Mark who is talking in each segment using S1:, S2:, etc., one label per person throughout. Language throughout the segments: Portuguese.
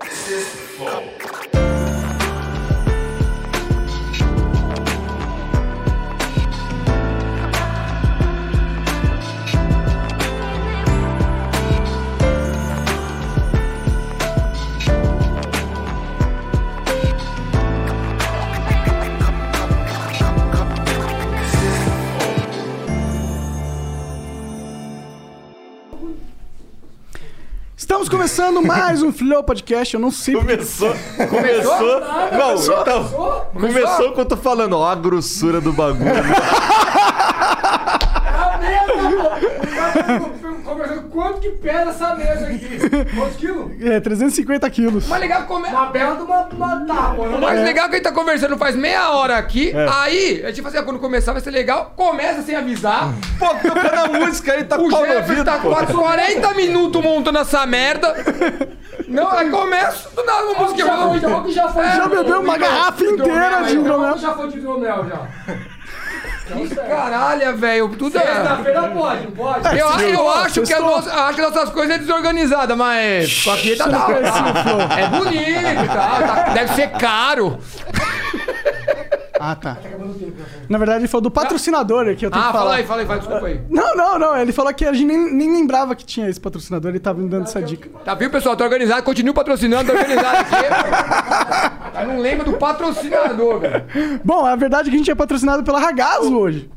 S1: Francis Flow.
S2: Estamos começando mais um Flow Podcast. Eu não sei.
S3: Começou, começou. Não,
S2: começou?
S3: então, começou, que eu tô falando, ó, a grossura do bagulho.
S4: A mesa, pô! Conversando quanto que pesa essa mesa aqui? Quantos quilos?
S2: É, 350 quilos.
S5: Mais legal, que come...
S4: Uma bela de uma, uma tábua, né?
S5: o
S4: não
S5: mais legal é que a gente tá conversando faz meia hora aqui.
S3: É.
S5: Aí, a gente fala assim, ah, quando começar vai ser legal. Começa sem avisar.
S3: Pô, tocando a música aí, tá com
S5: O
S3: o
S5: Jefferson
S3: ouvido,
S5: tá
S3: pô.
S5: quase 40 minutos montando essa merda. Não, aí começa do nada uma música.
S4: Já foi, já foi que já foi.
S2: Já bebeu uma garrafa inteira de hidromel.
S4: Já foi de hidromel, já.
S5: Caralho, velho. Tudo é...
S4: Sexta-feira pode, não pode.
S5: Eu, Tá assim, eu
S2: Sextou,
S5: acho, que a
S2: sextou.
S5: nossa- acho que as nossas coisas é desorganizada, mas. Com aqui tá da hora. É bonito e tal. tá- Deve ser caro.
S2: Ah, tá. Na verdade, ele falou do patrocinador aqui. Eu tenho
S5: Ah,
S2: que falar.
S5: fala aí, fala aí, fala, desculpa aí.
S2: Não, não, não. Ele falou que a gente nem, nem lembrava que tinha esse patrocinador. Ele tava me dando essa dica.
S5: Tá, viu, pessoal? Tá organizado, continua patrocinando, tá organizado aqui. Eu não lembro do patrocinador, cara.
S2: Bom, a verdade é que a gente é patrocinado pela Ragazzo hoje.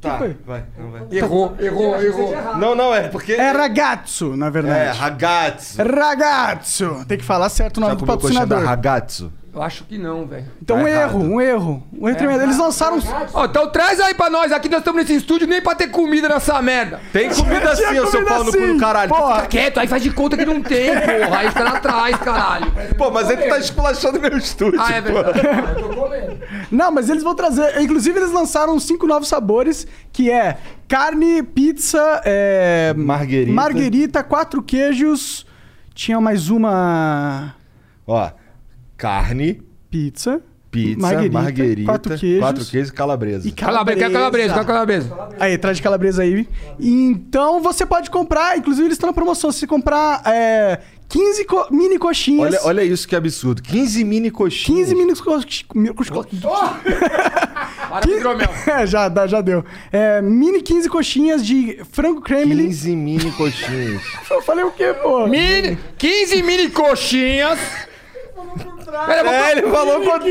S3: Tá,
S2: foi?
S3: vai, não vai.
S5: Errou, errou, errou.
S3: Não, não, é porque...
S2: É Ragazzo, na
S3: É,
S2: verdade.
S3: ragazzo.
S2: Ragazzo. Tem que falar certo o nome
S3: Já
S2: do
S3: comeu coxinha da
S2: patrocinador.
S3: ragazzo?
S5: Eu acho que não, velho.
S2: Então, um
S3: Tá
S2: erro,
S3: errado.
S2: um erro. Um
S3: É,
S2: erro tremendo. Eles lançaram.
S5: Ó, então traz aí pra nós. Aqui nós estamos nesse estúdio nem pra ter comida nessa merda.
S3: Tem comida
S2: Tinha
S3: assim, ô seu
S2: comida
S3: pau no cu
S2: assim,
S3: do caralho.
S2: porra.
S5: Fica quieto, aí faz de conta que não tem, porra. Aí fica lá atrás, caralho.
S3: Pô, mas aí tu tá esculachando meu estúdio,
S5: Ah, é
S3: pô.
S5: verdade.
S4: Eu tô comendo.
S2: Não, mas eles vão trazer. Inclusive, eles lançaram cinco novos sabores, que é carne, pizza, é,
S3: Marguerita.
S2: marguerita, quatro queijos. Tinha mais uma
S3: Ó, carne,
S2: pizza.
S3: pizza,
S2: marguerita,
S3: marguerita,
S2: quatro queijos.
S3: quatro queijos e calabresa.
S2: E
S5: Calabresa, quer calabresa, quer calabresa.
S2: Aí, traz de calabresa aí. Então você pode comprar, inclusive eles estão na promoção. Se você comprar é, 15 co- mini coxinhas.
S3: Olha, olha isso que absurdo. 15 mini coxinhas.
S2: 15 mini coxinhas.
S5: Para com hidromel.
S2: É, já, dá- já deu. É, mini 15 coxinhas de frango creme.
S3: 15 mini coxinhas.
S2: Eu falei o quê, pô?
S5: Mini, 15 mini coxinhas. Pera, eu, vou,
S3: É, ele falou quanto.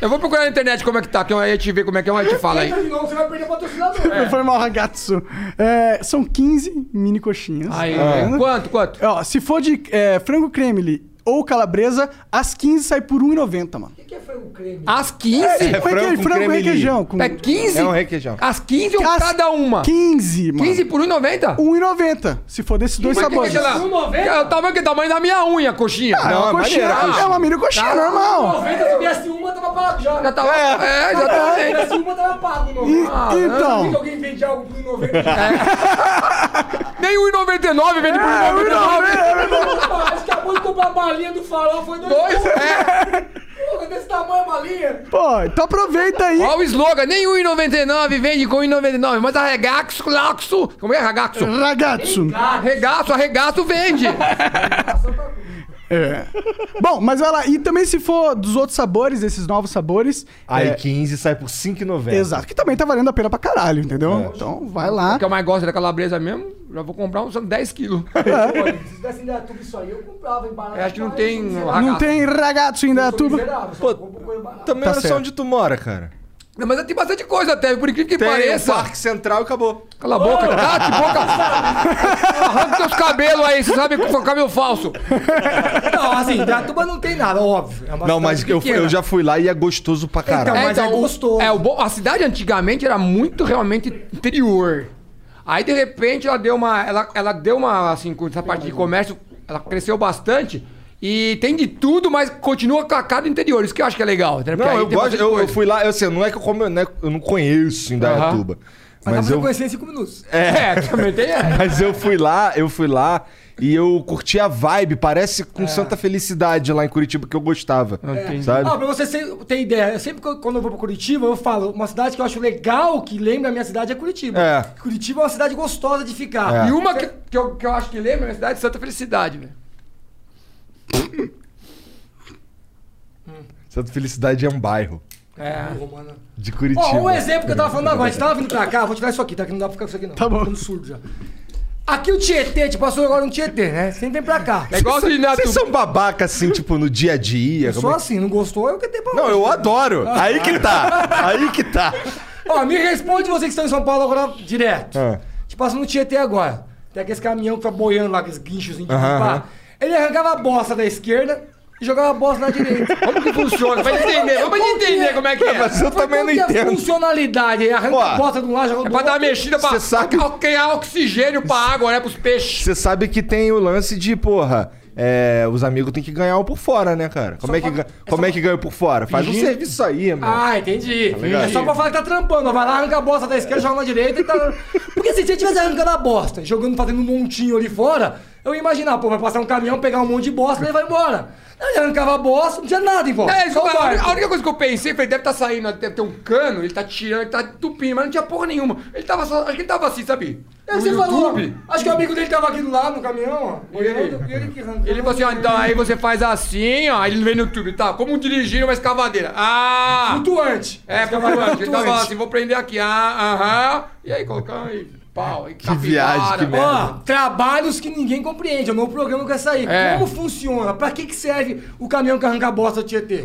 S5: eu vou procurar na internet como é que tá, que aí a gente vê como é que é, aí a gente fala aí.
S4: De novo, você vai perder patrocinador.
S2: Foi mal, ragazzo. É, são 15 mini coxinhas.
S5: Aí,
S2: Tá
S3: Ah.
S2: vendo?
S5: quanto, quanto?
S2: Ó, se for de é, frango creme ou calabresa, as 15 sai por 1,90, mano.
S4: O que é frango creme?
S5: As 15?
S2: É,
S3: frango com
S2: frango
S3: creme
S2: requeijão. Com...
S5: É 15?
S3: É um requeijão.
S5: As 15 ou
S2: As
S5: cada uma?
S2: 15, mano.
S5: 15 por 1,90?
S2: 1,90. Se for desses dois
S5: Mas que
S2: sabores.
S5: que é aquela-
S4: 1,90?
S5: É o tamanho que é o tamanho da minha unha, coxinha.
S2: É uma
S3: Não, é
S2: coxinha.
S3: maneiro,
S2: é uma mini
S5: Tá.
S2: coxinha normal.
S4: 90, se viesse uma, tava pago já.
S5: Já tava. É,
S4: Se
S5: exatamente.
S4: viesse uma, tava pago. não.
S2: E-
S4: Ah,
S2: então.
S4: que alguém vende algo por 90
S5: Nem 1,99 vende por 1,99.
S4: Mas acabou de comprar a balinha do farol, foi dois.
S5: Dois, é.
S4: Porra, desse tamanho a balinha.
S2: Pô, então aproveita aí.
S5: Olha o slogan, nem 1,99 vende com 1,99, mas arregaço, laxo, como é arregaço?
S2: Ragazzo.
S5: Regaço, arregaço vende.
S2: É. Bom, mas vai lá. E também se for dos outros sabores, esses novos sabores.
S3: Aí
S2: é,
S3: 15 sai por 5,90.
S6: é.
S2: Exato. Que também tá valendo a pena pra caralho, entendeu? Então vai lá.
S5: O que eu mais gosto é da calabresa mesmo, já vou comprar uns 10 quilos.
S3: É.
S4: Olha, se tivesse ainda tudo isso aí, eu comprava embalagem.
S5: Eu acho que não tem
S2: Não
S5: é um ragazzo.
S2: tem ragazzo ainda, é tudo.
S3: Pô,
S4: Também.
S3: Também
S2: Tá
S3: olha
S2: certo.
S3: só onde tu mora, cara.
S5: Não, mas tem bastante coisa até, por incrível que
S3: Tem
S5: pareça.
S3: o Parque Central e acabou.
S5: Cala a boca, cala de boca. Arranca seus cabelos aí, você sabe que foi cabelo é falso.
S6: Não, assim, Datuba não tem nada, óbvio. É uma
S3: Não,
S6: cidade
S3: mas eu,
S6: pequena.
S3: eu já fui lá e é gostoso pra caralho.
S6: Então, mas é
S5: o-
S6: gostoso.
S5: é, o bom- a cidade antigamente era muito realmente interior. Aí de repente ela deu uma. Ela, ela deu uma, assim, com essa parte de
S3: Uhum.
S5: comércio, ela cresceu bastante. E tem de tudo, mas continua com a cara do interior. Isso que eu acho que é legal. entendeu? Porque
S3: Não,
S5: aí
S3: eu
S5: tem
S3: gosto.
S5: bastante
S3: Eu, eu
S5: coisa.
S3: fui lá, eu sei, não é que eu, como, né, eu não conheço Indaiatuba.
S6: Mas, dá
S3: Mas,
S6: pra
S3: eu,
S6: você conhecer em 5 minutos.
S5: É, também tem. É.
S3: mas eu fui lá, eu fui lá e eu curti a vibe. Parece com Santa Felicidade lá em Curitiba que eu gostava.
S5: Entendi.
S3: Sabe?
S6: Ó, pra você ser- ter ideia, eu sempre que eu- quando eu vou pra Curitiba, eu falo, uma cidade que eu acho legal, que lembra a minha cidade, é Curitiba.
S3: É.
S6: Curitiba é uma cidade gostosa de ficar.
S5: né? E uma que, que, eu, que eu acho que lembra é a cidade de Santa Felicidade, velho.
S3: Santa Felicidade é um bairro
S6: É, Romana.
S3: de Curitiba.
S6: Ó, um exemplo que eu tava falando agora. A gente tava vindo pra cá, vou tirar isso aqui, tá? Que não dá pra ficar com isso aqui, não. Tá
S2: bom.
S6: ficando surdo já. Aqui o Tietê, te passou agora um Tietê, né? Sempre vem pra cá.
S5: É igual de
S3: Vocês são babacas assim, tipo, no dia a dia?
S6: Eu
S3: Como
S6: sou
S3: é que-
S6: assim, não gostou, eu que tenho pra
S3: Não, eu adoro. Aí que tá. Aí que tá.
S6: Ó, me responde você que está em São Paulo agora direto.
S3: Ah.
S6: Te passa no Tietê agora. Tem aqueles caminhão que tá boiando lá, aqueles guinchos de
S3: Aham,
S6: pá.
S3: aham.
S6: Ele arrancava a bosta da esquerda e jogava a bosta na direita.
S5: Como que funciona? Vai entender, vamos entender como é que é.
S3: Mas eu também não
S6: Qual que é a
S3: entendo.
S6: funcionalidade? Ele arranca
S3: Ó,
S6: a bosta de um lado, joga
S5: É
S6: do
S5: pra dar uma
S6: outro.
S5: mexida pra
S3: Cê saca-
S5: pra criar oxigênio pra água, né? Pros peixes.
S3: Você sabe que tem o lance de, porra, é, os amigos têm que ganhar o por fora, né, cara? Como, é que,
S6: pra-
S3: ga- como é que ganha o por fora? Faz um
S6: Fingindo.
S3: serviço aí, mano.
S6: Ah, entendi.
S3: ligado?
S6: é só pra falar que tá trampando. ó. Vai lá, arranca a bosta da esquerda, joga na direita e tá. Porque se ele tivesse arrancando a bosta, jogando, fazendo um montinho ali fora, eu ia imaginar, pô, vai passar um caminhão, pegar um monte de bosta e ele vai embora. Ele arrancava a bosta, não tinha nada em volta.
S5: É, isso,
S6: só o
S5: a, única-
S6: barco.
S5: a única coisa que eu pensei, falei, deve tá saindo, deve ter um cano, ele tá tirando, ele tá entupindo, mas não tinha porra nenhuma. Ele tava só, acho que ele tava assim, sabe?
S6: Aí
S5: No
S6: É você falou,
S5: YouTube.
S6: acho que o amigo dele tava aqui do lado no caminhão, ó.
S5: E ele?
S6: olhando, e ele que arrancou.
S5: Ele falou assim, ó, então aí você faz assim, ó, aí ele vem no YouTube, tá? Como dirigir uma escavadeira? Ah!
S6: Flutuante.
S5: É,
S6: Esse camarada
S5: flutuante. Ele tava
S6: flutuante.
S5: assim, vou prender aqui, ah, aham. E aí, colocando aí, pau, e capivara,
S3: viagem, que
S5: pô.
S3: merda.
S6: Ó, trabalhos que ninguém compreende. É o meu programa que vai sair.
S5: É.
S6: Como funciona? Pra que, que serve o caminhão que arranca a bosta do Tietê?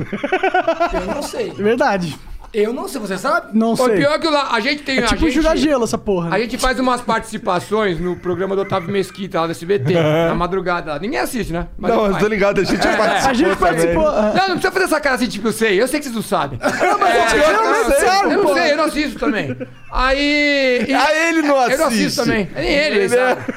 S6: Eu não sei.
S2: Verdade.
S6: Eu não sei, você sabe?
S2: Não
S5: Pô,
S2: sei.
S5: pior que lá, a gente tem.
S2: É
S5: a
S2: tipo
S5: gente,
S2: jogar gelo essa porra. né?
S5: A gente faz umas participações no programa do Otávio Mesquita lá do SBT, na madrugada. lá. Ninguém assiste, né? Mas
S3: não,
S5: ele
S3: eu tô
S5: faz.
S3: ligado, a
S5: é.
S3: gente participou.
S2: A
S6: É,
S2: gente participou. ah.
S5: Não, não precisa fazer essa cara assim, tipo, eu sei, eu sei que vocês não sabem. Não, mas
S3: eu te- eu não sei,
S5: Eu
S3: pô.
S5: não sei, eu não assisto também. Aí. e-
S3: Ah, ele não assiste.
S5: Eu não assisto também. É Nem ele, ele sabe.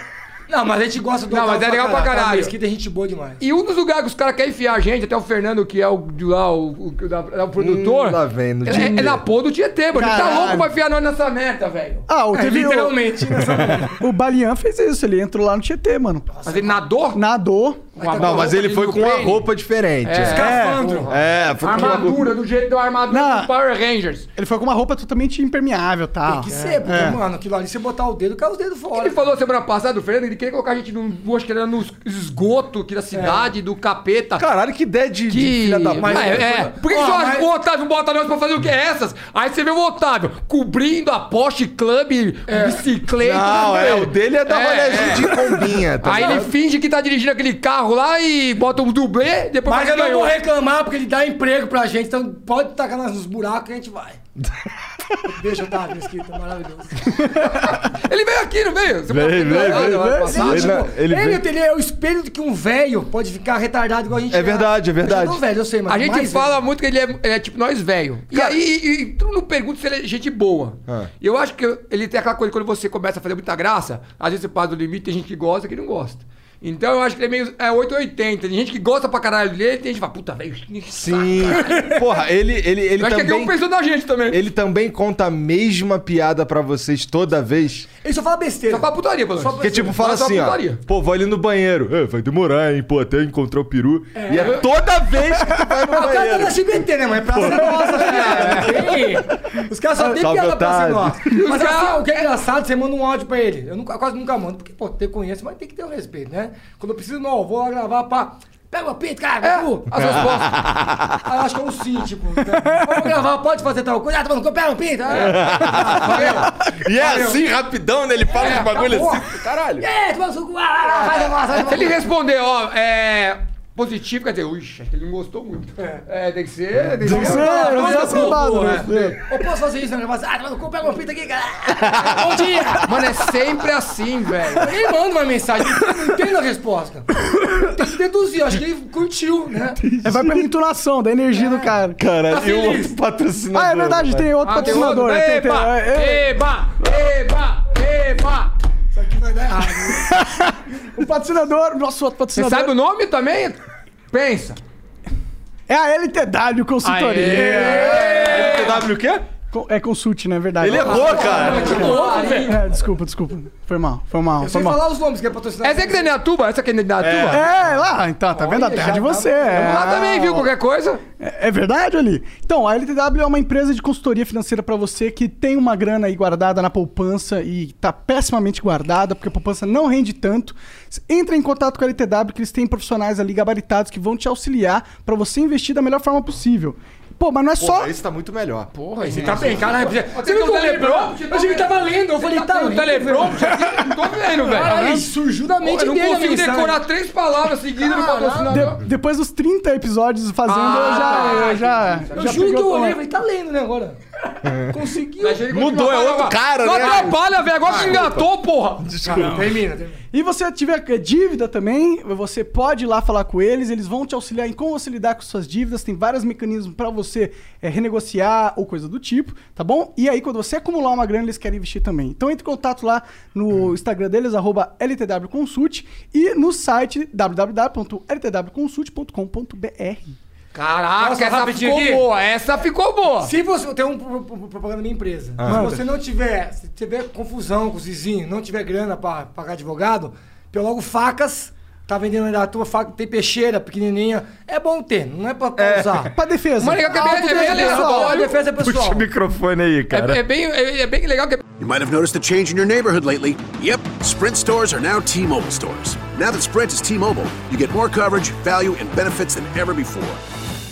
S6: Não, mas a gente gosta do
S5: Não, mas é legal pra caralho.
S6: Aqui tem gente é boa demais.
S5: E um dos lugares que os caras querem enfiar a gente, até o Fernando, que é o, de lá, o, o, que dá- é o produtor.
S3: Hum, lá vem, no
S5: é,
S3: Tietê.
S5: é na porra do Tietê, mano. Ele tá
S2: Caralho.
S5: louco pra enfiar nós nessa merda, velho.
S2: Ah, o, teve o,
S6: Literalmente. nessa-
S2: o Balian fez isso. Ele entrou lá no Tietê, mano.
S5: Mas ele nadou?
S2: Nadou.
S3: Não, mas ele foi com uma roupa diferente.
S5: É.
S6: Escafandro.
S3: É, foi com uma roupa.
S5: Armadura, do jeito da armadura
S2: Não.
S5: do Power Rangers.
S2: Ele foi com uma roupa totalmente impermeável, tá?
S6: Tem que ser, porque, mano, aquilo ali, você botar o dedo, cai os dedos fora.
S5: Ele falou semana passada, o Fernando, ele queria colocar a gente num, acho que era no esgoto aqui da cidade, do capeta.
S3: Caralho, que ideia de, de
S5: Que...
S3: É. filha da puta.
S5: Ah, é, é. Por que
S6: Ó,
S5: só
S6: mas-
S5: o Otávio bota nós pra fazer o que é essas? Aí você vê o Otávio cobrindo a Porsche Club, bicicleta.
S3: É. Não, é, o dele é da
S5: É,
S3: rolezinho
S5: é.
S3: de combinha. Tá
S5: Aí ele finge que tá dirigindo aquele carro lá e bota um dublê, depois
S6: Mas
S5: faz
S6: eu não
S5: ganhou.
S6: vou reclamar, porque ele dá emprego pra gente, então pode tacar nós nos buracos que a gente vai. Deixa eu tá, Mesquita, maravilhoso.
S5: Ele veio aqui, não veio? Você né,
S3: Veio,
S5: falou que
S3: veio,
S5: não,
S3: veio,
S5: não,
S3: veio.
S5: passado.
S3: Ele
S6: Ele,
S3: não- ele
S6: ele,
S3: vem-
S6: ele é o espelho de que um velho pode ficar retardado igual a gente.
S3: É verdade, é verdade.
S6: Eu já tô velho, eu sei, mas
S5: A gente
S6: mais
S5: fala
S6: velho.
S5: muito que ele é, ele é tipo nós velho. E aí, e, e todo mundo pergunta se ele é gente boa.
S3: Ah.
S5: Eu acho que ele tem aquela coisa, quando você começa a fazer muita graça, às vezes você passa do limite, tem gente que gosta e que não gosta. Então eu acho que ele é meio é 880. Tem gente que gosta pra caralho dele, tem gente que fala, puta, velho, que saco.
S3: Sim. Porra, ele, ele, ele
S5: Eu acho
S3: também...
S5: que aqui é um pensou da gente também.
S3: Ele também conta a mesma piada pra vocês toda vez.
S6: Ele só fala besteira.
S5: Só pra putaria, pelo menos.
S3: Porque, tipo, fala
S5: Só
S3: assim, ó.
S5: é putaria.
S3: Pô, vou ali no banheiro. É, vai demorar, hein, pô, até eu encontrar o peru. E é toda vez que tu vai no
S6: Ah, o cara tá
S3: banheiro.
S6: na SBT, né, mano? É praça nossa, cara. Os caras só têm
S3: Salve,
S6: piada pra
S3: Otávio.
S6: cima, ó. Mas
S5: caras-
S6: assim, o que é engraçado, você manda um áudio pra ele. Eu, nunca, eu quase nunca mando, porque, pô, te conheço, mas tem que ter um respeito, né? Quando eu preciso, não, eu vou lá gravar, pá. Pega o pinto, cara,
S5: É,
S6: é. cu.
S5: as respostas.
S6: Aí eu acho que é um sim, tipo. Tá? Vamos gravar, pode fazer tal coisa. Ah, tá maluco, pega o pinto. Ah, valeu.
S3: E é assim, rapidão, né? Ele fala
S5: É,
S3: uns bagulho
S6: acabou.
S3: assim. Caralho.
S6: É, toma suco, vai, vai, vai, vai, vai, vai,
S5: Se
S6: vai.
S5: ele responder, ó, é. Positivo, quer dizer, ui, acho que ele não gostou muito. É, tem que ser. Tem que
S2: Isso
S5: ser.
S2: é,
S6: Não,
S2: isso é
S6: não,
S2: safado,
S6: não,
S2: né? É.
S6: Eu posso fazer isso, né? Mas, ah, toma no cu, pega uma pinta aqui, cara. Bom dia.
S5: Mano, é sempre assim, velho.
S6: Ele manda uma mensagem, não entendo a resposta. Tem que deduzir, acho que ele curtiu, né?
S2: É, vai pela entonação, da energia
S5: É.
S2: do cara.
S3: Caralho,
S6: Tá
S3: e o
S6: feliz.
S3: outro patrocinador. né?
S2: Ah, é verdade, tem outro
S5: tem
S2: patrocinador.
S5: outro.
S2: né? Tem- tem-
S5: Eba,
S2: é, é.
S5: eba, eba, eba.
S6: Isso aqui vai dar errado.
S2: O patrocinador, nosso outro
S5: Você
S2: patrocinador.
S5: sabe o nome também? Pensa.
S2: É a LTW Consultoria.
S5: Aê.
S3: TW o quê?
S2: Co- É consulte, né? É verdade.
S3: Ele errou, cara.
S6: Ah, De novo, velho.
S2: É, desculpa, desculpa. Foi mal, foi mal, foi
S6: Sem
S2: mal.
S6: falar os nomes que é patrocinado.
S5: Essa é que é na tuba? Essa que é na tuba?
S2: É, lá, então, tá vendo? A terra de você. É,
S5: Lá também, viu? Qualquer coisa.
S2: É é verdade ali. Então, a LTW é uma empresa de consultoria financeira pra você que tem uma grana aí guardada na poupança e tá pessimamente guardada, porque a poupança não rende tanto. S- Entra em contato com a LTW, que eles têm profissionais ali gabaritados que vão te auxiliar pra você investir da melhor forma possível. Pô, mas não é só.
S3: Pô, esse tá muito melhor.
S5: Porra,
S6: Você tá bem,
S5: né?
S6: caralho. Você
S5: um
S6: viu que eu
S5: é tá
S6: lembrou? Eu achei que tava lendo. Eu falei, tá,
S5: o um teleprompter aqui, não tô vendo,
S6: Caralho,
S5: velho.
S6: surgiu da mente
S5: Eu não
S6: dele. a
S5: consigo
S6: mensagem.
S5: decorar três palavras seguidas no patrocinador.
S2: de- depois dos 30 episódios fazendo,
S5: Ah,
S2: eu já. Eu já,
S6: Eu
S2: já
S6: juro
S2: peguei
S6: que eu
S2: o tom.
S6: olhei, falei, tá lendo, né, agora? Conseguiu.
S5: É. Mas ele continua,
S3: Mudou, é
S5: vai,
S3: outro
S5: vai.
S3: cara,
S5: Não
S3: né?
S5: atrapalha, velho. Agora que engatou, porra.
S6: Termina, termina.
S2: E você tiver eh, dívida também, você pode ir lá falar com eles, eles vão te auxiliar em como você lidar com suas dívidas, tem vários mecanismos pra você eh, renegociar ou coisa do tipo, tá bom? E aí, quando você acumular uma grana, eles querem investir também. Então entre em contato lá no Instagram deles, arroba LTWconsult, e no site www.ltwconsult.com.br.
S5: Caraca,
S6: Nossa,
S5: essa
S6: rapidinho
S5: ficou
S6: aqui.
S5: boa. Essa ficou boa.
S6: Se você. Tem um pro- pro- propaganda da minha empresa.
S5: Ah.
S6: Se você não tiver. Se tiver confusão com os vizinhos, não tiver grana pra pagar advogado, eu logo facas. Tá vendendo ainda a tua faca, tem peixeira pequenininha. É bom ter, não é pra, pra usar. Ah,
S2: Pra defesa.
S5: Mas legal que é bem- é bem
S6: pessoal,
S5: aleatório.
S6: defesa pessoal.
S3: Puxa o microfone aí,
S5: É,
S3: cara.
S5: é bem, é, é bem legal que é
S1: You might have noticed a change in your neighborhood lately. Yep, Sprint stores are now T Mobile stores. Now that Sprint is T Mobile, you get more coverage, value, and benefits than ever before.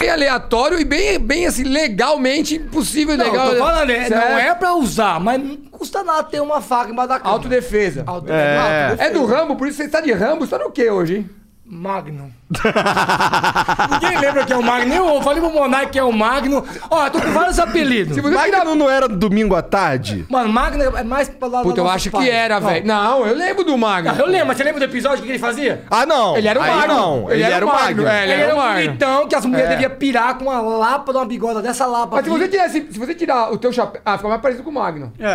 S5: bem aleatório e bem, bem assim, legalmente impossível.
S6: Não,
S5: legal,
S6: eu tô falando, é,
S5: Certo.
S6: não é pra usar, mas não custa nada ter uma faca embaixo da cama.
S5: Autodefesa.
S6: Autodefesa. Autodefesa.
S5: É do Rambo, por isso você está de Rambo, você tá no que hoje, hein?
S6: Magnum. Ninguém lembra que é o Magnum. Eu falei pro Monark que é o Magnum. Ó, eu tô com vários apelidos.
S5: Se você
S3: Mas
S5: tirar-
S3: não, não era domingo à tarde?
S6: Mano, Magnum é mais pra lá
S5: Puta, eu acho que era, velho. Não, eu lembro do Magno.
S6: Eu lembro, mas você lembra do episódio que ele fazia?
S3: Ah, não.
S5: Ele era o
S3: Aí
S5: Magno.
S3: Não, ele, era o Magno.
S5: É, ele era
S6: Ele era
S5: o
S6: um
S5: Magno.
S6: gritão que as mulheres deviam pirar com uma lapa de uma bigode dessa lapa.
S5: Mas se
S6: aqui.
S5: você, tirar, esse- se, você tirar o teu chapéu. Ah, ficou mais parecido com o Magno.
S2: É.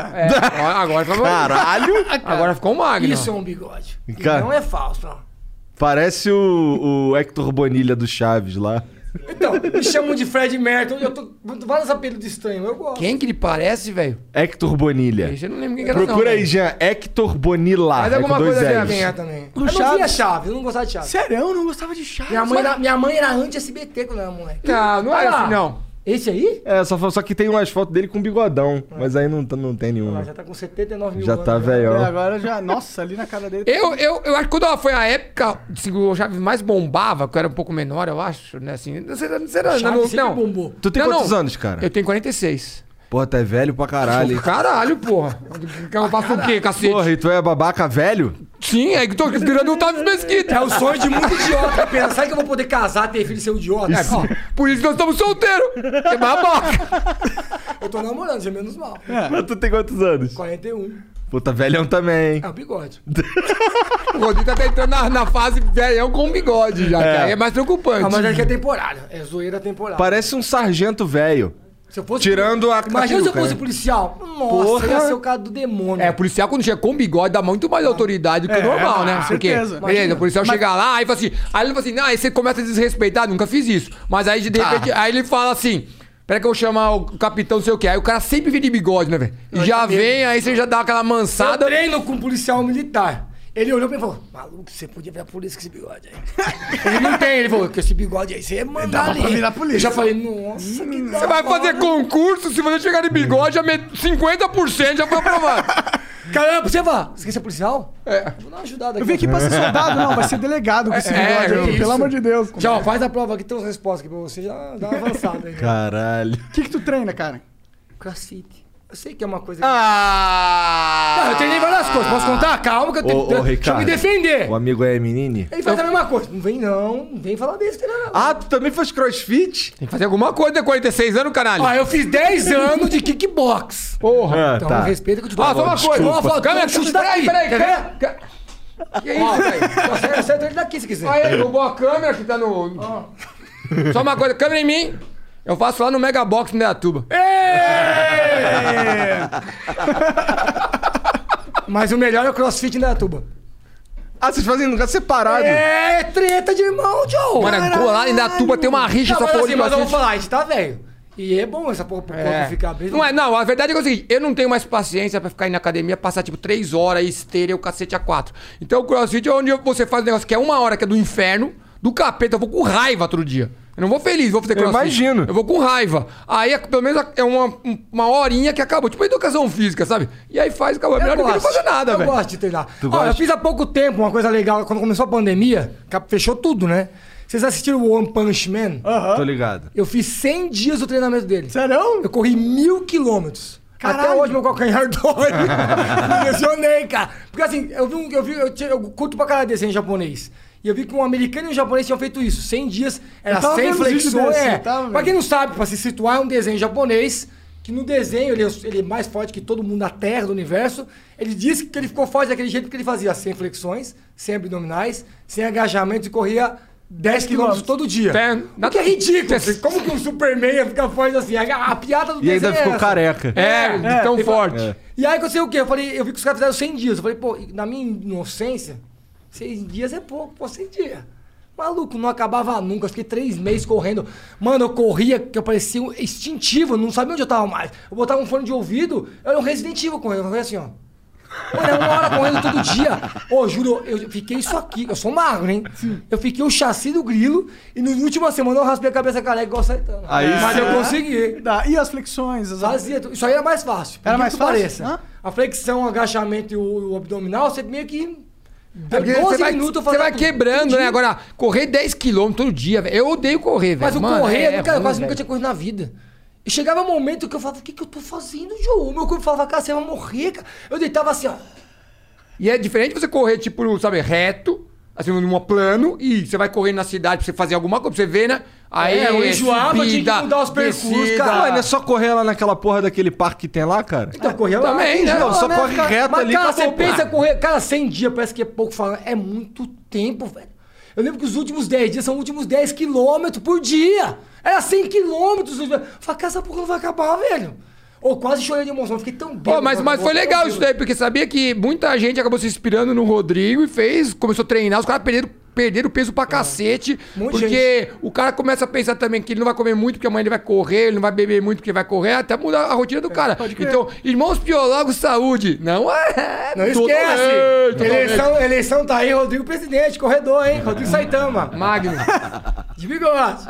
S5: Agora, agora ficou
S3: Caralho!
S5: Agora ficou o Magno.
S6: Isso é um bigode.
S3: Cara.
S6: Não é falso, não.
S3: Parece o, o Hector Bonilha do Chaves lá.
S6: Então, me chamam de Fred Merton. Eu tô com vários apelidos estranhos. Eu gosto.
S5: Quem que ele parece, velho?
S3: Hector Bonilha.
S5: Esse eu não lembro quem que era. não,
S3: Procura aí,
S5: velho.
S3: Jean. é Hector Bonilha.
S5: Faz
S3: é
S5: alguma
S3: com dois
S5: coisa,
S3: L's.
S5: Jean,
S6: É,
S5: Vinha.
S6: também.
S2: No
S6: eu não via
S2: Chaves.
S6: Chaves, eu não gostava de Chaves.
S2: Sério, eu não gostava de chá.
S6: Minha mãe, era, minha mãe era anti-SBT quando eu era moleque.
S5: Não, não é
S6: Olha lá.
S5: assim, não.
S6: Esse aí?
S3: É, só, fa- só que tem umas fotos dele com bigodão. Mas aí não, tá- não tem nenhuma.
S6: Ah, já tá com 79 mil
S3: Já
S6: anos.
S3: tá
S2: É,
S3: velhão.
S2: agora já. Nossa, ali na cara dele.
S5: Eu, eu, eu acho que quando foi a época assim, que o Chaves mais bombava, que eu era um pouco menor, eu acho, né? Assim, não sei, não sei, não,
S6: Chaves
S5: não,
S6: sempre
S5: não.
S6: bombou.
S3: Tu tem
S5: Não,
S3: quantos
S5: não.
S3: anos, cara?
S5: Eu tenho 46.
S3: Porra, tu é velho pra caralho. hein?
S5: Caralho, porra. Então, Eu faço o quê, cacete?
S3: Porra, e tu é babaca velho?
S5: Sim, é que tô virando o Tavis Mesquita.
S6: É o sonho de muito idiota. Pensar que eu vou poder casar, ter filho e ser um idiota.
S5: Ó, Por isso que nós estamos solteiros. É babaca.
S6: Eu tô namorando, já é menos mal.
S3: Mas tu tem quantos anos?
S6: 41.
S3: Puta, tá velhão também, hein?
S6: É o bigode.
S5: O Rodrigo tá entrando na, na fase velhão com bigode já, cara. É mais preocupante.
S6: Ah, mas é que é temporário. É zoeira temporária.
S3: Parece um sargento velho.
S6: Se eu fosse-
S3: Tirando a
S6: Imagina se eu
S3: catuca,
S6: fosse
S3: né?
S6: policial. Nossa,
S3: Porra.
S6: eu ia ser o cara do demônio.
S5: É, policial quando chega com bigode dá muito mais autoridade do que o normal, né? Porque,
S2: certeza.
S5: beleza,
S2: Imagina.
S5: o policial chega lá, aí fala assim, aí ele fala assim, não, aí você começa a desrespeitar, nunca fiz isso. Mas aí de repente, aí ele fala assim, pera que eu vou chamar o capitão, não sei o quê. Aí o cara sempre vem de bigode, né, velho? E já vem, aí você já dá aquela
S6: Eu
S5: mansada.
S6: treino com um policial militar. Ele olhou pra mim e falou: Maluco, você podia virar polícia com esse bigode aí. ele não tem, ele falou: Com esse bigode aí, você é mandar ali.
S2: virar polícia.
S6: Eu já falei: Nossa, que
S5: Você vai fazer concurso, se você chegar de bigode, já met- 50% já foi aprovado.
S6: Caramba, você vai. Você quer ser policial? É. Vou dar uma ajudada aqui.
S2: Eu vim aqui pra ser soldado, não, vai ser delegado com esse
S5: É,
S2: bigode
S5: é
S2: aqui,
S5: isso.
S2: pelo amor de Deus. O
S6: Tchau, faz a prova aqui, tem umas respostas aqui pra você. Já dá uma avançada aí. né?
S3: Caralho.
S2: que, que tu treina, cara?
S6: Crossfit. Eu sei que é uma coisa. que-
S3: Ah!
S6: Não, eu treinei várias coisas. Posso contar? Calma que eu tenho
S3: Ô, ô,
S6: Deixa eu
S3: Ricardo.
S6: me defender.
S3: O amigo aí é menine?
S6: Ele faz a mesma coisa. Não vem, não. Não vem falar desse, não.
S3: Ah, tu também faz crossfit?
S5: Tem que fazer alguma coisa, né? 46 anos, caralho.
S6: Ah, eu fiz 10 anos de kickbox.
S5: porra.
S3: Ah,
S6: Então,
S3: tá.
S6: respeita que eu te dou.
S5: Ah, só uma
S6: Desculpa.
S5: coisa.
S6: Ó, falta-
S5: Câmera,
S6: chute
S5: peraí,
S6: daqui.
S5: peraí,
S6: Quer ver?
S5: câmera. Que isso, velho?
S6: Você acerta ele daqui se quiser.
S5: Aí, roubou a câmera que tá no. Só uma coisa, câmera em mim. Eu faço lá no Mega Box no Deatuba.
S6: Mas o melhor é o crossfit da tuba.
S3: Ah, vocês fazem em lugar separado.
S6: É treta de irmão, Joe.
S5: Mano, lá em Deatuba tem uma rixa essa
S6: Não, mas
S5: porra
S6: assim,
S5: de
S6: mas eu vou
S5: bastante.
S6: falar, a gente tá velho. E é bom essa porra pro corpo ficar bem.
S5: Não é, não, a verdade é que é o seguinte, eu não tenho mais paciência pra ficar indo na academia, passar tipo três horas, esteira e o cacete a quatro. Então o crossfit é onde você faz um negócio que é uma hora, que é do inferno, do capeta, eu vou com raiva outro dia. Eu não vou feliz, vou fazer
S3: Eu
S5: crossfit.
S3: imagino.
S5: Eu vou com raiva. Aí é- pelo menos é uma, uma horinha que acabou, tipo educação física, sabe? E aí faz, acabou. É melhor do que não fazer nada,
S6: eu
S5: velho.
S6: gosto de treinar. Ó, eu
S3: gosta?
S6: fiz há pouco tempo uma coisa legal, quando começou a pandemia, que fechou tudo, né? Vocês assistiram o One Punch Man?
S3: Tô ligado.
S6: Eu fiz 100 dias do treinamento dele.
S2: Sério?
S6: Eu corri mil quilômetros. Até
S2: é Caralho.
S6: hoje meu calcanhar dói. Me lesionei, cara. Porque assim, eu vi um. Eu, vi, eu, tinha- eu curto pra caralho desenho japonês. E eu vi que um americano e um japonês tinham feito isso. 100 dias, era
S2: Eu tava
S6: 100
S2: vendo os vídeos
S6: flexões.
S2: desse,
S6: É.
S2: eu tava
S6: Pra
S2: vendo.
S6: quem não sabe, pra se situar, é um desenho japonês. Que no desenho ele é, ele é mais forte que todo mundo na Terra, do universo. Ele disse que ele ficou forte daquele jeito porque ele fazia 100 flexões, 100 abdominais, 100 agachamentos e corria 10 quilômetros todo dia.
S5: Tem-
S6: O que é ridículo. assim, Como que um Superman ia ficar forte assim? A, a piada do
S3: E ainda
S6: desenho é
S3: ficou
S6: essa.
S3: careca. É.
S5: É, de tão forte.
S6: E aí aconteceu o quê? Eu falei, eu vi que os caras fizeram 100 dias. Eu falei, pô, na minha inocência, 100 dias é pouco, pô, 100 dias. Maluco, não acabava nunca. Eu fiquei três meses correndo. Mano, eu corria que eu parecia um instintivo, eu não sabia onde eu tava mais. Eu botava um fone de ouvido, eu era um Resident Evil correndo. Eu falei assim, ó. Mano, é uma hora correndo todo dia. Ô, juro, eu fiquei isso aqui. Eu sou magro, hein? Eu fiquei o chassi do grilo e na última semana eu raspei a cabeça careca igual saitana.
S3: Aí
S6: Mas
S3: sim.
S6: eu consegui.
S2: Dá. E as flexões? As...
S6: Fazia. tu- Isso aí era mais fácil. por
S2: Era
S6: que
S2: mais
S6: que
S2: fácil?
S6: pareça.
S2: Hã?
S6: A flexão, o agachamento e o, o abdominal, você meio que.
S5: É porque você vai,
S6: minutos eu
S5: você
S6: fazia
S5: vai
S6: tudo.
S5: quebrando, né?
S6: Entendi.
S5: Agora, correr 10km todo dia, velho. Eu odeio correr, velho.
S6: Mas o
S5: Mano,
S6: correr,
S5: é- é
S6: cara, eu
S5: ruim,
S6: quase
S5: velho.
S6: nunca tinha corrido na vida. E chegava um momento que eu falava, o que, que eu tô fazendo, João? Meu corpo falava, cara, você vai morrer, cara. Eu deitava assim, ó.
S5: E é diferente você correr, tipo, sabe, reto, assim, num plano, e você vai correndo na cidade pra você fazer alguma coisa, pra você ver, né? Aí
S6: É, eu enjoava, tinha que mudar os percursos,
S5: descida.
S6: cara.
S3: Ah, não é só correr lá naquela porra daquele parque que tem lá, cara?
S6: Então, corria lá.
S5: também,
S6: enjoava,
S5: né? Não,
S3: só corre
S6: cara?
S3: reto
S6: Mas,
S3: ali,
S6: Cara, você
S3: acabou, pá.
S6: pensa correr. Cara, 100 dias parece que é pouco falando. É muito tempo, velho. Eu lembro que os últimos 10 dias são os últimos 10 quilômetros por dia. Era 100 quilômetros. Eu Falei, cara, essa porra não vai acabar, velho. Ou quase chorei de emoção. eu Fiquei tão bem.
S5: Pô, mas, mas foi legal isso daí, porque sabia que muita gente acabou se inspirando no Rodrigo e fez, começou a treinar, os caras perderam, perderam peso pra cacete.
S6: É. Muita
S5: porque o cara começa a pensar também que ele não vai comer muito porque amanhã ele vai correr, ele não vai beber muito porque vai correr, até mudar a rotina do
S6: É,
S5: cara. Então, irmãos piologos, saúde. Não é.
S6: Não
S5: Totalmente,
S6: esquece.
S5: totalmente.
S6: Eleição, eleição tá aí, Rodrigo Presidente, corredor, hein? Rodrigo Saitama.
S5: Magno.
S6: De bigode.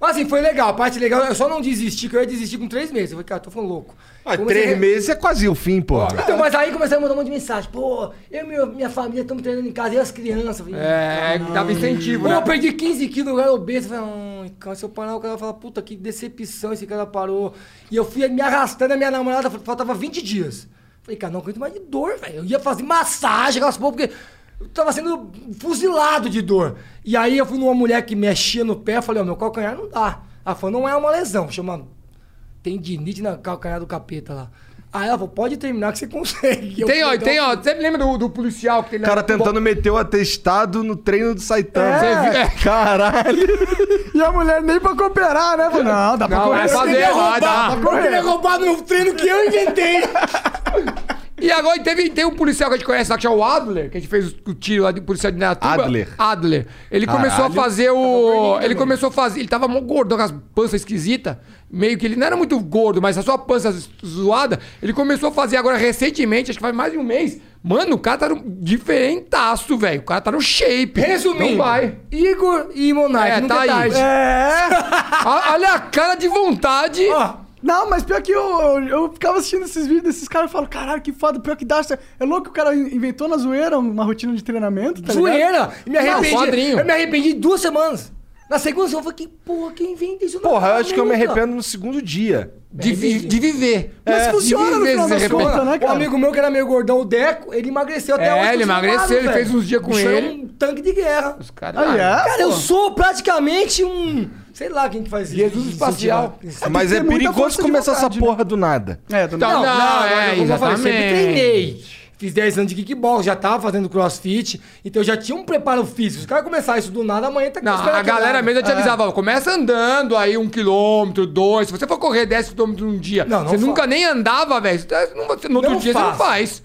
S6: Mas assim, foi legal. A parte legal, eu só não desisti, que eu ia desistir com três meses. Eu falei, cara, tô falando louco.
S3: Ah,
S6: Comecei a
S3: três
S6: re-
S3: meses é quase o fim, porra.
S6: Então, mas aí começaram a mandar um monte de mensagem. Pô, eu e minha, minha família estamos treinando em casa, e as crianças. Eu falei,
S5: É, dava incentivo,
S6: Pô,
S5: né?
S6: eu perdi 15 quilos, eu era obeso. Eu falei, "Hum, "Ai, cara, se eu parar, é o cara vai falar, puta, que decepção, esse cara parou. E eu fui me arrastando, a minha namorada fal- faltava 20 dias. Falei, cara, não aguento mais de dor, velho. Eu ia fazer massagem, aquelas porra, porque eu tava sendo fuzilado de dor. E aí eu fui numa mulher que mexia no pé, eu falei, ó, meu calcanhar não dá. Ela falou, não é uma lesão, chama tendinite na calcanhar do capeta lá. Aí ela falou, pode terminar que você consegue. Eu
S5: Tem, ó,
S6: falei,
S5: tem,
S6: "Não,
S5: ó. Você lembra do, do policial que tem
S3: O cara tentando meter o atestado no treino do Saitama.
S5: É.
S3: Você viu? Caralho.
S2: E a mulher nem pra cooperar, né? Falou, Não, dá pra
S5: Não,
S2: cooperar.
S5: é fazer,
S6: queria
S5: vai
S6: roubar,
S5: dar.
S6: eu queria roubar no treino que eu inventei.
S5: E agora teve, tem um policial que a gente conhece lá, que é o Adler, que a gente fez o tiro lá de policial de Neatuba.
S3: Adler.
S5: Adler. Ele começou a
S3: Caralho.
S5: fazer o... Ele começou a fazer... Ele tava mó gordão, com as panças esquisitas. Meio que ele não era muito gordo, mas a sua pança zoada. Ele começou a fazer agora recentemente, acho que faz mais de um mês. Mano, o cara tá no diferentaço, velho. O cara tá no shape.
S6: Resumindo,
S5: Não vai.
S6: Igor e Monark,
S5: É,
S6: nunca
S5: tá
S6: é
S5: aí.
S6: tarde.
S2: É.
S5: A- Olha a cara de vontade.
S6: Ó,
S2: Não, mas pior que eu, eu, eu ficava assistindo esses vídeos desses caras e falo, caralho, que foda, pior que dá. certo." É louco que o cara in- inventou na zoeira uma rotina de treinamento, tá ligado?
S6: zoeira. E me arrependi.
S5: quadrinho.
S6: eu me arrependi em duas semanas. Na segunda semana eu falei, que porra, quem inventa isso?
S3: Porra, eu acho que eu me arrependo no segundo dia.
S5: De, vi- de viver.
S6: É.
S2: Mas funciona no
S5: de viver,
S2: final
S5: se
S2: das
S5: arrepende.
S2: contas, né,
S6: Um
S2: cara?
S6: amigo meu que era meio gordão, o Deco, ele emagreceu até
S5: É,
S6: hoje.
S5: ele
S6: eu sou
S5: emagreceu,
S6: magro,
S5: ele
S6: velho.
S5: fez uns dias com
S6: O bicho é
S5: ele.
S6: um tanque de guerra.
S5: Os caras...
S2: Ah, é?
S6: Cara, eu sou praticamente um... Sei lá quem que faz isso.
S5: Jesus espacial.
S3: Mas
S2: que
S3: é
S2: ter muita
S3: perigoso
S2: força de
S3: começar essa
S2: vontade, né?
S3: porra do nada.
S2: É, do
S5: Então,
S6: Não, não,
S5: não, é,
S6: eu, como eu falei, sempre
S5: exatamente.
S6: treinei. Fiz 10 anos de kickbox, já tava fazendo crossfit, então eu já tinha um preparo físico. Se o cara começar isso do nada, amanhã tá com
S5: Não,
S6: os caras
S5: a galera
S6: quebrados.
S5: mesmo já te avisava, ó, começa andando aí um quilômetro, dois. Se você for correr 10 quilômetros num dia,
S6: Não, não
S5: você
S6: fa-
S5: nunca nem andava, velho. você tá- não- você- No outro
S6: Não
S5: dia você não
S6: faço.
S5: faz.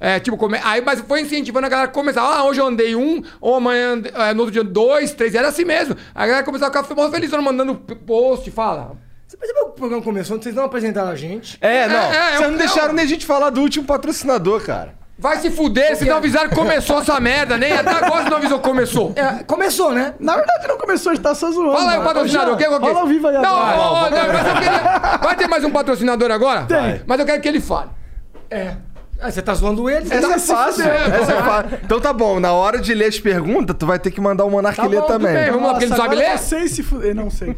S5: É, tipo, come... aí, mas foi incentivando a galera a começar. Ah, hoje eu andei um, ou amanhã, ande- é, no outro dia dois, três, era assim mesmo. A galera começava a ficar mó feliz, mandando p- post, fala.
S6: Ah. Você percebeu que o programa começou, vocês não apresentaram a gente?
S3: É, não.
S5: É, é,
S3: Vocês
S5: eu-
S3: não deixaram
S5: eu-
S3: nem a gente falar do último patrocinador, cara.
S5: Vai se fuder, se não avisaram que começou essa merda, nem até agora você não avisou que começou.
S6: É, começou, né?
S2: Na verdade, não começou, a gente tá só zoando.
S5: Fala aí o
S2: mano.
S5: patrocinador, quem é
S2: Fala ao vivo aí
S5: Não,
S2: agora.
S5: não, não, mas eu queria... Vai ter mais um patrocinador agora?
S2: Tem.
S5: Mas eu quero que ele fale.
S6: É. Ah, você tá zoando ele?
S3: Essa é fácil. Essa é fácil. Então tá bom, na hora de ler as perguntas, tu vai ter que mandar o Monark
S5: Tá
S3: ler
S5: bom, tudo
S3: também.
S5: bem, vamos lá, porque ele não sabe
S2: agora
S5: ler?
S2: Eu sei se fuder. Não sei.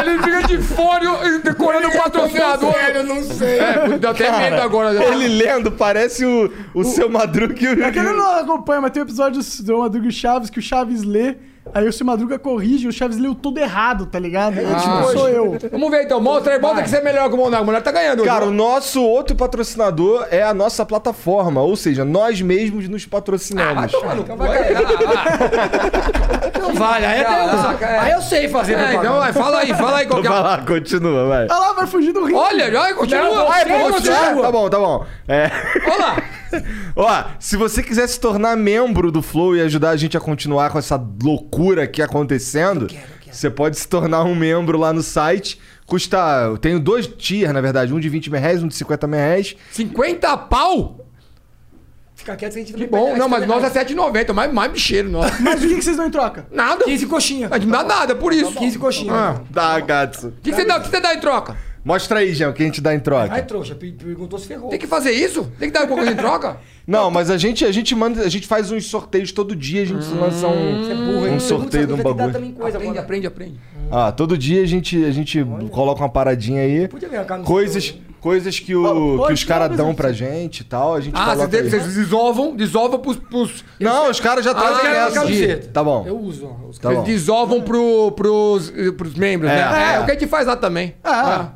S5: Ele fica de fone e decorando o patrocinador.
S6: é Eu não sei.
S5: É, deu até medo agora.
S3: Ele lendo parece o, o, É seu Madruga e o...
S2: Porque É ele não acompanha, mas tem um episódio do Madruga e o Chaves que o Chaves lê, aí o seu Madruga corrige, o Chaves leu tudo errado, tá ligado?
S5: É,
S2: Eu, tipo, sou eu.
S5: Vamos ver então, mostra aí, mostra que você é melhor que o Monarca. O Monarca tá ganhando. hoje.
S3: Cara, o nosso outro patrocinador é a nossa plataforma, ou seja, nós mesmos nos patrocinamos.
S5: Então vai ganhar.
S6: Não vale, aí até eu,
S5: Caraca, é.
S6: aí eu sei fazer
S5: É, então
S6: propaganda.
S5: vai, fala aí, fala aí qual que é.
S3: Então vai
S5: o-
S3: lá, continua, vai.
S5: Ah,
S2: Olha lá, Ah, vai fugir do rio.
S5: Olha, já continua.
S6: Não,
S5: Olha
S6: vai,
S5: lá.
S6: pô,
S5: continua.
S6: continua.
S3: Tá bom, tá bom. É.
S5: Olha lá.
S3: Ó, se você quiser se tornar membro do Flow e ajudar a gente a continuar com essa loucura aqui acontecendo, você pode se tornar um membro lá no site. Custa. Eu tenho dois tiers, na verdade. Um de 20 mil reais, um de 50 mil reais.
S5: 50 pau?
S6: Fica quieto que a gente
S5: Que bom. Não, mas nós é 7,90, mais, mais bicheiro nosso.
S2: Mas o que que vocês dão em troca?
S5: Nada.
S6: 15 coxinha.
S5: Mas não dá nada, por isso.
S6: 15 coxinha.
S5: Ah.
S3: Dá, gato.
S5: O que, que você dá, o que você dá em troca?
S3: Mostra aí, Jean, o que a gente dá em
S6: Aí,
S3: troca.
S6: trouxa, pe- perguntou se ferrou.
S5: Tem que fazer isso? Tem que dar um pouco em troca?
S3: Não, mas a gente, a gente manda. A gente faz uns sorteios todo dia, a gente
S5: Hum.
S3: lança
S6: Hum. é
S3: um, um sorteio de um bagulho.
S5: Aprende, aprende, aprende.
S3: Ah, todo dia a gente, a gente coloca uma paradinha aí.
S6: Podia ganhar uma camisa.
S3: Coisas, coisas que,
S2: Pô,
S3: o, que
S2: pode
S3: os caras
S2: ser,
S3: dão
S2: mas-
S3: pra gente e tal. A gente
S5: Ah,
S3: coloca
S5: vocês,
S3: aí. Tá
S5: vocês desovam, desovam pros. pros
S3: Não, os caras já trazem
S5: quero
S3: essa.
S6: camiseta.
S3: Tá bom.
S6: Eu uso, ó. Os
S3: Tá
S5: eles
S3: bom.
S5: desovam pro, pros, pros membros,
S3: É,
S5: né? É,
S3: é.
S5: o que a gente faz lá também.
S2: Ah.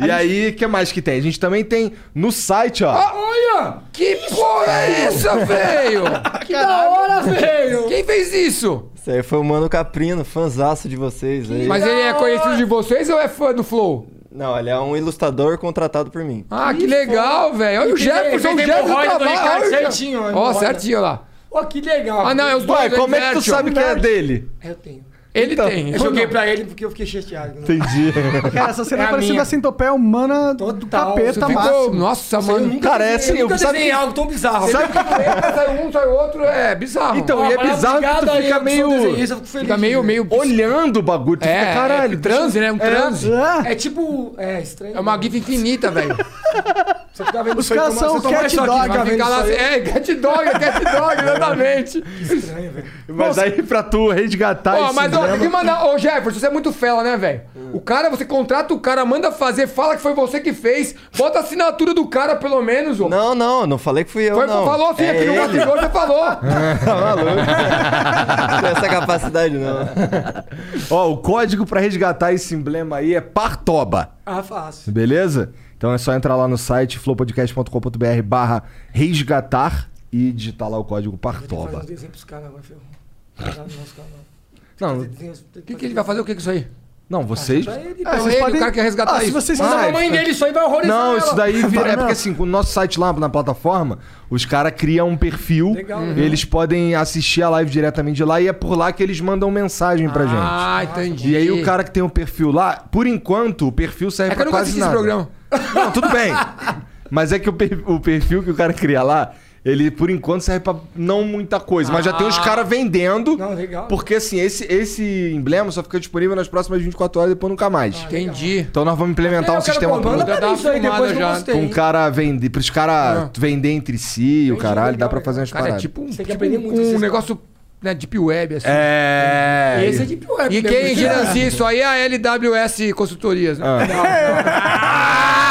S3: E aí, o que mais que tem? A gente também tem no site,
S7: Ah!
S3: ó.
S6: Olha!
S5: Que porra é essa, velho?
S6: Que da hora, velho!
S5: Quem fez isso?
S7: Isso aí foi o Mano Caprino, fanzaço de vocês aí.
S5: Mas ele é conhecido de vocês ou é fã do Flow?
S7: Não, ele é um ilustrador contratado por mim.
S5: Ah, que, legal, velho. Olha o
S6: E
S5: Jefferson,
S6: tem-
S5: o
S6: tem
S5: Jefferson
S6: hemorroida do
S5: trabalha.
S6: Ricardo
S5: tá Olha o Jefferson.
S6: certinho, ó,
S5: Ó,
S6: hemorroida.
S5: certinho, olha lá.
S6: Ó, que legal.
S5: Ah, não, é os dois.
S3: Ué,
S5: é
S3: como é que tu
S5: Vertigo.
S3: sabe que é dele? então?
S6: Eu tenho.
S5: Ele tem.
S6: Eu joguei pra ele porque eu fiquei chateado. né?
S3: Entendi.
S2: Cara, essa cena
S6: É a
S2: é parecida
S6: minha.
S2: a centopeia humana do
S6: Total,
S2: capeta
S5: Ficou-
S2: máximo.
S5: Nossa, mano.
S3: Cara, é assim,
S6: eu nunca
S3: eu- sabe
S6: desenhei
S3: que-
S6: algo tão bizarro. Ah,
S3: Sabe que
S5: Sai um, sai outro, é bizarro.
S3: Então, e é
S6: Mas
S3: bizarro que tu
S6: obrigado aí,
S3: fica
S6: eu que sou
S3: meio.
S6: desenhista, eu fico feliz. né?
S5: Fica meio, meio...
S3: Olhando o bagulho, tu
S5: É,
S3: fica, caralho.
S5: é transe, né? Um transe.
S2: Ah,
S6: É tipo. É estranho.
S5: É uma gif infinita, velho.
S6: Você fica vendo
S2: Os caras são cat dog,
S5: Vai ficar lá assim, é, cat dog, é cat dog, exatamente.
S3: Mas aí pra tu resgatar
S5: Ó,
S3: esse
S5: mas ó, tem
S3: drama-
S5: que mandar. Ô, Jefferson, você é muito fela, né, velho? O cara, você contrata o cara, manda fazer, fala que foi você que fez, bota a assinatura do cara, pelo menos, ô.
S7: Não, não, não falei que fui eu,
S5: Foi,
S7: não.
S5: falou assim,
S7: é
S5: aqui no
S7: ele.
S5: Gato você falou.
S7: Não tem essa capacidade, não.
S3: Ó, o código pra resgatar esse emblema aí é Partoba.
S6: Ah, fácil.
S3: Beleza? Então é só entrar lá no site flowpodcast.com.br barra resgatar e digitar lá o código
S6: Faz
S3: Partoba.
S6: uns desenhos um pros caras agora, filho.
S3: Não,
S5: O que, que ele vai fazer? O que, que é isso aí?
S3: não vocês...
S5: Ah,
S2: vocês
S5: ele,
S2: podem-
S5: o cara quer resgatar
S2: Ah, se
S5: isso.
S2: vocês
S6: Mas a
S2: quiserem.
S6: mãe dele, isso aí vai horrorizar.
S3: Não,
S6: ela.
S3: isso daí vira- é porque assim, com o nosso site lá na plataforma, os caras criam um perfil, Uhum.
S6: Legal, né?
S3: eles podem assistir a live diretamente de lá e é por lá que eles mandam mensagem pra gente.
S5: Ah, entendi.
S3: E aí o cara que tem o perfil lá, por enquanto, o perfil serve
S5: É que eu
S3: pra
S5: nunca
S3: quase
S5: assisti
S3: nada.
S5: esse programa.
S3: Não, tudo bem. Mas é que o, per- o perfil que o cara cria lá, ele por enquanto serve pra não muita coisa. Mas já tem os caras vendendo.
S6: Não, legal.
S3: Porque assim, esse, esse emblema só fica disponível nas próximas 24 horas e depois nunca mais.
S6: Ah,
S5: Entendi.
S3: Então nós vamos implementar um
S6: Eu quero
S3: sistema
S6: pôr, Manda
S3: pro,
S5: Eu
S6: pra
S5: tava
S6: mim isso aí
S5: filmado
S6: depois que eu
S5: já.
S6: gostei.
S3: pra um cara vender. Pros caras vender entre si, o caralho, dá
S6: Ah. legal,
S3: pra fazer umas
S5: Cara, é
S3: paradas.
S5: tipo um,
S6: Você quer
S5: tipo
S6: aprender
S5: um-
S6: muito
S5: um
S6: esses
S5: negócio né, deep web, assim.
S3: É.
S6: Esse é de pior.
S5: E é
S3: Ah.
S5: quem gerencia isso aí é a LWS Consultorias. Né?
S6: Não, não.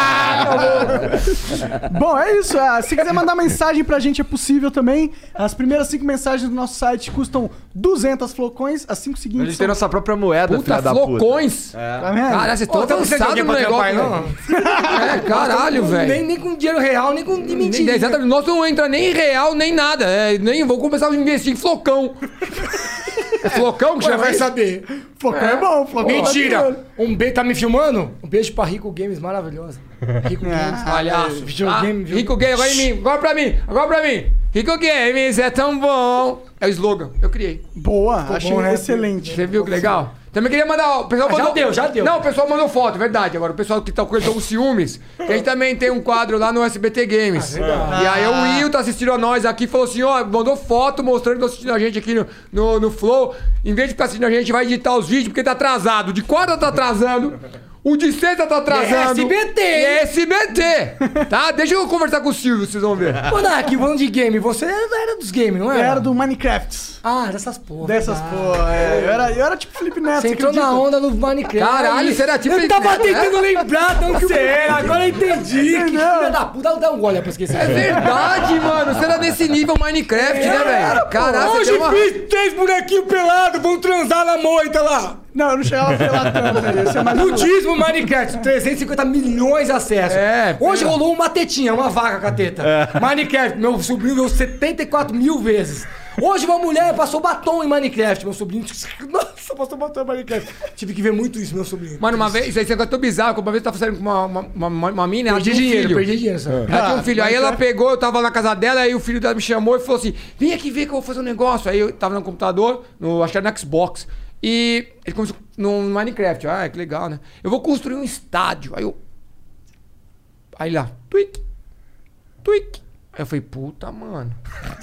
S2: Bom, é isso. Ah, se quiser mandar mensagem pra gente, é possível também. As primeiras cinco mensagens do nosso site custam 200 flocões. As cinco
S3: A
S2: seguintes
S3: gente tem nossa própria moeda,
S5: Puta,
S3: filha da puta. É.
S5: flocões.
S2: Tá vendo?
S5: Caralho, vocês estão
S6: Ô, tá precisando
S5: cansados
S6: de alguém
S5: do
S6: pra
S5: negócio,
S6: trampar,
S5: velho. É, caralho, velho.
S6: Nem, nem com dinheiro real, nem com de
S5: Nem-
S6: mentira.
S5: Exatamente. Nós não entra nem em real, nem nada. É, nem vou começar a investir em flocão. É flocão que já vai saber.
S2: Flocão é, bom, flocão.
S6: Mentira! Um beijo, tá me filmando? Um beijo pra Rico Games, maravilhosa. Rico Games,
S5: Palhaço.
S6: Videogame,
S5: Ah,
S6: viu?
S5: Rico Game, agora em mim. Agora pra mim. Agora pra mim. Rico Games é tão bom. É o slogan. Eu criei.
S2: Boa, achei
S6: bom, né?
S2: excelente.
S5: Você viu que legal? Também queria mandar. ó, O pessoal
S6: Ah, já
S5: mandou-
S6: deu, já deu.
S5: Não, o pessoal mandou foto, verdade. Agora, o pessoal que tá com estão com ciúmes. que A gente também tem um quadro lá no SBT Games. e aí o Will tá assistindo a nós aqui falou assim: ó, mandou foto mostrando que tá assistindo a gente aqui no, no, no Flow. Em vez de ficar assistindo a gente, vai editar os vídeos porque tá atrasado. De quadro tá atrasando. O de sexta tá atrasando.
S6: E é SBT,
S5: E é SBT! Tá? Deixa eu conversar com o Silvio, vocês vão ver.
S6: Ô, Nark, falando de game, você era dos games, não era?
S2: Era do Minecraft.
S6: Ah, dessas porra.
S2: Dessas, pô, é. Eu era, eu era tipo Felipe Neto,
S6: Você entrou na onda no Minecraft.
S5: Caralho, você era tipo
S6: Eu tava
S5: Felipe Neto,
S6: tentando lembrar de onde que você era, agora eu É entendi. Que filha da puta, dá um gole pra esquecer.
S5: É verdade, mano. Você era nesse nível Minecraft, né, velho? Caralho, você
S6: Hoje
S5: tem uma-
S6: fiz três bonequinhos pelados, vão transar na moita lá.
S2: Não, eu não chegava a falar tanto. né? Isso é mais
S6: Nudismo Minecraft, 350 milhões de acessos.
S5: É,
S6: Hoje
S5: pera.
S6: rolou uma tetinha, uma vaca com a teta.
S3: É.
S6: Minecraft, meu sobrinho viu 74 mil vezes. Hoje uma mulher passou batom em Minecraft, meu sobrinho. Nossa, passou batom em Minecraft. Tive que ver muito isso, meu sobrinho.
S5: Mano, uma vez, isso aí é tão bizarro, que uma vez eu tava saindo com uma, uma, uma, uma- uma mina, ela
S6: perdi
S5: tinha um
S6: dinheiro,
S5: filho.
S6: perdi dinheiro. sabe? Ah,
S5: Ela tinha um filho. Aí ela
S6: é.
S5: pegou, eu tava na casa dela, aí o filho dela me chamou e falou assim: vem aqui ver que eu vou fazer um negócio. Aí eu tava no computador, no, acho que era no Xbox. E ele começou no Minecraft. Ah, que legal, né? Eu vou construir um estádio. Aí eu. Aí lá, tweet, tweet. Aí eu falei, puta, mano.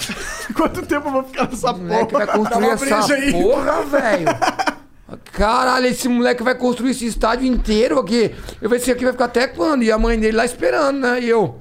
S2: Quanto tempo eu vou ficar nessa
S5: O moleque vai
S6: Tá
S2: porra?
S5: construir essa
S2: aí.
S5: porra, velho. Caralho, esse moleque vai construir esse estádio inteiro aqui. Eu falei, esse aqui vai ficar até quando? E a mãe dele lá esperando, né? E eu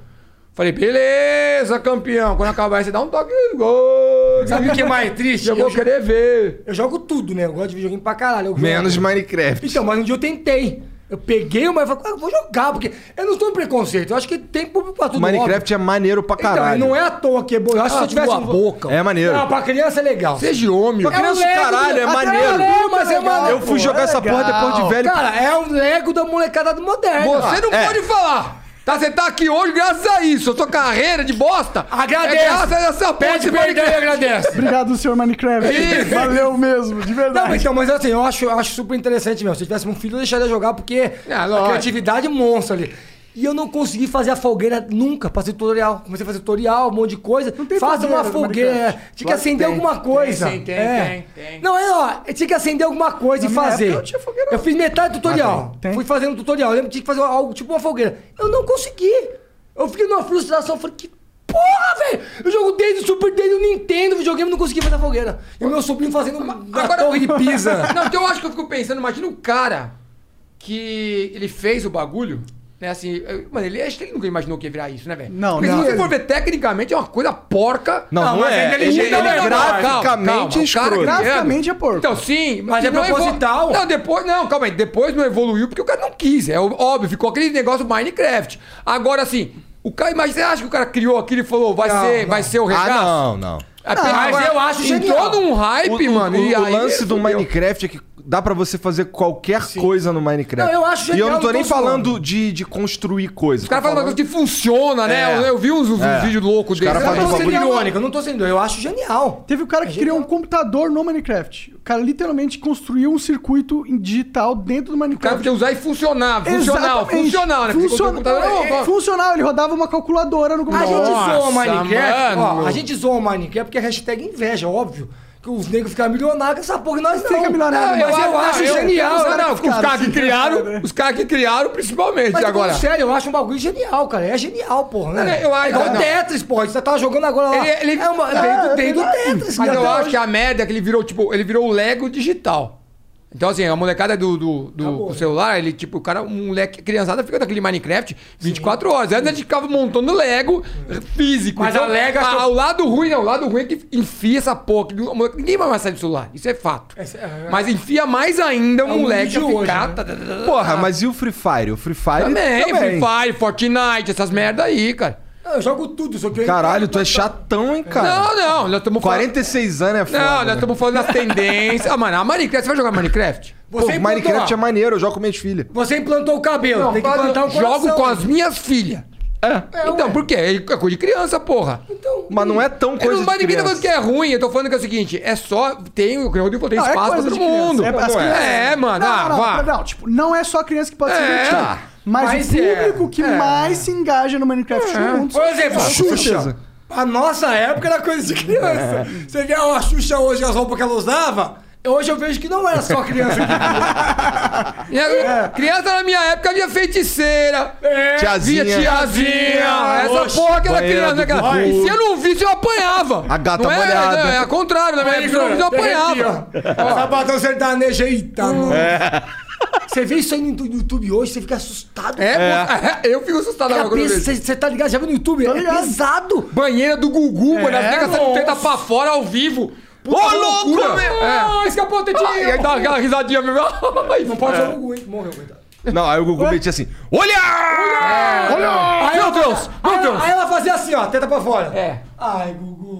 S5: falei, beleza, campeão. Quando acabar, aí você dá um toque. Gol.
S6: Sabe o que é mais triste?
S5: Eu vou querer ver.
S6: Eu jogo tudo, né? Eu gosto de videogame pra caralho. eu
S3: Menos
S6: jogo.
S3: Minecraft.
S6: Então, mas um dia eu tentei. Eu peguei uma e falei, "Ah, eu vou jogar, porque eu não sou um preconceito. Eu acho que tem público pra tudo. óbvio.
S3: Minecraft é maneiro pra caralho.
S6: Então, não é à toa que é bom. Eu acho que se eu tivesse.
S5: tua boca.
S3: É maneiro.
S6: Não, pra criança é legal.
S5: Seja homem.
S3: Pra criança,
S6: Lego,
S3: caralho, é
S6: até
S3: maneiro.
S6: é Lego, mas é maneiro.
S3: Eu fui jogar essa porra depois de velho.
S6: Cara, é um Lego da molecada moderna.
S5: Você não
S3: É.
S5: pode falar. Tá, você tá aqui hoje graças a isso. A sua carreira de bosta.
S6: Agradeço.
S5: É graças a essa porra tá
S6: Pede
S5: de
S6: perdão e
S5: Minecraft.
S6: agradece.
S2: Obrigado, senhor Minecraft.
S5: Isso.
S2: Valeu mesmo, de
S6: Não, mas
S2: verdade.
S6: então, mas assim, eu acho, eu acho super interessante mesmo. Se eu tivesse um filho, eu deixaria jogar, porque
S5: É,
S2: Ah,
S6: a
S5: lógico.
S6: criatividade é monstro ali. E eu não consegui fazer a fogueira nunca, fazer tutorial. Comecei a fazer tutorial, um monte de coisa.
S2: tem
S6: Faz
S2: fogueira
S6: uma
S2: no
S6: fogueira.
S2: Minecraft.
S6: Tinha que acender
S5: tem.
S6: alguma coisa.
S5: Tem, tem,
S6: É.
S5: tem, tem.
S6: Não, é, ó, eu tinha que acender alguma coisa e
S2: minha
S6: fazer.
S2: época não tinha fogueira,
S6: eu fiz metade do tutorial.
S2: tem.
S6: Fui fazendo um tutorial. Eu lembro que tinha que fazer algo tipo uma fogueira. Eu não consegui. Eu fiquei numa frustração. eu Falei, que porra, velho! Eu jogo desde o Super, desde o Nintendo, videogame, não consegui fazer a fogueira. E o meu sobrinho fazendo uma
S5: Agora-
S6: torre de pisa.
S5: Não, então eu acho que eu fico pensando, imagina o cara que ele fez o bagulho, né, assim, eu- mano, ele acho que ele nunca imaginou que ia virar isso, né, velho?
S2: Não,
S5: Porque
S2: não.
S5: se você for ver tecnicamente é uma coisa porca.
S3: Não, não é.
S5: Ele,
S3: Ele- ele é graficamente
S5: o cara
S3: escroto.
S5: criando-
S2: Graficamente é porco.
S5: Então, sim,
S6: Mas
S5: e
S6: é
S5: não evolu-
S6: proposital.
S5: Não, depois, não, calma aí. Depois não evoluiu porque o cara não quis. É óbvio, ficou aquele negócio Minecraft. Agora, assim, o cara. Mas você acha que o cara criou aquilo e falou, vai,
S6: Não,
S5: ser,
S6: não.
S5: vai ser o
S3: Ah,
S5: regaço?
S3: não, não.
S5: Ah, pera-
S6: mas eu acho genial.
S5: Entrou num um hype,
S3: o,
S5: mano.
S3: o-
S5: e
S3: o
S5: aí
S3: lance do
S5: fudeu.
S3: Minecraft é que dá pra você fazer qualquer coisa no Minecraft.
S6: Não, eu
S3: E
S6: acho
S3: eu
S6: genial,
S3: não tô
S6: não
S3: nem
S6: tô
S3: falando
S6: zoando.
S3: de, de construir coisa.
S5: Os caras falam uma coisa que funciona, né?
S3: É.
S5: Eu, eu vi uns, uns
S3: É.
S5: vídeos loucos né?
S3: caras
S5: deles.
S6: Eu
S3: fazem
S6: não tô
S3: um
S6: sendo
S3: bagulho.
S6: irônico, eu não tô sendo. Eu acho É genial.
S2: Teve o cara que criou um computador no Minecraft. O cara literalmente construiu um circuito em digital dentro do
S5: O cara
S2: Minecraft.
S5: podia usar e funcionar. Funcional,
S2: Exatamente.
S5: funcional, né? Porque
S2: Funciona-
S5: o computador-
S2: É, é, funcional, ele rodava uma calculadora no
S6: A
S2: computador.
S6: gente zoa o
S5: Nossa,
S6: Minecraft. ó,
S5: mano.
S6: a gente zoa o Minecraft porque é hashtag inveja, óbvio. Que os negros ficam milionários com essa porra e nós não.
S2: Fica milionário,
S6: Não, Mas eu, acho genial.
S5: Não,
S6: cara.
S5: né? não, os caras que
S2: assim,
S5: criaram,
S2: né?
S5: os caras que criaram principalmente
S6: Mas agora.
S5: agora.
S6: sério, eu acho um bagulho genial, cara. É genial, porra. Né?
S5: Não, eu acho-
S6: é igual
S5: não.
S6: Tetris, porra. Você tava jogando agora lá.
S5: Ele- ele-
S6: É uma...
S5: Não,
S6: veio do, veio do Tetris,
S5: Mas
S6: cara.
S5: eu acho que a merda é que ele virou, tipo, ele virou o Lego digital. Então, assim, a molecada do, do, do-
S6: Acabou, né?
S5: do celular, ele, tipo, o cara, um moleque, criançada fica naquele Minecraft 24 horas. Antes a gente ficava montando Lego físico.
S6: Mas a Lego
S5: Ah,
S6: achou-
S5: o lado ruim não. O lado ruim é que enfia essa porra. que o moleque- Ninguém vai mais sair do celular. Isso é fato.
S6: Esse é-
S5: Mas enfia mais ainda o
S6: o
S5: moleque a
S6: vídeo
S5: ficar.
S6: hoje, né?
S5: tá, tá, tá, tá, tá.
S3: Porra, Ah, mas e o Free Fire? O Free Fire
S5: Também, Free Fire, Fortnite, essas merda aí, cara.
S6: Não, eu jogo tudo, só que eu-
S3: Caralho, tu é chatão, hein, cara?
S5: Não, não, nós estamos falando.
S3: 46 anos é foda.
S5: Não, nós
S3: né?
S5: estamos falando das tendências. Ah, mano, a Minecraft, você vai jogar Minecraft?
S3: Pô,
S6: Você
S3: Minecraft é
S6: implantou,
S3: maneiro, eu jogo com minhas filhas.
S6: Você implantou o cabelo, tem que
S5: Fala,
S6: implantar o coração.
S5: Jogo com as minhas filhas. então, por quê? É coisa de criança, porra.
S6: Então,
S3: Mas não é tão
S5: Eu
S3: coisa
S5: não, mas
S3: de
S5: ninguém tá
S3: criança.
S5: falando que é ruim, eu tô falando que é o seguinte, é só, tem, o que eu digo, tem
S2: Não, é
S5: espaço pra
S2: coisa
S5: todo
S2: de criança,
S5: mundo.
S2: é pra- as
S5: É,
S2: crianças-
S5: mano,
S2: não,
S5: ah,
S2: não,
S5: vá.
S2: não, não, tipo, não é só a criança que pode
S5: É.
S2: ser
S5: Tá.
S2: divertida. Mas,
S6: Mas
S2: o público
S6: é.
S2: que
S5: É.
S2: mais se engaja no Minecraft é. mundo
S6: por exemplo, a Xuxa.
S3: certeza.
S6: A nossa época era coisa de criança. Você vê ó, a Xuxa hoje, as roupas que ela usava, hoje eu vejo que não era só criança.
S5: Minha- Criança na minha época havia feiticeira.
S6: É.
S5: Via
S3: Tiazinha.
S5: tiazinha, essa
S6: Oxe,
S5: porra que era
S3: banheira
S5: criança,
S3: do
S5: né, cara?
S3: Gugu.
S5: Se eu não visse, eu apanhava.
S3: A gata
S5: não é,
S3: molhada.
S5: É, é contrário, na minha época, se eu não visse, eu apanhava.
S6: Sapatão sertanejo, eita, mano. Você vê isso aí no YouTube hoje, você fica assustado.
S5: É, pô, eu fico assustado agora. quando eu vejo.
S6: Você tá ligado? Já viu no YouTube? É
S2: ligado.
S6: pesado.
S5: Banheira do Gugu, mano. As negras saindo teta pra fora ao vivo. É, Ô, louco, meu!
S6: Ah,
S5: é
S6: escapou o tetinho.
S5: E aí dá aquela risadinha mesmo. Ai,
S6: Não pode jogar o Gugu, hein? Morreu, coitado.
S3: Não, aí o Gugu metia assim: Olha! Olha!
S6: Aí
S5: Meu
S6: ela-
S5: Deus, meu
S6: aí ela-
S5: Deus.
S6: Aí ela fazia assim, ó, teta pra fora.
S5: Então. É.
S6: Ai, Gugu.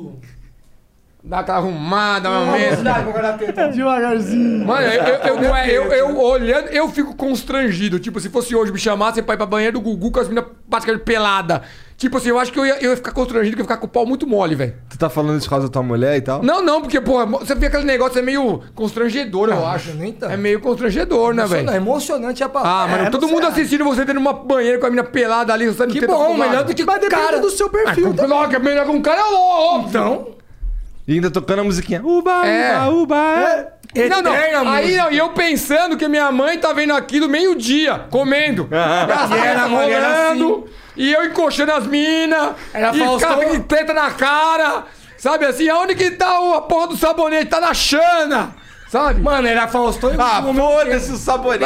S5: Dá aquela arrumada, meu mesmo.
S6: Velocidade pra guardar a teta.
S2: devagarzinho.
S5: Mano, eu, eu, eu, eu, eu olhando, eu fico constrangido. Tipo, se fosse hoje me chamasse pra ir pra banheiro do Gugu com as meninas praticamente pelada. Tipo assim, eu acho que eu ia, eu ia ficar constrangido, que eu ia ficar com o pau muito mole, velho.
S3: Tu tá falando isso por causa da tua mulher e tal?
S5: Não, não, porque, porra, você vê aquele negócio, é meio constrangedor, eu acho.
S6: nem tanto.
S5: É meio constrangedor, né,
S6: Emocionante,
S5: velho?
S6: emocionante é a
S5: Ah,
S6: palavra.
S5: mano, todo mundo assistindo você tendo uma banheira com a mina pelada ali, saindo
S6: que bom, melhor do que
S2: Mas depende
S6: cara.
S2: do seu
S5: Ah,
S2: perfil.
S5: com, Logo, é melhor com um cara louco.
S6: Então,
S3: E ainda tocando a musiquinha. Uba,
S5: É.
S3: uba, uba.
S5: Não, não.
S6: eterna
S5: Aí
S6: música.
S5: não, e eu pensando que minha mãe tá vendo aquilo meio-dia, comendo.
S3: É.
S5: E
S6: era, mano, era assim.
S5: E eu encoxando as minas.
S6: Era
S5: E
S6: Faustão.
S5: cara, e treta na cara. Sabe assim, aonde que tá o- a porra do sabonete? Tá na Xana. Sabe?
S6: assim. mano, era Faustão e
S3: Ah, foda-se o sabonete.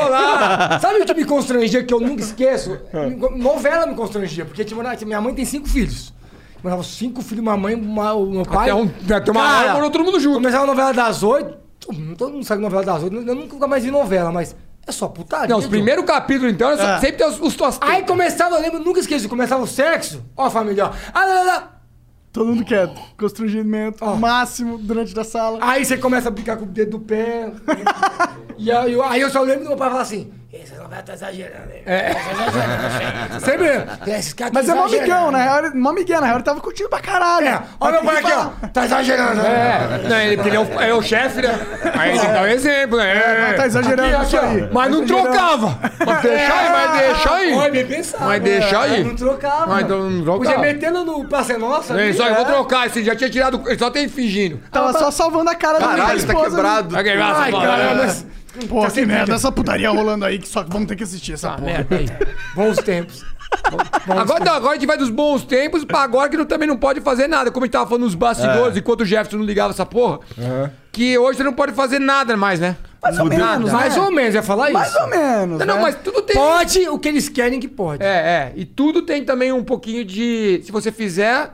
S5: tô lá.
S6: Sabe o que me constrangia, que eu nunca esqueço? Novela me constrangia, porque tipo, na- minha mãe tem cinco filhos. Morava cinco filhos, uma mãe, uma, o meu pai.
S5: Até um- até uma hora morou todo mundo junto.
S6: Começava a novela das oito. Todo mundo sabe novela das oito. Eu nunca mais vi novela, mas é só putaria.
S5: Não, os
S6: tio.
S5: primeiros capítulos, então, é só- sempre tem os, os tuas
S6: Aí começava, eu lembro, nunca esqueço, começava o sexo. Ó, família, ó. Ah, lá, lá, lá.
S2: Todo mundo quer constrangimento máximo durante da
S5: Ah,
S2: sala.
S6: Aí você começa a brincar com o dedo do pé. e aí, eu- aí eu só lembro do meu pai falar assim: Esse não vai tá exagerando, hein? É. Sempre. Esse cara tá
S2: Mas é mó
S6: exagerando."
S2: amigão,
S5: né?
S2: na real, ele- mó amiguinha, na real, ele tava curtindo pra caralho.
S6: É,
S2: Mas
S6: Olha meu
S2: tem
S6: pai
S2: que
S6: aqui,
S2: falar.
S6: ó. Tá exagerando. né?
S5: É, né, ele, porque ele é o, é o chefe, né? Aí tem que dar um exemplo, né? É,
S2: tá exagerando
S5: aqui,
S2: isso
S5: aqui, ó.
S2: aí.
S5: Mas não
S2: Exagerando.
S5: trocava. Mas deixa aí, mas deixa aí.
S6: Foi Ah, bem pensado.
S5: Mas deixa aí.
S6: Eu Não trocava.
S5: Mas então, não- não trocava.
S6: Podia metendo no Passe Nossa.
S5: Ele
S6: ali,
S5: só, eu
S6: né?
S5: vou trocar, esse já tinha tirado, ele só tem fingindo.
S2: Tava só salvando a cara da minha
S3: Caralho, tá
S2: esposa.
S3: quebrado.
S5: Vai é quebrar essa
S6: Ai, né?
S5: bola.
S6: cara, mas.
S2: Pô, que merda, essa putaria rolando aí, que só vamos ter que assistir essa porra.
S5: Merda aí.
S6: Bons tempos.
S5: Agora, não, agora a gente vai dos bons tempos pra agora que não- também não pode fazer nada. Como a gente tava falando nos bastidores, enquanto o Jefferson não ligava essa porra. Que hoje você não pode fazer nada mais, né?
S2: Mais ou menos,
S6: Mais
S2: né?
S6: ou menos, ia falar isso.
S2: Mais ou menos,
S5: Não, não,
S2: né?
S5: mas tudo tem.
S6: Pode o que eles querem que pode.
S5: É, é. E tudo tem também um pouquinho de. Se você fizer.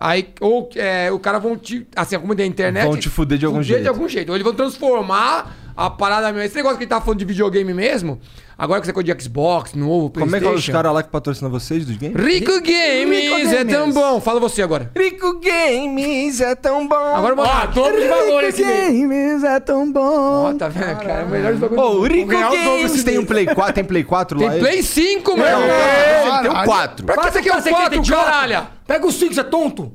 S5: Aí, ou é, o cara vão te. Assim, como tem a internet.
S3: Vão te fuder de algum
S5: fuder De
S3: jeito.
S5: algum jeito. Ou eles vão transformar a parada mesmo. Esse negócio que ele tava falando de videogame mesmo. Agora que você coisa de Xbox, novo,
S3: Como é que é os
S5: PlayStation.
S3: caras lá que patrocinam vocês dos games?
S5: Rico Games,
S6: Games.
S5: é tão bom. Fala você agora.
S3: Rico Games é tão bom.
S5: Agora uma. Ah,
S6: Dobro de valor esse mês.
S2: Games é tão bom.
S5: tá vendo, cara? É o melhor jogo
S3: Ô, o Rico
S6: ganhar o dobro
S3: Games
S6: esse
S3: tem
S6: mês.
S3: um Play 4, tem Play 4 lá.
S5: Tem Play 5, meu.
S3: É, tem um 4.
S5: Pra que você quer o
S6: Você quer
S5: 4,
S6: idiota?
S5: caralho?
S6: Pega o 5, você é tonto.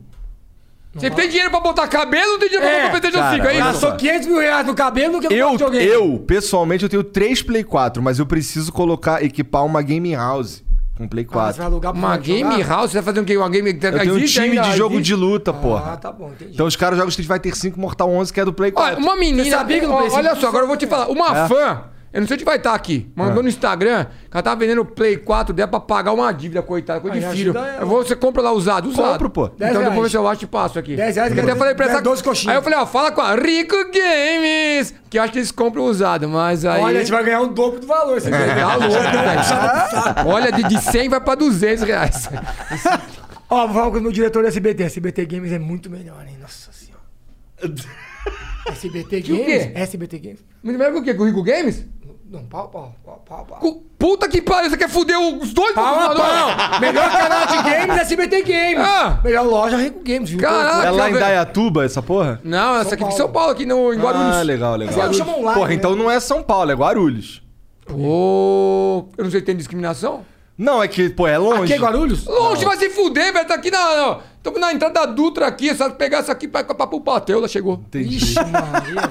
S5: Você tem dinheiro pra botar cabelo ou tem dinheiro pra
S6: É,
S5: botar PlayStation
S3: cara,
S5: 5? É
S3: olha
S5: isso?
S3: só.
S6: Passou 500 mil reais no cabelo que
S3: Eu,
S6: gosto de alguém.
S3: eu, pessoalmente, eu tenho três Play 4, mas eu preciso colocar, equipar uma Game House com Play
S6: Ah, você
S3: 4.
S6: vai alugar pra
S5: Uma
S6: jogar?
S5: game house? Você vai fazer o quê? Uma game...
S3: eu tenho um time de jogo de luta,
S6: Ah,
S3: porra.
S6: tá bom, entendi.
S3: Então os caras jogam Street Fighter 5 Mortal 11, que é do Play
S5: Olha,
S3: 4.
S5: uma menina...
S6: Você sabia que no
S5: Ó,
S6: Play cinco
S5: Olha só, agora eu vou te falar. Uma
S3: É.
S5: fã Eu não sei onde vai estar aqui. Mandou no Instagram que ela tá vendendo o Play 4 dela pra pagar uma dívida, coitada, coisa de
S6: Aí
S5: filho.
S6: ajuda é ela.
S5: Eu vou, você compra lá usado, usado.
S3: Compro, pô.
S5: Então
S6: 10
S5: depois
S6: reais.
S5: eu acho e passo aqui.
S6: 10 reais,
S5: Eu até
S6: ganha-
S5: falei pra
S6: ganha
S5: essa...
S6: 12 coxinhas.
S5: Aí eu falei, ó, fala com a Rico Games, que eu acho que eles compram usado, mas aí...
S6: Olha, a gente vai ganhar o dobro do valor. Você
S5: Tá louco, velho. Olha, de, de 100 vai pra 200 reais.
S6: Ó, vou falar com o meu diretor do SBT. SBT Games é muito melhor, hein? Nossa senhora. SBT
S5: Que o
S6: Games?
S5: quê?
S6: SBT Games?
S5: Muito melhor que o quê? Com o Rico Games?
S6: Não, pau, pau, pau, pau, pau.
S5: Com- Puta que pariu, você quer foder os dois?
S6: Pau a
S5: Não, não.
S6: pau. Melhor canal de games é SBT Games.
S5: Ah.
S6: Melhor loja Rico Games, viu?
S5: Caraca,
S3: É lá em
S5: velho.
S3: Dayatuba essa porra?
S5: Não, essa aqui em
S6: Paulo.
S5: São Paulo, aqui no, em Guarulhos.
S3: Ah, legal, legal.
S6: Eles chamam online,
S3: Porra,
S6: né?
S3: então não é São Paulo, é Guarulhos.
S5: Pô, eu não sei, tem discriminação?
S3: Não, é que, pô, é longe.
S6: Aqui é Guarulhos?
S5: Longe, vai se fuder, velho. Tá aqui na. não. Tamo na entrada da Dutra aqui, é só pegar isso aqui pra, pra, pro Pateu, ela chegou.
S3: Entendi.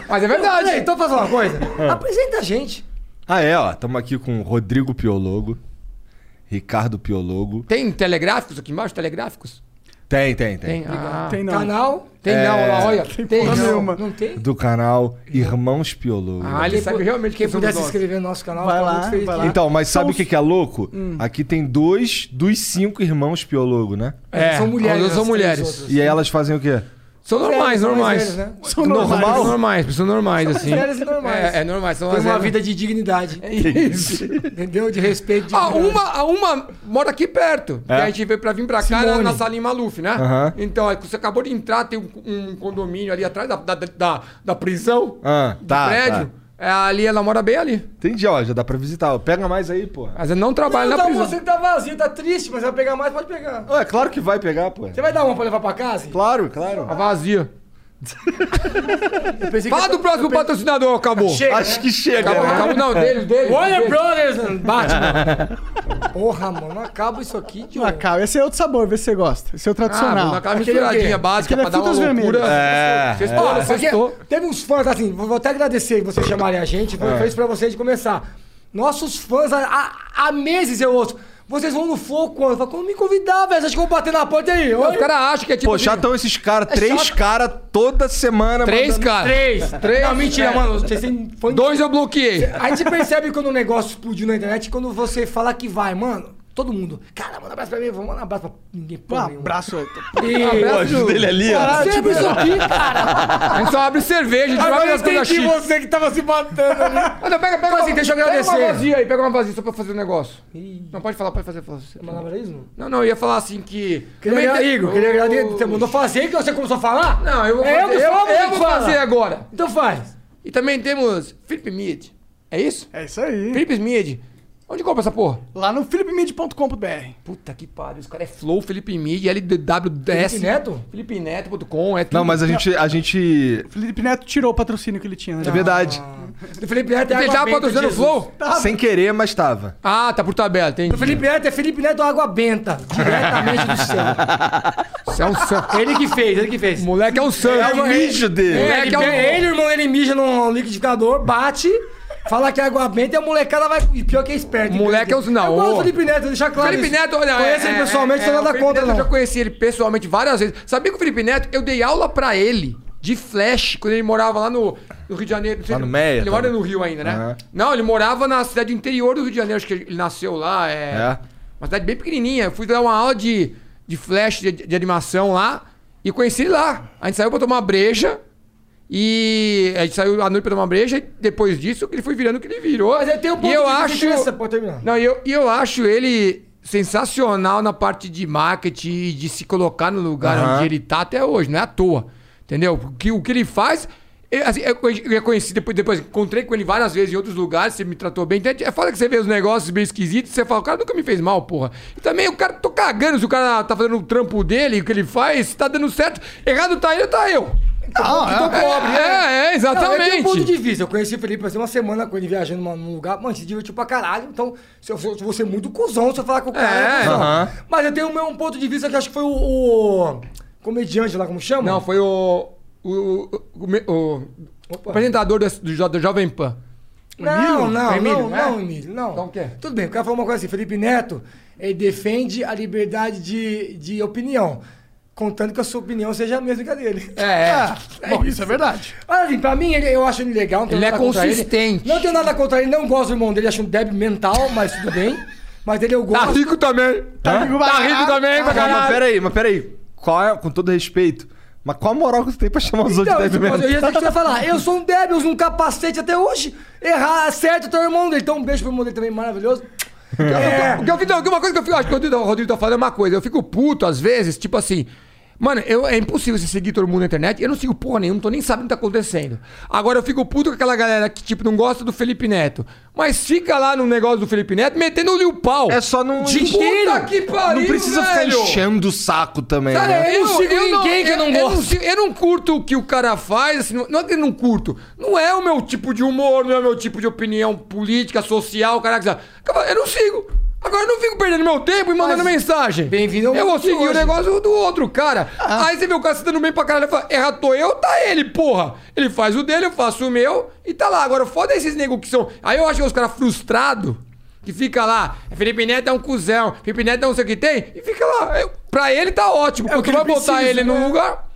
S5: Mas é verdade.
S6: Ei, então faz uma coisa. Apresenta a gente.
S3: Ah, é, ó. Tamo aqui com o Rodrigo Piologo, Ricardo Piologo.
S5: Tem telegráficos aqui embaixo? Telegráficos?
S3: Tem, tem, tem.
S5: Tem. Ah, tem,
S2: Tem não.
S6: Canal.
S5: não,
S3: É.
S5: olha lá, olha. Tem,
S2: porra
S5: não.
S2: nenhuma.
S6: Não tem?
S3: Do canal Irmãos Piologo.
S5: Ah, ele sabe realmente
S6: Quem
S5: que somos
S6: puder se
S5: nós.
S6: inscrever no nosso canal,
S2: Vai
S6: tá
S2: lá,
S6: muito feliz
S2: vai
S6: aqui.
S2: lá.
S3: Então, mas sabe
S2: São
S3: o que, que é louco? Aqui tem dois dos cinco irmãos Piologo, né?
S5: É,
S6: São mulheres.
S5: São
S6: as três
S5: mulheres.
S6: outras.
S3: E aí elas fazem o quê?
S5: São normais,
S6: Mulheres,
S5: normais.
S6: mulheres, né?
S2: São
S3: Normal?
S2: normais.
S5: São normais, pessoas normais, assim.
S6: mulheres normais.
S5: É, é normais. São
S6: Tem
S5: as-
S6: uma vida de dignidade.
S5: Isso.
S6: Entendeu? De respeito. De
S5: Ah,
S6: dignidade.
S5: uma, a uma mora aqui perto. E a gente veio pra vir pra cá na,
S6: Simone.
S5: na Salim Maluf, né?
S3: Aham.
S5: Então, é que você acabou de entrar, tem um, um condomínio ali atrás da, da, da, da prisão
S3: Ah,
S5: do
S3: tá,
S5: prédio.
S3: tá.
S5: É, ali ela mora bem ali.
S3: Entendi, ó. Já dá pra visitar. Pega mais aí, porra.
S5: Mas ela não trabalha
S6: Não,
S5: na
S6: tá,
S5: prisão.
S6: você tá vazio, tá triste, mas vai pegar mais, pode pegar.
S3: Ah, é claro que vai pegar, pô.
S6: Você vai dar uma pra levar pra casa?
S3: Claro, claro.
S5: Tá vazia.
S6: Eu pensei que-
S5: Fala do próximo
S6: eu
S5: patrocinador, acabou.
S6: pensei- Chega.
S3: Acho que chega,
S5: Acabou,
S3: né?
S5: acabou, não, dele, dele.
S6: Warner
S5: dele.
S6: Brothers, mano, Batman. Porra, mano, não acaba isso aqui, tio.
S2: Não acaba. Esse é outro sabor, vê se você gosta. Esse é o
S5: Ah,
S2: tradicional.
S5: mano, aquela
S6: Aquele é o quê?
S5: misturadinha básica
S2: Aquele é
S5: pra dar uma
S2: frutas
S5: loucura.
S2: vermelhas.
S3: É,
S5: Vocês
S6: Ó,
S5: estão,
S6: porque
S5: vocês estão.
S6: teve uns fãs, assim, vou vou até agradecer vocês chamarem a gente,
S5: É.
S6: foi feliz pra vocês de começar. Nossos fãs, há, há- há meses eu ouço, vocês vão no Flow quando? Eu falo, quando me convidar, velho, acho que eu vou bater na porta e aí.
S5: Os
S6: Oi?
S5: caras acham que é tipo.
S3: Pô, já estão esses caras, três
S6: chato.
S3: caras toda semana.
S5: Três,
S3: mandando-
S5: cara.
S6: Três.
S5: Três.
S6: Não, mentira,
S5: É.
S6: mano, vocês têm fã de
S5: Dois eu bloqueei.
S6: A gente percebe quando o negócio explodiu na internet, quando você fala que vai, mano, todo mundo, cara, manda um abraço pra mim, vamos mandar um abraço Um pra ninguém.
S2: Um
S6: Porra, nenhuma.
S2: abraço.
S6: E-
S3: Pô,
S5: Abraço,
S3: ajuda ele ali, ó.
S6: Caralho, tipo isso aqui, cara.
S5: A gente só Então abre cerveja, a gente não abre
S6: Agora eu
S5: as coisas
S6: entendi
S5: chiques.
S6: você que tava se matando ali.
S5: Ah, não, pega, pega,
S6: Então, assim, deixa eu
S5: Pega uma
S6: agradecer.
S5: vazia aí, pega uma vazia só pra eu fazer um negócio. Não, pode falar, pode fazer. Fala, você-
S6: Malabarismo?
S5: Não, não, eu ia falar assim que...
S6: Queria
S5: Também
S6: agra-
S5: tem-
S6: Igor, queria agradecer. Você mandou fazer que você começou a falar?
S5: Não, eu vou
S6: É,
S5: fazer,
S6: eu que
S5: eu,
S6: falo,
S5: eu
S6: você
S5: vou
S6: fala.
S5: fazer agora.
S6: Então faz.
S5: E também temos Felipe Mid. É isso?
S2: É isso aí.
S5: Felipe Mid. Onde compra essa porra?
S2: Lá no philipmid.com.br.
S5: Puta que pariu, esse cara é Flow, Felipe Mid, LWDS.
S6: Felipe Neto?
S5: FelipeNeto.com, é tudo.
S3: Não, mas a gente, a gente.
S2: Felipe Neto tirou o patrocínio que ele tinha, né?
S3: É verdade.
S6: Do Felipe Neto é
S5: Você
S6: água
S5: já
S6: benta.
S5: patrocinando o
S6: Jesus.
S5: Flow?
S3: Sem querer, mas tava.
S5: Ah, tá por tabela,
S6: Do
S5: entendi.
S6: Felipe Neto é Felipe Neto água benta. Diretamente do céu.
S5: Você é um santo.
S6: Ele que fez, ele que fez.
S5: O moleque é um santo.
S3: o mijo dele.
S5: É,
S6: ele,
S5: que é o-
S6: pega- ele, irmão, ele mija no liquidificador, bate, fala que é água benta e a molecada vai. E pior que é esperto.
S5: Moleque é os- não,
S6: Eu gosto do
S5: ô.
S6: Felipe Neto, deixa claro.
S5: Felipe
S6: isso.
S5: Neto, olha.
S6: Conheço ele pessoalmente, sou
S5: é, o
S6: nada
S5: Felipe
S6: contra,
S5: Neto,
S6: não.
S5: Eu já conheci ele pessoalmente várias vezes. Sabia que o Felipe Neto, eu dei aula pra ele de flash quando ele morava lá no, no Rio de Janeiro. Não sei
S3: Lá
S5: se-
S3: no Meia,
S5: Ele
S3: tá?
S5: mora no Rio ainda, né?
S3: Aham.
S5: Não, ele morava na cidade interior do Rio de Janeiro, acho que ele nasceu lá. É.
S3: É.
S5: Uma cidade bem pequenininha. Eu fui dar uma aula de, de flash, de, de animação lá. E conheci ele lá. A gente saiu pra tomar breja. E a gente saiu à noite pra tomar breja. E depois disso, ele foi virando o que ele virou.
S6: Mas ele tem um ponto
S5: e eu
S6: de vista
S5: acho...
S6: interessante, pode terminar.
S5: Não, e eu, e eu acho ele sensacional na parte de marketing e de se colocar no lugar
S3: Aham.
S5: onde ele tá até hoje, não é à toa. Entendeu? O que, o que ele faz. Eu, assim, eu conhe- eu conheci, depois, depois encontrei com ele várias vezes em outros lugares, você me tratou bem. Então, é foda que você vê os negócios meio esquisitos, você fala, o cara nunca me fez mal, porra. E também o cara, tô cagando se o cara tá fazendo o trampo dele, o que ele faz, se tá dando certo. Errado tá ele, tá eu.
S6: Que tô pobre, né?
S5: É, é,
S6: Não, eu tenho um
S5: exatamente.
S6: ponto de vista. Eu conheci o Felipe assim, uma semana com ele viajando numa- num lugar, mano, se divertiu pra caralho. Então, se eu, for- eu vou ser muito cuzão se eu falar com o cara.
S5: É,
S6: cuzão.
S3: aham.
S6: Mas eu tenho o meu- um ponto de vista que acho que foi o, o comediante lá, como chama?
S5: Não, foi o. O, o, o me- o
S6: Opa.
S5: apresentador do, do, Jo- do Jovem Pan.
S6: Não, não,
S5: Emílio,
S6: não,
S5: né?
S6: não, Emílio, não.
S5: Então o quê?
S6: Tudo bem, o cara falou uma coisa assim, Felipe Neto, ele defende a liberdade de, de opinião. Contando que a sua opinião seja a mesma que a dele.
S5: É, é.
S2: Bom, isso. é verdade.
S6: Mas assim, pra mim, ele- eu acho ele legal. não tenho
S5: Ele é
S6: nada contra
S5: consistente.
S6: Não tenho nada contra ele, não gosto do irmão dele, acho um débil mental, mas tudo bem. Mas ele eu
S5: Tá
S6: gosto.
S5: rico também. Tá
S2: rico
S5: rico,
S2: pra
S5: também, pra
S3: Mas, mas
S5: caralho.
S3: peraí, mas peraí. Qual é, com todo respeito, mas qual a moral que você tem pra chamar os outros
S6: Então,
S3: de
S6: isso,
S3: débil
S6: mas eu
S3: mental?
S6: ia dizer que você ia falar. Eu sou um débil, uso um capacete até hoje. Errar, acerta o teu irmão dele. Então, um beijo pro irmão dele também, maravilhoso. É.
S5: Porque eu fico- não, uma coisa que eu fico. Acho que o Rodrigo, o Rodrigo tá falando é uma coisa. Eu fico puto, às vezes, tipo assim. Mano, eu, é impossível você seguir todo mundo na internet. Eu não sigo porra nenhuma, não tô nem sabendo o que tá acontecendo. Agora eu fico puto com aquela galera que, tipo, não gosta do Felipe Neto. Mas fica lá no negócio do Felipe Neto metendo-lhe o pau.
S3: É só não.
S5: De inteiro. Puta que pariu,
S3: não precisa
S5: velho.
S3: ficar enchendo o saco também,
S5: Cara,
S3: né?
S6: eu não sigo ninguém que eu não gosto.
S5: sigo- eu não curto o que o cara faz, assim, não não é que eu não curto. Não é o meu tipo de humor, não é o meu tipo de opinião política, social, caraca. sabe? Eu não sigo. Agora eu não fico perdendo meu tempo e mandando mensagem.
S6: bem-vindo ao
S5: Eu vou
S6: mundo de
S5: seguir o
S6: hoje. Ah.
S5: negócio do outro cara. Aí você vê o cara se dando bem pra caralho e fala: erra, tô eu, tá ele, porra. Ele faz o dele, eu faço o meu e tá lá. Agora foda esses negros que são. Aí eu acho que é os caras frustrados. Que fica lá, Felipe Neto é um cuzão, Felipe Neto é um sei o que tem, e fica lá. Eu- Pra ele tá ótimo,
S6: É o
S5: porque
S6: que
S5: vai
S6: ele
S5: botar
S6: precisa,
S5: ele
S6: né?
S5: num lugar.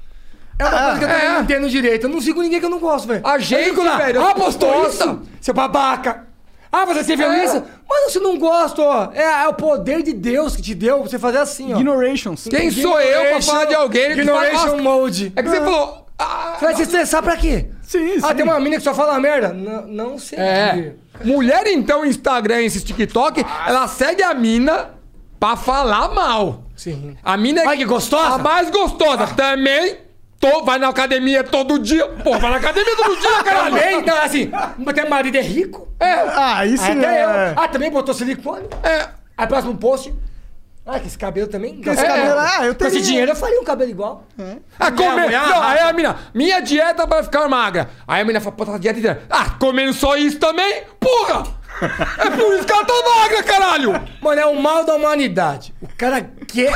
S6: É uma coisa que eu também
S5: É.
S6: não entendo direito. Eu não sigo ninguém que eu não gosto, velho.
S5: A gente,
S6: Eu fico lá,
S5: velho, eu
S6: Ah,
S5: fico
S6: postou
S5: puto.
S6: isso? Seu babaca. Ah, você se viu
S5: É.
S6: isso? Mano, se não gosta, ó. É, é o poder de Deus que te deu pra você fazer assim, ó.
S2: Ignorations.
S5: Quem sou eu pra falar de alguém que fala
S6: Ignoration
S5: bosta?
S6: mode.
S5: É que você falou. ah,
S6: um Você vai se estressar pra quê?
S2: Sim,
S6: Ah,
S2: sim.
S6: tem uma mina que só fala merda? Não, não sei.
S5: é. Mulher, então, Instagram, esses TikTok, ela segue a mina pra falar mal.
S6: Sim.
S5: A mina é
S6: Ai, que gostosa. Ah.
S5: A mais gostosa. Também tô, vai na academia todo dia. Pô, vai na academia todo dia, caralho.
S6: Também, não, assim, até marido é rico.
S5: É,
S2: Ah, isso
S6: Até
S2: é.
S6: eu. Ah, também botou silicone.
S5: é.
S6: Aí, próximo post. Ah, que esse cabelo também.
S2: esse
S6: É.
S2: cabelo- ah, eu
S6: Com
S2: teria.
S6: esse dinheiro eu faria um cabelo igual.
S5: Ah, comer.
S6: mulher
S5: Não,
S6: arrasa.
S5: aí a mina, minha dieta pra ficar magra. Aí a mina fala, pô, tá dieta inteira. Ah, comendo só isso também? Porra! É por isso que ela tá magra, caralho!
S6: Mano, é o mal da humanidade. O cara quer.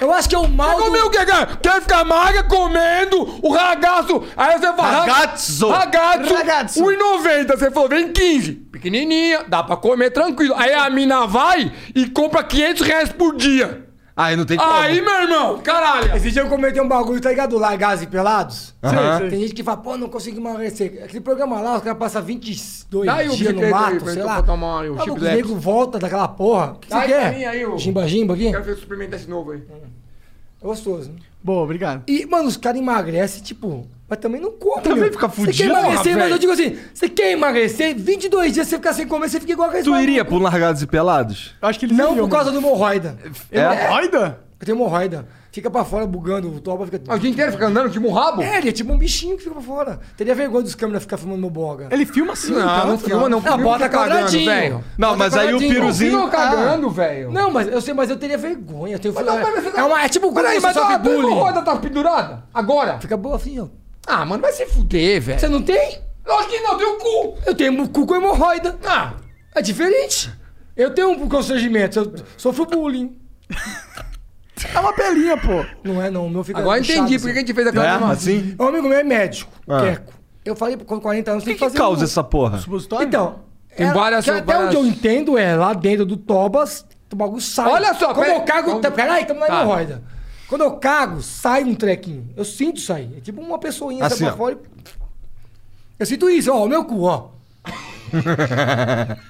S6: Eu acho que é o mal
S5: Quer comer o
S6: do.
S5: que, cara? Quer ficar magra é comendo o ragazzo. Aí você fala...
S3: Ragazzo.
S5: Ragazzo.
S2: Ragazzo.
S5: 1,90. Você falou, vem 15. Pequenininha, dá pra comer tranquilo. Aí a mina vai e compra 500 reais por dia.
S3: Aí não tem
S5: Aí, meu irmão, caralho.
S6: Esse dia eu comentei um bagulho, tá ligado? Largados e pelados.
S3: Aham.
S6: Tem gente que fala, pô, não consigo emagrecer. Aquele programa lá, os caras passam 22
S5: Dá aí o
S6: dias
S5: biquete
S6: no
S5: aí
S6: mato,
S5: pra
S6: sei
S5: eu
S6: lá.
S5: botar uma- o
S6: Tá louco, o
S5: chiclete.
S6: nego volta daquela porra. O que
S5: Dá
S6: você
S5: aí pra mim
S6: quer?
S5: aí, ô.
S6: Jimba-jimba aqui?
S5: Quero ver você experimentar esse novo aí.
S6: Gostoso, né?
S2: Boa, obrigado.
S6: E, mano, os caras emagrecem, tipo, mas também não come.
S3: Também
S6: meu.
S3: fica fudido,
S6: Você quer emagrecer,
S5: ah, velho.
S6: mas eu digo assim, você quer emagrecer, 22 dias você ficar sem comer, você fica igual a aquele
S3: Tu
S6: maluco.
S3: iria por um largados e pelados?
S2: Eu acho que eles
S6: Não por causa do hemorroida.
S3: É?
S2: Oida?
S6: Eu tenho hemorroida. Fica pra fora bugando, o toba fica...
S5: Ah, o dia inteiro fica andando tipo um rabo?
S6: É, ele é tipo um bichinho que fica pra fora. Teria vergonha dos câmeras ficar filmando meu boga.
S2: Ele filma assim,
S5: Não,
S2: então?
S5: não filma não.
S6: Não, bota quadradinho.
S5: Ah,
S3: Não, mas aí o piruzinho.
S5: Filma cagando, velho.
S6: Não, mas eu sei, mas eu teria vergonha. Eu tenho
S5: Ah. Mas não, mas você tá-
S6: é, uma, é tipo o
S5: Peraí, mas a
S6: sofre
S5: tua
S6: bullying.
S5: roda tá pendurada? Agora?
S6: Fica boa assim, ó.
S5: Ah, mano, vai se fuder, velho.
S6: Você não tem?
S5: Lógico que não, tem o cu.
S6: Eu tenho um cu com hemorroida.
S5: Ah,
S6: É diferente. Eu tenho um constrangimento, eu sofro bullying.
S2: É uma pelinha, pô.
S6: Não é não, o meu fica
S5: agora eu entendi por que a gente fez aquela
S3: É,
S5: animação.
S3: assim?
S6: Um amigo meu é médico,
S3: Ah.
S6: Queco. Eu falei, com 40 anos,
S3: O que,
S6: tem que fazer...
S3: que causa
S6: um-
S3: essa porra?
S2: Supositório?
S6: Então,
S5: Tem
S6: é-
S5: várias-
S6: que até
S5: várias-
S6: onde eu entendo é, lá dentro do Tobas, o bagulho sai.
S5: Olha só,
S6: Quando
S5: pera-
S6: eu cago...
S5: vamos-
S6: Peraí, estamos na
S5: Tá.
S6: hemorroida. Quando eu cago, sai um trequinho. Eu sinto isso aí. É tipo uma pessoinha
S3: Assim,
S6: sai
S3: ó.
S6: pra fora e... Eu sinto isso, ó, o meu cu, ó.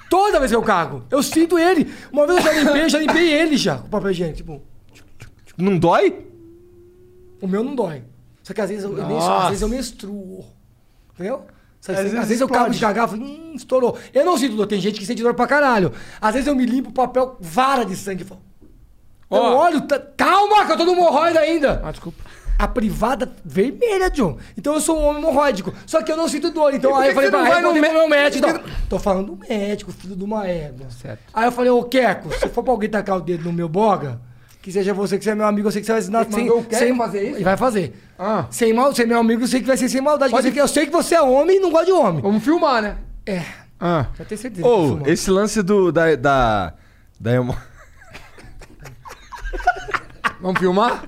S6: Toda vez que eu cago, eu sinto ele. Uma vez eu já limpei, eu já limpei ele já, com papel higiênico, tipo...
S3: Não dói?
S6: O meu não dói. Só que às vezes eu, eu menstruo, às vezes eu menstruo. Entendeu? Às, vezes,
S2: vezes
S6: às vezes eu
S2: explode.
S6: cabo de cagar, falo, hum, estourou. Eu não sinto dor, tem gente que sente dor pra caralho. Às vezes eu me limpo o papel, vara de sangue. falo, Eu
S5: Ó.
S6: olho, tá- calma, que eu tô no hemorroida ainda.
S5: Ah, desculpa.
S6: A privada vermelha, John. Então eu sou um homem hemorroidico. Só que eu não sinto dor. Então
S5: E por
S6: aí
S5: que
S6: eu falei
S5: que você
S6: pra
S5: não
S6: aí eu
S5: vai no
S6: falei pro meu
S5: mé-
S6: médico. então.
S5: por que
S6: não. Tô falando do médico, filho de uma égua.
S5: Certo.
S6: Aí eu falei, ô Queco, se for pra alguém tacar o dedo no meu boga, que seja você que você é meu amigo, eu sei que você vai ensinar
S5: Ele mandou o Queco fazer isso?
S6: Ele vai fazer.
S5: Ah.
S6: Sem mal, ser meu amigo, eu sei que vai ser sem maldade.
S5: Pode-
S6: Eu, sei que, eu sei que você é homem e não gosta de homem.
S5: Vamos filmar, né?
S6: É,
S5: Ah.
S6: já tenho certeza. que eu sou
S3: Ou,
S6: homem.
S3: esse lance do. da. da. da emo-
S5: Vamos filmar?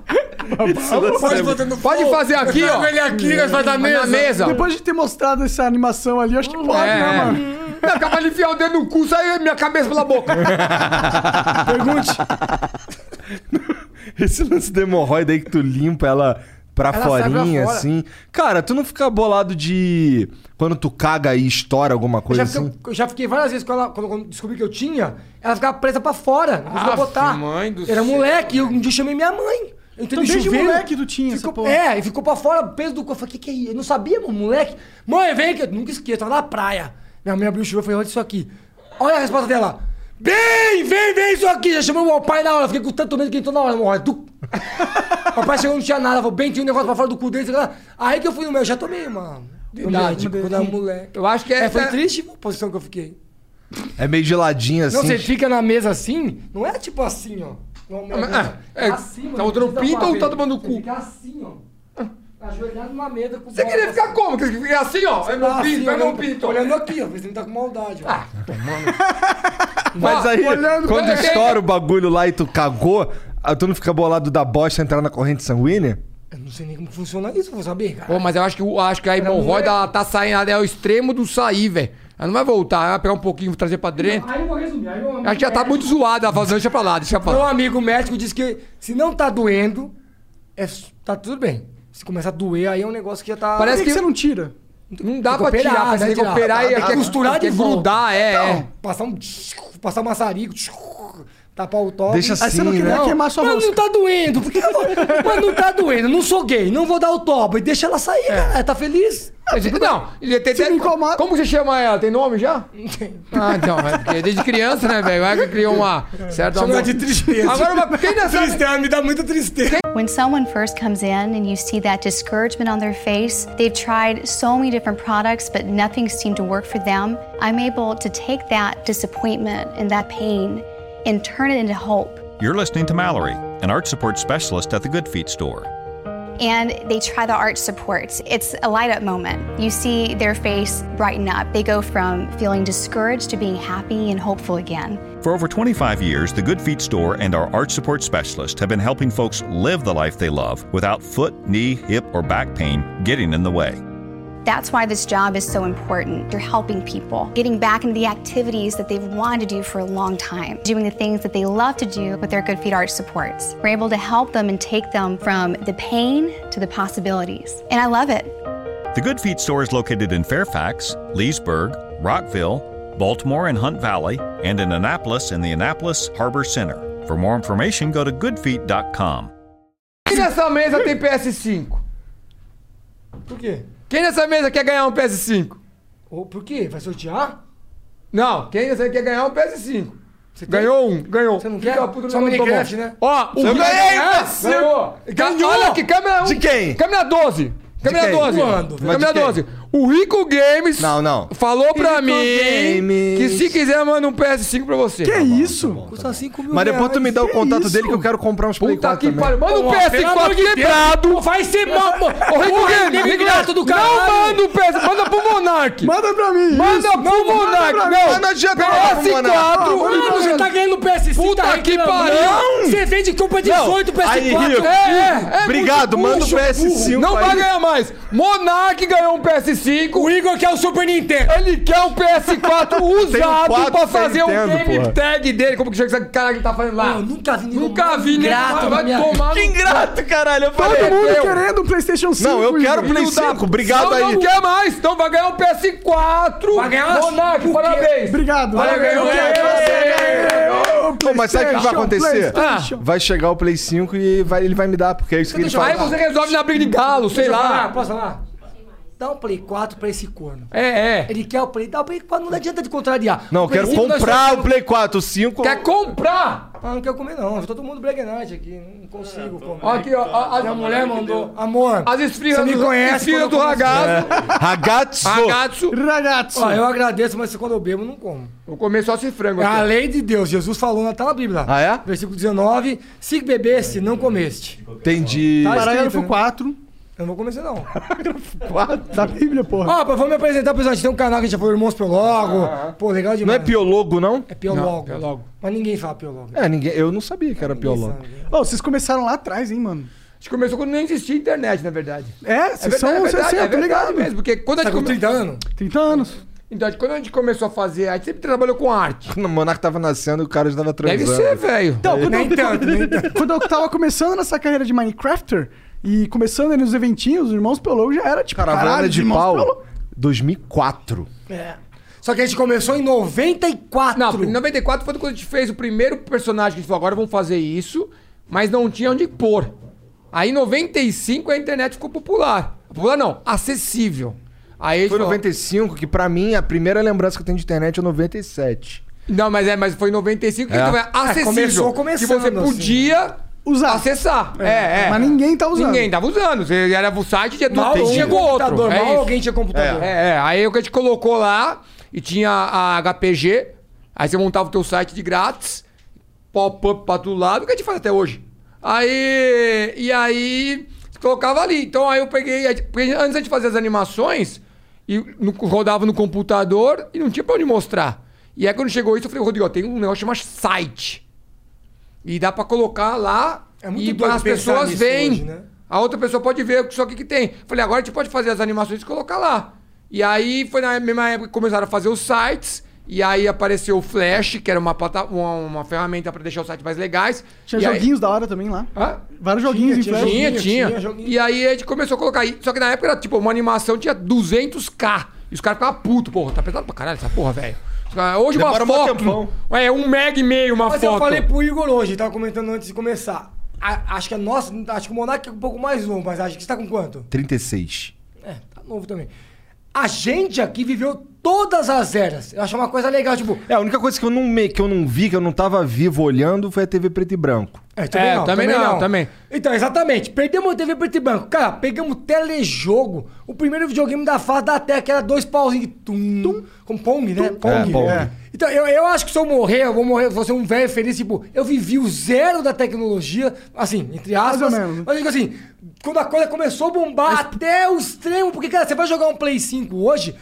S3: Esse lance
S6: Pode
S3: é-
S6: botar no
S5: Pode
S6: fogo.
S5: fazer aqui,
S6: Eu
S5: ó.
S6: pego Ele aqui, nós vai dar
S5: Mas
S6: mesa.
S5: Na mesa.
S2: Depois de ter mostrado essa animação ali, eu acho que pode, né,
S5: É.
S2: mano?
S5: Não, Acaba de enfiar o dedo é no cu, sai minha cabeça pela boca.
S6: Pergunte.
S3: Esse lance da hemorroida aí que tu limpa ela pra
S5: Ela sai pra
S3: forinha,
S5: fora.
S3: assim. Cara, tu não fica bolado de. Quando tu caga e estoura alguma coisa
S6: Já
S3: assim?
S6: fiquei, eu já fiquei várias vezes com ela, quando, quando descobri que eu tinha, ela ficava presa pra fora, não conseguia
S5: Aff,
S6: botar.
S5: mãe do
S6: Era
S5: céu.
S6: moleque, e um dia eu chamei minha mãe. Eu
S2: Então
S6: entrei no
S2: desde
S6: chuveiro,
S2: moleque tu tinha essa
S6: ficou,
S2: porra.
S6: É, e ficou pra fora, peso do corpo. Eu falei, o que, que é isso? Eu não sabia, mano, moleque. Mãe, vem aqui. Eu nunca esqueço, tava na praia. Minha mãe abriu o chuveiro e falei, olha isso aqui. Olha a resposta dela. Vem, vem, vem isso aqui. Já chamou meu pai na hora. eu Fiquei com tanto medo que entrou na hora. Meu, do... é meu pai chegou, não tinha nada. Falou, bem, tinha um negócio pra fora do cu dele. sei lá. Aí que eu fui no meu, eu já tomei, mano. De idade,
S2: uma
S6: quando era
S2: dedinha.
S6: moleque.
S5: Eu acho que
S6: É,
S5: essa-
S6: foi triste a posição que eu fiquei.
S3: É meio geladinha assim.
S6: Não, você fica na mesa assim, não é tipo assim, ó. Não,
S5: mas- é, é, tá
S6: mano,
S5: botando
S6: não precisa
S5: pinto ou
S6: fazer.
S5: tá tomando
S6: Você
S5: cu?
S6: Fica assim, ó. Ajoelhado numa mesa com
S5: Você queria ficar como? Queria ficar assim, ó. É meu pinto, é meu pinto.
S6: Ah, Olhando aqui, ó. Você não tá com maldade, ó.
S3: Mas
S5: Ó,
S3: aí,
S5: olhando
S3: quando
S5: pra-
S3: estoura o bagulho lá e tu cagou, ah, tu não fica bolado da bosta entrar na corrente sanguínea?
S6: Eu não sei nem como funciona isso, eu vou saber, cara.
S5: Pô, mas eu acho que, eu acho que a hemorroida ela tá saindo, ela é o extremo do sair, velho. Ela não vai voltar, ela vai pegar um pouquinho, trazer pra dentro.
S4: Aí eu vou resumir. Aí eu...
S5: Eu acho que já tá muito zoada, ela fala, "Não, deixa pra lá, deixa pra
S6: Meu
S5: lá.
S6: amigo médico disse que se não tá doendo, é, tá tudo bem. Se começar a doer, aí é um negócio que já tá.
S2: Por que,
S5: Parece
S2: que
S5: que-
S2: você não tira?
S5: Não dá
S6: Tem que
S5: pra
S6: operar,
S5: tirar, você
S6: né,
S5: tem que
S6: tirar.
S5: operar e
S6: Tem que
S5: é-
S6: costurar
S5: tem
S6: de
S5: que
S6: volta.
S5: grudar, é. é.
S6: Passar um. Passar um maçarico. Tapar o top.
S3: Deixa assim,
S2: Aí você não queria
S3: né?
S2: queimar sua
S6: mas
S2: mosca.
S6: não tá doendo. Por que eu vou... mas não tá doendo. Não sou gay. Não vou dar o toba. E deixa ela sair, cara. Tá feliz?
S5: Não, ele tem
S2: Se não incomoda-
S5: Como você chama ela? Tem nome já? Ah, então, é porque desde criança, né, velho? Ela que criou uma certa
S6: Chama ela
S5: amor.
S6: de
S2: É
S6: tristeza.
S5: Agora, mas quem não sabe-
S6: Tristeza, me dá muita tristeza.
S8: When someone first comes in and you see that discouragement on their face, they've tried so many different products, but nothing seemed to work for them. I'm able to take that disappointment and that pain and turn it into hope.
S9: You're listening to Mallory, an art support specialist at the Good Feet store.
S8: And they try the arch supports. It's a light up moment. You see their face brighten up. They go from feeling discouraged to being happy and hopeful again.
S9: For over 25 years, the Good Feet store and our arch support specialist have been helping folks live the life they love without foot, knee, hip, or back pain getting in the way.
S8: That's why this job is so important. You're helping people, getting back into the activities that they've wanted to do for a long time, doing the things that they love to do with their Good Feet Arch supports. We're able to help them and take them from the pain to the possibilities. And I love it.
S9: The Good Feet store is located in Fairfax, Leesburg, Rockville, Baltimore and Hunt Valley, and in Annapolis in the Annapolis Harbor Center. For more information, go to goodfeet.com.
S5: Quem nessa mesa tem PS5?
S6: Por quê?
S5: Quem nessa mesa quer ganhar um PS5?
S6: Ô, por quê? Vai sortear?
S5: Não, quem nessa quer ganhar um PS5?
S6: Você tem-
S5: Ganhou um, ganhou.
S6: Você não
S5: Filho
S6: quer?
S5: da puta,
S6: Só
S5: não tomou.
S6: Minecraft, né?
S5: tá Ó, um o
S3: Eu ganhei, imbecil!
S5: É, Ganhou!
S6: Ganhou!
S5: Olha aqui, câmera 1.
S3: De quem?
S5: Câmera 12. Câmera
S3: quem?
S5: 12.
S6: Quando,
S5: câmera
S6: velho?
S3: Mas de quem?
S5: 12. O Rico Games
S3: Não, não.
S5: falou pra
S3: Rico
S5: mim
S3: Games.
S5: que se quiser manda um PS5 pra você.
S2: Que isso?
S6: Custa 5 mil
S3: Mas depois tu me dá o
S2: que
S3: contato
S2: isso?
S3: dele que eu quero comprar uns Play
S5: Puta
S3: 4
S5: que
S3: também.
S5: pariu. Manda um
S6: Ó, pelo amor
S5: PS4
S6: de Deus.
S5: quebrado.
S6: Vai ser mal. Ô,
S5: Ô, Rico
S6: Porra,
S5: Games, Rico Games,
S6: do
S5: Não
S6: caralho.
S5: manda o PS, manda pro Monark.
S2: Manda pra mim.
S5: Manda
S2: isso.
S5: pro Monark,
S2: pra mim.
S5: não!
S3: Mas não adianta mandar pro Monark.
S5: PS4!
S6: Mano, você tá ganhando PS5,
S5: Puta
S6: tá
S5: que
S6: reclamando.
S5: pariu.
S6: Você vende compra
S3: Não,
S6: 18 PS4.
S3: aí, Rico.
S5: É, é, é
S3: Obrigado,
S5: muito
S3: manda o
S5: burro,
S3: PS5
S5: Não
S3: aí.
S5: vai ganhar mais! Monark ganhou um PS5,
S6: O Igor quer o Super Nintendo.
S5: ele quer um PS4 usado
S3: quatro
S5: pra
S3: Super
S5: fazer o
S3: Nintendo,
S5: game
S3: porra.
S5: tag dele. Como que chega esse cara que tá fazendo lá?
S6: Eu nunca vi nenhum
S5: Nunca vi nem
S6: grato
S5: vai tomar
S3: Que ingrato, caralho. Eu falei.
S2: Todo mundo
S5: eu.
S2: querendo um PlayStation 5.
S3: Não, eu
S2: Igor.
S3: quero Play 5. Obrigado
S5: não,
S3: aí.
S5: Não quer mais, então vai ganhar um PS4!
S6: Vai ganhar uma-
S5: Monark,
S6: Por quê?
S5: parabéns!
S2: Obrigado.
S5: Vai ganhar um
S6: Eu quero
S5: PS4!
S3: Pô, mas sabe o que vai acontecer? Ah,
S2: PlayStation.
S3: Vai chegar o Play 5 e vai- ele vai me dar, porque é isso que ele
S5: Aí
S3: faz.
S5: você resolve na briga de galo, sei lá.
S6: Posso falar? Dá um Play 4 pra esse corno.
S5: É, é.
S6: Ele quer o Play. Dá o Play 4. Não adianta de contrariar.
S3: Não,
S6: O
S3: eu quero
S6: Play 5 nós
S3: comprar
S6: só-
S3: o Play 4, o 5.
S5: Quer comprar?
S6: Ah, não quero comer, não. Todo mundo Black Knight aqui. Não consigo comer.
S5: Ó, aqui, ó. A,
S6: Minha
S5: a-
S6: mulher mandou. Amor.
S5: As esfrias
S6: Você me
S5: do-
S6: conhece
S5: esfrias
S6: quando
S5: do
S6: eu começo- É.
S5: ragazzo. É.
S3: Ragazzo.
S5: Ragazzo.
S2: Ragazzo.
S6: Ó, eu agradeço, mas quando eu bebo, eu não como.
S5: Vou comer só esse frango
S6: É
S5: aqui.
S6: a lei de Deus. Jesus falou na tela Bíblia.
S3: Ah, é?
S6: Versículo 19. Se bebesse, não comeste.
S3: Entendi.
S6: Tá escrito,
S2: Parágrafo
S6: né?
S2: 4
S6: Eu não vou começar, não.
S2: da Bíblia, porra.
S6: Ó, pô, vamos me apresentar pra gente. Tem um canal que a gente já falou Irmãos Piologo.
S5: Ah,
S6: Pô, legal
S3: Não
S6: demais.
S3: é piologo, não?
S6: É Piologo.
S5: Não, Piologo.
S6: Mas ninguém fala Piologo.
S3: É, ninguém, eu não sabia que era piologo.
S6: Sabe?
S2: Ô, vocês começaram lá atrás, hein, mano?
S5: A gente começou quando não existia internet, na verdade.
S6: um
S2: É, vocês são. Vocês são,
S5: é
S2: tá
S5: verdade
S2: ligado?
S5: mesmo. Porque quando a
S6: Tá
S5: gente
S6: com
S5: come...
S6: 30 anos?
S2: 30 anos.
S5: Então, quando a gente começou a fazer, a gente sempre trabalhou com arte.
S3: O monarca tava nascendo e o cara já tava transando.
S5: Deve
S6: é.
S5: ser, velho.
S2: Então, quando,
S5: Nem
S2: eu,
S5: tanto, nem tanto.
S2: quando eu tava começando nessa carreira de Minecrafter e começando ali nos eventinhos, os irmãos pelo logo já era tipo.
S3: Caravana
S2: caralho,
S3: de
S2: Irmãos
S3: pau.
S2: pelo Logo.
S3: 2004.
S6: É. Só que a gente começou em 94.
S5: Não, em 94 foi quando a gente fez o primeiro personagem que a gente falou, agora vamos fazer isso, mas não tinha onde pôr. Aí em 95 a internet ficou popular. Popular não, acessível. Aí a gente
S3: Foi
S5: falou,
S3: 95 que pra mim a primeira lembrança que eu tenho de internet é 97.
S5: Não, mas é, mas foi em 95 que
S3: É.
S5: a gente
S3: É,
S5: foi acessível.
S6: começou começando,
S5: Que você
S6: assim.
S5: podia
S2: Usar.
S5: acessar. É, é.
S2: Mas ninguém tá usando.
S5: Ninguém tava usando. Você era o site de
S6: Mal
S5: tudo,
S6: tinha
S5: chegou outro.
S6: computador,
S5: É
S6: mal
S5: isso.
S6: alguém tinha computador.
S5: É, é. Aí o que a gente colocou lá e tinha a HPG, aí você montava o teu site de grátis, pop-up pra todo lado, o que a gente faz até hoje. Aí. E aí você colocava ali. Então aí eu peguei. aí- porque antes a gente fazia as animações e no- rodava no computador e não tinha pra onde mostrar. E aí quando chegou isso, eu falei, Rodrigo, ó, tem um negócio chamado site. E dá pra colocar lá
S6: É muito
S5: e
S6: doido
S5: as
S6: pensar
S5: pessoas
S6: nisso
S5: veem.
S6: hoje, né?
S5: A outra pessoa pode ver só o que, que tem. Falei, agora a gente pode fazer as animações e colocar lá. E aí foi na mesma época que começaram a fazer os sites. E aí apareceu o Flash, que era uma, plata- uma, uma ferramenta pra deixar os sites mais legais.
S2: Tinha
S5: E aí-
S2: joguinhos da hora também lá.
S5: Hã?
S2: Vários joguinhos em
S6: tinha
S2: flash.
S5: Tinha,
S6: Joguinho,
S5: tinha.
S6: tinha joguinho.
S5: E aí a gente começou a colocar aí. Só que na época era tipo, uma animação tinha 200k. E os caras ficavam putos, porra. Tá pesado pra caralho essa porra, velho. Os caras, Hoje uma
S3: Demora mó tempão.
S5: foto. É, um mega e meio uma
S6: Mas
S5: foto. É.
S6: eu falei pro Igor hoje, tava comentando antes de começar. A- acho que a nossa, acho que o Monark é um pouco mais longo, mas acho que você tá com quanto?
S3: 36.
S6: É, tá novo também. A gente aqui viveu todas as eras. Eu acho uma coisa legal, tipo.
S3: É, a única coisa que eu não, me, que eu não vi, que eu não tava vivo olhando, foi a TV preto e branco.
S6: É,
S5: É, também não, também.
S6: Então, exatamente. Perdemos a TV preto e branco. Cara, pegamos telejogo. O primeiro videogame da fase da Terra, que era dois pauzinhos. Tum, tum. Com Pong, né?
S3: É, Pong.
S6: É. Então, eu, eu acho que se eu morrer, eu vou morrer, vou ser um velho feliz. Tipo, eu vivi o zero da tecnologia, assim, entre aspas.
S2: ou menos, né?
S6: Mas eu digo assim, quando a coisa começou a bombar até o extremo, porque, cara, você vai jogar um Play 5 hoje,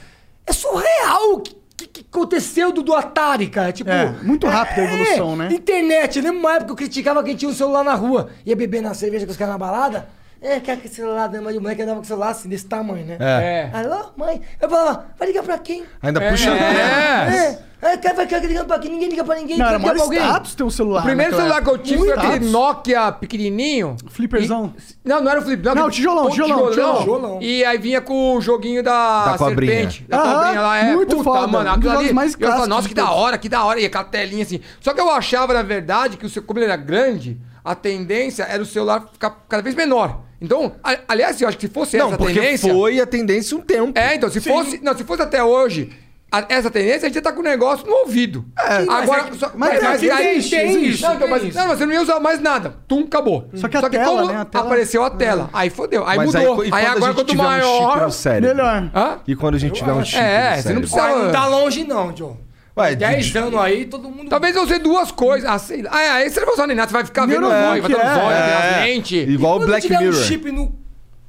S6: é surreal o que, que- que aconteceu do, do Atari, cara. Tipo, é,
S2: É, muito rápido a evolução, né?
S6: Internet, eu lembro uma época que eu criticava quem tinha um celular na rua, ia beber na cerveja com os caras na balada. É, quer que celular da mãe, o moleque andava com o celular assim, desse tamanho, né?
S3: É.
S6: Alô, mãe? Eu falava, vai ligar pra quem?
S3: Ainda puxa.
S5: É.
S6: É, cara, vai ficar ligando pra quem? Ninguém liga pra ninguém.
S2: Não, era
S6: liga
S2: maior
S6: pra alguém.
S2: status ter um celular.
S5: O primeiro
S2: naquela
S5: celular que eu
S2: época.
S5: tive
S2: Muito
S5: foi aquele
S2: status.
S5: Nokia pequenininho.
S2: Flipperzão.
S5: E- Não, não era o flip.
S2: Não,
S5: aquele-
S2: tijolão,
S5: o
S2: tijolão,
S6: tijolão.
S5: E aí vinha com o joguinho da,
S3: Da cobrinha.
S5: serpente. Da
S2: Aham,
S5: cobrinha lá, é.
S2: Ah, muito foda.
S5: mano.
S2: Um dos
S5: Aquilo
S2: jogos
S5: ali,
S2: mais
S5: eu falava,
S2: clássicos
S5: nossa,
S2: de
S5: que da
S2: todos."
S5: hora, que da hora. E aquela telinha assim. Só que eu achava, na verdade, que o seu, como ele era grande, a tendência era o celular ficar cada vez menor. Então, a- aliás, eu acho que se fosse
S3: Não,
S5: essa a
S3: porque
S5: tendência...
S3: foi a tendência um tempo.
S5: É, então, se fosse, não, se fosse até hoje, a- essa tendência, a gente ia tá com o negócio no ouvido.
S2: Sim, mas
S5: agora,
S2: é que-
S5: só-
S2: mas é que
S5: aí
S2: existe,
S5: tem
S2: existe,
S5: isso. Não, então, mas,
S2: tem isso.
S5: não, mas você não ia usar mais nada. Tum, acabou.
S2: Só que a tela, né, a tela-
S5: apareceu a tela. Aí fodeu. Aí
S3: Mas e
S5: mudou. Aí,
S3: quando a
S5: agora,
S3: gente
S5: quanto
S3: tiver Um chip
S5: maior...
S3: no cérebro?
S2: Melhor.
S5: Hã?
S3: E quando a gente tiver um chip
S5: É,
S3: no
S5: você não
S3: cérebro?
S5: precisa...
S6: Ué, não tá longe não, John.
S3: Ué,
S6: Dez
S3: de-
S6: anos aí, todo mundo...
S5: Talvez eu use duas coisas. Ah, sei lá. Ah, é, aí você não vai usar nem nada. Você vai ficar vendo o
S2: Neurolink,
S5: zóio, vai dar um
S2: é.
S5: zóio,
S3: É.
S5: as lentes.
S3: Igual o
S6: Quando
S3: Black
S6: tiver
S3: Mirror.
S6: um chip no...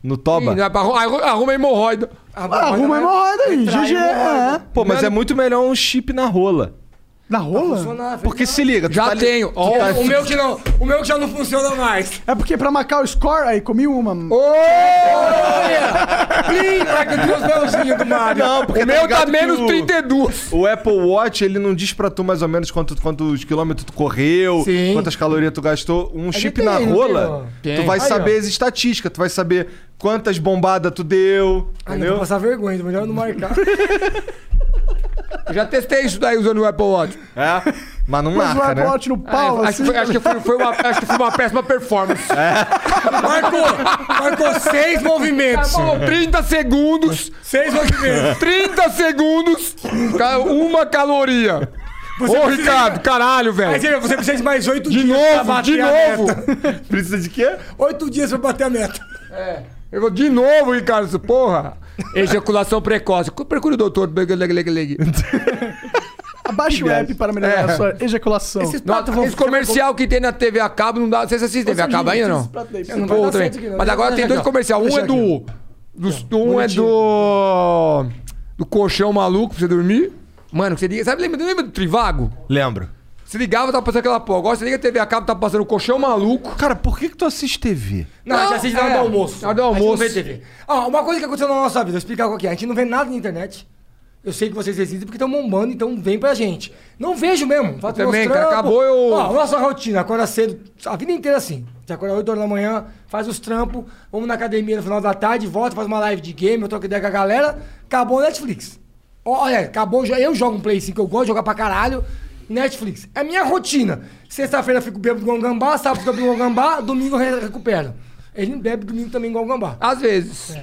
S3: No toba.
S5: Ih, é arru- arru- Arruma hemorroida.
S2: Ah, Arruma a
S6: é
S2: hemorroida aí.
S6: Vai
S2: GG.
S6: entrar
S2: é.
S3: Pô, mas é muito melhor um chip na rola.
S2: Na rola?
S6: Funciona-
S3: Porque se liga, tu
S5: Já
S3: tá li-
S5: tenho.
S3: tu
S5: Ó,
S3: tá-
S6: O meu que não, o meu que já não funciona mais.
S2: É porque pra marcar o score, aí comi uma.
S6: Plim, pega duas mãozinhas do Mario.
S3: Não, porque
S5: O meu tá
S3: ligado que
S5: menos
S3: o-
S5: 32.
S3: O Apple Watch, ele não diz pra tu mais ou menos quanto, quantos quilômetros tu correu,
S6: Sim.
S3: quantas calorias tu gastou. Um chip
S6: tem,
S3: na
S6: não
S3: rola,
S5: tem, ó.
S3: tu vai
S6: Tem. Aí,
S3: saber
S6: ó.
S3: as estatísticas, tu vai saber quantas bombadas tu deu,
S6: Ah, não, vou
S3: entendeu?
S6: passar vergonha, melhor eu não marcar.
S5: Eu já testei isso daí usando o Apple Watch.
S3: É, mas não
S2: Mas o
S3: marca, né?
S2: iPod
S6: Ah,
S2: no pau,
S5: É, acho,
S2: assim.
S5: que foi, acho que foi- foi uma, acho que foi uma péssima performance.
S6: Marcou, marcou seis
S5: Cara,
S3: Tá
S6: movimentos.
S5: falou 30 segundos,
S6: Seis movimentos.
S5: 30 segundos, ca- uma caloria.
S6: Você
S5: Ô,
S6: precisa-
S5: Ricardo, caralho,
S6: Aí
S5: velho.
S6: você, você precisa de mais oito
S5: De
S6: dias pra
S5: novo,
S6: bater
S5: de
S6: tá a meta.
S5: novo.
S3: Precisa de quê?
S6: Oito dias pra bater a meta.
S5: Eu vou, de novo, Ricardo, isso, porra. Ejaculação precoce. Co- Procure o doutor. leg, leg, leg, leg.
S2: Abaixa o app para melhorar a sua ejaculação.
S6: Esses
S5: Nossa,
S6: pratos vão
S5: esse comercial que tem na TV a cabo, não dá. Vocês assistem TV a cabo ainda ou
S2: esses
S5: não?
S2: pratos daí,
S5: Eu não
S6: vai
S5: vou
S6: dar
S5: também.
S6: certo aqui, não.
S5: Mas
S6: Deixa-
S5: agora tem
S6: deixa
S5: dois
S6: aqui, ó.
S5: comercial. Um
S6: Deixa
S5: é do. dos- Um é do. Do colchão maluco pra você dormir. Mano, que você liga. Sabe, lembra, lembra do Trivago?
S3: Lembro.
S5: Se ligava, tava passando aquela porra. Agora você liga a TV a cabo, tá passando o colchão maluco.
S3: Cara, por que que tu assiste TV?
S6: Não, a gente assiste na hora
S5: é,
S6: do almoço.
S5: na hora do
S6: A gente não
S5: almoço.
S6: vê TV. Ó, uma coisa que aconteceu na nossa vida, vou explicar qual que é. A gente não vê nada na internet. Eu sei que vocês existem porque estão bombando, então vem pra gente. Não vejo mesmo. Fato
S5: Eu também, cara, acabou eu-
S6: Ó, nossa rotina, acorda cedo, a vida inteira assim. Você acorda 8 horas da manhã, faz os trampos, vamos na academia no final da tarde, volta, faz uma live de game, eu troco ideia com a galera, acabou o Netflix. Olha, acabou, já- eu jogo um Play 5, eu gosto de jogar pra caralho. Netflix. É minha rotina. Sexta-feira eu fico bêbado igual um gambá, sábado eu fico bêbado igual um gambá, domingo eu re- recupero. Ele bebe domingo também igual um gambá.
S5: Às vezes.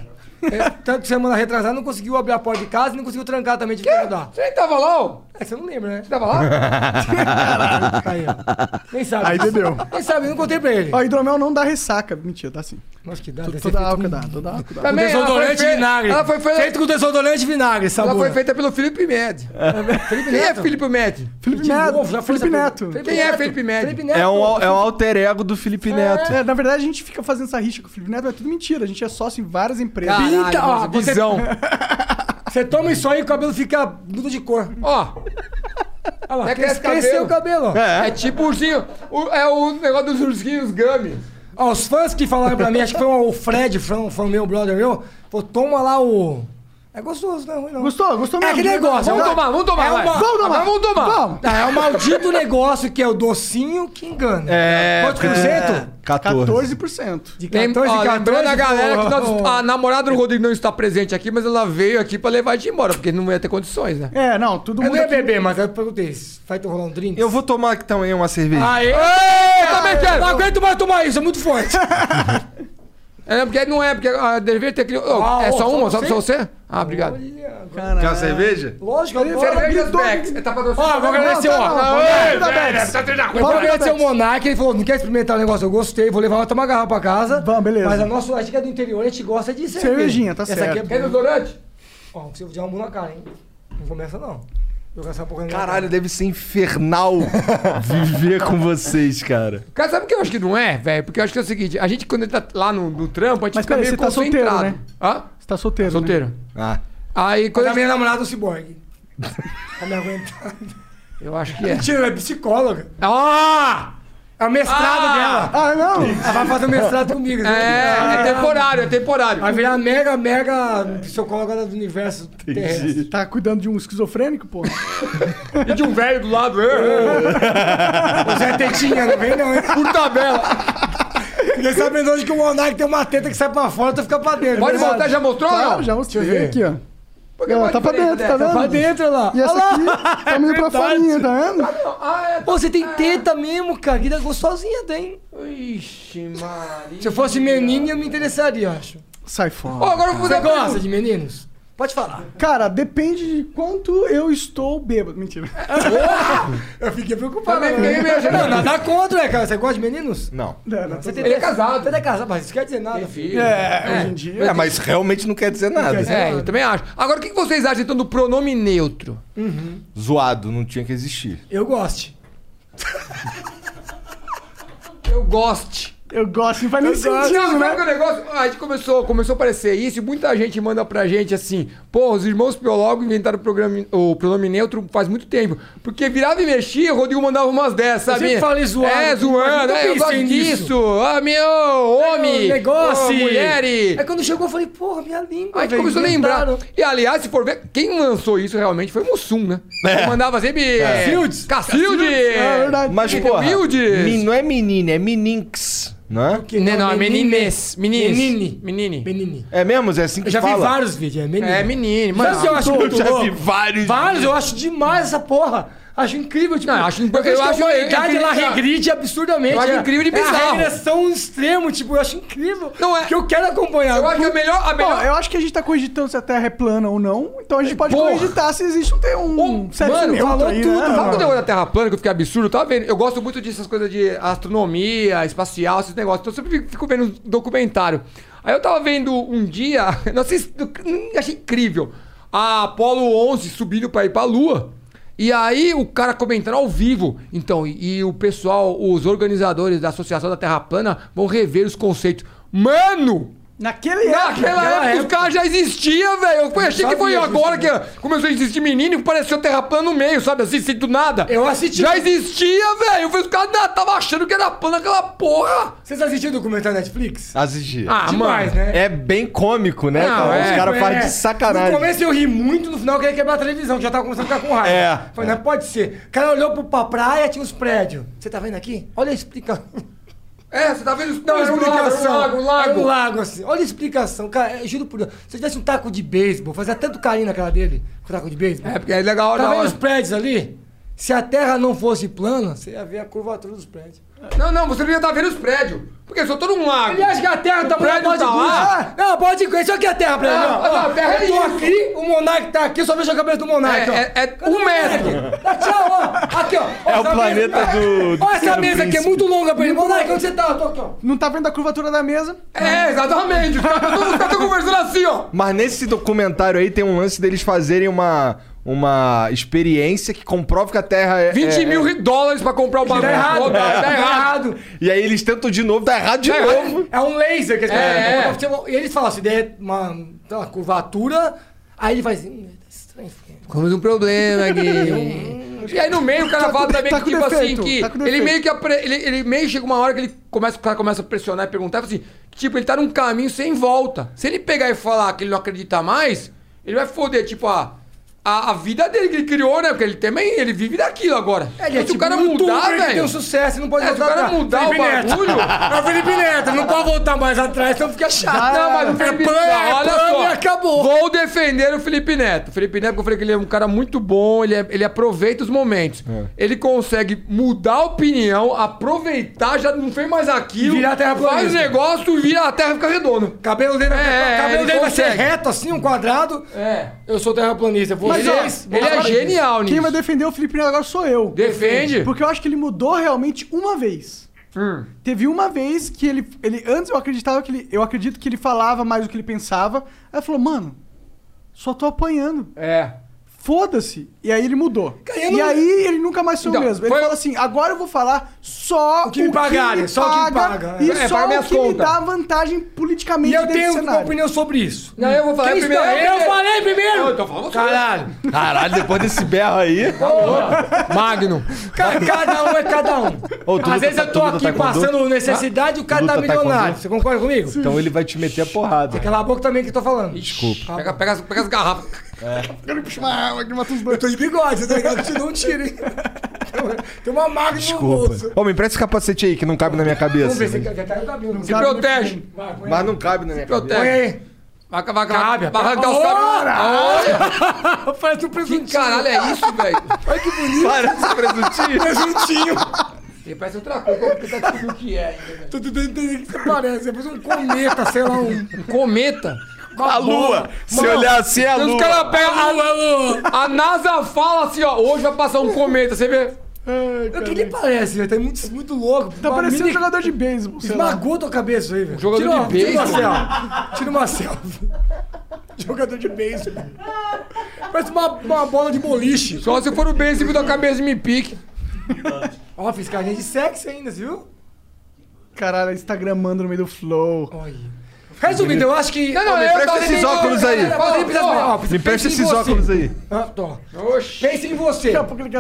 S6: É, tanto semana retrasada, não conseguiu abrir a porta de casa e não conseguiu trancar também de ajudar.
S5: Você nem tava lá? ô?
S6: É, você não lembra, né? Você
S5: tava lá?
S6: Caralho, tá aí, ó. Nem sabe.
S2: Aí bebeu.
S6: Nem sabe, eu não contei pra ele.
S2: Ó, hidromel não dá ressaca. Mentira, dá sim.
S6: Acho que dá.
S2: Toda,
S6: deve
S2: toda
S6: ser feito
S2: álcool
S6: com-
S2: dá, toda álcool dá.
S5: Também, ela foi
S6: desodorante e
S5: feita-
S6: vinagre.
S5: ela foi feita-
S6: Feito com desodorante e vinagre, sabor.
S5: Ela foi feita pelo Felipe Med.
S6: Felipe
S5: Quem é
S6: Neto.
S5: Felipe Med?
S2: Felipe
S6: De
S2: Neto.
S6: novo, já foi
S2: Felipe
S6: essa
S2: Neto.
S6: pergunta.
S5: Quem é Felipe Med?
S6: Felipe Neto.
S3: É um, al- é um alter ego do Felipe Neto.
S2: É, na verdade, a gente fica fazendo essa rixa com o Felipe Neto, é tudo mentira. A gente é sócio em várias empresas.
S5: Caralho,
S6: Pinta, ó,
S5: nossa, visão.
S6: Você toma isso aí e o cabelo fica muda de cor.
S5: Ó,
S6: Olha lá,
S5: Até cresce
S6: cresceu o cabelo. ó.
S5: é, tipo ursinho. o- é o negócio dos ursinhos Gummy.
S6: Ó, os fãs que falaram pra mim, acho que foi o Fred, fã, fã meu, brother meu, falou, toma lá o... É gostoso, não é ruim não.
S2: Gostou? Gostou
S6: É
S2: mesmo?
S6: que negócio.
S5: Vamos
S6: vai.
S5: tomar, vamos tomar,
S6: É
S5: vai.
S6: uma-
S2: Vamos tomar.
S5: Agora vamos tomar.
S2: Vamos.
S6: Ah, é o maldito negócio que é o docinho que engana.
S3: É,
S6: Quantos por cento?
S3: 14.
S2: 14%.
S6: De
S5: Lem
S6: 14
S5: ó,
S6: 14,
S5: lembrando a galera que nós-
S6: pô.
S5: a namorada do Rodrigo não está presente aqui, mas ela veio aqui pra levar a gente embora, porque não ia ter condições, né?
S2: É, não, todo
S6: Eu
S2: mundo.
S6: não ia
S2: aqui-
S6: beber, mas eu perguntei, vai rolar um drink?
S3: Eu vou tomar aqui também uma cerveja.
S6: Aê!
S5: Ei, também quero.
S6: Não aguento mais tomar isso, é muito forte.
S5: É porque não é, porque ah, deveria ter criado. Ô,
S6: Ah,
S5: é
S6: ô,
S5: só
S6: só
S5: uma, só
S6: você?
S5: pra você? Ah, obrigado.
S3: Quer uma cerveja?
S6: Lógico, eu
S5: Cervejas Beck, é, tá patrocinado.
S6: Ó, vou agradecer,
S2: Não,
S6: ó.
S2: tá não,
S6: Não,
S2: vou
S6: ei,
S2: agradecer da Bex.
S5: Tá
S6: Eu vou agradecer o Monark, ele falou, não quer experimentar o negócio, eu gostei, vou levar uma tomar garrafa pra casa.
S2: Vamos, beleza.
S6: Mas a nossa, a gente que é do interior, a gente gosta de cerveja.
S2: Cervejinha, tá
S6: Essa
S2: certo.
S6: aqui
S5: Quer
S6: é...
S5: desodorante?
S6: Ó, você vou dar uma mão um na cara, hein. Não começa, não. Jogar essa porra na minha
S3: Caralho, deve ser infernal viver com vocês, cara.
S5: Cara, sabe o que eu acho que não é, velho? Porque eu acho que é o seguinte, a gente quando tá lá no, no trampo, a gente
S2: Mas
S5: fica
S2: peraí,
S5: meio
S2: você tá solteiro,
S5: concentrado.
S2: né?
S5: Hã?
S2: Você tá solteiro.
S5: Solteiro.
S3: Ah.
S5: Aí quando
S6: Mas a
S5: a gente-
S6: minha namorada é um ciborgue. Tá me aguentando.
S5: Eu acho que é.
S6: Mentira, ela é psicóloga.
S5: Ah!
S6: É o mestrado
S5: Ah!
S6: dela.
S2: Né? Ah, não!
S6: Ela vai fazer o mestrado comigo. né?
S5: É, é temporário, é temporário.
S6: Vai virar mega, mega psicóloga do universo terrestre.
S2: Tá cuidando de um esquizofrênico, pô?
S5: E de um velho do lado. é, é,
S6: Você é tetinha, não vem não, hein?
S5: Por tabela.
S6: Fiquei sabendo hoje que o Monark tem uma teta que sai pra fora, outra fica pra dentro. né?
S5: Pode
S6: Verdade.
S5: voltar, já mostrou? ou
S2: Claro,
S5: não?
S2: já mostrei aqui, ó.
S5: Porque
S2: Ó,
S5: pode
S2: tá pra
S5: diferente,
S2: dentro, tá
S5: né?
S2: vendo?
S5: Tá
S6: Pra dentro, olha lá.
S2: E essa aqui tá meio pra farinha, tá vendo?
S5: Ah, é.
S6: Pô, você tem teta mesmo, cara. Que gostosinha tem.
S5: Ixi, Maria.
S6: Se eu fosse menino, eu me interessaria, eu acho.
S2: Sai
S5: Ó,
S2: fora.
S5: agora eu vou fazer
S6: Você
S5: uma pergunta.
S6: gosta de meninos? Pode falar.
S2: Cara, depende de quanto eu estou bêbado. Mentira.
S6: Eu fiquei preocupado.
S5: Também
S6: né?
S5: fiquei meio achando-
S6: Não, nada contra, cara. Você gosta de meninos?
S3: Não.
S2: Não, não.
S6: Você
S5: Ele é casado.
S6: Você é casado, mas isso quer dizer nada.
S5: Filho.
S2: É, hoje em dia.
S3: É, mas realmente não quer dizer nada.
S5: É, eu também acho. Agora, o que que vocês acham então do pronome neutro?
S3: Zoado, não tinha que existir.
S6: Eu gosto.
S5: Eu goste.
S2: Eu gosto, não faz nem
S5: Não,
S6: é?
S2: sentido,
S5: sabe que
S2: né?
S5: é o negócio? Ah, A gente começou, começou a aparecer isso e muita gente manda pra gente assim: pô, os irmãos biólogos inventaram o, programa, o pronome neutro faz muito tempo. Porque virava e mexia, o Rodrigo mandava umas dessas,
S6: Eu
S5: sabe?
S6: sempre falo em zoar,
S5: É,
S6: mas
S5: zoando,
S6: nunca
S5: é, eu gosto
S6: pensei nisso.
S5: disso. Ah, meu, homem,
S6: Meu negócio.
S5: ô, mulher. e-
S6: Aí quando chegou, eu falei, porra, minha língua.
S5: Aí a gente
S6: velho,
S5: começou a lembrar.
S6: inventaram.
S5: E aliás, se for ver, quem lançou isso realmente foi o Mussum, né? Ele mandava sempre. é, Cacildes! Cacilde!
S2: É verdade.
S3: Mas,
S5: Que
S3: porra,
S5: humildes.
S3: men- não é menino, é meninx, não é?
S6: Que
S5: Não, não, é meninês. Menines.
S6: Menine.
S5: Menine.
S6: Menine.
S3: É mesmo? É assim que
S6: Eu já
S3: fala?
S6: vi vários vídeos, é menino.
S5: É, menine. Mano,
S6: Sabe o que eu acho
S3: Eu
S6: muito
S3: já
S6: louco?
S3: vi vários.
S6: Vários, eu acho demais essa porra. Acho incrível, tipo,
S5: Não, eu acho-
S6: vejo
S5: eu
S6: que
S5: acho-
S6: a humanidade,
S5: eu- eu-
S6: ela regride absurdamente.
S5: Eu acho
S6: é-
S5: incrível e
S6: é
S5: bizarro.
S6: a regressão extremo, tipo, eu acho incrível.
S5: Não, é-
S6: Que eu quero acompanhar.
S5: Eu acho que é a melhor. A
S2: Bom,
S5: melhor...
S2: eu acho que a gente tá cogitando se a Terra é plana ou não, então a gente pode
S5: Porra.
S2: cogitar se existe um, um, um sexo
S5: mano,
S2: neutro
S5: falou
S2: aí,
S5: tudo. é
S2: né,
S5: Sabe
S2: mano?
S5: quando eu olho a Terra plana, que eu fiquei absurdo? Eu tava vendo. Eu gosto muito dessas coisas de astronomia, espacial, esses negócios. Então eu sempre fico- fico vendo uns documentário. Aí eu tava vendo um dia. Nossa, isso- hum, achei incrível. A Apollo 11 subindo pra ir pra Lua. E aí o cara comentando ao vivo. Então, e, e o pessoal, os organizadores da Associação da Terra Plana vão rever os conceitos. Mano!
S2: Naquele
S5: Naquela É, época, os caras já existiam, velho. Eu achei que foi
S6: sabia
S5: agora que começou a existir menino que pareceu terraplano no meio, sabe? Assim, sem do nada.
S6: Eu assisti.
S5: Já existia, velho. Eu falei, os caras não, tava achando que era plano aquela porra.
S6: Vocês assistiram o documentário Netflix?
S3: Assistir.
S5: Ah,
S6: Demais,
S5: mano.
S6: né?
S3: É bem cômico, né,
S5: Não,
S3: cara?
S5: é,
S3: Os caras fazem de sacanagem.
S6: No começo eu ri muito, no final eu queria quebrar a televisão, que já tava começando a ficar com raiva.
S3: É.
S6: Falei, não pode ser. O cara olhou pro, pra praia, tinha uns prédios. Você tá vendo aqui? Olha a explicação.
S5: É, você tá vendo isso?
S6: Não, a explicação.
S5: Lago, lago,
S6: Era
S5: lago.
S6: um lago, assim. Olha a explicação. Cara, eu juro por Deus. Se eu tivesse um taco de beisebol, fazia tanto carinho na cara dele com o taco de beisebol.
S5: É, porque é legal,
S6: Tá
S5: da
S6: vendo
S5: hora.
S6: os prédios ali? Se a terra não fosse plana, você ia ver a curvatura dos prédios.
S5: Não, não, você não ia estar vendo os prédios. Porque se eu tô num lago.
S6: Ele acha que a terra tá
S5: prédio
S6: pode
S5: tá lá?
S6: Ah, Não, pode ir. Isso aqui é a terra, pra ele.
S5: Ah,
S6: ó.
S5: ah, a terra é
S6: eu tô
S5: isso.
S6: aqui, o Monark tá aqui, eu só vejo a cabeça do Monark,
S5: É,
S6: ó.
S5: é- é
S6: Cadê
S5: um
S6: o
S5: metro.
S6: Monark? Tá, tchau, ó. Aqui, ó.
S3: É
S6: Ó,
S3: o
S6: essa
S3: planeta
S6: mesa-
S3: do- do
S6: Ó, essa
S3: Pequeno
S6: mesa aqui é
S3: Príncipe.
S6: muito longa pra ele. Monark, onde você tá? Eu tô aqui, ó.
S2: Não tá vendo a curvatura da mesa?
S6: Ah.
S5: É, exatamente. Os caras os caras tão conversando assim, ó.
S3: Mas nesse documentário aí tem um lance deles fazerem uma, uma experiência que comprova que a Terra é.
S5: 20
S3: é-
S5: mil dólares pra comprar o bagulho.
S6: Tá errado,
S5: Pô, tá, tá
S6: tá
S5: errado.
S6: errado.
S3: E aí eles tentam de novo, tá errado de
S5: Tá
S3: novo.
S5: errado.
S6: É um laser que eles
S5: É, é.
S6: Tipo, E eles falam assim, daí é uma, tá uma curvatura, aí ele faz assim, "Hum, tá estranho isso aqui."
S5: Temos um problema aqui. E aí no meio o cara
S2: Tá com
S5: fala
S2: de-
S5: também
S2: tá
S5: que,
S2: com
S5: tipo
S2: defeito,
S5: assim, que
S2: tá com
S5: ele
S2: defeito.
S5: meio que apre- ele, ele meio que chega uma hora que ele começa, o cara começa a pressionar e perguntar, fala assim, que, tipo, ele tá num caminho sem volta. Se ele pegar e falar que ele não acredita mais, ele vai foder, tipo, a, a, a vida dele que ele criou, né? Porque ele também, ele vive daquilo agora.
S2: É,
S6: Ele
S5: Mas se É,
S2: tipo
S5: o cara
S6: youtuber
S5: mudar,
S6: que tem um
S5: velho...
S6: sucesso, e não pode
S5: É, se o
S6: voltar
S5: cara
S6: atrás.
S5: mudar o
S6: Felipe Neto.
S5: bagulho-
S6: É o Felipe Neto, não pode voltar mais atrás, então fica chato.
S5: Não, mas o Felipe
S6: é pan, é
S5: olha
S6: pan
S5: só.
S6: e acabou.
S5: Vou defender o Felipe Neto. O Felipe Neto, porque eu falei que ele é um cara muito bom, ele, é- ele aproveita os momentos. Ele consegue mudar a opinião, aproveitar, já não fez mais aquilo.
S6: Virar terraplanista.
S5: Faz o negócio, vira a terra e fica redondo.
S6: Cabelo dele, vai-
S5: É,
S6: cabelo
S5: ele
S6: dele vai ser
S5: consegue.
S6: reto assim, um quadrado.
S5: É.
S6: Eu sou terraplanista.
S5: Mas ele,
S6: Vocês,
S5: é- ele é
S6: Bolsonaro-
S5: genial nisso.
S2: Quem vai defender o Felipe Neto agora sou eu.
S5: Defende.
S2: Porque eu acho que ele mudou realmente uma vez.
S5: Hum.
S2: Teve uma vez que ele, ele. Antes eu acreditava que ele. Eu acredito que ele falava mais do que ele pensava. Aí falou, mano, só tô apanhando.
S5: É.
S2: Foda-se. E aí ele mudou.
S6: Cara,
S2: e
S6: eu não-
S2: aí ele nunca mais foi
S5: Então,
S2: o mesmo. Ele
S5: foi-
S2: fala assim: agora eu vou falar só o
S6: que me pagarem, só o que me paga,
S2: E
S5: é. É,
S2: só
S5: paga
S2: o
S5: minhas
S2: que me
S5: contas.
S2: dá vantagem
S6: E
S2: politicamente
S6: eu
S2: desse
S6: tenho uma
S2: cenário.
S6: opinião sobre isso.
S5: Não, eu vou falar
S6: Quem
S5: primeiro.
S6: está- Eu falei
S5: Eu
S6: primeiro!
S5: tô falando você.
S6: Caralho!
S3: Caralho, depois desse berro aí.
S5: Magno.
S6: Ca- Cada um é cada um.
S3: Ô, Duda,
S6: Às vezes
S3: tá-
S6: eu tô
S3: Duda
S6: aqui
S3: taekwondo?
S6: passando necessidade e o cara
S3: Duda
S6: tá milionário.
S3: taekwondo?
S6: Você concorda comigo?
S3: Então ele vai te meter a porrada.
S6: Cala a boca também que eu tô falando.
S3: Desculpa.
S5: Pega, pega as, pega as garrafas.
S6: Eu tô de bigode, tá ligado? Eu te dou um tiro, hein? Tem uma marca no
S3: Desculpa.
S6: bolso.
S3: Ô, me empresta esse capacete aí que não cabe na minha
S6: Vamos
S3: cabeça.
S6: ver se já caiu o cabelo. não
S5: Se
S6: cabe
S5: protege.
S6: muito. Vai, põe aí.
S3: Mas não cabe na minha cabeça.
S6: Põe
S5: Protege.
S6: aí.
S5: Vai, vai, vai,
S6: Cabe,
S5: vai arrancar os
S6: ora!
S5: cabelos. Olha,
S6: Parece um
S5: Que
S6: presuntinho.
S5: caralho é isso, velho?
S6: Olha que bonito.
S3: Parece presuntinho.
S6: Presuntinho.
S5: Ele parece outra coisa, como que tá descobrindo o que é ainda, velho?
S6: Tô tentando entender o que você parece. É parece um cometa, sei lá, um...
S5: Cometa.
S3: A lua. Se olhar assim é a
S5: Os
S3: lua.
S5: caras pegam a, a NASA fala assim, ó, hoje vai passar um cometa, você vê?
S6: O que ele parece, velho? Tá muito, muito louco.
S2: Tá
S6: Uma
S2: parecendo um
S6: mini-
S2: jogador de beisebol. sei lá.
S6: Esmagou tua cabeça aí, velho.
S5: Jogador
S6: Tira uma-
S5: de
S6: Tira uma selfie. Tira uma selfie. Jogador de beisebol. Parece uma, uma bola de boliche.
S5: Só se for o bem, se da cabeça e me pique.
S6: Ó, fiz carinha de sexo ainda, você viu?
S2: Caralho, Instagramando no meio do flow.
S6: Olha. Resumindo, eu acho que.
S5: não,
S3: me
S5: eu
S3: empresta
S5: tava
S3: esses
S5: tentando-
S3: óculos aí.
S5: Ó, ó,
S3: Me empresta
S5: pensa em
S3: esses
S5: você.
S3: óculos aí.
S6: Ah, tô.
S5: Oxi.
S6: Pensa em você.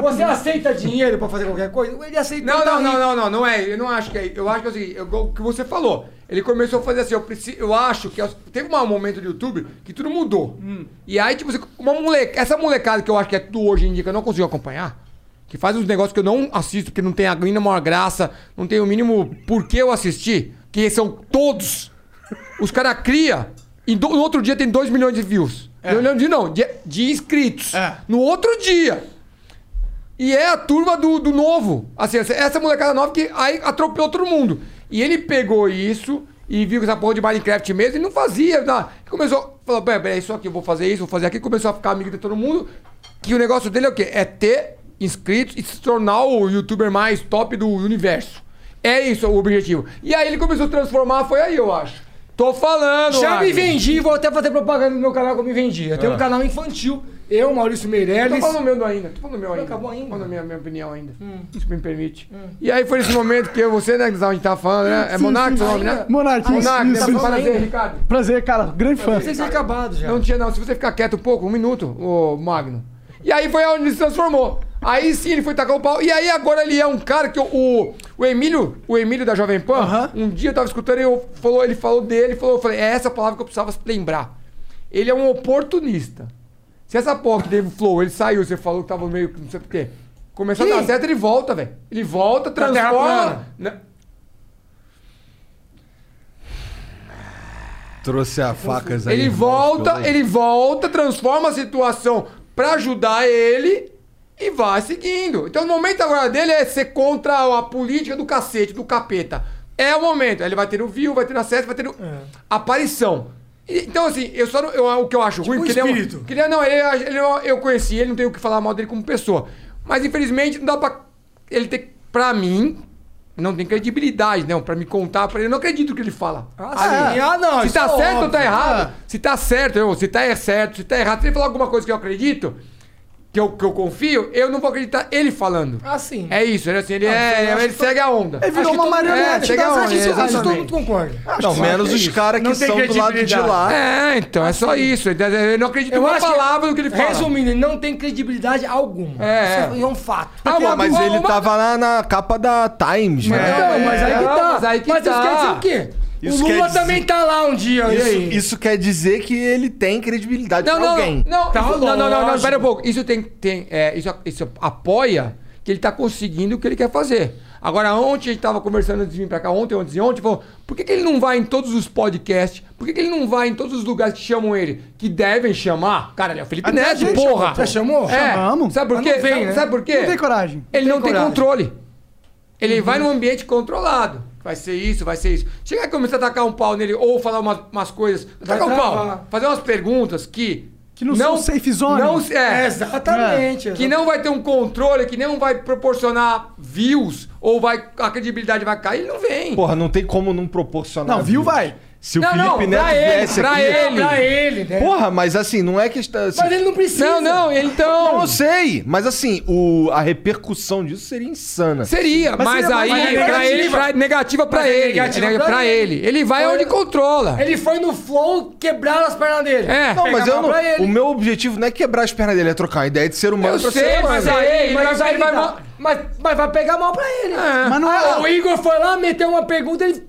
S6: Você aceita dinheiro pra fazer qualquer coisa? Ele aceita
S5: Não,
S6: tá
S5: não, não,
S6: rico.
S5: não, não, não é. Eu não acho que é. Eu acho que é o seguinte, eu- o que você falou. Ele começou a fazer assim, eu, preciso, eu acho que é o- teve uma- um momento do YouTube que tudo mudou. E aí, tipo, você- uma moleca, essa molecada que eu acho que é tu hoje em dia, que eu não consigo acompanhar, que faz uns negócios que eu não assisto, porque não tem a mínima graça, não tem o mínimo porquê eu assistir, que são todos. Os caras criam, e do- no outro dia tem 2 milhões de views. Não, não, de não, de, de inscritos. No outro dia. E é a turma do, do novo. Assim, essa- essa molecada nova que aí atropelou todo mundo. E ele pegou isso e viu que essa porra de Minecraft mesmo e não fazia. Não. Começou, falou, peraí, peraí, isso aqui, eu vou fazer isso, vou fazer aquilo. Começou a ficar amigo de todo mundo. Que o negócio dele é o quê? É ter inscritos e se tornar o youtuber mais top do universo. É isso o objetivo. E aí ele começou a transformar, foi aí, eu acho. Tô falando,
S6: Já me
S5: Agnes.
S6: vendi, vou até fazer propaganda no meu canal que eu me vendi. Eu tenho um canal infantil Eu, Maurício Meirelles.
S5: Tô falando meu ainda, tô falando meu ainda.
S6: acabou ainda?
S5: Tô falando minha, minha opinião ainda,
S2: Hum.
S5: se me permite. E aí foi nesse momento que eu- você, né, Guizão, a gente tava falando, né? É
S2: Sim,
S5: Monark
S2: sim,
S5: o nome,
S2: sim.
S5: né?
S2: Monark, isso,
S5: Monark,
S2: isso,
S5: né?
S2: isso.
S5: Prazer, Ricardo.
S2: Prazer, cara. Grande fã.
S6: Vocês tinham acabado já.
S5: Não tinha, não. Se você ficar quieto um pouco, um minuto, o Magno. E aí foi onde ele se transformou. Aí sim ele foi tacar o pau. E aí agora ele é um cara que o- o, o Emílio, o Emílio da Jovem Pan, um dia eu tava escutando e eu falou, ele falou dele, falou, eu falei, é essa palavra que eu precisava lembrar. Ele é um oportunista. Se essa porra que teve o flow, ele saiu, você falou que tava meio que não sei o quê. Começou a dar
S6: Quem?
S5: certo, ele volta, velho. Ele volta,
S6: Pra Tá terra
S5: transforma.
S6: plana.
S5: Né?
S3: Trouxe a facas aí.
S5: Ele
S3: irmão,
S5: volta,
S3: violento.
S5: ele volta, transforma a situação pra ajudar ele e vai seguindo. Então o momento agora dele é ser contra a política do cacete, do capeta. É o momento. Ele vai ter o view, vai ter acesso, vai ter o...
S6: É.
S5: aparição. E- Então, assim, eu só não- eu- o que eu acho ruim,
S6: um
S5: porque ele é um-
S6: espírito.
S5: que ele é- não, ele é- ele é um- eu conheci ele, não tenho o que falar mal dele como pessoa. Mas infelizmente não dá pra. Ele ter. Pra mim, não tem credibilidade, não. Pra me contar pra ele. Eu não acredito que ele fala.
S6: Ah, sim. Ah, não,
S5: Se
S6: isso
S5: tá
S6: é
S5: certo ou
S6: óbvio.
S5: tá errado?
S6: Ah.
S5: Se tá certo, eu, se tá certo, se tá errado, se ele falar alguma coisa que eu acredito, que eu, que eu confio, eu não vou acreditar ele falando.
S6: Ah, sim.
S5: É isso, ele é assim, ele, é-
S6: eu acho
S5: ele
S6: que to-
S5: segue a onda.
S2: Ele virou
S6: Acho que
S2: uma
S6: todo-
S2: marionete.
S5: é, chega
S2: das
S5: onde,
S2: artes
S6: Isso, isso
S2: sociais.
S6: todo mundo concorda.
S3: Não, menos os caras que
S6: Não tem
S3: são do lado de
S6: credibilidade.
S3: lá.
S5: É, então, é só isso. Ele- Eu não acredito em
S6: assim. Eu
S5: uma
S6: acho
S5: palavra do que ele fala.
S6: Resumindo, ele não tem credibilidade alguma.
S5: É.
S6: Isso é um fato.
S5: Ah,
S3: Pô, mas
S5: uma-
S3: ele
S5: uma-
S3: tava lá na capa da Times, né?
S6: Então, mas aí que
S5: não,
S6: tá.
S5: É, mas aí que
S6: isso
S5: tá.
S6: quer dizer o quê?
S3: Isso
S6: o
S3: quer
S6: Lula
S3: dizer-
S6: também tá lá um dia. e
S3: Isso,
S6: aí?
S3: isso quer dizer que ele tem credibilidade
S5: Não,
S3: pra
S5: não,
S3: alguém.
S5: não,
S6: Tá
S5: isso- não, não, não, não,
S6: lógico.
S5: pera um pouco. Isso tem, tem, é, isso, isso apoia que ele tá conseguindo o que ele quer fazer. Agora, ontem a gente tava conversando antes de vir pra cá, ontem, ontem, e ontem, falou, por que, que ele não vai em todos os podcasts? Por que, que ele não vai em todos os lugares que chamam ele? Que devem chamar? Cara, ele é o Felipe
S2: Até a
S5: Neto,
S2: gente
S5: porra!
S6: Você chamou?
S5: É,
S2: Chamamos.
S5: Sabe por
S6: Mas
S5: quê?
S6: não vem,
S5: sabe,
S6: né?
S5: sabe por quê?
S2: Não tem coragem.
S5: Ele não tem,
S6: coragem.
S5: controle. Ele vai num ambiente controlado. Vai ser isso, vai ser isso. Chegar e começar a tacar um pau nele ou falar umas, umas coisas. Tacar um pau.
S6: travar.
S5: Fazer umas perguntas que.
S2: Que não são safe zone.
S5: Não, é,
S6: É, exatamente.
S5: que não vai ter um controle, que não vai proporcionar views ou vai, a credibilidade vai cair, ele não vem.
S3: Porra, não tem como não proporcionar.
S2: Não, viu,
S3: views.
S2: vai.
S3: Se o
S5: Não,
S3: Felipe
S5: não,
S3: Neto
S5: pra ele,
S3: viesse
S5: pra
S3: aqui.
S5: ele.
S6: Pra ele, né?
S3: Porra, mas assim, não é que está. assim,
S6: Mas ele não precisa.
S5: Não, não, então.
S3: não sei, mas assim, o, a repercussão disso seria insana.
S5: Seria, mas,
S2: seria
S5: aí,
S6: mais
S5: pra
S6: negativa.
S5: ele, pra, negativa pra
S6: Mas é
S5: ele.
S6: negativa
S5: é neg-
S6: pra
S5: pra ele.
S6: ele.
S5: Ele vai
S6: Foi-
S5: onde controla.
S6: Ele foi no flow, quebraram as pernas dele.
S5: É.
S3: Não, mas
S6: Pega
S3: eu
S6: mal pra
S3: não,
S6: ele.
S3: o meu objetivo não é quebrar as pernas dele, é trocar a ideia de ser humano
S5: Eu
S3: pra
S5: sei,
S3: ser humano.
S5: mas aí- ele
S6: mas,
S5: vai-
S6: aí
S5: ele vai
S6: dá.
S5: mal-
S6: Mas- mas vai pegar mal pra ele. Ah,
S2: Mas não é.
S6: O Igor foi lá, meteu uma pergunta, ele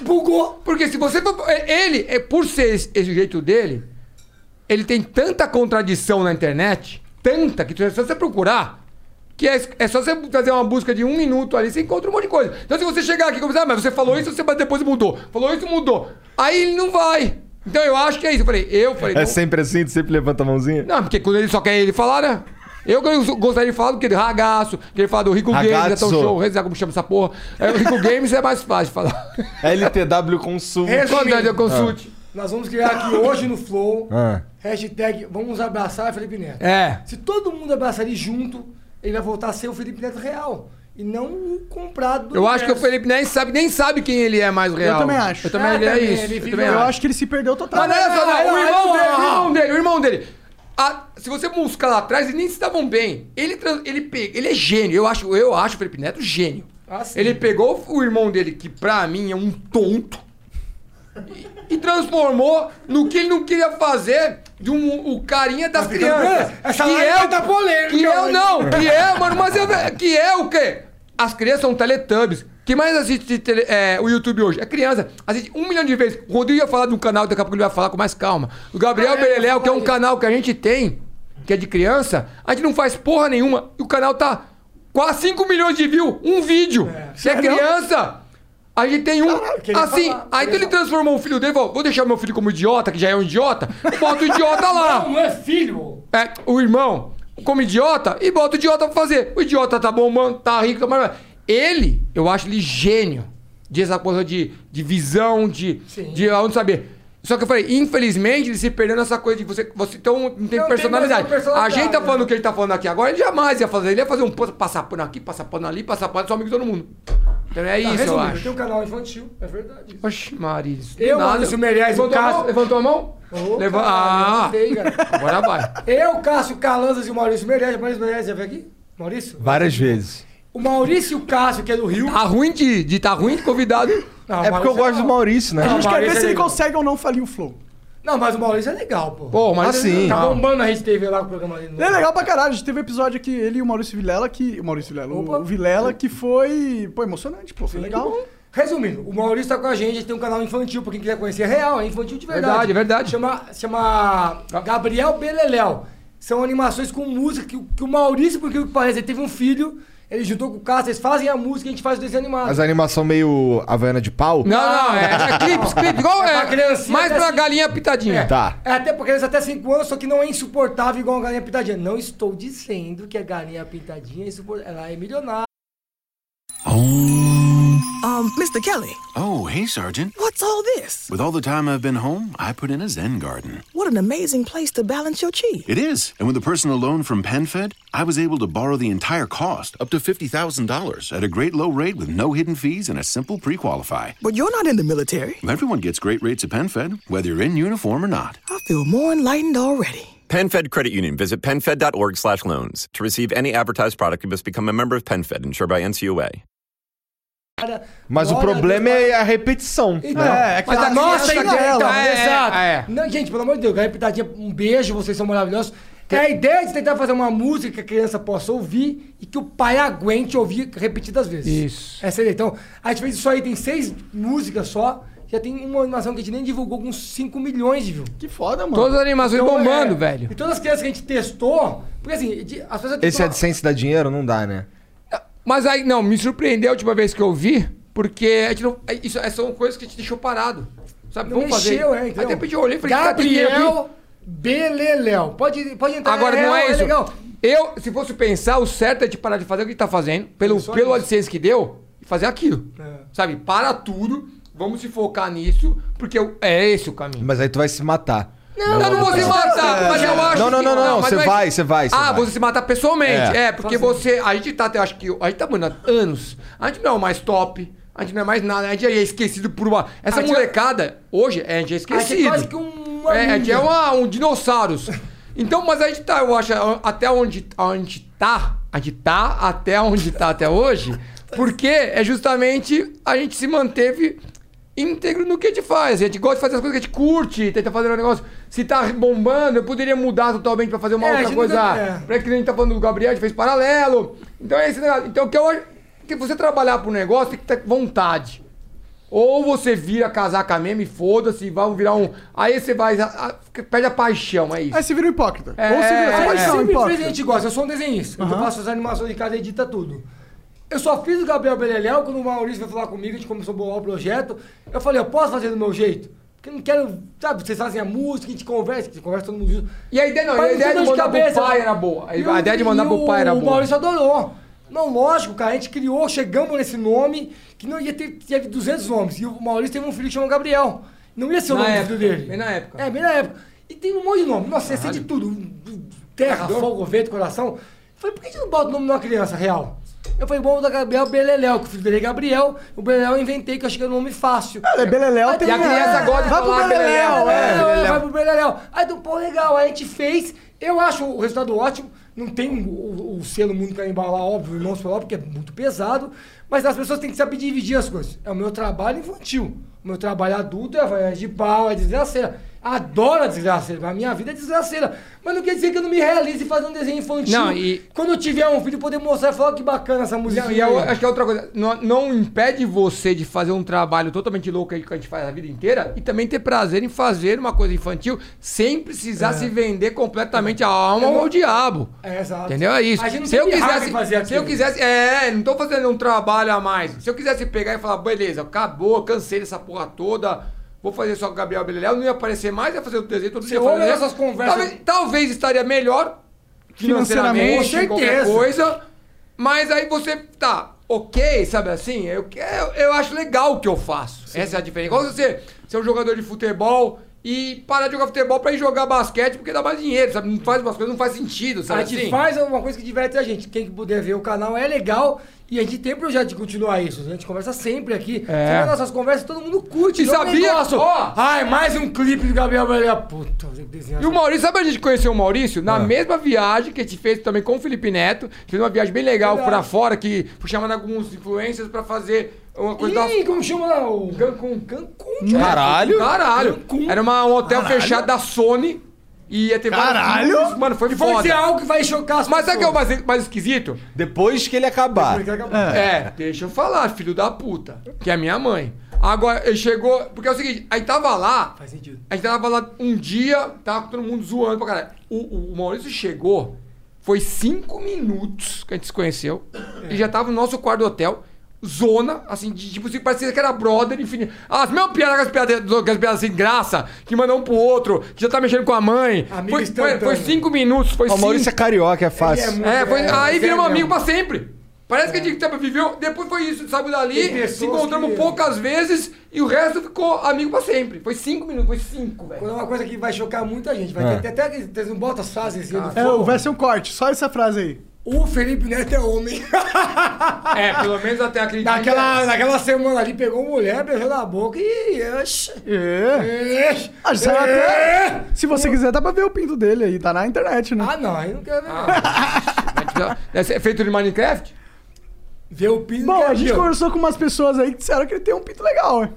S6: bugou.
S5: Porque se você for. Ele, é, por ser esse, esse jeito dele, ele tem tanta contradição na internet, tanta, que se você procurar, que é, é só você fazer uma busca de um minuto ali, você encontra um monte de coisa. Então se você chegar aqui e começar, ah, mas você falou isso, você mas depois mudou. Falou isso, mudou. Aí ele não vai. Então eu acho que é isso. Eu falei, eu falei.
S3: É
S5: não-
S3: sempre assim, tu sempre levanta a mãozinha?
S5: Não, porque quando ele só quer ele falar, né? Eu que eu gostaria de falar do que? Do Ragaço, que ele fala do Rico Games, é tão
S3: Ragazzo.
S5: show, sei lá como chama essa porra. É, o Rico Games é mais fácil de falar.
S3: É LTW Consumo.
S6: É
S5: Quando é eu consulte.
S6: Nós vamos criar aqui hoje no Flow.
S3: Ah.
S6: Hashtag vamos abraçar Felipe Neto.
S5: É.
S6: Se todo mundo abraçar ele junto, ele vai voltar a ser o Felipe Neto real. E não o comprado do
S5: Eu acho que o
S6: universo.
S5: Felipe nem sabe, nem sabe quem ele é mais real.
S2: também acho.
S5: Eu também
S6: É,
S5: acho é
S6: também,
S5: isso.
S6: ele
S5: eu
S6: vive-
S5: também
S2: Eu
S5: acho.
S2: acho que ele se perdeu total.
S5: Mas não é só, não,
S6: Não,
S5: o
S6: não,
S5: irmão
S6: não.
S5: dele, o irmão dele, o irmão dele. Ah, se você buscar lá atrás, eles nem se davam bem. Ele, tran- ele, pe- ele é gênio. Eu acho, eu acho o Felipe Neto gênio.
S6: Ah, sim.
S5: ele pegou o irmão dele, que pra mim é um tonto, e, e transformou no que ele não queria fazer de um, o carinha das crianças.
S6: Essa
S5: que
S6: live
S5: é
S6: vai
S5: o-
S6: dar polêmica
S5: Que é o
S6: hoje.
S5: não, que é, mano, mas é, que é o quê? As crianças são teletubbies. Quem mais assiste tele- é, o YouTube hoje? É criança. Assiste um milhão de vezes. O Rodrigo ia falar de um canal, daqui a pouco ele vai falar com mais calma. O Gabriel
S6: Ah, é, eu
S5: Beleléu,
S6: vou
S5: que é um
S6: falar
S5: canal que a gente tem, que é de criança, a gente não faz porra nenhuma. E o canal tá quase 5 milhões de views, um vídeo. Se é criança, a gente tem um.
S6: queria
S5: assim,
S6: falar,
S5: aí então ele transformou o filho dele e falou: vou deixar meu filho como idiota, que já é um idiota, bota o idiota lá.
S6: Não, não é filho.
S5: É, o irmão como idiota e bota o idiota pra fazer. O idiota tá bombando, tá rico, tá maravilhoso. Ele, eu acho ele gênio. De essa coisa de, de visão, de,
S6: Sim.
S5: de aonde saber. Só que eu falei, infelizmente, ele se perdeu nessa coisa de você. Você então, não tem
S6: Não tem
S5: personalidade.
S6: mais uma
S5: A gente tá
S6: personalidade,
S5: falando
S6: né?
S5: o que ele tá falando aqui agora, ele jamais ia fazer. Ele ia fazer um passar pano aqui, passar pano ali, passar pano, só amigo de todo mundo. Então é isso, eu
S6: resumindo,
S5: acho.
S6: Tem um canal infantil, é verdade.
S5: Oxi, Marilis.
S6: Eu, Maurício Meirelles, o
S5: levantou, a mão?
S6: Cássio-
S5: levantou a mão?
S6: Ô,
S5: Leva-
S6: caralho,
S5: Ah.
S6: eu sei, cara.
S5: Agora vai.
S6: Eu, Cássio Calanzas e o Maurício Meirelles. Maurício Meirelles, já veio aqui? Maurício?
S3: Várias vezes.
S6: O Maurício e o Cássio, que é do Rio.
S5: Tá ruim de, de tá ruim de convidado.
S6: Não,
S3: É porque eu gosto do Maurício, né?
S2: A gente
S6: Não,
S2: quer ver
S6: Maurício
S2: se
S6: é
S2: ele
S6: legal.
S2: consegue ou não falir o flow.
S6: Não, mas o Maurício é legal, pô.
S5: Pô, mas
S3: Ah, sim.
S6: Tá
S5: Tá bom.
S6: bombando a Rede TV lá com o programa dele.
S2: Ele é legal pra caralho. A gente teve um episódio aqui, ele e o Maurício Vilela, que. O Maurício Vilela, o-
S6: Opa.
S2: o Vilela, que foi. Pô, emocionante, pô. Foi legal.
S6: Resumindo, o Maurício tá com a gente, a gente tem um canal infantil, pra quem quiser conhecer, é real, é infantil de
S5: Verdade,
S6: verdade.
S5: verdade.
S6: Chama, chama Gabriel Beleléu. São animações com música que, o- que o Maurício, por que parece, ele teve um filho, ele juntou com o Cássio, eles fazem a música e a gente faz o desenho animado.
S3: As animação meio Havaiana de pau.
S5: Não, não, é, é clipes, clipes. Igual
S6: É
S5: é.
S6: pra criancinha
S5: mais
S6: até
S5: pra
S6: assim.
S5: galinha pitadinha.
S3: Tá.
S6: É até porque eles até 5 anos, só que não é insuportável igual a galinha pintadinha. Não estou dizendo que a galinha pintadinha é insuportável. Ela é milionária.
S10: Um, Mr. Kelly,
S11: Oh, hey, Sergeant.
S10: what's all this?
S11: With all the time I've been home, I put in a Zen garden.
S10: What an amazing place to balance your chi.
S11: It is. And with a personal loan from PenFed, I was able to borrow the entire cost, up to $50,000, at a great low rate with no hidden fees and a simple pre qualify.
S10: But you're not in the military.
S11: Everyone gets great rates at PenFed, whether you're in uniform or not.
S10: I feel more enlightened already.
S12: PenFed Credit Union. Visit PenFed.org slash loans. To receive any advertised product, you must become a member of PenFed, insured by NCUA.
S3: Mas o
S6: Glória a
S3: problema
S6: Deus,
S3: é a repetição.
S6: Então,
S3: né?
S6: mas a nossa ideia, então,
S5: É, é,
S6: exato.
S5: é.
S6: Não, gente, pelo amor de Deus, galinha pintadinha, um beijo, vocês são maravilhosos. É a ideia de tentar fazer uma música que a criança possa ouvir e que o pai aguente ouvir repetidas vezes.
S5: Isso.
S6: Essa é a ideia. Então, a gente fez isso aí, tem seis músicas só. Já tem uma animação que a gente nem divulgou com 5 milhões de views.
S2: Que foda, mano.
S5: Todas as animações
S6: Então,
S5: bombando,
S6: é,
S5: velho. é
S6: E todas as crianças que a gente testou, porque assim, de- as pessoas
S3: Esse é
S6: tentam-
S3: AdSense dá dinheiro? Não dá, né?
S5: Mas aí, não, me surpreendeu a última vez que eu vi, porque a gente não, é, isso é- são coisas que a gente deixou parado. Sabe,
S6: Não
S5: vamos fazer.
S6: mexeu, é,
S5: Aí
S6: entendeu?
S5: depois eu olhei e falei, cara, tem dinheiro aqui.
S6: Gabriel Beleléu. Pode, pode entrar.
S5: Agora não é
S6: real,
S5: isso.
S6: legal.
S5: eu, se fosse pensar, o certo é de parar de fazer o que tá fazendo, pelo,
S6: Só
S5: pelo
S6: isso.
S5: AdSense que deu, e fazer aquilo.
S6: É.
S5: Sabe, para tudo, vamos se focar nisso, porque eu- é esse o caminho. Então,
S3: Mas aí tu vai se matar.
S5: Não, eu não vou se matar, mas eu acho
S3: Não, não,
S5: que-
S3: não, não, não,
S5: mas
S3: você
S5: não é
S3: vai,
S5: isso.
S3: você vai, você
S5: ah,
S3: vai.
S5: você se matar pessoalmente.
S3: É.
S5: É, porque você... A gente tá, eu acho que... A gente tá, mano, há anos. A gente não é o mais top. A gente não é mais nada. A gente é esquecido por uma... Essa
S6: A gente é-
S5: molecada, hoje, é, a gente é
S6: A gente
S5: esquecido.
S6: é quase que um
S5: É, a gente é uma- um dinossauros. Então, mas a gente tá, eu acho, até onde a gente tá, a gente tá até onde tá até hoje, porque é justamente a gente se manteve íntegro no que a gente faz. A gente gosta de fazer as coisas que a gente curte, tenta fazer um negócio. Se tá bombando, eu poderia mudar totalmente pra fazer uma
S6: É, a
S5: outra
S6: gente
S5: coisa.
S6: nunca- é.
S5: Pra que nem a gente tá falando do Gabriel, a gente fez paralelo. Então é esse negócio. Então, o que eu acho que você trabalhar pro negócio tem que ter vontade. Ou você vira casaca mesmo e foda-se, e vai virar um. Aí você vai. a- a- fica- perde a paixão, é isso.
S2: Aí você vira um hipócrita.
S5: É,
S2: Ou você vira.
S5: é,
S2: Você
S6: Mas
S2: pode ser um
S6: sempre fez a
S2: hipócrita.
S6: gente gosta. Eu sou um desenhista. Eu faço as animações de casa e edita tudo. Eu só fiz o Gabriel Beleléu, quando o Maurício veio falar comigo, a gente começou a bolar o projeto. Eu falei, eu posso fazer do meu jeito? Porque eu não quero, sabe, vocês fazem a música, a gente conversa, a gente conversa todo mundo junto.
S5: E a ideia não,
S6: Pra
S5: a ideia
S6: ter
S5: de
S6: dor
S5: mandar pro pai era boa. A
S6: né? E o-
S5: ideia de mandar
S6: e
S5: pro pai era
S6: O
S5: boa.
S6: Maurício adorou. Não, lógico, cara, a gente criou, chegamos nesse nome, que não ia ter, teve 200 nomes. E o Maurício teve um filho que chama Gabriel. Não ia ser o
S5: Na
S6: nome do
S5: época,
S6: filho dele.
S5: bem na época.
S6: É, bem na época. E tem um monte de nome. Nossa, ia ser de tudo. Terra,
S5: Adoro.
S6: fogo, vento, coração. Eu falei, por que a gente não bota o nome de uma criança real? Eu falei, bom, da Gabriel Beleléu, que o filho dele é Gabriel. O Beleléu eu inventei, que eu achei que era um nome fácil.
S2: É, Beleléu tem
S5: E a
S6: um
S5: criança gosta um de
S2: Vai pro
S5: falar
S2: Beleléu,
S5: Beleléu,
S2: é.
S6: É, vai pro Beleléu. Aí do pô, legal, aí a gente fez. Eu acho o resultado ótimo. Não tem o, o- o selo mundo canibal lá, óbvio, o nosso lá, porque é muito pesado. Mas as pessoas têm que saber dividir as coisas. É o meu trabalho infantil. O meu trabalho adulto é Havaianas de pau, é desgraceira. Adoro a desgraceira, mas a minha vida é desgraceira. Mas não quer dizer que eu não me realize fazendo um desenho infantil.
S5: Não, e-
S6: Quando eu tiver um filho, poder mostrar e falar "Ó, que bacana essa música.
S5: Não, e eu acho que é outra coisa. Não, não impede você de fazer um trabalho totalmente louco aí que a gente faz a vida inteira e também ter prazer em fazer uma coisa infantil sem precisar se vender completamente a alma
S6: É. Eu não-
S5: ao diabo.
S6: É, exato.
S5: Entendeu? É isso.
S6: A gente não
S5: Se
S6: tem
S5: eu
S6: pirraca
S5: quisesse.
S6: em fazer
S5: se eu
S6: aquilo.
S5: quisesse. É, não tô fazendo um trabalho a mais. Se eu quisesse pegar e falar, beleza, acabou, cansei dessa porra toda. Vou fazer só com o Gabriel Beleléu, não ia aparecer mais, ia fazer o desenho todo
S6: Você
S5: dia.
S6: ouve
S5: fazendo
S6: essas conversas-
S5: Talvez, talvez estaria melhor
S2: Financeiramente,
S5: financeiramente,
S6: com
S5: qualquer
S6: certeza.
S5: coisa. Mas aí você tá, ok, sabe assim? Eu, que- eu, eu acho legal o que eu faço. Essa é a diferença. Igual você ser um jogador de futebol e parar de jogar futebol pra ir jogar basquete porque dá mais dinheiro, sabe? Não faz umas coisas, não faz sentido,
S6: A
S5: sabe
S6: gente
S5: assim?
S6: faz uma coisa que diverte a gente. Quem puder ver o canal é legal. E a gente tem projeto de continuar isso. A gente conversa sempre aqui.
S5: É.
S6: Você vai nas nossas conversas, todo mundo curte.
S5: E
S6: eu
S5: sabia-
S6: negócio.
S5: ó.
S6: Ai, mais um clipe do Gabriel Maria. Puta, tem que desenhar
S5: E o Maurício, sabe a gente conheceu o Maurício?
S6: Ah.
S5: Na mesma viagem que a gente fez também com o Felipe Neto. Fez uma viagem bem legal
S6: Verdade.
S5: pra fora, que foi chamando alguns influencers pra fazer uma coisa da...
S6: Ih, como chama lá? O Cancun. Cancun, tio.
S5: Caralho! Caralho! Era uma- um hotel
S6: Caralho.
S5: fechado da Sony e ia ter vários
S6: Caralho!
S5: filmes. Mano, foi
S6: E
S5: foda.
S6: vai ser algo que vai chocar as
S5: Mas sabe o que é o
S6: pessoas.
S5: mais, mais esquisito?
S3: Depois que ele acabar.
S5: É. deixa eu falar, filho da puta. Que é minha mãe. Agora, ele chegou... Porque é o seguinte, aí tava lá...
S6: Faz sentido.
S5: A gente tava lá um dia, tava todo mundo zoando pra caralho. O, o- o Maurício chegou, foi cinco minutos que a gente se conheceu, e já tava no nosso quarto do hotel, zona, assim, de, tipo, assim, parecia que era brother, enfim. As mesmas piadas, aquelas piadas, aquelas piadas sem graça, que mandou um pro outro, que já tá mexendo com a mãe.
S3: Amigo
S5: Foi, foi,
S3: instantâneo.
S5: foi cinco minutos, foi
S3: o Maurício é
S5: cinco.
S3: carioca, é fácil.
S5: É, foi, aí viramos amigo pra sempre. Parece que a gente tá- viveu, depois foi isso, sabe
S6: Tem
S5: dali,
S6: pessoas
S5: se encontramos
S6: que-
S5: poucas vezes e o resto ficou amigo pra sempre. Foi cinco minutos, foi cinco, velho.
S6: Quando é uma coisa que vai chocar muita gente. Vai
S2: É.
S6: ter até que eles não botam as frases assim do
S2: É,
S6: fogo.
S2: vai ser um corte, só essa frase aí.
S6: O Felipe Neto é homem.
S5: É, pelo menos até é. aquele dia.
S2: é.
S6: Naquela, naquela semana ali, pegou mulher, beijou na boca e... Oxi.
S2: É.
S6: Oxi.
S2: Ah, saiu
S6: É.
S2: até- Se você quiser, dá pra ver o pinto dele aí, tá na internet, né?
S6: Ah, não, aí não quero ver.
S2: Ah.
S5: Deve ser É, feito de Minecraft?
S6: Vê o pinto é
S2: Bom, a
S6: cara,
S2: gente
S6: viu?
S2: conversou com umas pessoas aí que disseram que ele tem um pinto legal, hein?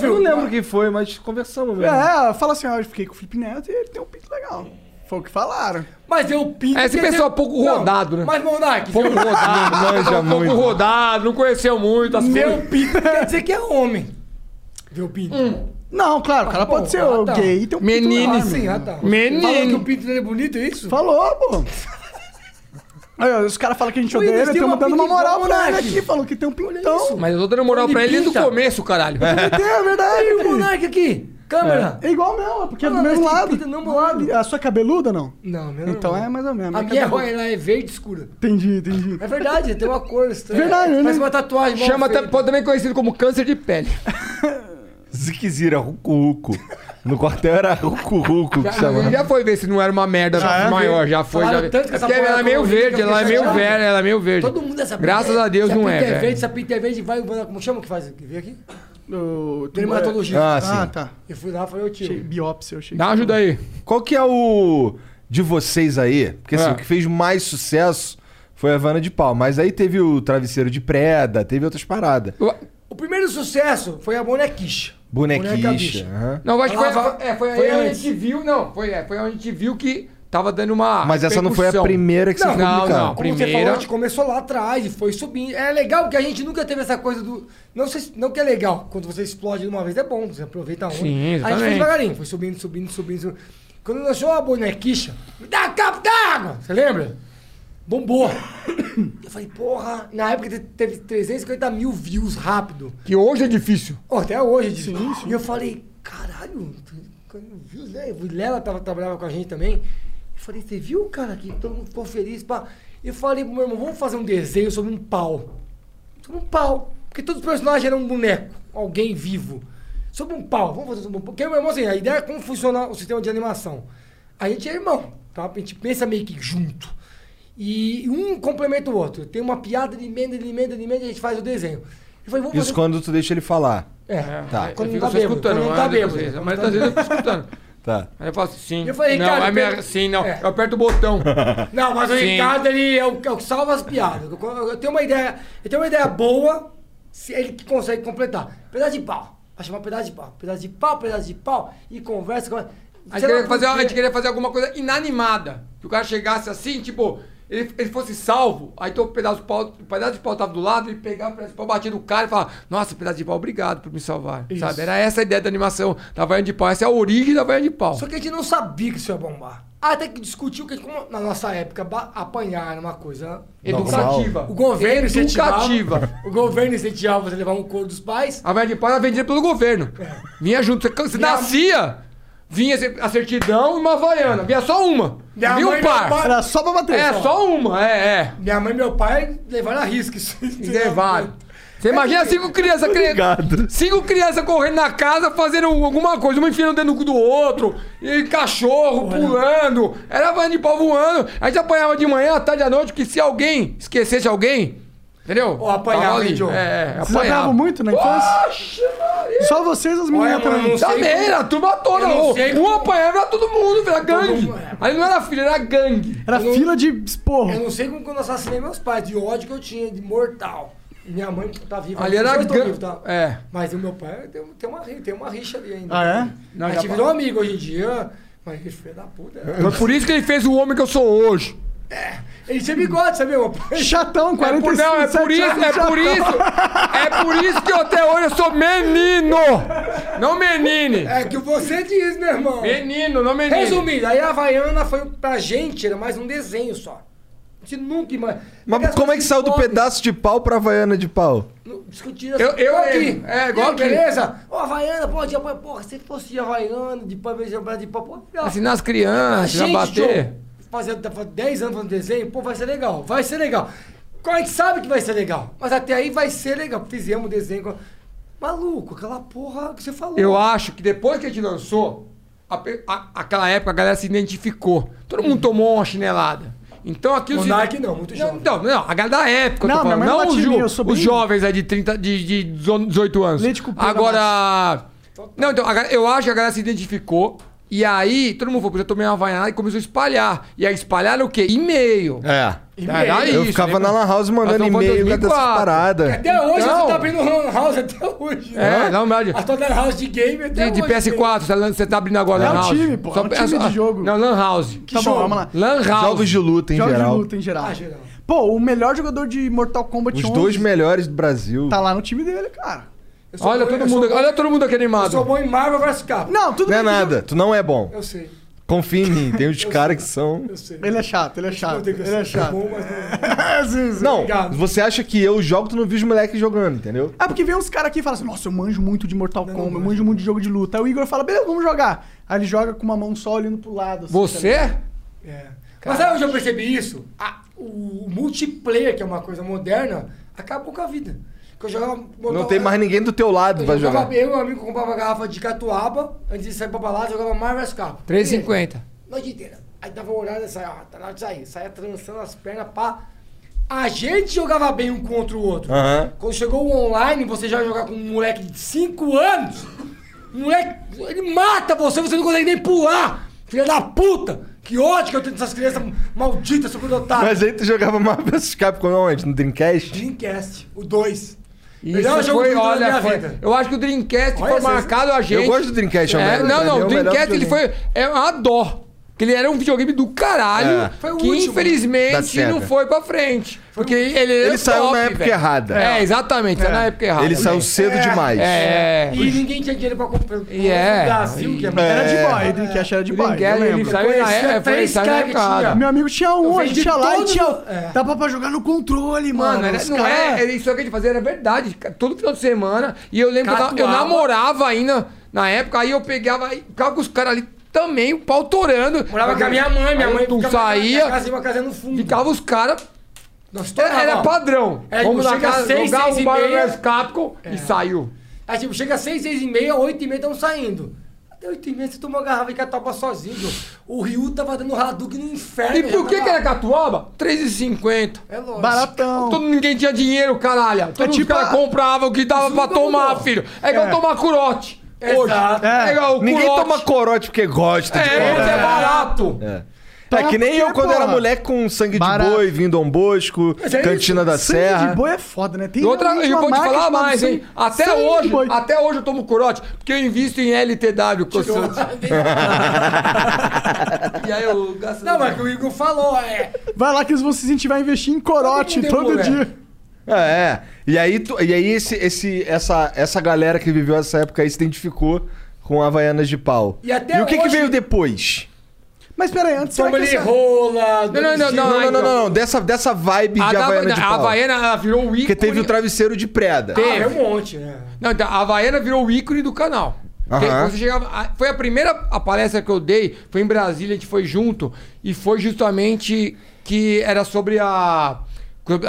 S3: Eu não lembro quem foi, mas conversamos mesmo.
S2: É, fala assim, ó, eu fiquei com o Felipe Neto e ele tem um pinto legal. Foi o que falaram.
S6: Mas eu pinto.
S5: Esse
S2: um
S5: pessoal é pouco rodado, né?
S6: Mas, Monark,
S5: pouco
S6: viu?
S3: Ah,
S5: rodado,
S6: Manja
S5: pessoal pouco
S6: muito.
S5: rodado, não conheceu muito. As
S6: Meu
S5: coisas.
S6: pinto quer dizer que é homem. Viu o pinto?
S2: Hum. Não, claro, o cara pode ser o gay e tem um
S6: Menino.
S2: pinto
S6: Ah,
S2: legal.
S6: sim, ah, tá.
S2: Menino.
S6: Falou que o pinto dele é bonito, é isso?
S2: Falou, pô. Aí, ó, os caras falam que a gente
S6: Ô,
S2: odeia
S6: Inês,
S2: ele,
S6: tem
S2: estamos
S6: uma
S2: dando uma
S6: pinta
S2: moral
S6: igual,
S2: pra ele
S6: moleque.
S2: aqui, falou que tem um pintão.
S5: Mas eu tô dando moral
S2: Ele
S5: pra ele desde o
S2: pinta.
S5: começo, caralho.
S2: É verdade.
S6: Tem o Monark aqui. Câmera.
S2: É, igual mesmo, é porque é do
S6: Ah, não,
S2: mesmo
S6: mas tem
S2: lado.
S6: pinta no meu lado.
S2: A sua é cabeluda, não?
S6: Não, meu
S2: Então
S6: não.
S2: é mais ou menos.
S6: A minha é, ro- ela é verde escura.
S2: Entendi, entendi.
S6: É verdade, tem uma cor estranha.
S2: Verdade, né?
S6: Parece uma tatuagem. mal
S5: Chama
S6: feita.
S5: tam- pode também conhecido como câncer de pele.
S3: Ziquezira, Rucu Rucu. No quartel era Rucu Rucu que
S5: Ele
S6: É
S3: chamava.
S5: já foi ver se não era uma merda
S3: Já é?
S5: maior, já foi. Já...
S6: Falaram tanto que
S5: É
S6: essa
S5: porque
S6: porra
S5: ela é
S6: é
S5: meio
S6: colorida,
S5: verde,
S6: que eu
S5: ela é
S6: fiquei
S5: meio
S6: chateado.
S5: velha, ela é meio verde.
S6: Todo mundo essa
S5: Graças a Deus
S6: se
S5: não é,
S6: pinta é
S5: velho.
S6: verde, essa pinta é verde, vai. Como chama que faz? Vem aqui?
S2: O
S6: dermatologista.
S3: Ah, sim. Ah,
S2: É. tá.
S6: Eu fui lá, falei, ô tio.
S2: Biópsia, eu achei.
S5: Dá uma ajuda aí.
S3: Qual que é o de vocês aí? Porque assim, o que fez mais sucesso foi a Havana de Pau. Mas aí teve o Travesseiro de Preda, teve outras paradas.
S6: O primeiro sucesso foi a bonequicha. Boneca
S3: Bonequicha.
S6: bicha.
S3: aham.
S5: Não, acho que foi,
S6: Lava-
S5: foi, é, foi,
S6: foi
S5: aí onde a
S6: antes.
S5: gente viu, não, foi, é, foi onde a gente viu que tava dando uma.
S3: Mas essa não foi a
S5: repercussão.
S3: primeira que você
S5: não,
S3: foi
S5: Não,
S3: publicar.
S5: não, a
S3: Como
S6: Como Você falou, a
S5: primeira.
S6: gente começou lá atrás e foi subindo. É legal que a gente nunca teve essa coisa do. Não, sei, se- não que é legal, quando você explode de uma vez é bom, você aproveita a onda.
S5: Sim,
S6: a gente
S5: exatamente.
S6: foi devagarinho, foi subindo, subindo, subindo. subindo. Quando lançou a bonequicha, me dá um copo d'água! Você lembra? Bombou. Eu falei, porra, na época te- teve 350 mil views rápido.
S5: Que hoje é difícil.
S6: Ó, até hoje, diz. E eu falei, caralho, tu- viu, né? O Vilela tava, trabalhava com a gente também. Eu falei, você viu, cara, que todo mundo ficou feliz. Pá. Eu falei pro meu irmão, vamos fazer um desenho sobre um pau. Sobre um pau. Porque todos os personagens eram um boneco, alguém vivo. Sobre um pau, vamos fazer sobre um pau. Porque, meu irmão, assim, a ideia é como funciona o sistema de animação. A gente é irmão, tá? A gente pensa meio que junto. E um complementa o outro. Tem uma piada de emenda, de emenda, de emenda, a gente faz o desenho. Eu falei, vamos
S3: Isso
S6: fazer-
S3: quando tu deixa ele falar.
S6: É,
S3: Tá.
S6: quando
S5: Eu
S6: não
S5: fico
S6: tá
S5: só
S6: bêbado.
S5: escutando,
S6: Quando não
S5: mas
S6: tá
S5: às vezes
S6: bêbado.
S5: eu sei,
S6: quando
S5: mas
S6: tá
S5: às vezes eu
S6: bêbado.
S5: fico escutando.
S3: Tá.
S5: Aí eu falo assim, sim.
S6: Eu falei,
S5: não,
S6: Ricardo,
S5: é minha-
S6: pera-
S5: sim, não. Eu aperto o botão.
S6: Não, mas o
S5: Sim.
S6: Ricardo, ele é o, é o que salva as piadas. Eu, eu tenho uma ideia, eu tenho uma ideia boa, se ele que consegue completar. Pedaço de pau. Vai chamar pedaço de pau. Pedaço de pau, pedaço de pau. E conversa com...
S5: A gente, queria fazer, a gente queria fazer alguma coisa inanimada. Que o cara chegasse assim, tipo, ele, ele fosse salvo, aí então o pedaço de pau, o pedaço de pau tava do lado, ele pegava o pedaço de pau, batia no cara e falava, nossa, pedaço de pau, obrigado por me salvar.
S6: Isso.
S5: Sabe? Era essa a ideia da animação da Vaiana de Pau. Essa é a origem da Vaiana de Pau.
S6: Só que a gente não sabia que isso ia bombar. Até que discutiu que, como na nossa época, ba- apanhar era uma coisa
S5: Educativa.
S6: O governo
S5: Educativa.
S6: incentivava. O governo incentivava você levar um couro dos pais.
S5: A Vaiana de Pau era vendida pelo governo.
S6: É.
S5: Vinha junto, você, você nascia, vinha a certidão e uma Havaiana. Vinha só uma.
S6: Minha
S5: vinha
S6: mãe
S5: um
S6: e meu
S5: par.
S6: pai- Era só pra bater,
S5: É,
S6: só.
S5: só uma, é, é.
S6: Minha mãe e meu pai levaram a risca isso.
S5: Levaram. Você
S6: É
S5: imagina cinco crianças cre- Cinco crianças correndo na casa fazendo um, alguma coisa, uma enfiando o dedo no cu do outro, e cachorro pulando, era van de pau voando. A gente apanhava de manhã, à tarde à noite, porque se alguém esquecesse alguém, Entendeu?
S6: Ou apanhava,
S5: Tava ali.
S6: hein, John?
S5: É, é,
S2: Vocês
S5: apanhava.
S2: apanhavam muito na infância? Só vocês as meninas apanhavam?
S5: Também, Tá era a turma toda. ô. Um apanhava, era todo mundo, era gangue. Aí não era filha, era gangue.
S2: Era fila de esporro.
S6: Eu não sei como quando eu assassinei meus pais, de ódio que eu tinha, de mortal. Minha mãe tá viva.
S5: Ali
S6: os
S5: era
S6: dois tão
S5: gan-
S6: vivos, tá?
S5: É.
S6: Mas o meu pai tem, tem uma, ri- tem uma rixa ali ainda.
S5: Ah, é? Não,
S6: Não, a
S5: já
S6: gente
S5: pa-
S6: virou amigo hoje em dia. Mas que filho da puta.
S5: Foi por isso que ele fez o homem que eu sou hoje.
S6: Ele tinha bigode, sabe? Meu pai?
S2: Chatão,
S5: É por,
S6: 45,
S5: não, é por
S6: sete
S5: isso,
S6: anos, tá.
S5: é por
S6: chatão.
S5: isso. É por isso que eu, até hoje eu sou menino. Não menine.
S6: É que você diz, meu irmão.
S5: Menino, não menino.
S6: Resumindo, aí a Havaiana foi pra gente, era mais um desenho só. A gente nunca ima-
S3: Mas como é que saiu do pedaço de pau pra Havaiana de pau?
S6: discutindo
S5: Eu- eu-
S6: assim, aqui.
S5: é, igual
S6: E aí,
S5: aqui.
S6: Beleza? Ô, Havaiana, pô, de apoio, porra, se fosse Havaiana, de pau, de pau, de pau, pô, legal.
S5: Ensinar as Assim, crianças,
S6: Gente,
S5: já bater.
S6: Joe, Fazer tá fazendo 10 anos fazendo desenho, pô, vai ser legal, vai ser legal. A gente sabe que vai ser legal, mas até aí vai ser legal. Fizemos o desenho. com- Maluco, aquela porra que você falou.
S5: Eu acho que depois que a gente lançou, a pe- a- aquela época a galera se identificou. Todo mundo tomou uma chinelada. Então aquilo.
S6: O
S5: se...
S6: Nike não, muito
S5: Não, então, não, a galera da época, eu
S6: Não,
S5: tô falando,
S6: minha mãe
S5: não
S6: não
S5: os,
S6: batia em
S5: jo-
S6: mim, eu sou
S5: os
S6: bem-
S5: jovens aí de 30, de, de 18 anos.
S6: Leite com pera
S5: Agora. Não, então, a ga- eu acho que a galera se identificou. E aí, todo mundo falou, "Pô, eu tomei uma vaianada e começou a espalhar. E aí espalharam o quê? E-mail.
S3: É.
S5: Era
S3: eu
S5: isso,
S3: ficava
S5: né?
S3: na Lan House mandando
S5: Nós estamos
S3: e-mail com essas
S5: 2004.
S3: paradas.
S6: Até hoje
S5: Então-
S6: você tá abrindo lan house até hoje. né?
S5: É, não, verdade.
S6: A tua lan house de game até
S5: De, de
S6: hoje. né?
S5: PS4, você tá lan- você tá abrindo agora
S6: É
S5: Lan
S6: um
S5: House.
S6: time, pô, é um time de
S5: jogo. Não, Lan House.
S2: Que Tá bom, jogo? vamos lá.
S5: Lan House.
S3: Jogos de luta em Ah,
S2: Jogos
S3: geral.
S2: de luta em geral. Pô, o melhor jogador de Mortal Kombat
S3: Os
S2: 11
S3: dois melhores do Brasil.
S2: tá lá no time dele, cara.
S6: sou
S5: Olha
S6: bom-
S5: todo
S6: eu sou
S5: mundo,
S6: bom-
S5: olha todo mundo aqui animado.
S6: Eu sou bom em Marvel vs Capcom.
S2: Não, tudo
S3: Não é nada, tu não é bom.
S6: Eu sei.
S3: Confia em mim, tem uns caras que são.
S2: Ele é chato, ele é chato. Ele é chato.
S3: Não, você acha que eu jogo, tu não viu os moleques jogando, entendeu?
S2: É porque vem uns caras aqui e fala assim: Nossa, eu manjo muito de Mortal Kombat, eu manjo muito de jogo de luta. Aí o Igor fala: Beleza, vamos jogar. Aí ele joga com uma mão só olhando pro lado. assim,
S5: Você?
S2: tá ligado?
S6: É. Mas sabe onde eu percebi isso? A- o multiplayer, que é uma coisa moderna, acabou com a vida. Que eu jogava.
S3: Não tem mais ninguém do teu lado pra
S6: Eu jogava
S3: jogar.
S6: eu e um amigo comprava uma garrafa de catuaba, antes de sair pra balada, jogava Marvel vs Capcom.
S5: 3,50.
S6: Noite inteira. Aí dava uma olhada e saia, ó, tá na hora de sair. Saia trançando as pernas, pá. A gente jogava bem um contra o outro.
S3: Aham.
S6: Quando chegou o online, você já jogar com um moleque de 5 anos. Um moleque, ele mata você, você não consegue nem pular. Filha da puta! Que ódio que eu tenho dessas crianças malditas, superdotadas.
S3: Mas aí tu jogava Marvel vs Capcom é onde? No Dreamcast?
S6: Dreamcast, o 2.
S5: Isso foi, olha, foi, eu acho que o Dreamcast
S6: Olha,
S5: foi
S6: vocês-
S5: marcado a gente.
S3: Eu gosto do Dreamcast, é um
S5: é,
S3: merda,
S5: Não,
S3: pra mim
S5: não,
S3: é
S5: o
S3: o melhor
S5: Dreamcast ele foi
S3: videogame.
S5: é uma dó. Porque ele era um videogame do caralho,
S3: É. Foi o
S5: que
S3: último da
S5: infelizmente
S3: Sega.
S5: não foi pra frente. Porque ele era
S3: Ele saiu
S5: top,
S3: na época
S5: velho.
S3: errada.
S5: É, exatamente, saiu na época errada.
S3: Ele saiu
S5: também.
S3: cedo demais.
S5: É.
S6: E ninguém tinha dinheiro pra comprar.
S5: E é.
S6: No Brasil, que é,
S2: Era de boy, ele que achava de
S5: O
S2: boy.
S5: Dreamcast,
S2: eu
S5: ele
S2: lembro.
S5: saiu na
S2: Conhecia
S5: época, foi-
S2: três
S5: saiu na
S2: caras que
S5: época.
S2: tinha. Meu amigo tinha
S5: Eu
S2: um, a gente
S5: vendi
S2: tinha lá e
S5: todos
S2: tinha.
S5: os- é.
S2: Dava pra jogar no controle, mano.
S5: Mano, era-
S2: os
S5: não
S2: cara-
S5: é, era isso que a gente fazia era verdade. ca- Todo final de semana. E eu lembro que eu, na- eu
S6: Catuaba.
S5: namorava ainda na época, aí eu pegava, aí ficava com os caras ali também, o pau torando.
S6: Morava com a minha mãe, minha
S5: Aí
S6: mãe
S5: Tu
S6: ficava na
S5: saía,
S6: casa, uma casa no fundo.
S5: ficava os caras. Era,
S6: torava,
S5: era
S6: ó.
S5: padrão.
S6: É,
S5: Vamos
S6: tipo,
S5: na
S6: chega
S5: casa,
S6: seis,
S5: jogar
S6: seis
S5: um
S6: e
S5: Battle
S6: meia. É.
S5: vs Capcom e saiu.
S6: Aí, tipo, chega às 6, 6 e meia, 8 e meia estão saindo. Até 8 e meia você tomou uma garrafa de catuaba sozinho, Joe. O Ryu tava dando Hadouken no inferno.
S5: E por que, que era
S6: era
S5: catuaba? 3,50.
S6: É lógico.
S2: Baratão.
S5: Todo, ninguém tinha dinheiro, caralho. Todo mundo
S2: tipo
S5: cara
S2: a-
S5: comprava o que dava pra tomar, filho. É igual
S2: É.
S5: tomar curote. Hoje.
S6: Exato.
S5: É igual o
S3: Ninguém
S5: curote.
S3: toma corote porque gosta de
S5: É,
S3: corote.
S5: é barato.
S3: É. É que nem eu quando era moleque com um sangue
S2: Barato.
S3: de boi, vindo Dom Bosco,
S2: Mas é isso.
S3: Cantina da
S2: Sangue
S3: Serra.
S2: de boi é foda, né? Tem
S5: E outra,
S2: realmente
S5: eu
S2: uma
S5: vou te
S2: marca
S5: falar
S2: chamada
S5: mais, hein?
S2: sangue-
S5: Até
S2: sangue de
S5: hoje,
S2: boi.
S5: até hoje eu tomo corote, porque eu invisto em LTW, Constante. e aí eu gasto.
S6: Não, mas que o Igor falou, é.
S2: Vai lá que eles vão se incentivar a investir em corote
S6: Todo mundo é
S2: todo
S6: moleque.
S2: dia.
S3: É, é. E aí, tu- e aí esse, esse, essa, essa galera que viveu essa época aí se identificou com Havaianas de pau.
S6: E até
S3: o que, que
S6: hoje-
S3: veio depois?
S2: Mas pera aí, antes será que
S6: Toma ele
S2: essa-
S6: é rola.
S5: é Não, não, é- não,
S3: Não,
S2: Ah,
S3: não, não, não,
S2: então.
S3: não. Dessa, dessa vibe
S5: A,
S3: de
S5: da,
S3: Havaiana de
S5: a
S3: pau.
S5: Havaiana ela virou o ícone.
S3: Porque teve o travesseiro de preda.
S6: Ah, é um monte, né?
S5: Não, então, a Havaiana virou o ícone do canal. Porque
S3: Aham.
S5: Você chegava, a- foi a primeira a palestra que eu dei, foi em Brasília, a gente foi junto, e foi justamente que era sobre a, a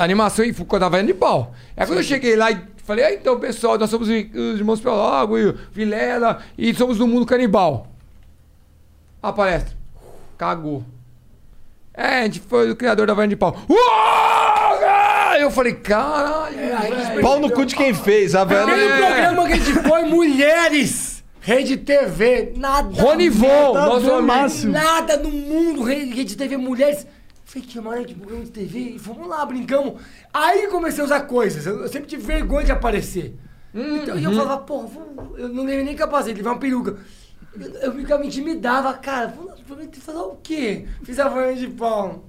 S5: animação e ficou com a Havaiana de pau. Aí quando eu cheguei lá e falei, ah, então pessoal, nós somos i- os irmãos Pelogo e o Vilela, e somos do mundo canibal. A palestra. Cagou. É, a gente foi o criador da Havaiana de pau. Uou! Aí eu falei, caralho. velho.
S3: Pau no cu de quem fez, a velha.
S6: Primeiro um
S5: é-
S6: programa que a gente foi, mulheres. Rede TV, nada.
S5: Rony Von,
S6: Nada
S5: nosso
S6: do
S5: amigo.
S6: máximo. Nada no mundo, rede rede TV, mulheres. Falei, que maravilha de programa de TV. E vamos lá, brincamos. Aí comecei a usar coisas. Eu, eu sempre tive vergonha de aparecer.
S5: Hum,
S6: então, e eu
S4: uhum.
S6: falava, pô, vou- eu não levei nem capacete, levei uma peruca. Eu, eu ficava, me intimidava, cara. Vou lá, vou fazer o quê? Fiz a voz de pão.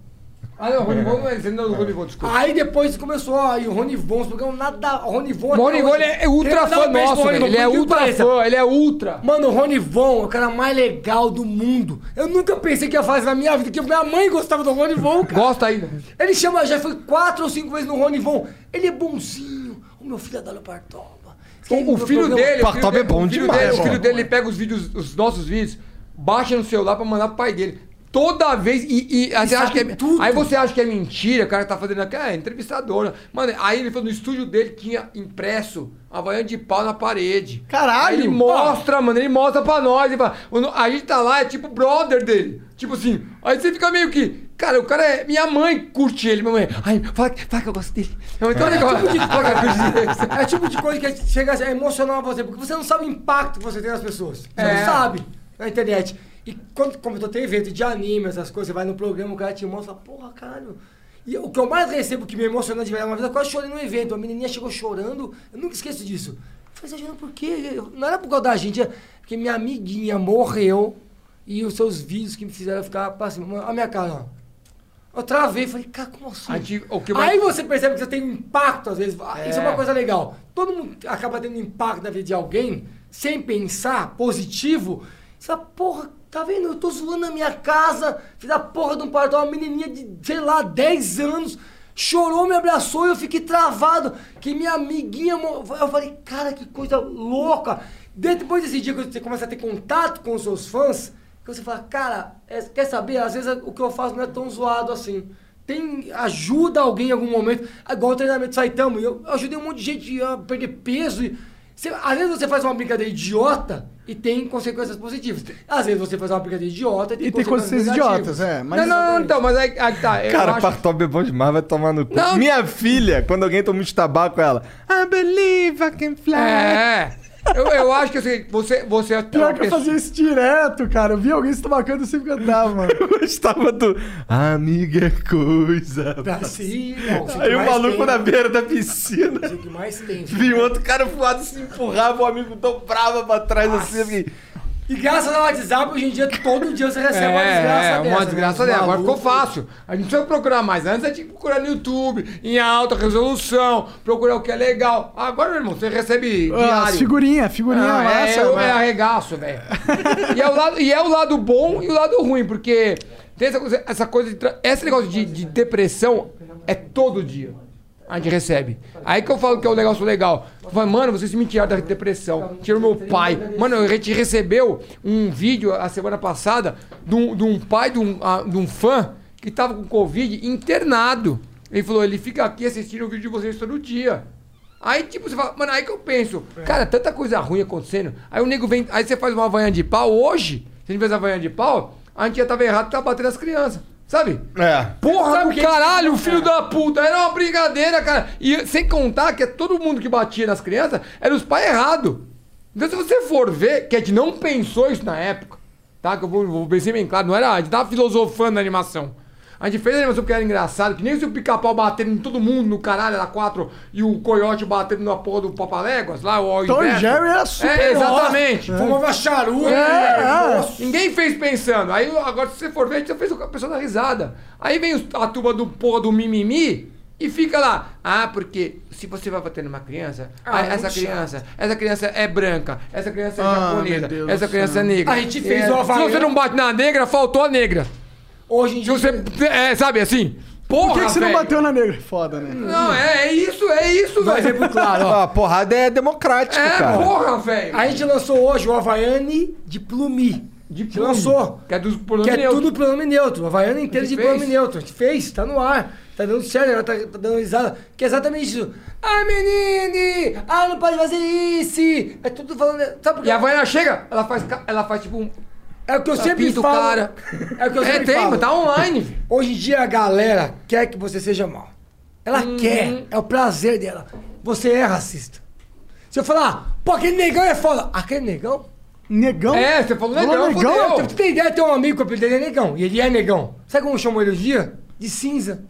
S5: Ah, não, Rony Von não é- você não é do Rony Von, desculpa.
S6: Aí depois começou aí o Rony Von, os programas nada. o Rony Von. até
S5: Rony Von,
S6: hoje-
S5: ele é ultra
S6: Queria dar um
S5: fã
S6: beijo pro
S5: nosso,
S6: Rony
S5: velho.
S6: Von,
S5: Ele é
S6: por que
S5: ultra
S6: pareça.
S5: fã, ele é ultra.
S6: Mano, o Rony Von é o cara mais legal do mundo. Eu nunca pensei que ia fazer na minha vida, que minha mãe gostava do Rony Von, cara.
S5: Gosta ainda.
S6: Ele chama, já foi quatro ou cinco vezes no Rony Von. Ele é bonzinho. O meu filho adora o Partoba.
S5: O, o filho dele. o filho
S6: Partoba
S5: dele- o filho dele-
S6: mano.
S5: O filho dele pega os vídeos, os nossos vídeos, baixa no celular pra mandar pro pai dele. Toda vez. E, e- aí, você acha que é, aí você acha que é mentira, o cara tá fazendo aqui, é entrevistadora. Mano, aí ele falou no estúdio dele tinha impresso a vaiana de pau na parede.
S2: Caralho!
S5: Aí ele mostra, mano, ele mostra pra nós. Ele fala, "O no- a gente tá lá, é tipo brother dele. Tipo assim, aí você fica meio que. Cara, o cara é. Minha mãe curte ele, minha mãe. Ai, fala, que- fala que eu gosto dele. Minha mãe,
S6: Então,
S5: "Tá
S6: é,
S5: legal."
S6: tipo de,
S5: Fala que eu curto dele.
S6: é tipo de coisa que chega a emocionar você, porque você não sabe o impacto que você tem nas pessoas. Você
S5: É.
S6: não sabe na internet. E quando, como eu tenho evento de anime, essas coisas, você vai no programa, o cara te mostra, porra, caralho. E o que eu mais recebo que me emociona de verdade, uma vez eu quase chorei num evento, uma menininha chegou chorando, eu nunca esqueço disso. Eu falei, você tá chorando por quê? Eu- não era por causa da gente, é porque minha amiguinha morreu e os seus vídeos que me fizeram ficar pra cima. Olha a minha cara, ó. Eu travei, falei, cara, como assim?
S5: A gente- o que mais-
S6: Aí você percebe que você tem um impacto, às vezes. Ah, Isso é
S5: É.
S6: uma coisa legal. Todo mundo acaba tendo um impacto na vida de alguém, sem pensar, positivo. Você fala, porra, tá vendo? Eu tô zoando na minha casa, fiz a porra de um parto, uma menininha de, sei lá, 10 anos, chorou, me abraçou e eu fiquei travado. Que minha amiguinha. mo- Eu falei, cara, que coisa louca. Depois desse dia que você começa a ter contato com os seus fãs, que você fala, cara, é- quer saber? Às vezes o que eu faço não é tão zoado assim. Tem, ajuda alguém em algum momento. É Igual o treinamento de Saitama, eu eu ajudei um monte de gente a perder peso. E, você, às vezes você faz uma brincadeira idiota e tem consequências positivas. Às vezes você faz uma brincadeira idiota e tem,
S2: E tem consequências idiotas, é. Mas
S5: Não, não, não, então, mas
S6: é
S5: aí, aí tá. eu
S3: Cara,
S5: acho-
S3: Partob é bom demais, vai tomar no cu.
S5: Não.
S3: Minha filha, quando alguém toma muito tabaco, ela. I believe I can fly.
S5: É. Eu, eu acho que assim, você, você é
S2: Pior que eu fazia isso direto, cara. Eu via alguém se tabacando e eu sempre cantava, mano.
S3: Eu gostava do. Amiga é coisa. Aí o maluco na beira da piscina.
S6: O que mais tem.
S3: Vinha outro cara voado se empurrava, o amigo dobrava pra trás assim. fiquei,
S6: E graças ao WhatsApp, hoje em dia, todo dia você recebe uma desgraça
S5: É,
S6: dessa.
S5: uma
S6: né?
S5: desgraça dela. Agora
S6: Maluco.
S5: ficou fácil. A gente precisa procurar mais. Antes a gente procurar no YouTube, em alta resolução, procurar o que é legal. Agora, meu irmão, você recebe
S2: Ah,
S5: diário.
S2: figurinha, figurinha
S5: Ah,
S2: massa.
S5: é, eu-
S2: mano.
S5: é arregaço, velho. e, é o lado- e é o lado bom e o lado ruim, porque tem essa coisa, essa coisa de, tra- esse negócio de, de depressão é todo dia. A gente recebe. Aí que eu falo que é um negócio legal. Eu falo, mano, vocês me tiraram da depressão. Tirou meu pai. Mano, a gente recebeu um vídeo a semana passada de um, de um pai de um, a- de um fã que tava com Covid internado. Ele falou, ele fica aqui assistindo o vídeo de vocês todo dia. Aí, tipo, você fala, mano, aí que eu penso, cara, tanta coisa ruim acontecendo. Aí o nego vem, aí você faz uma vanha de pau hoje, se a gente fez a vanha de pau, a gente já tava errado, tava batendo as crianças, sabe?
S3: É.
S5: Porra do caralho, filho da puta, era uma brincadeira, cara. E sem contar que é todo mundo que batia nas crianças era os pais errados. Então, se você for ver, que a gente não pensou isso na época, tá? Que eu vou, vou pensar bem claro, não era, a gente tava filosofando na animação. A gente fez a animação porque era engraçado, que nem se o pica-pau batendo em todo mundo no caralho, era quatro, e o coiote batendo na porra do Papaléguas lá, o
S2: Tom e
S5: inverso.
S2: Jerry era super
S5: É, exatamente.
S2: ótimo. Fumava charuto,
S5: É,
S2: né?
S5: é.
S2: Nossa.
S5: Ninguém fez pensando. Aí agora, se você for ver, a gente só fez a pessoa dar risada. Aí vem os- a turma do porra do mimimi e fica lá. Ah, porque se você vai bater numa criança,
S6: Ah,
S5: ah,
S6: muito
S5: essa
S6: chato.
S5: criança, essa criança é branca, essa criança é
S6: Ah,
S5: japonesa,
S6: meu Deus
S5: essa
S6: do
S5: criança
S6: céu.
S5: é negra.
S6: A gente fez
S5: É,
S6: uma
S5: Se você
S6: Havaiana-
S5: não bate na negra, faltou a negra.
S6: Hoje em
S5: dia. Você, é, sabe assim?
S2: Por
S5: Porra,
S2: que, que você não
S5: velho.
S2: bateu na negra? Foda, né?
S5: Não, é, é isso, é isso,
S6: Um
S5: velho.
S6: exemplo claro, ó.
S3: A porrada é democrática,
S6: É,
S3: cara.
S6: porra,
S5: velho.
S6: A gente lançou hoje o Havaiane de Plumi.
S5: De
S3: Plumi.
S6: lançou.
S5: Que é dos
S6: Que é tudo pronome neutro. O Havaiana inteiro
S5: A
S6: de
S5: gente
S6: pronome
S5: fez.
S6: neutro. A gente fez, tá no ar. Tá dando certo, ela tá, tá dando risada. Que é exatamente isso. Ai, menine! Ai, não pode fazer isso! É tudo falando. Sabe por quê?
S5: E a Havaiana chega, ela faz, ca- ela faz tipo um.
S6: É o que eu
S5: Ela
S6: sempre
S5: pinta o
S6: falo.
S5: cara.
S6: É o que eu
S5: É,
S6: sempre
S5: tem,
S6: falo.
S5: tá online.
S6: Hoje em dia a galera quer que você seja mal. Ela
S5: Uhum.
S6: quer, é o prazer dela. Você é racista. Se eu falar, pô, aquele negão é foda. Aquele negão?
S2: Negão?
S6: É, você falou
S2: Falou
S6: negão.
S2: negão? é,
S6: negão? Você tem ideia, tem um amigo que o apelido dele é negão. E ele é negão. Sabe como chamou ele hoje em dia? De cinza.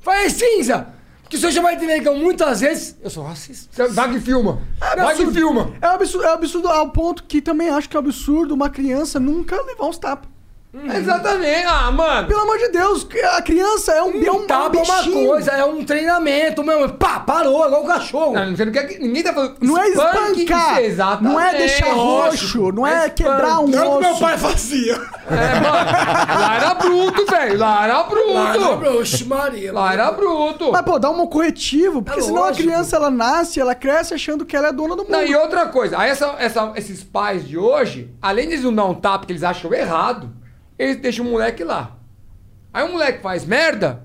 S6: Falei, "É cinza! Porque se eu chamar ele de negão muitas vezes, eu sou racista. Ah,
S5: Vai que filma.
S2: Vai que filma. É absurdo, é absurdo ao ponto que também acho que é absurdo uma criança nunca levar uns tapas.
S6: Uhum.
S5: Exatamente. Ah, mano.
S2: Pelo amor de Deus, a criança é um, é um
S6: Tapa é uma
S2: bichinho.
S6: coisa, é um treinamento mesmo. Pá, parou, igual o cachorro.
S5: Não, você não quer que ninguém tá falando.
S2: Não é
S5: Spanking,
S2: espancar,
S5: exatamente.
S2: não é deixar roxo, não é quebrar um
S5: É o que
S2: osso.
S5: meu pai
S6: fazia.
S5: Lá era bruto, velho. Lá era bruto.
S2: Lá era bruto,
S6: Oxe, Maria.
S5: Lá era bruto.
S2: Mas, pô, dá um corretivo, porque
S5: É
S2: senão a
S5: lógico.
S2: criança, ela nasce, ela cresce achando que ela é dona do mundo.
S5: Não, e outra coisa, aí essa, essa- esses pais de hoje, além de eles não dar um tapa que eles acham errado, eles deixam o moleque lá. Aí o moleque faz merda,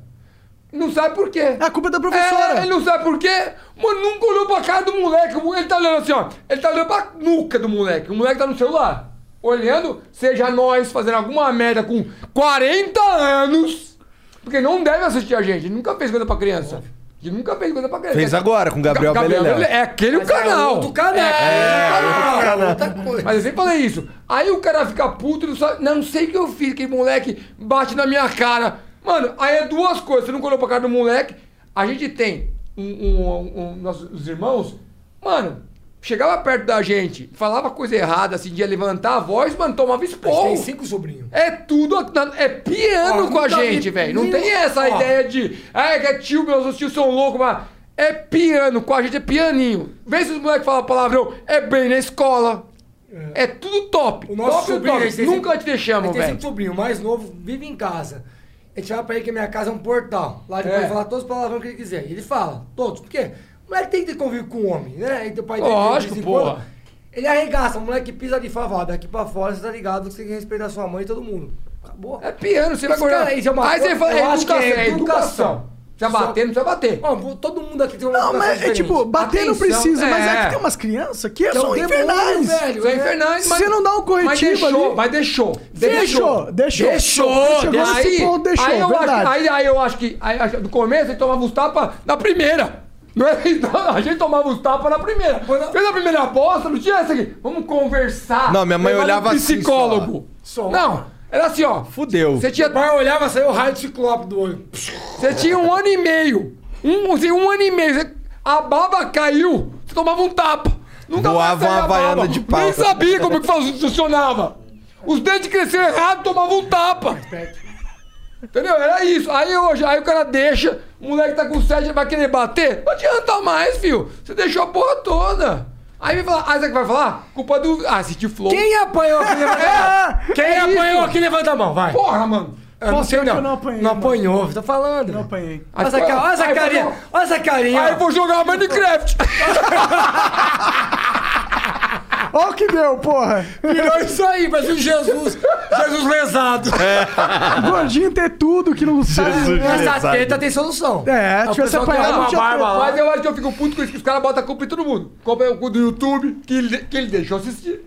S5: não sabe por quê.
S2: É a culpa da professora.
S5: ele não sabe por quê. Mano, nunca olhou pra cara do moleque. Ele tá olhando assim, ó. Ele tá olhando pra nuca do moleque. O moleque tá no celular. Olhando, seja nós fazendo alguma merda com 40 anos. Porque não deve assistir a gente. Ele nunca fez coisa pra criança. Ele nunca fez coisa pra criança.
S3: Fez agora com o Gabriel Beleléu.
S5: Beleléu. É aquele o canal.
S6: outro canal.
S5: É,
S6: É,
S5: aquele
S6: outro
S5: canal. Mas eu sempre falei isso. Aí o cara fica puto, não sabe. Não sei o que eu fiz, aquele moleque bate na minha cara. Mano, aí é duas coisas. Você não olhou pra cara do moleque. A gente tem um, um- um- um- nossos irmãos, mano. Chegava perto da gente, falava coisa errada, assim, de levantar a voz, mano, tomava esporro.
S6: tem cinco sobrinhos.
S5: É tudo. a- na- É piano
S6: Ó,
S5: com a
S6: nunca vi-
S5: gente, velho. Não
S6: nem-
S5: tem essa
S6: ó.
S5: ideia de. Ah, que é tio, meus tios são loucos, mas. É piano com a gente, é pianinho. Vê se os moleques falam palavrão. É bem na escola. É, tudo top.
S6: O nosso
S5: top,
S6: sobrinho, a gente
S5: top.
S6: tem
S5: Nunca
S6: cinco-
S5: te deixamos,
S6: a gente Tem
S5: velho.
S6: cinco sobrinhos, o mais novo vive em casa. A gente fala pra ele que a minha casa é um portal. Lá ele
S5: É.
S6: pode falar todos os palavrões que ele quiser. E ele fala, todos. Por quê? O moleque tem que ter convívio com o homem, né? E teu pai tem que ter
S5: Lógico,
S6: de vez em quando.
S5: porra.
S6: Ele arregaça, o moleque pisa de favada. Daqui pra fora, você tá ligado que você tem que respeitar sua mãe e todo mundo. Acabou.
S5: É piano, você vai
S6: Esse cara,
S5: guardar.
S6: isso é uma
S5: Aí você
S6: coisa-
S5: fala,
S6: eu
S5: é
S6: acho que
S5: educação. É educação. Já
S6: Só-
S5: bater, não precisa bater.
S6: Ó, todo mundo aqui tem uma
S2: Não, mas é tipo, bater não precisa, mas é que tem umas crianças que,
S6: Que é
S2: são
S6: um demônio,
S2: infernais.
S6: velho,
S5: São infernais,
S2: Se não dá um
S5: é mas
S2: corretivo
S5: deixou,
S2: ali...
S5: Mas deixou.
S2: Deixou, deixou.
S5: Deixou.
S2: Chegou nesse
S5: Aí-
S2: ponto, deixou,
S5: Aí eu acho,
S2: verdade.
S5: aí, aí eu acho que aí, acho- no começo ele tomava os tapas na primeira. Não é? A gente tomava os tapas na primeira. Fez a primeira aposta, não tinha essa aqui. Vamos conversar.
S3: Não, minha mãe
S5: Levar no
S3: olhava assim,
S5: psicólogo.
S6: só.
S5: Não, era assim, ó.
S3: Fudeu.
S5: Você tinha...
S6: pai olhava, saiu o raio de ciclope do olho.
S5: Você tinha um ano e meio. Um, assim, um ano e meio. Você- a baba caiu, você tomava um tapa. Nunca
S3: Voava
S5: saía
S3: uma
S5: a
S3: Havaiana
S5: baba.
S3: de pau.
S5: Nem sabia como é que faz- funcionava. Os dentes cresceram errado, tomava um tapa. Entendeu? Era isso. Aí hoje, aí o cara deixa, o moleque tá com sede, vai querer bater. Não adianta mais, filho. Você deixou a porra toda. Aí me fala, ah, sabe o que vai falar? Culpa do. Ah, assistiu Flow.
S6: Quem apanhou aqui levanta a mão?
S5: É,
S6: Quem
S5: é
S6: apanhou
S5: isso.
S6: aqui levanta a mão, vai.
S5: Porra, mano.
S6: Eu não
S5: Posso
S6: sei
S5: dizer que eu
S6: não.
S5: não
S2: apanhei,
S6: Não
S2: mano.
S6: apanhou, tô falando. Não
S2: apanhei.
S6: Olha essa, ca- olha essa
S5: Aí,
S6: carinha.
S5: vou-
S6: Olha essa carinha.
S5: Aí eu vou jogar Minecraft.
S2: Olha o que deu, porra.
S6: Virou isso aí, mas o Jesus. Jesus lesado.
S2: Gordinho ter tudo que não sabe...
S6: Essa teta tem solução.
S2: É,
S6: o
S2: tivesse
S6: pessoal que
S2: apanhado,
S6: leva
S2: não
S6: uma
S2: tinha
S6: barba lá.
S5: Mas eu acho que eu fico puto com isso, que os caras botam a culpa em todo mundo. Culpa é o cu do YouTube, que ele, que ele deixou assistir.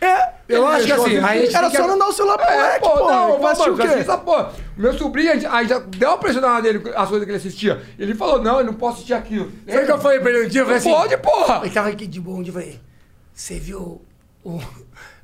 S2: É,
S6: Eu acho que assim, aí a gente
S2: Era
S6: tem que-
S2: só não dar o celular pro moleque,
S5: É, pô,
S2: porra.
S5: não,
S2: É, Não,
S5: eu
S2: vai assistir o
S5: assisti
S2: quê?
S5: essa porra. O Meu sobrinho, a gente- a gente já deu uma pressionada nele, as coisas que ele assistia. Ele falou, não, eu não posso assistir aquilo.
S6: Sabe o que eu falei pra ele um dia? Eu falei assim,
S5: Pode, porra!
S6: Ele tava aqui de bom, um dia eu falei, você viu o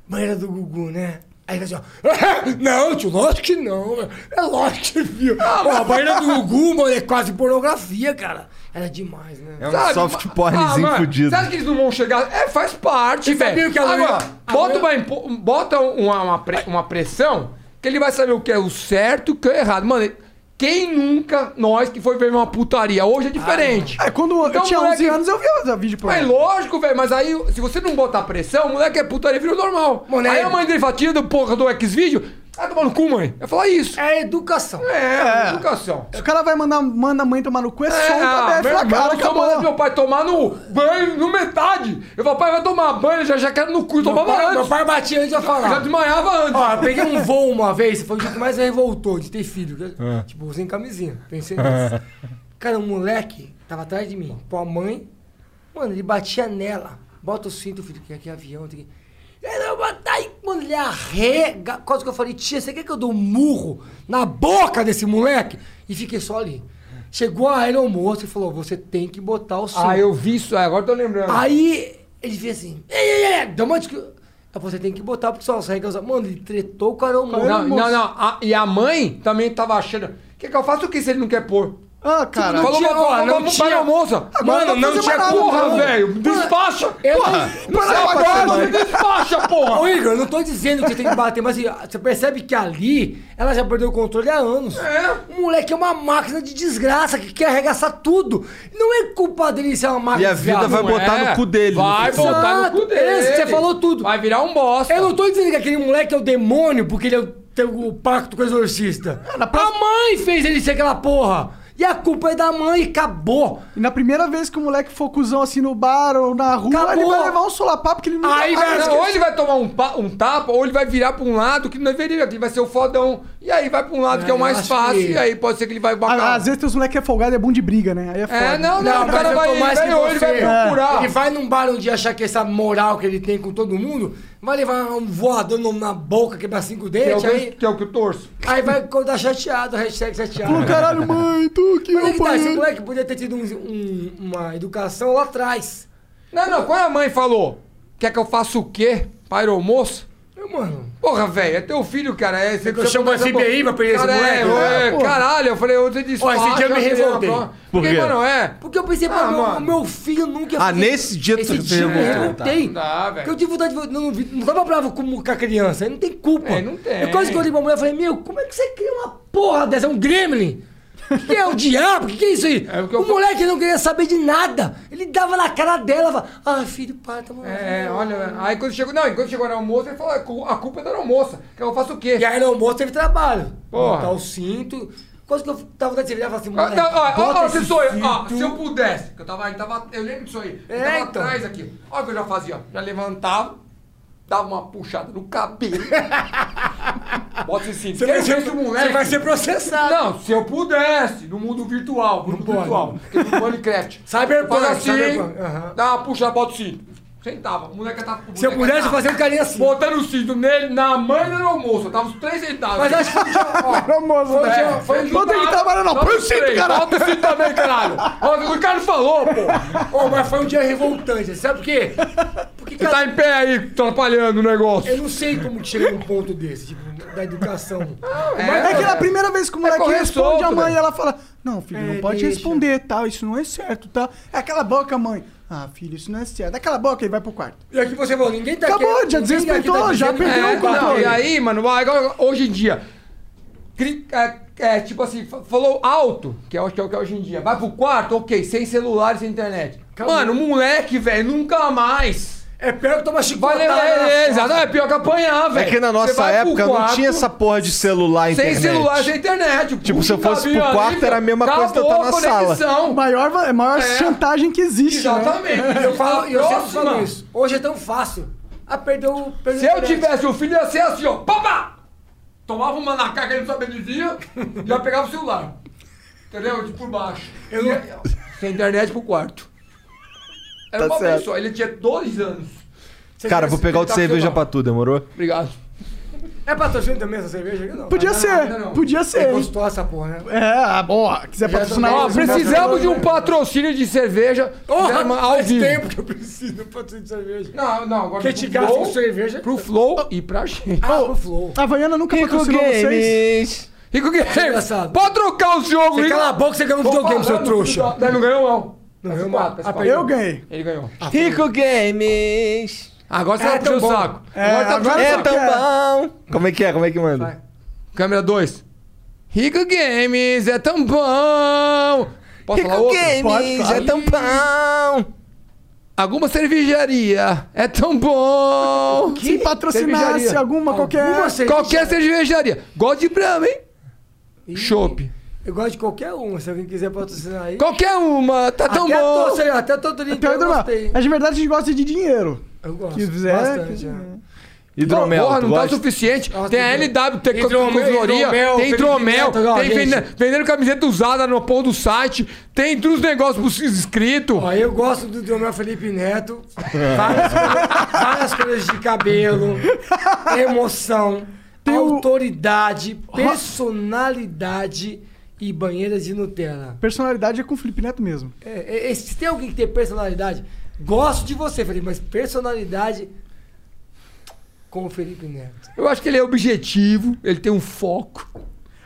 S6: banheiro do Gugu, né? Aí ele falou assim, ó, não, tio, lógico que não, velho. é lógico que viu.
S5: Ah,
S6: Pô,
S5: tá
S6: a banheira do Gugu, mano, é quase pornografia, cara. Era demais, né?
S3: É um soft pornzinho
S5: Ah, mano,
S3: fudido.
S5: Você acha que eles não vão chegar? É, faz parte,
S6: Você
S5: velho.
S6: sabia que Ah, a Lorena-
S5: Agora,
S6: a
S5: bota,
S6: Lorena-
S5: uma, impo- bota uma, uma, pre- uma pressão que ele vai saber o que é o certo e o que é errado. Mano, quem nunca, nós que foi ver uma putaria, hoje é diferente.
S2: É, quando eu
S5: Então,
S2: tinha
S5: moleque-
S2: 11 anos, eu um- via vídeo pornô.
S5: Mas lógico, velho, mas aí, se você não botar pressão, o moleque é putaria, virou normal.
S6: Moleque.
S5: Aí a mãe dele fatia do porra do X-Vídeo, ah, tomar no cu, mãe. Eu falar isso.
S6: É educação.
S5: um É, educação.
S2: Se o cara vai mandar manda a mãe tomar no cu, é só um
S5: É,
S2: tabef
S5: meu
S2: na
S5: irmão,
S2: cara,
S5: se eu mandar
S2: acabou.
S5: meu pai tomar no banho, no metade. Eu falo, pai, vai tomar banho, eu já, já quero no cu, eu
S6: Meu
S5: tomava
S6: pai,
S5: antes.
S6: meu pai batia antes de eu
S5: Eu
S6: falar.
S5: já desmaiava antes.
S6: Ó, eu peguei um voo uma vez, foi o dia que mais me revoltou de ter filho. que- Tipo, sem camisinha. Pensei nisso. Cara, um moleque tava atrás de mim, com a mãe. Mano, ele batia nela. Bota o cinto, filho, que aqui é avião. Tem que... Ele vai botar aí, mano, ele arrega. Quase que eu falei, tia, você quer que eu dou um murro na boca desse moleque? E fiquei só ali. Chegou a aeromoça e falou: você tem que botar o cinto.
S5: Ah, eu vi isso, agora eu tô lembrando.
S6: Aí ele fez assim: "Ei, ei, ei, ei", deu uma discu- Aí Você tem que botar, porque são as regras. Mano, ele tretou com a aeromoça.
S5: Não, não, não. A- e a mãe também tava achando. Quer que eu faça o que se ele não quer pôr?
S2: Ah,
S6: cara.
S5: Falou,
S6: Não tinha,
S5: vamos-
S6: ó,
S5: vamos-
S6: não
S5: vamos
S6: tinha.
S5: para a moça.
S6: Agora não
S5: não
S6: fazer
S5: tinha
S6: mais nada,
S5: porra,
S6: não.
S5: velho. Despacha.
S6: Eu não-
S5: porra.
S6: Não,
S5: Para,
S6: não,
S5: para,
S6: não,
S5: para,
S6: não.
S5: despacha, porra.
S6: Ô, Igor, eu não tô dizendo que você tem que bater, mas assim, você percebe que ali ela já perdeu o controle há anos. É. O moleque é uma máquina de desgraça que quer arregaçar tudo. Não é culpa dele ser uma máquina
S3: E a
S6: de
S3: vida
S6: desgraça.
S3: vai
S6: Não é.
S3: botar no cu dele, no
S5: Vai
S3: futuro.
S5: botar no
S6: Exato.
S5: cu dele.
S6: Esse, você falou tudo.
S5: Vai virar um bosta.
S6: Eu não tô dizendo que aquele moleque é o demônio porque ele é o, tem o pacto com o exorcista.
S5: É,
S6: A mãe fez ele ser aquela porra. E a culpa é da mãe, acabou.
S2: E na primeira vez que o moleque for cuzão assim no bar ou na rua, ele vai levar um solapá porque ele não
S5: Aí
S2: Ah,
S5: vai,
S2: não,
S5: ou ele vai tomar um, pa- um tapa, ou ele vai virar pra um lado que não deveria, que vai ser o fodão. E aí vai pra um lado que é o
S2: eu
S5: mais
S2: acho
S5: fácil,
S2: que-
S5: e aí pode ser que ele vai um.
S2: Ah,
S5: bacar.
S2: Às vezes teus moleque é folgado e é bom de briga, né? Aí é foda.
S5: É, não,
S6: Não,
S5: não, o cara vai,
S6: mais
S5: vai,
S6: que
S5: ou ele vai
S6: você.
S5: procurar.
S6: Ele vai num bar onde achar que essa moral que ele tem com todo mundo vai levar um voador no- na boca, quebrar cinco
S5: Que é o
S6: dentes,
S5: que eu-
S6: aí...
S5: que é o que eu torço.
S6: Aí vai dar chateado, hashtag chateado.
S5: Falou, "Caralho,
S2: mãe, tu que
S6: Mas é que tá,
S5: apanhei."
S6: esse moleque podia ter tido um- um- uma educação lá atrás.
S5: Não, não, quando a mãe falou, quer que eu faça o quê? Pai ou moço?
S6: Eu, mano.
S5: Porra, velho, é teu filho, cara. É, você,
S6: Eu chamo o FBI pra prender esse
S5: Cara, é,
S6: moleque, né?
S5: é,
S6: Porra.
S5: Caralho, eu falei, onde
S6: Ó, esse dia eu me revoltei.
S5: Por quê?
S6: quê?
S5: mano, é.
S6: Porque eu pensei,
S5: Ah,
S6: ah, meu,
S5: mano.
S6: meu filho nunca ia
S3: Ah,
S6: fazer
S3: nesse
S6: isso.
S3: dia tu
S6: Esse tipo
S3: se
S6: dia eu me
S3: revoltou,
S6: revoltei.
S5: tá. Não dá, velho.
S6: Porque eu tive vontade de... Não, não, vi- não tava bravo com, com a criança. Aí não tem culpa.
S5: É, não tem.
S6: Eu quase que eu olhei pra mulher e falei, meu, como é que você cria uma porra dessa? É um gremlin? O que que é o diabo? O que, que é isso aí? o moleque não queria saber de nada. Ele dava na cara dela. Falava, ah, filho, para, tá bom.
S5: É, olha, aí quando chegou, não, quando chegou na almoça, ele falou, "A cu- a culpa é da almoça, que eu faço o quê?
S6: E aí no almoço teve trabalho.
S5: Porra.
S6: Botar o cinto. Quase que eu tava vontade de virar e falar assim,
S5: Ah,
S6: moleque,
S5: não, ó, ó,
S6: bota
S5: ó, se
S6: esse
S5: sou eu, ó,
S6: cinto."
S5: se eu pudesse, que eu tava, eu tava, eu lembro disso aí, eu
S6: É,
S5: tava
S6: então.
S5: atrás aqui, olha o que eu já fazia, ó, já levantava, dava uma puxada no cabelo, bota esse cinto,
S6: Você vai
S5: quero
S6: ser-
S5: ver esse moleque.
S6: você vai ser processado.
S5: Não, se eu pudesse, no mundo virtual, no mundo virtual, porque no Minecraft.
S6: Cyberpunk,
S5: Faz assim,
S6: cyberpunk, aham.
S5: dá uma puxada, bota o cinto. Sentava, o moleca tava com o
S6: Se eu
S5: moleque
S6: pudesse,
S5: tava-
S6: eu fazia um carinha assim.
S5: Botando o cinto nele, na mãe do almoço. Eu tava os três sentados.
S6: Mas acho que
S2: Era moço,
S5: Foi,
S2: né?
S5: foi, foi
S2: Não tem que trabalhar não, põe o cinto, caralho.
S5: Bota o cinto também, caralho. Olha o que o Ricardo falou, pô.
S6: Ô, mas foi um dia revoltante, sabe por quê? Porque,
S5: Você tá em pé aí, atrapalhando o negócio.
S6: eu não sei como chega num ponto desse, tipo, da educação.
S2: Mas é que na primeira vez que o moleque
S5: correr
S2: responde
S5: solto,
S2: a mãe,
S5: velho.
S2: ela fala: Não, filho, não
S6: É,
S2: pode
S6: deixa.
S2: responder, tal, isso não é certo, tá? É aquela boca, mãe. Ah, filho, isso não é certo. Aquela boca, ele vai pro quarto.
S6: E aqui você falou, ninguém tá
S2: Acabou,
S6: querendo-
S2: já
S6: ninguém aqui
S2: desrespeitou,
S6: tá
S2: já
S6: dizendo-
S2: perdeu
S6: É,
S2: o controle.
S5: Não, e aí, mano, agora, hoje em dia, cri- é, é, tipo assim, fa- falou alto, que é o que é o que é hoje em dia. Vai pro quarto, ok, sem celular e sem internet. Mano, moleque, velho, nunca mais.
S6: É pior que tomar
S5: Vai
S6: chicotada. né?
S5: levar, é, é, exato, é pior que apanhar, velho.
S3: É que na
S5: Você
S3: nossa
S5: vai pro
S3: época não
S5: quarto,
S3: tinha essa porra de celular e
S5: Sem
S3: internet.
S5: celular, sem internet.
S3: Tipo, se eu
S5: Puta
S3: fosse pro
S5: vida, ali,
S3: quarto, era a mesma
S5: acabou
S3: coisa que eu tava na
S5: a
S3: sala. né?
S5: conexão.
S2: Maior, va- maior
S5: É.
S2: chantagem que existe. né?
S5: Exatamente.
S6: Eu falo, eu sempre falo
S5: Próxima.
S6: isso. Hoje é tão fácil. Ah, perdeu o.
S5: Se eu tivesse um filho, ia ser assim, ó. Papá! Tomava uma na cara que ele não sabia dizia e já pegava o celular. Entendeu? De por baixo. Eu Sem internet pro quarto. Era
S3: Tá
S5: uma
S3: certo.
S5: vez só. Ele tinha dois anos.
S3: Cara, vou pegar outra cerveja pra tu, demorou?
S5: Obrigado.
S6: É patrocínio também essa cerveja aqui? Não.
S2: Podia ser, podia ser.
S6: É gostosa essa porra, né?
S2: É, ah, boa. Quiser patrocinar
S5: Ó,
S2: eles, né?
S5: precisamos de
S3: é
S5: um patrocínio de cerveja.
S6: Porra,
S5: Fizemos
S6: faz tempo que eu preciso de um patrocínio de cerveja.
S5: Não, não, agora.
S6: Que te gasta com cerveja.
S5: Pro Flow e pra gente.
S6: Ah, pro Flow.
S2: A Havaiana nunca patrocinou vocês.
S5: Rico Games,
S6: Engraçado.
S5: pode trocar os jogos,
S6: Você
S5: Rico.
S6: cala a boca, você ganhou um
S5: Tô
S6: videogame, seu
S5: falando,
S6: trouxa.
S5: Não não ganhou, não.
S6: Não ganhou,
S5: PS4,
S6: não.
S5: PS4.
S6: Ah,
S2: Eu ganhei.
S5: Ele ganhou.
S3: Ah,
S7: Rico Games.
S5: Agora você
S6: É
S5: vai puxar
S6: tão
S5: o
S6: bom.
S5: saco.
S2: É, agora
S5: puxando
S7: É
S5: o
S7: tão
S5: saco.
S7: bom.
S3: Como é que é? Como é que manda?
S5: Câmera 2. Rico Games é tão bom. Posso falar
S7: Rico
S5: outro?
S7: Games é tão bom.
S5: Alguma cervejaria é tão bom.
S2: Se patrocinasse
S5: Cervejaria.
S2: alguma, qualquer.
S6: Alguma cerveja.
S5: Qualquer cervejaria. Gosto de brama, hein? Chopp.
S6: Eu gosto de qualquer uma, se alguém quiser patrocinar aí.
S5: Qualquer uma, tá tão
S6: até
S5: bom.
S6: A torta, até a torta
S2: Então,
S6: eu gostei.
S2: Mas de verdade a gente gosta de dinheiro.
S6: Eu gosto.
S2: Que fizer,
S6: bastante,
S2: que-
S6: é.
S3: Hidromel,
S5: Porra,
S3: tu
S5: não tá o
S3: gosta?
S5: suficiente.
S6: Nossa,
S5: tem a
S6: hidromel.
S5: LW, tem
S6: Hidromel,
S5: consultoria,
S6: hidromel,
S5: tem hidromel,
S6: Felipe Neto, ó,
S5: tem
S6: gente.
S5: vende- vendendo camiseta usada no pão do site, tem os negócios pros inscritos.
S6: Ó, eu gosto do Dromel Felipe Neto. Várias, coisas- várias coisas de cabelo, emoção, autoridade, personalidade e banheiras de Nutella.
S2: Personalidade é com o Felipe Neto mesmo.
S6: É, é, é, se tem alguém que tem personalidade, gosto de você, Felipe, mas personalidade com o Felipe Neto.
S5: Eu acho que ele é objetivo, ele tem um foco.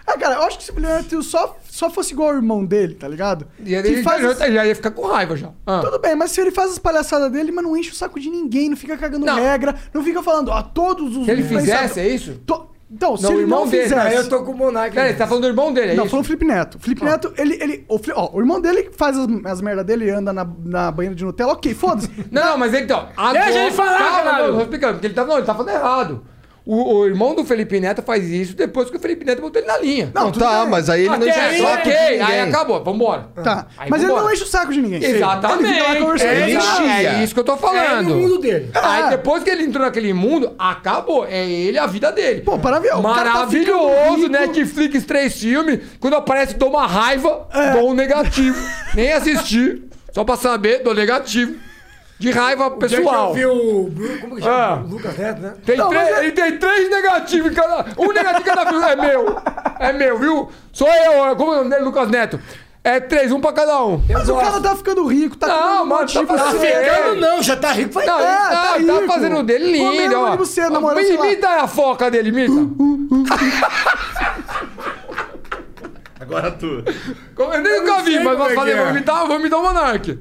S2: Ah, cara, eu acho que se o Felipe Neto só, só fosse igual o irmão dele, tá ligado?
S5: E ele,
S2: Que faz
S5: ele-
S2: as-
S5: ele já tá ia ficar com raiva já. Ah.
S2: Tudo bem, mas se ele faz as palhaçadas dele, mas não enche o saco de ninguém, não fica cagando regra, não fica falando, ó, todos os...
S5: Se ele
S2: influenciados-
S5: fizesse, é isso?
S2: To- Então, se
S5: Não, o
S2: ele não
S5: irmão dele.
S2: fizesse...
S5: Aí eu tô
S6: com o Monark.
S5: Peraí, você tá falando do irmão dele, é
S2: não,
S5: isso?
S2: falando Felipe Neto. Felipe Neto, ele. ele o, Felipe- ó, o irmão dele faz as, as merdas dele, anda na, na banheira de Nutella, ok, foda-se.
S5: Não, mas então. Agora,
S2: Deixa ele falar,
S5: calma,
S2: caralho!
S5: não, eu tô explicando, porque ele tá, não, ele tá falando errado. O, o irmão do Felipe Neto faz isso depois que o Felipe Neto botou ele na linha.
S3: Não, Não, tá, tudo bem. mas aí né? ele não
S5: Até
S3: enche o
S5: aí,
S3: saco de
S5: Ok,
S3: ninguém.
S5: aí acabou, vambora.
S2: Tá.
S5: Aí
S2: mas ele
S5: vambora.
S2: não enche o saco de ninguém.
S5: Exatamente.
S2: Ele fica lá conversando.
S5: É, isso- é isso que eu tô falando.
S2: É no mundo
S6: dele.
S5: Aí depois que ele entrou naquele mundo, acabou. É ele a vida dele. Pô,
S2: maravilhoso. O cara tá
S5: Maravilhoso, Netflix, três filmes. Quando aparece, dou uma raiva,
S2: É.
S5: dou um negativo. Nem assisti. Só pra saber, dou negativo. De raiva
S6: O dia
S5: pessoal.
S6: que eu vi o Bruno, como que chama?
S5: Ah.
S6: O Lucas Neto, né?
S5: Tem três-
S2: é-
S5: Ele tem três negativos em cada. Um negativo em cada filme. É meu. É meu, viu? Sou eu. é- Como é o nome dele, Lucas Neto? É três, um pra cada um.
S2: Mas o cara tá ficando rico, tá
S5: Não, mano, tá
S2: motivo
S5: fazendo-
S2: certo.
S5: ficando não, já
S6: tá rico,
S5: Não, ele tá, tá, fazendo o dele lindo, ó.
S2: Você, namorando,
S5: Me-
S2: sei lá.
S5: imita a foca dele, imita.
S13: Agora tu.
S5: Como eu nem nunca vi, mas vou fazer, vou imitar, vou imitar o Monark.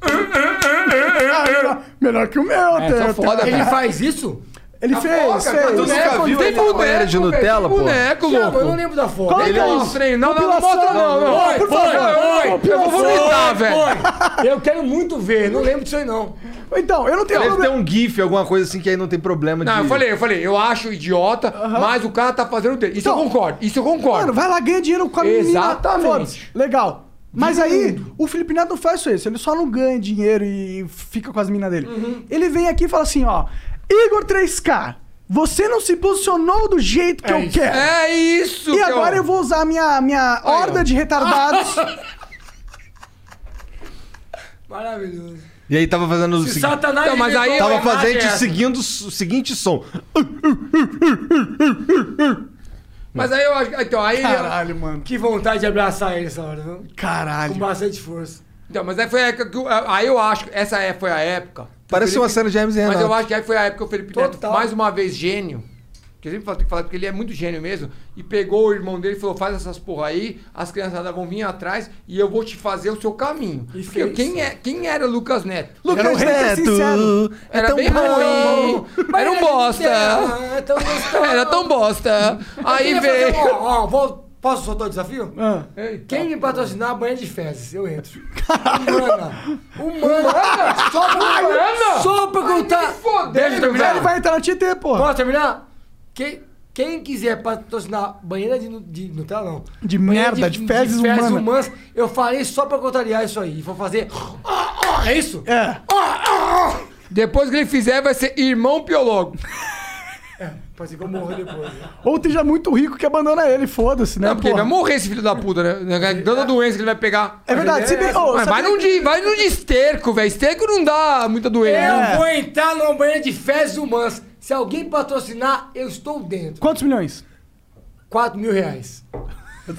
S2: tá Melhor que o meu, tá,
S5: É, sou foda, Tá
S6: Ele
S5: cara.
S6: faz isso?
S2: Ele
S6: A
S2: fez,
S6: foca,
S2: fez.
S6: mas tu
S5: é,
S6: nunca
S2: Tem
S6: viu
S2: boneco,
S6: ele na banheira de
S5: velho,
S6: Nutella,
S5: tem
S6: pô?
S5: boneco,
S6: Chama,
S5: louco.
S6: eu não lembro da foto.
S5: Coloca
S6: Ele
S5: aí.
S6: é um-
S5: Trem, Não, não, não
S6: Compilação.
S5: mostra não, não.
S6: Foi,
S5: Por
S6: foi,
S5: favor.
S6: foi.
S5: Compilação.
S6: Eu vou vomitar,
S5: Foi,
S6: tá, velho.
S5: foi.
S6: Eu quero muito ver, não lembro disso aí não.
S2: Então, eu não
S3: Deve ter um GIF, alguma coisa assim que aí não tem problema de.
S5: Não, eu falei, eu falei, eu acho idiota, mas o cara tá fazendo o dele. Isso eu concordo, isso eu concordo.
S2: Mano, vai lá, ganha dinheiro com a menina.
S5: Exatamente.
S2: foda-se. Legal. Mas aí, o Felipe Neto não faz só isso. Ele só não ganha dinheiro e fica com as minas dele.
S5: Uhum.
S2: Ele vem aqui e fala assim, ó... Igor 3K, você não se posicionou do jeito que
S5: É
S2: eu
S5: isso.
S2: quero.
S5: É isso
S2: E
S5: que
S2: agora
S5: eu-
S2: eu vou usar a minha, minha horda de retardados...
S6: Maravilhoso.
S3: E aí tava fazendo o
S6: Se
S3: seguinte.
S6: Satanás
S3: Não, mas aí
S6: inventou
S3: tava
S6: a imagem
S3: fazendo o
S6: essa.
S3: seguinte, o seguinte som.
S5: Mas aí eu acho que. Então, aí.
S2: Caralho, mano.
S6: Que vontade de abraçar ele essa hora, viu?
S2: Caralho.
S6: Com bastante força.
S5: Então, mas aí foi a época que. eu- Aí eu acho que essa é- foi a época.
S3: Parece uma cena de Hermes e
S5: Mas
S3: Renato.
S5: eu acho que aí foi a época que o Felipe Neto, mais uma vez, gênio. Que eu sempre falo- tenho que falar, porque ele é muito gênio mesmo. E pegou o irmão dele e falou: faz essas porra aí, as criançadas vão vir atrás e eu vou te fazer o seu caminho. Porque
S6: fez.
S5: quem, é, quem era Lucas Neto?
S6: Lucas
S5: Era um hater
S6: Neto,
S5: sincero.
S6: é
S5: Era
S6: tão
S5: bem
S6: bom.
S5: ruim. Era um bosta.
S6: É tão gostoso.
S5: Era tão bosta. Aí
S6: Eu queria fazer um-
S5: veio.
S6: Ó, ó, vou- posso soltar o desafio?
S2: Ah.
S6: Quem me patrocinar a banha de fezes, eu entro. Humana. Humana. Só pra,
S5: Humana?
S6: Só pra contar.
S5: Deixa eu terminar.
S2: Ele vai entrar na TT, pô.
S6: Posso terminar? Quem, quem quiser patrocinar banheira de, nu- de Nutella, não.
S2: De
S6: Banheira
S2: merda, de fezes humana.
S6: humanas, eu farei só pra contrariar isso aí. Vou fazer... Ah, ah, é isso?
S2: É.
S5: Depois que ele fizer, vai ser irmão biológico.
S6: Pode ser que eu morra depois. né?
S2: Ou tem já muito rico que abandona ele, foda-se, né?
S5: Não, porque ele é vai
S2: porra?
S5: morrer esse filho da puta, né? Tanta doença que ele vai pegar.
S2: É verdade, se bem- ô,
S5: Mas
S2: sabe
S5: vai,
S2: que-
S5: num de, vai num de esterco, velho. Esterco não dá muita doença.
S2: É.
S6: Eu vou entrar numa banheira de fezes humanas. Se alguém patrocinar, eu estou dentro.
S2: Quantos milhões?
S6: 4 mil reais.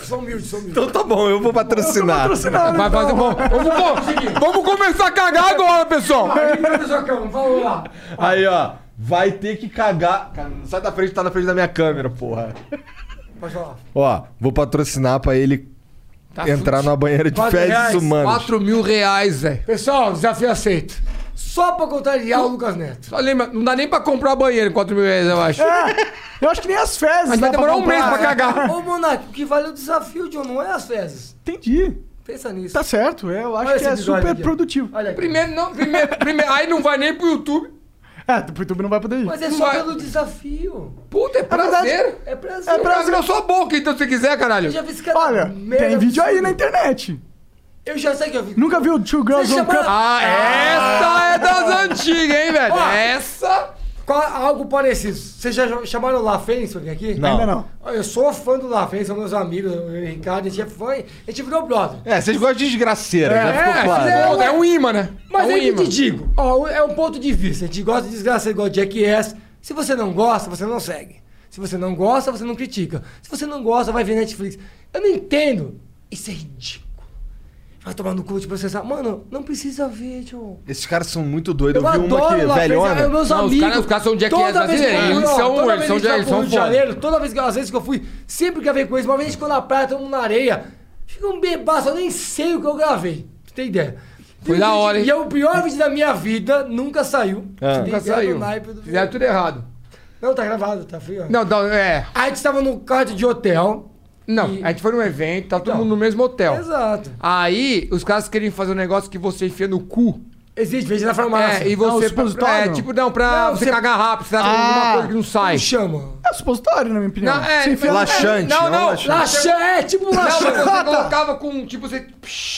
S6: Sou humilde, sou humilde.
S3: Então tá bom, eu vou patrocinar.
S5: Vai fazer bom. Vamos, co- vamos começar a cagar agora, pessoal.
S6: Vamos lá.
S3: Aí, ó. Vai ter que cagar. Cara, não sai da frente, tá na frente da minha câmera, porra.
S6: Pode falar.
S3: Ó, vou patrocinar pra ele
S5: Tá
S3: entrar
S5: fudido.
S3: numa banheira de
S5: Quatro
S3: fezes
S5: reais,
S3: humanas.
S5: Quatro mil reais, velho.
S6: Pessoal, desafio aceito. Só pra contrariar o Lucas Neto.
S5: Só lembra, não dá nem pra comprar banheiro com 4 mil reais, eu acho.
S2: Eu acho que nem as fezes.
S5: Mas
S2: dá
S5: vai demorar um
S2: comprar.
S5: mês pra cagar.
S6: Ô, Monark, o que vale é o desafio, John, não é as fezes.
S2: Entendi.
S6: Pensa nisso.
S2: Tá certo, eu acho
S6: Olha
S2: que
S6: esse
S2: é
S6: episódio
S2: super
S6: aqui, ó.
S2: produtivo.
S6: Olha aqui.
S5: Primeiro, não, primeiro, primeiro. Aí não vai nem pro YouTube.
S2: É, pro YouTube não vai poder ir.
S6: Mas é
S5: Não
S6: só
S5: vai.
S6: pelo desafio.
S5: Puta, é prazer.
S6: É prazer.
S5: É prazer na sua boca, então, se quiser, caralho.
S6: Eu já vi esse cara.
S2: Olha,
S6: merda
S2: tem vídeo aí
S6: absurda.
S2: na internet.
S6: Eu já sei que eu vi.
S2: Nunca viu Two Girls
S6: Você
S2: One
S6: chama-
S2: Cup?
S5: Ah, essa é das antigas, hein, velho?
S6: Ó.
S5: Essa.
S6: Qual- algo parecido. Vocês já chamaram o Lafênix pra vir aqui?
S3: Não. Ainda não.
S6: Eu sou fã do Lafênix, são meus amigos, eu e o Ricardo, a gente é fã, a gente virou brother.
S3: É, vocês gostam de desgraceira, já ficou claro.
S5: é, é um imã, né?
S6: Mas
S5: é um
S6: aí que
S5: imã.
S6: te digo, ó, é um ponto de vista. A gente gosta de desgraça igual Jackass. Se você não gosta, você não segue. Se você não gosta, você não critica. Se você não gosta, vai ver Netflix. Eu não entendo Isso é ridículo. Vai tomar no cu de processar. Mano, não precisa ver, tio.
S3: Esses caras são muito doidos. Eu, vi uma
S6: adoro
S3: aqui,
S6: lá,
S3: velhona.
S6: fez- é, Meus amigos.
S5: caras- os caras são jackass
S6: toda vez que eu
S5: brasileiro,
S6: fui,
S5: eles
S6: ó,
S5: são-
S6: toda
S5: eles
S6: vez
S5: são
S6: que eu
S5: jack-
S6: fui pro
S5: são
S6: Rio de
S5: foda.
S6: Janeiro, toda vez que eu, às vezes que eu fui, sempre gravei com eles. Uma vez a gente ficou na praia, todo mundo na areia. Fica um bebaço, eu nem sei o que eu gravei. Pra você ter ideia.
S5: Foi da hora, hein?
S6: E é o pior vídeo da minha vida, nunca saiu.
S5: Ah.
S6: Nunca
S5: Nunca
S6: saiu.
S5: saiu.
S6: Fizeram
S5: tudo errado.
S6: Não, tá gravado, tá frio.
S5: Não, não, é.
S6: Aí a gente tava no card de hotel.
S5: Não, a gente foi num evento, tá todo mundo no mesmo hotel.
S6: Então. Exato.
S5: Aí, os caras querem fazer um negócio que você enfia no cu.
S6: Existe, vende na farmácia.
S5: É, e
S6: Ah, o
S5: você.
S6: supositório?
S5: é, tipo, não, pra
S6: Não,
S5: você
S6: você-
S5: cagar rápido, você tá fazendo
S6: Ah.
S5: alguma coisa que não sai.
S6: chama?
S2: É supositório, na minha opinião.
S5: Não, é,
S2: Você enfia-
S5: laxante, não, não,
S6: Laxante, é tipo um
S5: Não, mas
S6: laxante.
S5: você colocava com, tipo, você...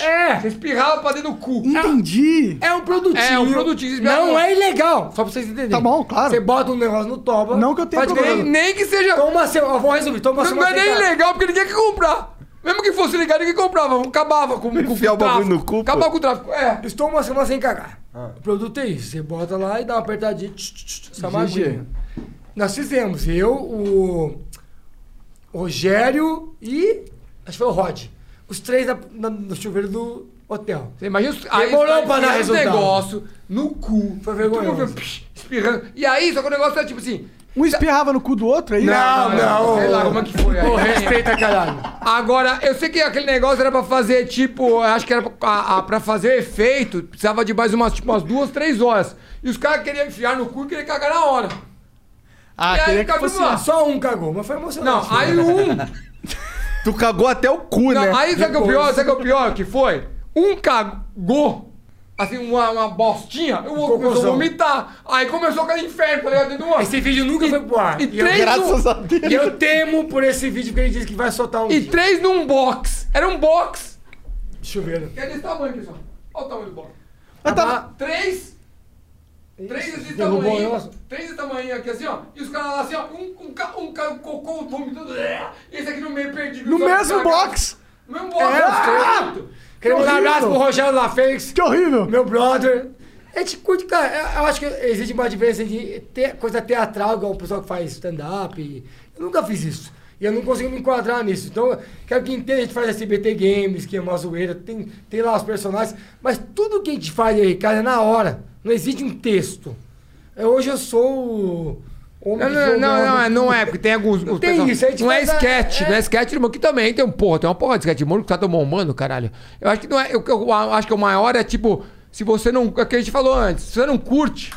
S6: É. Você
S5: espirrava pra dentro do cu.
S2: Entendi.
S6: É um produtinho.
S5: É um produtinho, você espirra
S6: Não
S5: no-
S6: é ilegal, só pra vocês entenderem. Tá bom, claro. Você bota um negócio no toba. Não que eu
S5: tenha problema. Nem- nem que seja...
S6: Toma seu, ó, vou resumir. Toma
S5: Não,
S6: seu
S5: é nem legal, porque ninguém quer comprar. Mesmo que fosse legal, ninguém comprava. Acabava com, com
S6: Enfiar o bagulho no cu, pô.
S5: Acabava com o tráfico. É.
S6: Estou uma semana sem cagar. O produto é isso. Você bota lá e dá uma apertadinha. Tch, tch, tch, Essa
S5: GG.
S6: maguinha. Nós fizemos. Eu, o Rogério e... Acho que foi o Rod. Os três na- na- no chuveiro do hotel.
S5: Você imagina os- aí
S6: Demorou
S5: os
S6: pra
S5: caras
S6: dar
S5: enfiaram os
S6: resultado.
S5: negócio no cu. Foi vergonhoso. Todo mundo psh, espirrando. E aí, só que o negócio é tipo assim...
S2: Um espirrava no cu do outro é aí?
S5: Ah, Sei lá como é que foi. aí.
S2: Pô, respeita,
S6: caralho.
S5: Agora, eu sei que aquele negócio era pra fazer, tipo, eu acho que era pra, a- pra fazer efeito, precisava de mais umas, tipo, umas duas, três horas. E os caras queriam enfiar no cu e queriam cagar na hora.
S6: Ah,
S5: e
S6: queria
S5: aí,
S6: que fosse... Só um cagou, mas foi emocionante.
S5: Não, aí um...
S3: Tu cagou até o cu,
S5: Não,
S3: né?
S5: aí sabe o que é o pior? Sabe o que é o pior que foi? Um cagou, assim, uma, uma bostinha, o outro começou a
S6: Cocôzão.
S5: vomitar. Aí começou aquele inferno, tá ligado? Dentro do
S6: Esse vídeo nunca foi pro ar.
S5: E três no-
S6: E eu temo por esse vídeo que ele disse que vai soltar um.
S5: E três num box. Era um box.
S6: Chuveiro.
S5: Que é desse tamanho, pessoal. Olha o tamanho do box.
S6: tá-
S5: Três. Três desse
S6: derrubou
S5: tamanho.
S6: o negócio.
S5: Três desse tamanho aqui, assim, ó. E os caras lá, assim, ó. Um, um, ca- um, ca- um cocô vomitando. Esse aqui no meio perdido.
S2: No
S5: Só
S2: mesmo
S5: caga-
S2: box.
S5: No mesmo box.
S6: É, os três.
S5: Ah!
S6: Queremos dar um
S5: horrível.
S6: abraço pro Rogério La Fênix. Que
S2: horrível.
S6: Meu brother. A gente curte, cara. é, Eu- Eu acho que existe uma diferença de ter coisa teatral, igual o pessoal que faz stand-up. e- Eu nunca fiz isso. E eu não consigo me enquadrar nisso. Então, eu quero que entenda, a gente faz SBT Games, que é uma zoeira, tem, tem lá os personagens. Mas tudo que a gente faz aí, cara, é na hora. Não existe um texto. É, Hoje eu
S5: Não,
S6: sou o homem que
S5: não,
S6: sou
S5: não,
S6: o-
S5: não, é- não é, porque tem alguns.
S6: Não
S5: os
S6: tem
S5: pessoal-
S6: isso, a gente
S5: não é
S6: faz a-
S5: sketch,
S6: é-
S5: não é sketch, irmão, que também tem um porra, tem uma porra de sketch, mano, que tá tomando mano, caralho. Eu acho que não é. Eu, eu acho que o maior é tipo, se você não. É o que a gente falou antes, se você não curte,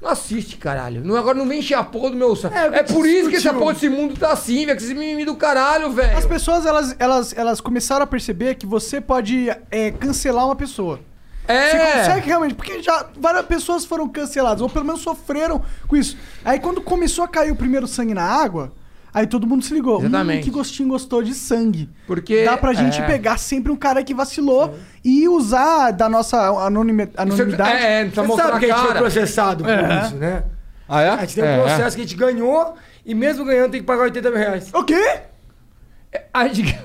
S5: não assiste, caralho. Não, agora não vem encher a porra do meu saco. É, por isso que essa porra desse mundo tá assim, velho, que esse mimimi do caralho, velho.
S2: As pessoas, elas, elas, elas começaram a perceber que você pode é, cancelar uma pessoa.
S5: É.
S2: Você consegue realmente, porque já várias pessoas foram canceladas, ou pelo menos sofreram com isso. Aí quando começou a cair o primeiro sangue na água, aí todo mundo se ligou. Hum,
S5: Exatamente.
S2: que gostinho gostou de sangue.
S5: Porque-
S2: Dá pra gente
S5: é.
S2: pegar sempre um cara que vacilou e usar da nossa anonime- anonimidade.
S5: é, não precisa
S6: Você sabe que a gente foi processado por
S2: É.
S6: isso, né?
S3: Ah, é?
S6: A gente tem um
S3: É,
S6: processo
S3: é.
S6: que a gente ganhou e mesmo ganhando tem que pagar 80 mil reais.
S2: O quê?
S5: A gente...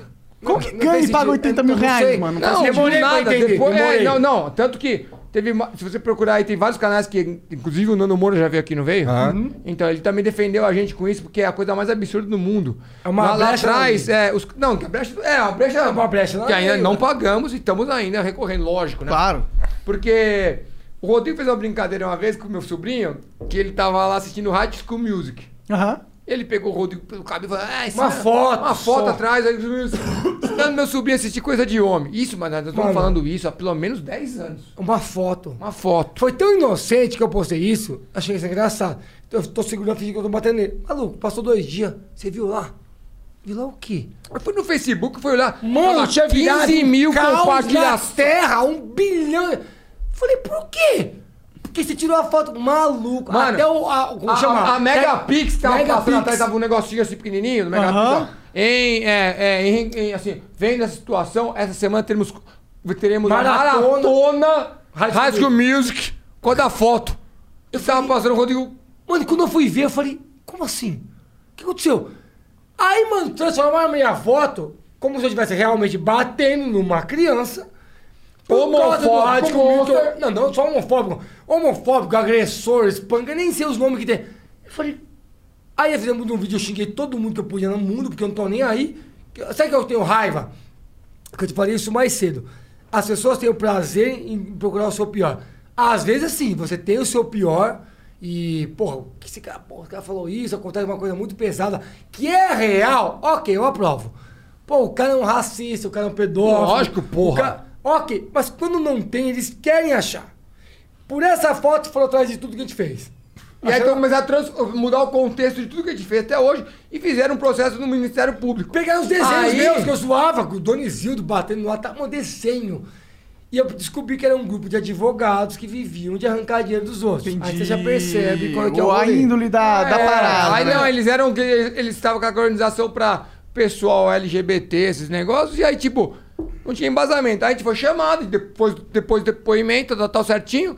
S2: Como que ganha e paga 80 mil reais, mano? faz
S5: Não, demorei
S2: sentido.
S5: nada. Depois, é, não, não. Tanto que teve. ma- Se você procurar aí, tem vários canais que. Inclusive o Nando Moura já veio aqui, não veio? Uhum. Então, ele também defendeu a gente com isso, porque é a coisa mais absurda do mundo.
S6: É uma
S5: lá, lá
S6: brecha na
S5: atrás,
S6: lei.
S5: é, os- não, que a brecha. É, a brecha. É uma
S6: brecha na
S5: Que ainda
S6: lei,
S5: não
S6: né?
S5: pagamos e estamos ainda recorrendo, lógico, né?
S2: Claro.
S5: Porque o Rodrigo fez uma brincadeira uma vez com o meu sobrinho, que ele tava lá assistindo High School Music.
S2: Aham.
S5: Ele pegou o Rodrigo pelo cabelo e falou: ah, isso
S6: Uma
S5: é-
S6: foto
S5: Uma foto
S6: só.
S5: atrás. Aí, ensinando é meu sobrinho a assistir coisa de homem. Isso, mas nós estamos
S6: Mano.
S5: falando isso há pelo menos 10 anos.
S6: Uma foto. Uma
S5: foto.
S6: Foi tão inocente que eu postei isso, achei isso engraçado. Então, Eu tô segurando a fingindo que eu tô batendo nele. Maluco, passou dois dias, você viu lá? Viu lá o quê?
S5: Eu fui no Facebook, fui olhar.
S6: Mano,
S5: tava
S6: tinha virado
S5: 15 mil
S6: um caos
S5: compartilhações.
S6: na terra, um bilhão. Falei, por quê? Porque você tirou a foto maluco.
S5: Mano,
S6: até o. A, como
S5: a,
S6: chama?
S5: a, a Megapix tava passando
S6: Megapix.
S5: atrás, tava um negocinho assim pequenininho, no Megapix.
S6: Aham.
S5: ó. Em, é, é, em, em, assim, vendo essa situação, essa semana teremos, teremos a
S6: Maratona.
S5: maratona High School,
S6: High School
S5: Music. Qual da foto? Eu tava passando o Rodrigo.
S6: Mano, quando eu fui ver, eu falei, como assim? O que aconteceu? Aí, mano, transformaram a minha foto como se eu estivesse realmente batendo numa criança. Por causa do
S5: Homofóbico,
S6: rádio
S5: monster.
S6: Não, não, só homofóbico. Homofóbico, agressor, espanca, nem sei os nomes que tem. Eu falei. Aí fizemos um vídeo, eu xinguei todo mundo que eu podia no mundo, porque eu não tô nem aí. Sabe que eu tenho raiva? Porque eu te falei isso mais cedo. As pessoas têm o prazer em procurar o seu pior. Às vezes, assim, você tem o seu pior e, porra, o que esse cara, porra, o cara falou isso, acontece uma coisa muito pesada, que é real, ok, eu aprovo. Pô, o cara é um racista, o cara é um pedófilo.
S5: Lógico, porra.
S6: o cara- ok, mas quando não tem, eles querem achar. Por essa foto foram atrás de tudo que a gente fez.
S5: E aí então começaram a trans- mudar o contexto de tudo que a gente fez até hoje e fizeram um processo no Ministério Público.
S6: Pegaram os desenhos
S5: Aí-
S6: meus que eu zoava, com o Donizildo batendo lá, tava um desenho. E eu descobri que era um grupo de advogados que viviam de arrancar dinheiro dos outros. Aí você já percebe qual é que é o
S2: Ou a
S6: rolê.
S2: índole da, da
S5: É,
S2: parada.
S5: Aí
S2: né?
S5: não, eles eram. Eles estavam com a organização pra pessoal LGBT, esses negócios, e aí, tipo, não tinha embasamento. Aí a gente foi chamado, e depois, depois do depoimento, tal, tal certinho.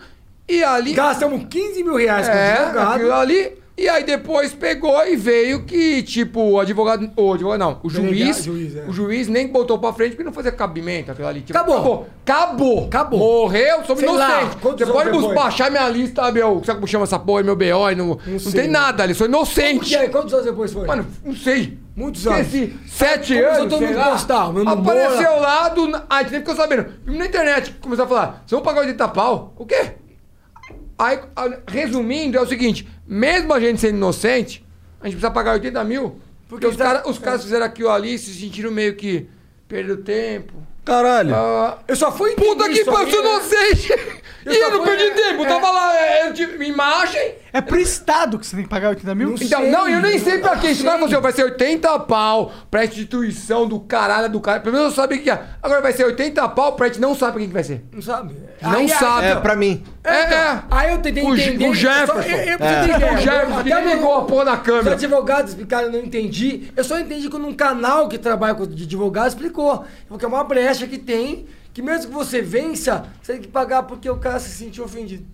S5: E ali.
S6: Gastamos 15 mil reais com advogado.
S5: É, aquilo ali. E aí depois pegou e veio que, tipo, o advogado. O advogado não, o
S6: Delegado,
S5: juiz.
S6: juiz, é.
S5: O juiz nem botou pra frente porque não fazia cabimento aquilo ali. Tipo,
S6: Acabou.
S5: acabou. Acabou. Morreu, sou
S6: Sei lá,
S5: inocente.
S6: quantos
S5: Você pode
S6: anos depois?
S5: baixar minha lista, meu. Sabe como chama essa porra? Meu BO, e não, não,
S6: sei.
S5: tem nada ali, sou inocente.
S6: E aí, quantos anos depois foi?
S5: Mano, não sei.
S6: Muitos anos.
S5: Esqueci. Sete
S6: Começou
S5: anos.
S6: todo
S5: sei
S6: mundo
S5: lá.
S6: postar, meu namoro.
S5: Apareceu lá do. na- Ah, a gente nem ficou sabendo. Na internet começou a falar: vocês vão pagar 80 pau? O quê? Aí, a- resumindo, é o seguinte: mesmo a gente sendo inocente, a gente precisa pagar 80 mil. Porque, os, cara,
S6: é.
S5: os caras fizeram aquilo ali, se sentiram meio que. Perdeu tempo.
S3: Caralho.
S5: Ah,
S6: eu só fui
S5: Puta que
S6: isso
S5: pariu,
S6: aí,
S5: sou
S6: né?
S5: inocente! e eu não perdi tempo, tava lá, é, eu tive imagem.
S2: É pro Estado que você tem que pagar 80 mil?
S5: então, não, eu nem sei pra quem. Isso vai acontecer. Vai ser 80 pau pra instituição do caralho do cara. Pelo menos eu sabia o que é. Agora vai ser 80 pau pra gente não sabe pra quem que vai ser.
S6: Não sabe.
S5: Não
S6: Aí,
S5: sabe.
S6: aí, então,
S3: mim.
S5: É, é.
S6: Aí eu tentei
S5: O Ge-
S6: entender.
S5: o Jefferson.
S6: Só- Eu, eu,
S5: É.
S6: é.
S5: O Jefferson, que nem ligou a porra da câmera.
S6: Os advogados explicaram, eu não entendi. Eu só entendi quando um canal que trabalha com de advogado explicou. Porque é uma brecha que tem, que mesmo que você vença, você tem que pagar porque o cara se sentiu ofendido.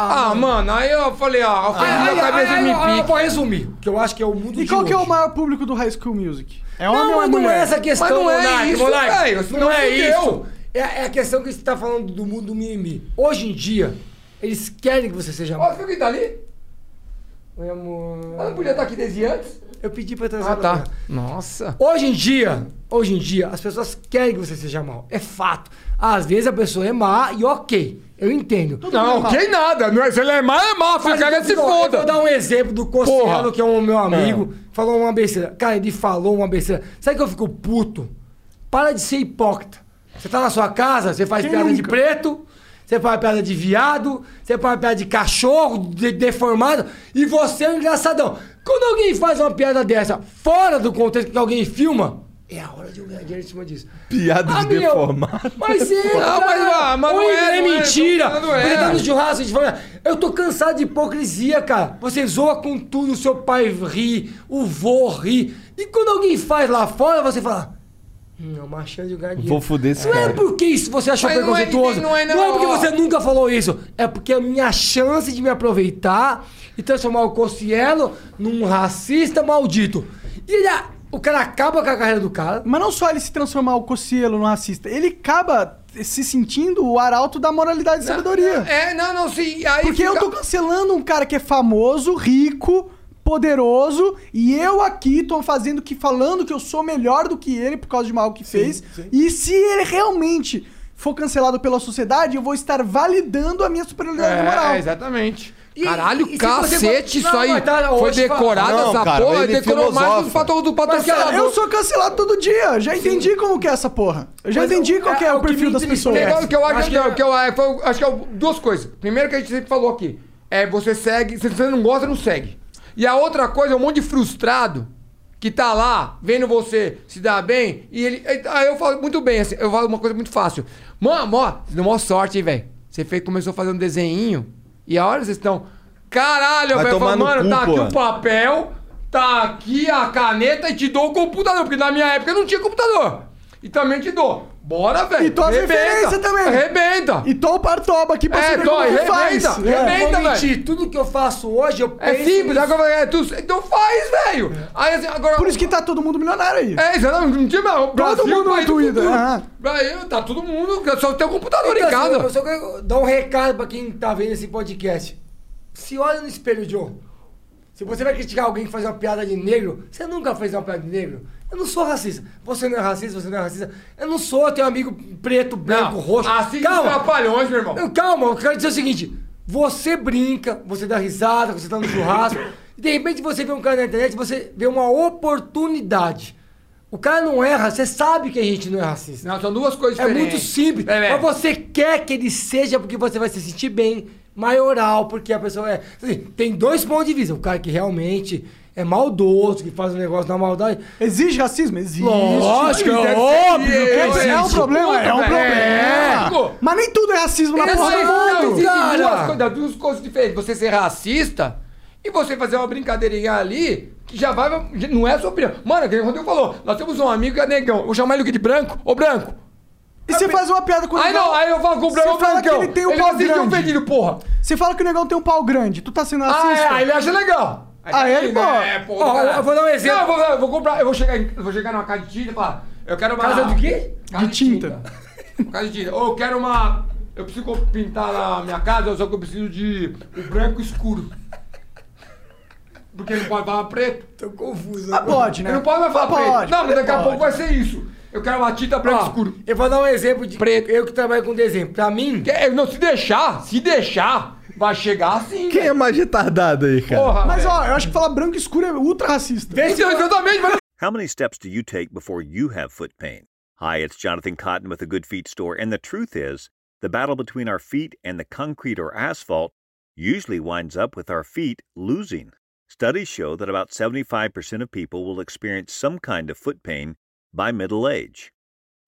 S5: Ah, mano, aí eu falei, ó, ofendi
S6: Ah,
S5: minha
S6: aí,
S5: cabeça
S6: aí,
S5: e me
S6: aí,
S5: pica.
S6: eu vou resumir, que eu acho que é o mundo
S2: E
S6: de
S2: qual que é
S6: hoje.
S2: o maior público do High School Music? É homem ou
S6: não,
S2: é
S6: mas
S2: mulher?
S6: não é essa questão,
S5: Mas não é
S6: Monark,
S5: isso,
S6: Monark.
S5: velho, isso
S6: Não,
S5: não
S6: é
S5: é
S6: isso.
S5: isso.
S6: É, é a questão que você está falando do mundo do mimimi. Hoje em dia, eles querem que você seja
S5: Ó,
S6: amado.
S5: viu quem tá ali?
S6: Oi, amor.
S5: Ela não podia estar tá aqui desde antes?
S6: Eu pedi pra trazer
S5: Ah,
S6: ela
S5: tá.
S6: pra cá.
S5: Nossa.
S6: Hoje em dia, hoje em dia, as pessoas querem que você seja mal. É fato. Às vezes a pessoa é má e ok. Eu entendo.
S5: Não,
S6: Mas-
S5: quem nada. Não é- Se ele é má, é má. Fica
S6: Mas
S5: cara
S6: eu
S5: se
S6: vou- Eu
S5: foda.
S6: vou dar um exemplo do Cossiano,
S5: Porra.
S6: que é um meu amigo. Falou uma besteira. Cara, ele falou uma besteira. Sabe que eu fico puto? Para de ser hipócrita. Você tá na sua casa, você faz
S2: Quem
S6: piada de
S2: nunca?
S6: preto, você faz piada de viado, você faz piada de cachorro, de- deformado, e você é um engraçadão. Quando alguém faz uma piada dessa fora do contexto que alguém filma, é a hora de eu ganhar dinheiro em cima disso.
S3: Piada
S6: Ah,
S3: de
S6: meu,
S3: deformado.
S6: Mas é,
S5: Não, mas,
S6: cara.
S5: ah, mas não
S6: Oi,
S5: é,
S6: é
S5: não é,
S6: mentira.
S5: não é.
S6: Você tá no churrasco, a gente fala, eu tô cansado de hipocrisia, cara. Você zoa com tudo, o seu pai ri, o vô ri. E quando alguém faz lá fora, você fala, hum, é uma chance de eu ganhar dinheiro.
S3: Vou fuder esse
S6: Não é
S3: cara.
S6: porque isso você achou
S5: Mas não é-
S6: preconceituoso.
S5: não é, não.
S6: porque você nunca falou isso. É porque a minha chance de me aproveitar e transformar o Cossielo num racista maldito. E ele, ah, o cara acaba com a carreira do cara.
S2: Mas não só ele se transformar o Cossielo no racista, ele acaba se sentindo o arauto da moralidade e sabedoria.
S5: É, não, não, sim. Aí
S2: Porque eu
S5: fica-
S2: tô cancelando um cara que é famoso, rico, poderoso, e eu aqui tô fazendo que falando que eu sou melhor do que ele por causa de mal que fez. E se ele realmente for cancelado pela sociedade, eu vou estar validando a minha superioridade
S5: É,
S2: moral.
S5: exatamente.
S6: E-
S5: Caralho,
S6: e se
S5: cacete,
S6: você-
S5: isso
S6: Não,
S5: aí
S6: mas tá,
S5: foi
S6: hoje fala-
S5: decorado
S3: Não,
S5: essa
S3: cara,
S5: porra,
S3: ele
S5: decorou mais do
S3: filosofa.
S5: fato do
S2: Mas, cara,
S5: patrocinador.
S2: eu sou cancelado todo dia. Já entendi como que é essa porra. Eu já
S6: Mas
S2: entendi
S6: o-
S2: qual que é,
S6: é
S2: o
S6: o que
S2: perfil
S6: me
S2: das
S6: entristece.
S2: pessoas.
S5: Legal, que eu acho que, é-
S6: Acho que-
S5: que eu acho que eu- acho que é duas coisas. Primeiro que a gente sempre falou aqui, é você segue, se você não gosta, não segue. E a outra coisa é um monte de frustrado que tá lá vendo você se dar bem e ele aí eu falo muito bem, assim, eu falo uma coisa muito fácil. Mano, ó, você deu maior sorte, hein, velho. Você fez, começou a fazer um desenho e a hora vocês estão, caralho,
S3: Vai
S5: velho, eu
S3: tomar
S5: falo,
S3: no
S5: mano,
S3: cu,
S5: tá aqui
S3: pô."
S5: o papel, tá aqui a caneta e te dou o computador, porque na minha época não tinha computador. E também te dou. Bora, velho.
S2: E tuas referências também.
S5: Arrebenta.
S2: E tô o partoba aqui pra
S5: É,
S2: saber
S5: tô,
S2: como que
S5: arrebenta,
S2: faz.
S5: arrebenta.
S6: Eu vou
S5: velho.
S6: mentir, tudo que eu faço hoje, eu
S5: É
S6: penso...
S5: simples,
S6: nisso.
S5: agora é, tu, então faz, velho. Aí assim, agora.
S2: É. Por isso que tá todo mundo milionário aí.
S5: É, isso não, não tinha mais. o Brasil,
S2: mundo
S5: país do
S2: doido,
S5: futuro.
S2: é.
S5: Brasil, tá todo mundo, só tem o computador
S6: Então,
S5: em
S6: assim,
S5: casa.
S6: Eu só tá quero dar um recado pra quem tá vendo esse podcast. Se olha no espelho, John. Se você vai criticar alguém que faz uma piada de negro, você nunca fez uma piada de negro. Eu não sou racista. Você não é racista, você não é racista. Eu não sou, eu tenho um amigo preto, branco, roxo.
S5: assim os
S6: trapalhões, meu irmão. calma, eu quero dizer o seguinte: você brinca, você dá risada, você tá no churrasco. e de repente você vê um cara na internet, você vê uma oportunidade. O cara não erra, você sabe que a gente não é racista.
S5: Não, são duas coisas
S6: É
S5: diferentes.
S6: muito simples.
S5: É, é.
S6: Mas você quer que ele seja porque você vai se sentir bem, maioral, porque a pessoa é. assim, tem dois pontos de vista. O cara que realmente é maldoso, que faz um negócio na maldade.
S2: Exige racismo? Exige.
S6: Lógico,
S2: Deve
S6: é
S2: ser.
S6: óbvio. que
S2: É,
S6: existe.
S2: é um problema, é um
S6: Puta,
S2: problema. Mas nem tudo é racismo na porra do
S5: Não,
S2: mundo,
S5: existem duas
S2: cara.
S5: coisas, duas coisas diferentes. Você ser racista e você fazer uma brincadeirinha ali que já vai. Não é a sua opinião. Mano, que nem o Rodrigo falou, nós temos um amigo que é negão. Vou chamar ele aqui de branco. Ô, branco.
S2: E você faz uma piada com o
S5: Aí
S2: negão?
S5: não, aí eu falo com o branco.
S2: Você fala que
S5: brancão.
S2: ele tem um
S5: Ele
S2: pau
S5: assiste
S2: grande.
S5: um pedido, porra.
S2: Você fala que o negão tem um pau grande. Tu tá sendo
S5: Ah,
S2: racista?
S5: é, aí ele acha legal.
S2: Aí ele, pô.
S5: É, pô.
S2: Ó,
S5: cara.
S2: eu vou dar um exemplo.
S5: Não, eu vou, eu vou comprar, eu vou chegar, em- eu vou chegar numa casa de tinta e falar, eu quero uma.
S6: Casa de quê?
S5: Casa de tinta. Uma casa de tinta. Ou eu quero uma. Eu preciso pintar a minha casa, só que eu preciso de o branco escuro. Porque não pode falar preto.
S6: Tô confuso.
S2: Ah, pode, né?
S5: Não pode mais falar
S2: Pode,
S5: preto. Não, mas daqui a
S2: pode.
S5: pouco vai ser isso. Eu quero uma tinta branca
S6: Ó,
S5: escura.
S6: Eu vou dar um exemplo de. Preto. Eu que trabalho com desenho. Pra mim.
S5: não, se deixar, se deixar, vai chegar assim.
S3: Quem é mais retardado aí, cara?
S2: Mas ó, eu acho que falar branco escuro é ultra racista.
S5: Então,
S9: How many steps do you take before you have foot pain? Hi, it's Jonathan Cotton with the Good Feet Store, and the truth is, the battle between our feet and the concrete or asphalt usually winds up with our feet losing. Studies show that about 75% of people will experience some kind of foot pain by middle age.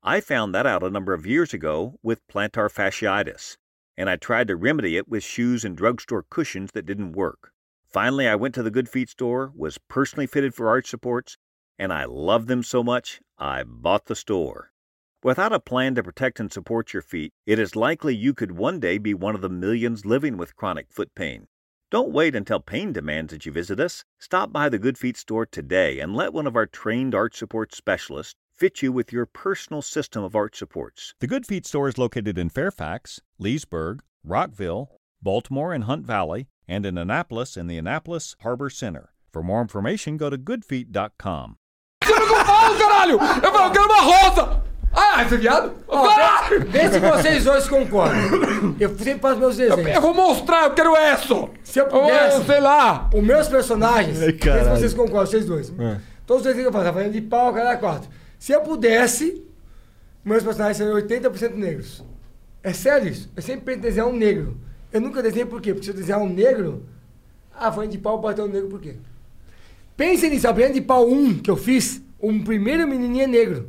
S9: I found that out a number of years ago with plantar fasciitis, and I tried to remedy it with shoes and drugstore cushions that didn't work. Finally, I went to the Good Feet store, was personally fitted for arch supports, and I loved them so much I bought the store. Without a plan to protect and support your feet, it is likely you could one day be one of the millions living with chronic foot pain. Don't wait until pain demands that you visit us. Stop by the Good Feet store today and let one of our trained arch support specialists fit you with your personal system of arch supports. The Good Feet store is located in Fairfax, Leesburg, Rockville, Baltimore and Hunt Valley, and in Annapolis in the Annapolis Harbor Center. For more information, go to goodfeet.com.
S5: Eu falo, caralho! Eu falo, eu quero uma rosa! Ah, esse viado? Caralho!
S6: Vê se vocês dois concordam. Eu sempre faço meus desenhos.
S5: Eu vou mostrar, eu quero isso!
S6: Se eu pudesse.
S5: Eu sei lá.
S6: Os meus personagens.
S5: Ai,
S6: Ai,
S5: caralho. É.
S6: se vocês concordam, vocês dois. Todos os desenhos que eu faço, tá fazendo de pau, cada quatro. Se eu pudesse, meus personagens seriam 80% negros. É sério isso? Eu sempre penso em desenhar um negro. Eu nunca desenhei por quê? Porque se eu desenhar um negro, ah, fã de pau bateu no negro por quê? Pensem nisso, a Brienne de pau 1 que eu fiz, um primeiro menininho é negro.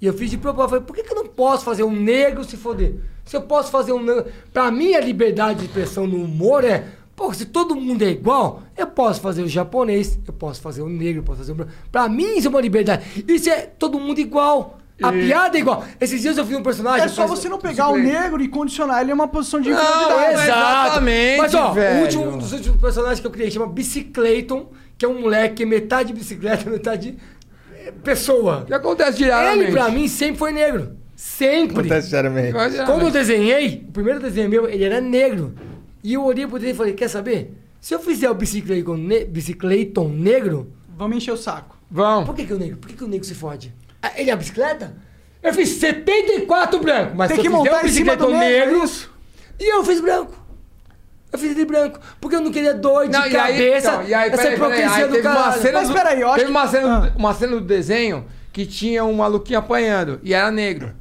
S6: E eu fiz de propósito. Falei, por que, que eu não posso fazer um negro se foder? Se eu posso fazer um negro. Pra mim, a liberdade de expressão no humor é. Pô, se todo mundo é igual, eu posso fazer o japonês, eu posso fazer o negro, eu posso fazer o branco. Pra mim, isso é uma liberdade. Isso é todo mundo igual. A
S2: E-
S6: piada é igual. Esses dias eu fiz um personagem.
S2: É só você não pegar o
S6: negro
S2: negro e condicionar ele a uma posição de
S6: não, é.
S2: inferioridade.
S6: exato. Mas ó,
S2: velho.
S6: o último, um dos últimos personagens que eu criei chama Bicicleton, que é um moleque que é metade bicicleta, metade eh, pessoa.
S5: Que acontece diariamente.
S6: Ele pra mim sempre foi negro. Sempre.
S3: Acontece diariamente. Acontece
S6: Quando eu
S3: diariamente.
S6: desenhei, o primeiro desenho meu, ele era negro. E eu olhei pro desenho e falei, quer saber? Se eu fizer o Bicicleton, ne Bicicleton negro...
S2: Vamos encher o saco.
S5: Vamos.
S6: Por que, que o negro? Por que, que o negro se fode? Ah, Ele é a bicicleta? Eu fiz 74 branco, mas
S2: Tem que
S6: se eu fizer
S2: montar em
S6: um
S2: cima do
S6: bicicleton
S2: negro,
S6: negro...
S2: é isso?
S6: E eu fiz branco. Eu fiz ele branco. Porque eu não queria dor de
S5: Não, e aí-
S6: cabeça.
S5: então, e aí,
S6: essa
S5: peraí, peraí,
S6: hipocrisia
S5: aí
S6: do
S5: teve
S6: cara.
S5: uma cena
S6: Mas
S5: do-
S6: peraí, eu acho
S5: teve uma
S6: que-
S5: cena,
S6: Ah.
S5: do- uma cena do desenho que tinha um maluquinho apanhando e era negro.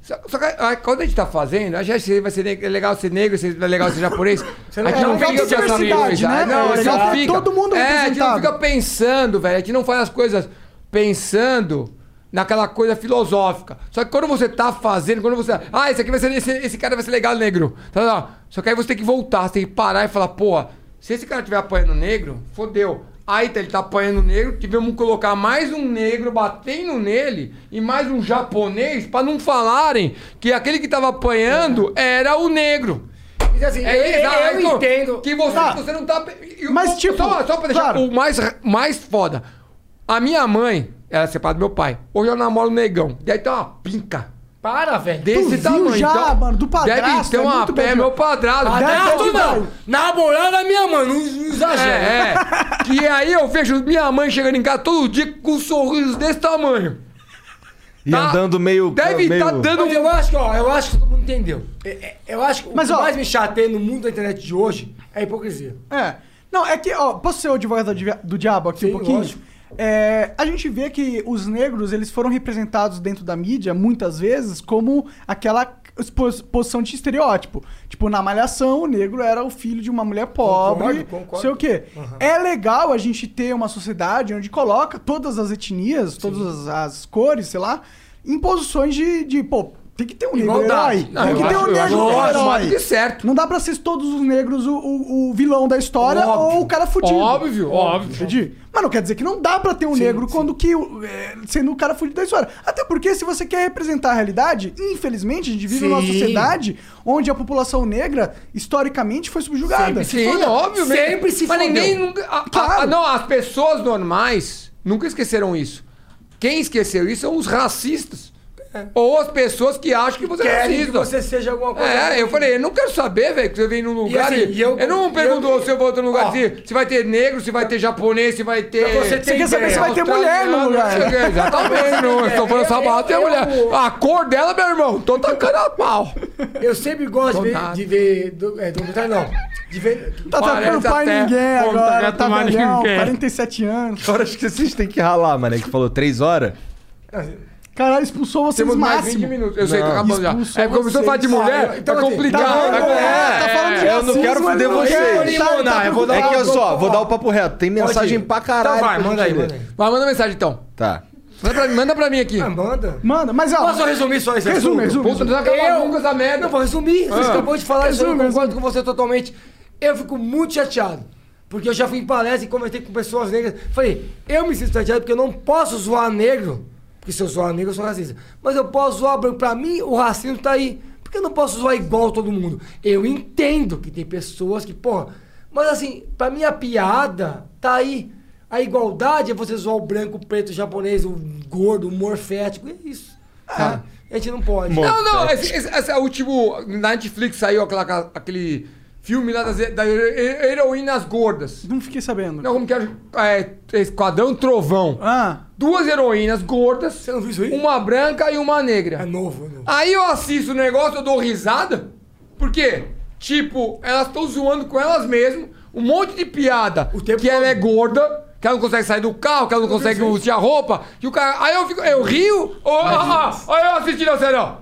S5: Só, só que aí, quando a gente tá fazendo, a gente vai ser neg- é legal ser negro, se é legal ser japonês. a gente
S2: é
S5: não
S2: legal
S5: fica
S2: ter
S5: pensando em
S2: diversidade,
S5: coisa.
S2: né? É
S5: Não, a gente
S2: legal
S6: tá
S5: não
S2: ter
S5: fica.
S2: todo mundo
S5: é, a gente não
S2: representado.
S5: fica pensando, velho. A gente não faz as coisas pensando naquela coisa filosófica. Só que quando você tá fazendo, quando você. Ah, esse aqui vai ser. Esse, esse cara vai ser legal negro. Tá, tá, tá. Só que aí você tem que voltar, você tem que parar e falar, pô, se esse cara tiver apanhando negro, fodeu. Aí tá, ele tá apanhando negro, tivemos que colocar mais um negro batendo nele e mais um japonês pra não falarem que aquele que tava apanhando era o negro.
S6: Então, assim,
S5: é
S6: eu- eu- eu entendo.
S5: Que você,
S6: Tá.
S5: você não tá. e- e-
S6: Mas,
S5: só-
S6: tipo,
S5: Só, só pra deixar
S6: claro.
S5: o mais, mais foda. A minha mãe era separada do meu pai. Hoje eu namoro um negão. Daí tem uma pinca.
S6: Para, velho.
S5: Desse
S6: Tu viu
S5: tamanho. então
S6: já, mano, do
S5: Deve
S6: padrasto,
S5: ter
S6: é
S5: uma
S6: muito bom
S5: pé,
S6: de-
S5: meu padrado.
S6: Padrasto
S5: Deve ter- Tá
S6: não. Namorada minha mãe, não, não exagera.
S5: É, é. Que aí eu vejo minha mãe chegando em casa todo dia com um sorriso desse tamanho.
S3: E andando meio.
S5: Deve
S3: meio...
S5: estar dando.
S6: Mas eu acho que, ó, eu acho que todo mundo entendeu. É, é, Eu acho que o
S2: Mas,
S6: que
S2: ó-
S6: mais me chateia no mundo da internet de hoje é a hipocrisia.
S2: É. Não, é que, ó, posso ser o advogado do dia- do diabo aqui um pouquinho?
S6: lógico.
S2: É, a gente vê que os negros, eles foram representados dentro da mídia, muitas vezes, como aquela expos- posição de estereótipo. Tipo, na Malhação, o negro era o filho de uma mulher pobre,
S6: Concordo, concordo.
S2: sei o quê.
S6: Aham.
S2: É legal a gente ter uma sociedade onde coloca todas as etnias, todas as, as cores, sei lá, em posições de, de, pô, tem que ter um negro
S5: Igualdade.
S2: herói.
S5: Não,
S2: tem
S5: eu
S2: que ter
S5: acho-
S2: um
S5: eu acho-
S2: negro
S5: eu acho mais do
S2: herói.
S5: que certo.
S2: Não dá pra ser todos os negros o, o- o vilão da história
S5: Óbvio.
S2: ou o cara fudido.
S5: Óbvio, óbvio.
S2: Entendi. Mas não quer dizer que não dá pra ter um negro quando que o- é, sendo o cara fudido da história. Até porque se você quer representar a realidade, infelizmente a gente vive numa
S6: Sim.
S2: sociedade onde a população negra historicamente foi subjugada.
S5: Sim, óbvio mesmo.
S6: Sempre se
S5: Mas ninguém
S6: fudeu.
S5: nunca. a- a- a- não, as pessoas normais nunca esqueceram isso. Quem esqueceu isso são os racistas. Ou as pessoas que acham É. que você é
S6: Querem
S5: racista.
S6: Assim, que você seja alguma coisa.
S5: É, eu falei, eu não quero saber, velho, que você vem num lugar
S6: E
S5: e.
S6: assim, e eu-
S5: eu, não
S6: e
S5: pergunto
S6: eu-
S5: se eu vou outro lugar assim,
S6: Ó.
S5: se, se vai ter negro, se vai ter japonês, se vai ter.
S6: Pra você ter Você quer saber ideia. se vai ter
S2: mulher no lugar.
S5: não sei o quê, Exatamente, não estou falando só mal, tem mulher. A cor dela, meu irmão, tô tacando a pau.
S6: Eu sempre gosto de ver,
S5: Contato.
S6: de ver do, é, documentário, não. De ver.
S2: Tá tacando
S5: Parece
S2: pai
S5: até
S2: ninguém
S5: conta,
S2: agora,
S5: né,
S2: tá
S5: tomar
S2: velhão,
S5: ninguém.
S2: 47 anos.
S3: Agora acho que vocês têm que ralar, mané, que falou três horas.
S2: Caralho, expulsou vocês
S5: Temos mais
S2: máximo.
S5: 20 minutos. Eu sei, tá
S3: Não.
S5: acabando já.
S2: Expulsou
S5: É porque começou a falar de
S2: vocês.
S5: mulher,
S2: Ah,
S5: é
S2: então, assim,
S5: complicado.
S2: tá falando-
S5: É,
S2: tá falando de
S5: é,
S3: Eu não
S2: racismo,
S3: quero foder
S2: não quero
S3: vocês.
S2: limonar,
S3: Tá, tá
S2: eu vou dar
S3: é
S2: uma-
S3: que eu só,
S2: vou
S3: vou
S2: falar.
S3: dar o papo reto. Tem mensagem pra caralho.
S6: Então vai,
S3: pra
S6: manda
S3: gente
S6: aí,
S3: ler.
S6: manda aí.
S5: Vai, manda mensagem então.
S3: Tá.
S5: Manda pra, manda pra mim aqui.
S6: Ah, manda.
S2: Manda, mas ó.
S6: Posso resumir só esse
S2: Resume,
S6: assunto?
S2: resume.
S5: Puta,
S2: resume.
S5: não tá acaba nunca essa merda.
S6: Não, vou resumir. Você
S5: Ah.
S6: acabou de falar isso, eu
S2: Resume,
S6: concordo com você totalmente. Eu fico muito chateado. Porque eu já fui em palestra e conversei com pessoas negras. Falei, eu me sinto chateado porque eu não posso zoar negro. Porque se eu zoar negro, eu sou racista. Mas eu posso zoar branco. Pra mim, o racismo tá aí. Porque eu não posso zoar igual todo mundo. Eu entendo que tem pessoas que, porra. Mas assim, pra mim a piada tá aí. A igualdade é você zoar o branco, o preto, o japonês, o gordo, o morfético. É isso. Ah, a gente não pode.
S5: Não, não, esse, esse, esse é o último. Na Netflix saiu aquela- aquele filme lá das, das heroínas gordas.
S2: Não fiquei sabendo.
S5: Não, como que é? é Esquadrão Trovão.
S2: Ah,
S5: Duas heroínas gordas. Você
S6: não viu isso aí?
S5: Uma branca e uma negra.
S6: É novo, é novo.
S5: Aí eu assisto o negócio, eu dou risada. Porque, tipo, elas estão zoando com elas mesmas. Um monte de piada. que ela é gorda, que ela não consegue sair do carro, que ela não consegue vestir a roupa. Que o cara. Aí eu fico. Eu rio. Ó, ó, ó, ó, eu assistindo a série, ó.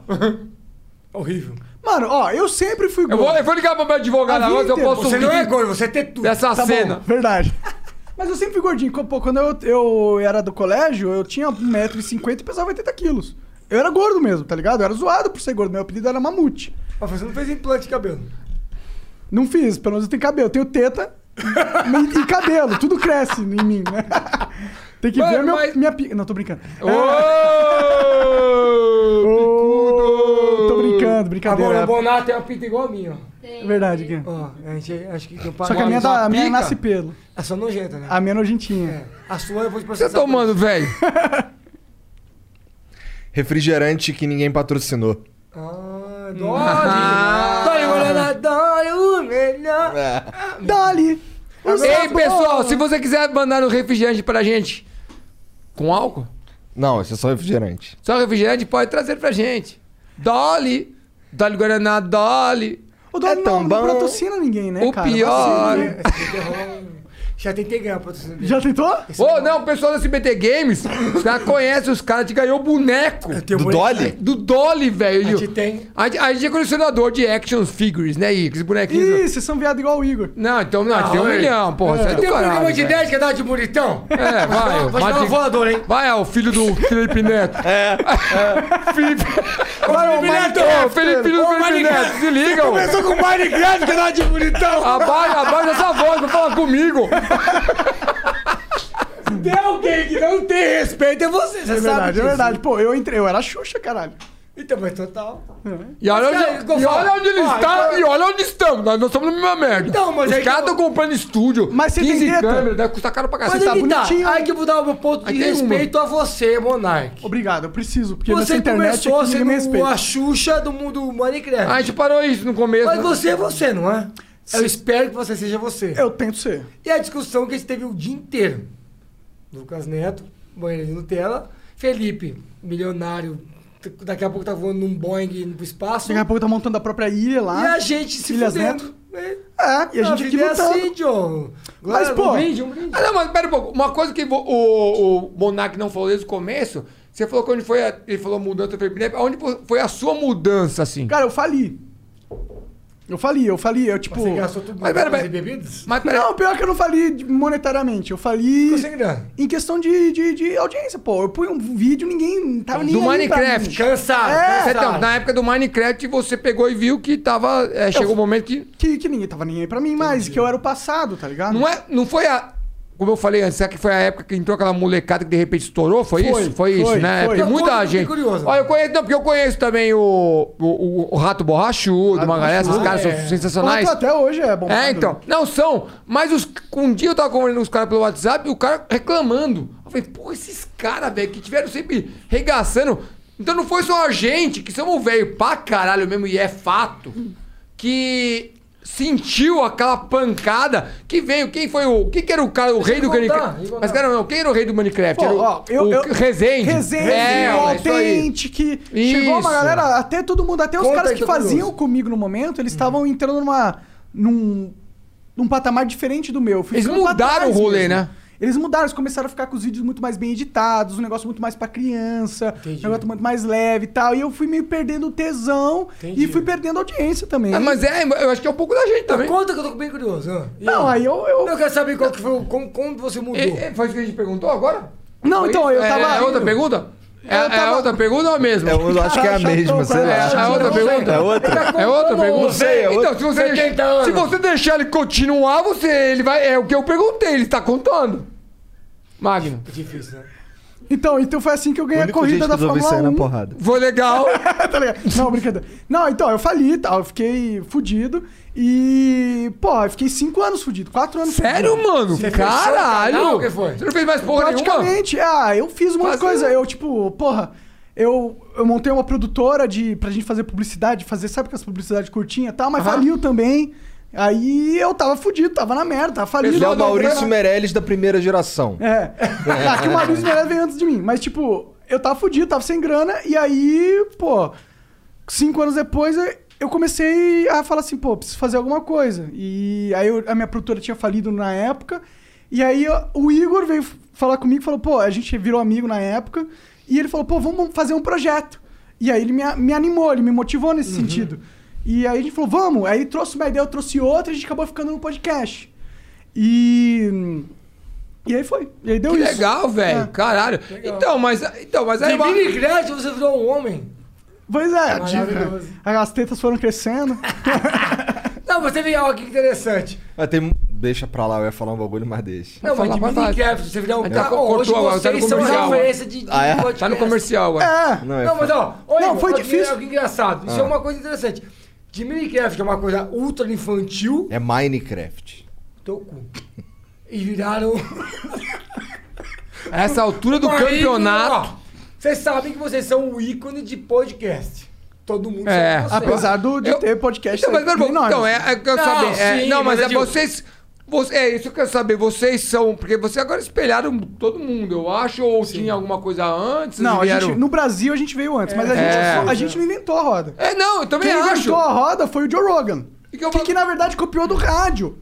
S6: Horrível.
S2: mano, ó, eu sempre fui
S5: Eu
S2: gordo.
S5: vou, eu vou ligar pro meu advogado
S2: A vida
S5: agora, se eu
S2: inteira.
S5: posso
S6: Você
S5: rir
S6: não é gordo, você é tetudo.
S5: dessa
S2: Tá
S5: cena.
S2: bom, verdade. Mas eu sempre fui gordinho. Pô, quando eu, eu era do colégio, eu tinha 1,50m e pesava 80 quilos. Eu era gordo mesmo, tá ligado? Eu era zoado por ser gordo. Meu apelido era Mamute.
S6: Mas você não fez implante de cabelo.
S2: Não fiz, pelo menos eu tenho cabelo. Eu tenho teta e e cabelo. Tudo cresce em mim, né? Tem que
S5: Mano,
S2: ver meu,
S5: mas-
S2: minha pica. Não, tô brincando.
S5: É.
S2: É,
S5: Ô,
S2: Tô
S5: picudo!
S2: brincando,
S6: Agora,
S2: brincadeira.
S6: o Bonato
S5: é um
S6: tem uma pinta igual a minha, ó.
S2: É verdade, Gui.
S6: Ó, a gente, acho que... Eu
S2: Só que a minha,
S5: sua
S2: tá, a minha
S5: pica?
S2: nasce pelo.
S6: A sua nojenta, né?
S2: A minha é nojentinha.
S6: É. A sua eu vou te
S5: Você
S6: processar.
S5: tá tomando, velho?
S3: Refrigerante que ninguém patrocinou.
S6: Ah, dói. Dói, Guaraná, dói o melhor.
S2: Dali! Os
S5: Ei,
S2: sabores.
S5: pessoal, se você quiser mandar um refrigerante pra gente com álcool,
S3: Não, esse é só refrigerante.
S5: só refrigerante pode trazer pra gente. Dolly, Dolly Guaraná, Dolly.
S2: O Dali
S3: É
S2: não,
S3: tão
S2: não
S3: bom.
S2: patrocina ninguém, né,
S5: O
S2: cara?
S5: pior-
S2: Vacina, né?
S6: é Já tentei ganhar a patrocínio dele.
S2: Já tentou?
S5: Ô, não, o pessoal da SBT Games já conhece os caras, a gente ganhou boneco
S6: Tem um
S3: Do
S6: boneco-
S3: Dolly?
S5: do Dolly, velho.
S6: A gente tem.
S5: A, gente- a gente é colecionador de action figures, né, Ike? Esse bonequinho.
S2: Ih, vocês são viado igual o Igor.
S5: Não, então não, a gente tem um
S6: Ah, olha.
S5: milhão, porra. Isso é do
S6: Tem um programa
S5: caralho,
S6: de
S5: velho.
S6: 10 que dá de bonitão?
S5: É, vai.
S6: Vou te dar
S5: Mati-
S6: uma voadora, hein?
S5: Vai, é o filho do Felipe Neto. É. Felipe. Agora
S6: Felipe Neto,
S5: Ô, Felipe do Felipe Neto, se liga, ô.
S6: Começou com o Minecraft que dá de bonitão.
S5: Abaixa, abaixa é essa voz, vai falar comigo.
S6: Tem alguém que não tem respeito, é você. Você
S2: É
S6: sabe
S2: verdade, é
S6: disso.
S2: verdade. Pô, eu entrei, eu era Xuxa, caralho.
S6: Então, mas total.
S5: E olha
S6: Mas, cara,
S5: onde, e
S6: Gonçalo,
S5: olha onde ele
S6: ó,
S5: está
S6: então-
S5: e olha onde estamos. Nós, nós estamos na mesma merda.
S6: Então, mas
S5: Os
S6: aí
S5: caras
S6: que eu-
S5: estão comprando estúdio,
S2: Mas você tem
S5: 15
S2: treta?
S5: câmeras, deve custar caro pra
S6: Mas
S5: cacete.
S2: tá
S6: aí que tá.
S2: bonitinho,
S6: Aí
S2: hein?
S6: que eu vou dar um ponto
S5: Aí
S6: de
S5: tem uma.
S6: respeito a você, Monark.
S2: Obrigado, eu preciso, porque nessa
S6: Você
S2: internet
S6: começou
S2: aqui ninguém me
S6: sendo
S2: respeita.
S6: a Xuxa do mundo Minecraft.
S5: A gente parou isso no começo.
S6: Mas
S5: né?
S6: você é você, não é? Eu espero que você seja você.
S2: Eu tento ser.
S6: E a discussão que a gente teve o dia inteiro. Lucas Neto, banheiro de Nutella. Felipe, milionário, t- daqui a pouco tá voando num Boeing indo pro espaço.
S2: Daqui a pouco tá montando a própria ilha lá.
S6: E a gente se
S2: Ilhas
S6: fudendo.
S2: Neto.
S6: É,
S2: e a gente aqui
S6: vida é
S2: lutando.
S6: assim, John.
S2: Mas,
S6: Glória,
S2: pô,
S6: Um brinde, um brinde.
S5: Ah, não, mas pera um pouco. Uma coisa que vo- o, o Monark não falou desde o começo, você falou que onde foi a, ele falou mudança, eu falei, onde foi a sua mudança, assim?
S2: Cara, eu fali. Eu fali, eu fali, eu tipo.
S5: Você gastou tudo Mas,
S2: pera,
S5: pera, pera. em
S6: bebidas?
S5: Mas pera-
S2: não, pior que eu não fali de- monetariamente. Eu fali.
S6: sem grana.
S2: Em questão de, de, de audiência, pô. Eu punha um vídeo, ninguém tava nem.
S5: do
S2: aí pra mim.
S5: Minecraft.
S2: É,
S5: Você- então, na época do Minecraft, você pegou e viu que tava. é, chegou um momento que.
S2: que. que ninguém tava nem aí pra mim mais, que eu era o passado, tá ligado?
S5: Não, é, não foi a. Como eu falei antes, será que foi a época que entrou aquela molecada que de repente estourou? Foi,
S2: Foi,
S5: isso? Foi,
S2: foi,
S5: isso, né?
S2: foi.
S5: Porque
S2: Eu
S5: muita
S2: tô-
S5: gente.
S2: fiquei curioso.
S5: Olha, eu conheço, não, porque eu conheço também o, o, o- o Rato Borrachudo, uma galera, esses
S2: Ah,
S5: caras
S2: é.
S5: são sensacionais.
S2: Pô, Até hoje é bom.
S5: É, então. Não são. Mas os, um dia eu tava conversando com os caras pelo WhatsApp e o cara reclamando. Eu falei, pô, esses caras, velho, que tiveram sempre regaçando. Então não foi só a gente, que somos velho pra caralho mesmo, e é fato, que sentiu aquela pancada que veio. Quem foi o. Quem que era o cara, o rei do
S6: ele voltar, ele
S5: Minecraft?
S6: voltar.
S5: Mas, cara, não, quem era o rei do Minecraft?
S2: Pô,
S5: era o,
S2: ó, eu-
S5: o
S2: eu-
S5: Rezende.
S2: Resende,
S5: é,
S2: o
S5: ó, isso aí.
S2: Authentic. Chegou
S5: Isso.
S2: uma galera, até todo mundo, até os
S5: Conta
S2: caras
S5: aí,
S2: que
S5: tô curioso.
S2: faziam comigo no momento, eles estavam entrando numa. num. num patamar diferente do meu. Eu fui
S5: Eles
S2: ficando pra
S5: mudaram
S2: trás
S5: o rolê, né?
S2: Eles mudaram, eles começaram a ficar com os vídeos muito mais bem editados, um negócio muito mais pra criança, um negócio muito mais leve e tal. E eu fui meio perdendo o tesão e fui perdendo a audiência também.
S5: Ah, mas é, eu acho que é um pouco da gente
S2: Tá
S5: também.
S6: Então, Conta que eu tô bem curioso. ah. E
S2: Não, aí eu- eu-
S6: quero saber qual que foi, o- como, como você mudou.
S5: É, é, foi isso que a gente perguntou agora?
S2: Não,
S5: Foi
S2: então,
S5: isso?
S2: eu
S5: É-
S2: tava
S5: É, outra
S2: indo.
S5: pergunta? É,
S2: Eu tava-
S5: é outra pergunta ou a mesma?
S3: Eu acho que é a mesma, sei lá.
S5: É, outra pergunta?
S3: É outra.
S5: É outra pergunta?
S3: Não sei, é outra.
S5: Então, se você,
S6: 70
S5: deixar,
S6: anos.
S5: se você deixar ele continuar, você, ele vai, é o que eu perguntei, ele tá contando. Magno.
S6: Difícil, né?
S2: Então, então foi assim que eu ganhei a
S3: único
S2: corrida
S3: jeito
S2: da
S3: de resolver
S2: Fórmula
S3: isso aí é
S2: 1.
S3: na porrada.
S5: Foi legal.
S2: tá ligado? Não, brincadeira. Não, então, eu fali e tal, eu fiquei fudido. E, pô, eu fiquei cinco anos fudido, quatro anos
S5: Sério,
S2: fudido.
S5: mano?
S2: Sim.
S5: Caralho!
S6: canal, o que foi?
S5: Você não fez mais porra nenhuma?
S2: Praticamente, ah, eu fiz uma coisa. Eu, tipo, porra, eu, eu montei uma produtora de, pra gente fazer publicidade, fazer, sabe que as publicidades curtinhas e tal, mas faliu também. Aí eu tava fudido, tava na merda, tava falido.
S3: Ele é o
S2: não deu
S3: Maurício
S2: grana.
S3: Meirelles da primeira geração.
S2: É. Ah, que o Maurício Meirelles veio antes de mim. Mas, tipo, eu tava fudido, tava sem grana. E aí, pô, cinco anos depois eu- eu comecei a falar assim, pô, preciso fazer alguma coisa. E aí eu- a minha produtora tinha falido na época. E aí ó, o Igor veio f- falar comigo e falou, pô, a gente virou amigo na época. E ele falou, pô, vamos fazer um projeto. E aí ele me, a- me animou, ele me motivou nesse
S5: Uhum.
S2: sentido. E aí a gente falou, vamos. Aí ele trouxe uma ideia, eu trouxe outra e a gente acabou ficando no podcast. E. E aí foi. E aí deu
S5: Que
S2: isso.
S5: legal, velho.
S2: É.
S5: Caralho. Então, mas, então, mas aí...
S6: De Minecraft você virou um homem.
S2: Pois é,
S6: Maravilhoso.
S2: tive- as tetas foram crescendo.
S6: Não, mas teve algo aqui interessante.
S3: Mas Ah, tem... um- Deixa pra lá, eu ia falar um bagulho, mas deixa.
S6: Não, mas de Minecraft você virou um
S5: A gente tá-
S6: cara. Hoje
S5: cortou agora, tá no
S6: vocês são
S5: comercial.
S6: referência de, de
S3: Ah, é?
S5: Tá no comercial agora.
S2: É.
S3: Não, é
S6: Não, mas ó, olha,
S2: Não, foi
S6: olha que-
S2: difícil.
S6: olha que é engraçado. Isso
S3: Ah.
S6: é uma coisa interessante. De Minecraft, que é uma coisa ultra infantil,
S3: É Minecraft.
S6: teu cu. E viraram.
S5: A essa altura do
S6: Uma
S5: campeonato...
S6: ícone, ó. Vocês sabem que vocês são o ícone de podcast. Todo mundo
S5: É.
S6: sabe.
S2: Apesar do, de ter podcast.
S5: Então, mas,
S2: aí,
S5: meu irmão,
S2: enorme.
S5: então, é, é que eu
S6: Não,
S5: saber. é,
S6: sim,
S5: não, mas,
S6: mas
S5: é
S6: eu digo-
S5: vocês. você- é isso que eu quero saber. Vocês são. Porque vocês agora espelharam todo mundo, eu acho, ou tinha alguma coisa antes?
S2: Não, a
S5: vocês vieram-
S2: gente, no Brasil a gente veio antes, mas a gente,
S5: É.
S2: a gente não inventou a roda.
S5: É, não, eu também
S2: Quem
S5: acho.
S2: inventou a roda foi o Joe Rogan.
S5: E que
S2: Que,
S5: eu falo-
S2: que, na verdade copiou do rádio.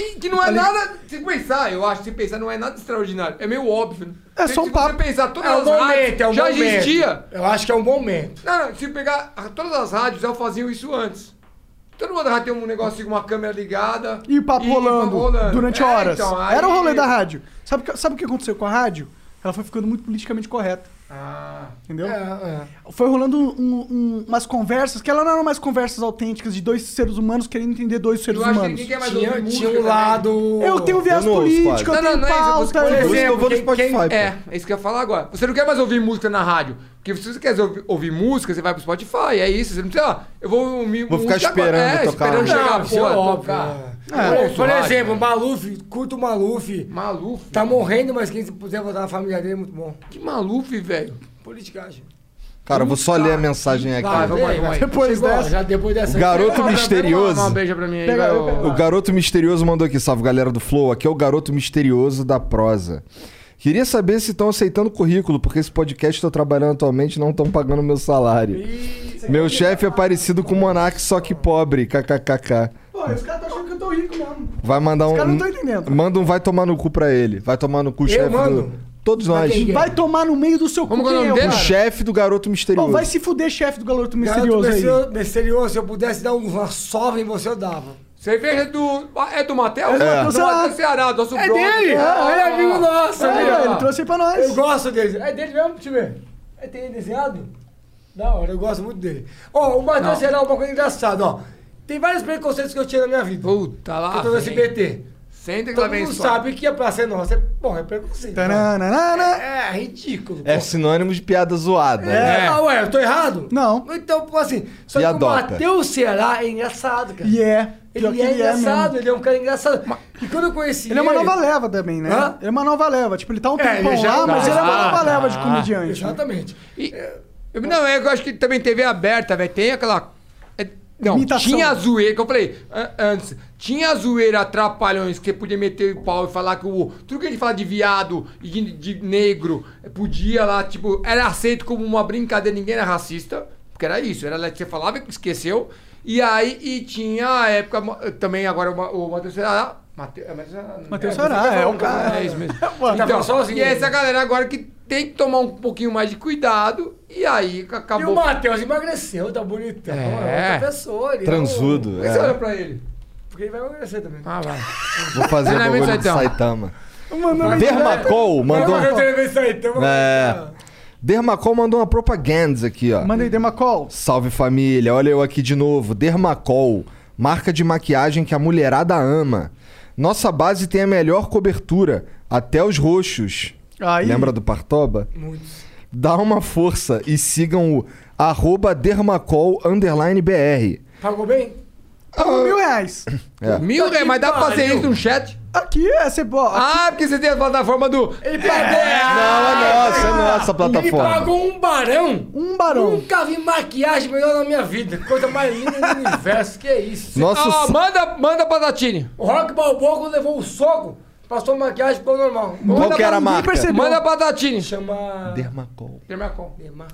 S5: E que não é
S2: Ali-
S5: nada. Se pensar, eu acho, se pensar, não é nada extraordinário. É meio óbvio.
S2: É
S5: se,
S2: só um
S5: se
S2: papo.
S5: você pensar, todas
S6: É um
S5: as rádios
S6: momento, é um
S5: já
S6: momento.
S5: existia.
S6: Eu acho que é um momento.
S5: Não, não, se pegar a- todas as rádios já faziam isso antes. Todo mundo rádio tem um negócio com uma câmera ligada.
S2: E papo rolando durante
S5: É,
S2: horas.
S5: então, aí-
S2: Era o rolê da rádio. Sabe, o que- sabe o que aconteceu com a rádio? Ela foi ficando muito politicamente correta.
S6: Ah.
S2: Entendeu?
S6: É, é.
S2: Foi rolando um- um- umas conversas que elas não eram mais conversas autênicas de dois seres humanos querendo entender dois seres
S5: Eu acho que
S2: humanos.
S5: ninguém quer mais
S6: Tinha,
S5: ouvir música.
S6: tinha um
S5: também.
S6: lado.
S2: Eu tenho viés
S3: Eu não ouço
S2: político, eu
S5: Não, não,
S2: tenho
S5: não é isso, eu vou
S2: pauta.
S5: escolher
S2: eu-
S5: sempre.
S3: eu vou no
S5: quem- quem-
S3: Spotify, pô.
S5: É, é isso que eu ia falar agora. Você não quer mais ouvir música na rádio. Porque se você quer ouvir, ouvir música, você vai pro Spotify, é isso. Você não sei lá, eu vou me.
S3: Vou ficar
S5: música agora.
S3: esperando
S5: é,
S3: tocar.
S5: esperando chegar
S6: Não,
S5: a
S6: isso é
S5: porra,
S6: óbvio.
S5: tocar.
S6: é.
S5: É.
S6: Por- Por
S5: Rádio,
S6: exemplo,
S5: né?
S6: Maluf, curta o Maluf.
S5: Maluf. tá
S6: Tá morrendo, mas quem se puder votar na família dele é muito bom.
S5: Que Maluf, velho.
S6: Politicagem.
S3: Cara, eu vou só ler a mensagem aqui.
S5: Vai, vamos aí, vai.
S2: Depois
S5: Chegou,
S2: dessa-
S5: já depois dessa.
S3: O garoto
S5: Pega uma-
S3: misterioso.
S5: Pega uma, um beijo pra mim aí.
S2: Pega eu,
S5: garoto.
S3: O garoto misterioso mandou aqui, salve galera do Flow. Aqui é o garoto misterioso da prosa. Queria saber se estão aceitando currículo, porque esse podcast estou trabalhando atualmente e não estão pagando meu salário. Meu chefe é parecido com o Monark, só que pobre. KKKK.
S2: Pô, os caras estão achando que eu tô rico mesmo.
S3: Vai mandar um.
S2: caras não tão entendendo.
S3: Manda um vai tomar no cu pra ele. Vai tomar no cu o
S2: Eu
S3: chefe do.
S2: mando?
S3: Todos nós.
S2: Vai tomar no meio do seu cu.
S5: que é o
S2: quem
S5: nome
S2: eu,
S5: dele?
S2: é?
S3: O
S2: cara?
S3: chefe do garoto misterioso.
S2: Bom, vai se fuder, chefe do garoto
S6: Garoto
S2: misterioso aí.
S6: misterioso, misterioso, se eu pudesse dar uma sova em você, eu dava.
S5: Cerveja do. É do Matheus?
S6: É do
S5: É.
S6: Matheus,
S5: Do
S6: é lá.
S5: Matheus Ceará, do nosso
S6: É
S5: brother.
S6: dele!
S5: Ah,
S6: ele é amigo nosso!
S2: É,
S6: amigo.
S2: ele trouxe pra nós.
S6: Eu gosto dele. É dele mesmo, deixa eu ver. É, tem ele desenhado? Da hora, eu gosto muito dele. Ó, o Matheus Será é uma coisa engraçada, ó. Tem vários preconceitos que eu tinha na minha vida. Puta
S5: lá
S6: Eu tô no
S5: vem.
S6: SBT.
S5: Senta que lá
S6: Todo
S5: vem
S6: mundo
S5: só.
S6: sabe que a Praça é Nossa. É, bom, é preconceito.
S2: né? Tananana.
S6: É, é ridículo.
S3: É sinônimo de piada zoada.
S6: É, Ah, ué, eu tô errado?
S2: Não.
S6: Então, pô, assim, só
S3: E
S6: que
S3: adota.
S6: o Matheus Ceará é engraçado, cara.
S2: E é. Pior
S6: Ele
S2: que
S6: é
S2: ele é
S6: engraçado,
S2: mesmo.
S6: ele é um cara engraçado. E quando eu conheci
S2: Ele é uma nova leva também, né?
S6: Hã?
S2: Ele é uma nova leva. Tipo, ele tá um
S6: É,
S2: tempão
S6: ele já-
S2: lá, mas ele é uma
S5: Ah,
S2: nova leva de
S5: tá.
S2: comediante.
S6: Exatamente.
S5: E- eu- não, é que eu acho que também TV aberta, velho. Tem aquela. é- não,
S2: Imitação.
S5: tinha a zoeira, que eu falei an- antes. Tinha a zoeira atrapalhões que podia meter o pau e falar que o. Tudo que a gente fala de viado e de, de negro eh, podia lá, tipo, era aceito como uma brincadeira, ninguém era racista. Porque era isso, era lá que você falava que esqueceu. E aí, e tinha a época mo- também agora uma- o Matheus Ceará. Mate- é Matheus Ceará, né?
S2: Matheus
S5: É,
S2: Ceará,
S5: você tá
S2: é o
S5: falando,
S2: cara.
S5: É isso mesmo.
S2: Mano,
S5: Então,
S2: tava
S6: assim,
S2: sozinho.
S5: E essa galera agora que tem que tomar um pouquinho mais de cuidado e aí c-
S6: E
S5: acabou.
S6: o Matheus emagreceu, tá bonitão.
S5: É.
S6: É outra pessoa. Ele
S3: Transudo,
S6: É. um- Por que
S3: é.
S6: Você olha pra ele. Porque ele vai emagrecer também. Ah, vai.
S3: Vou fazer o
S5: Vai na
S3: bagulho de
S5: Saitama.
S3: Saitama.
S2: Mandou né?
S3: Dermacol mandou.
S6: É.
S3: É. Dermacol mandou uma propaganda aqui, ó.
S2: Manda aí, Dermacol.
S3: Salve família, olha eu aqui de novo. Dermacol, marca de maquiagem que a mulherada ama. Nossa base tem a melhor cobertura, até os roxos.
S2: Aí.
S3: Lembra do Partoba? Dá uma força e sigam o arroba dermacol underline BR.
S6: Pagou bem?
S2: Pagou mil reais.
S3: É.
S5: Mil, é, mas dá pra fazer isso no chat?
S2: Aqui é você. Ó, aqui-
S5: Ah, porque você tem a plataforma do.
S6: Ele pagou.
S3: Não, é nossa, é nossa a
S6: Ele
S3: plataforma.
S6: pagou um barão.
S2: Um barão.
S6: Nunca vi maquiagem melhor na minha vida. Coisa mais linda do universo. Que é isso?
S3: Nosso
S5: Ah,
S3: sa-
S5: manda, manda Patatini.
S6: O Rock Balboa quando levou o soco. Passou maquiagem pro normal.
S3: Qual
S5: manda
S3: que era a
S5: pra-
S3: marca?
S2: percebeu.
S5: Manda Patatini.
S6: Chama...
S3: Dermacol.
S5: Dermacol.
S6: Demar...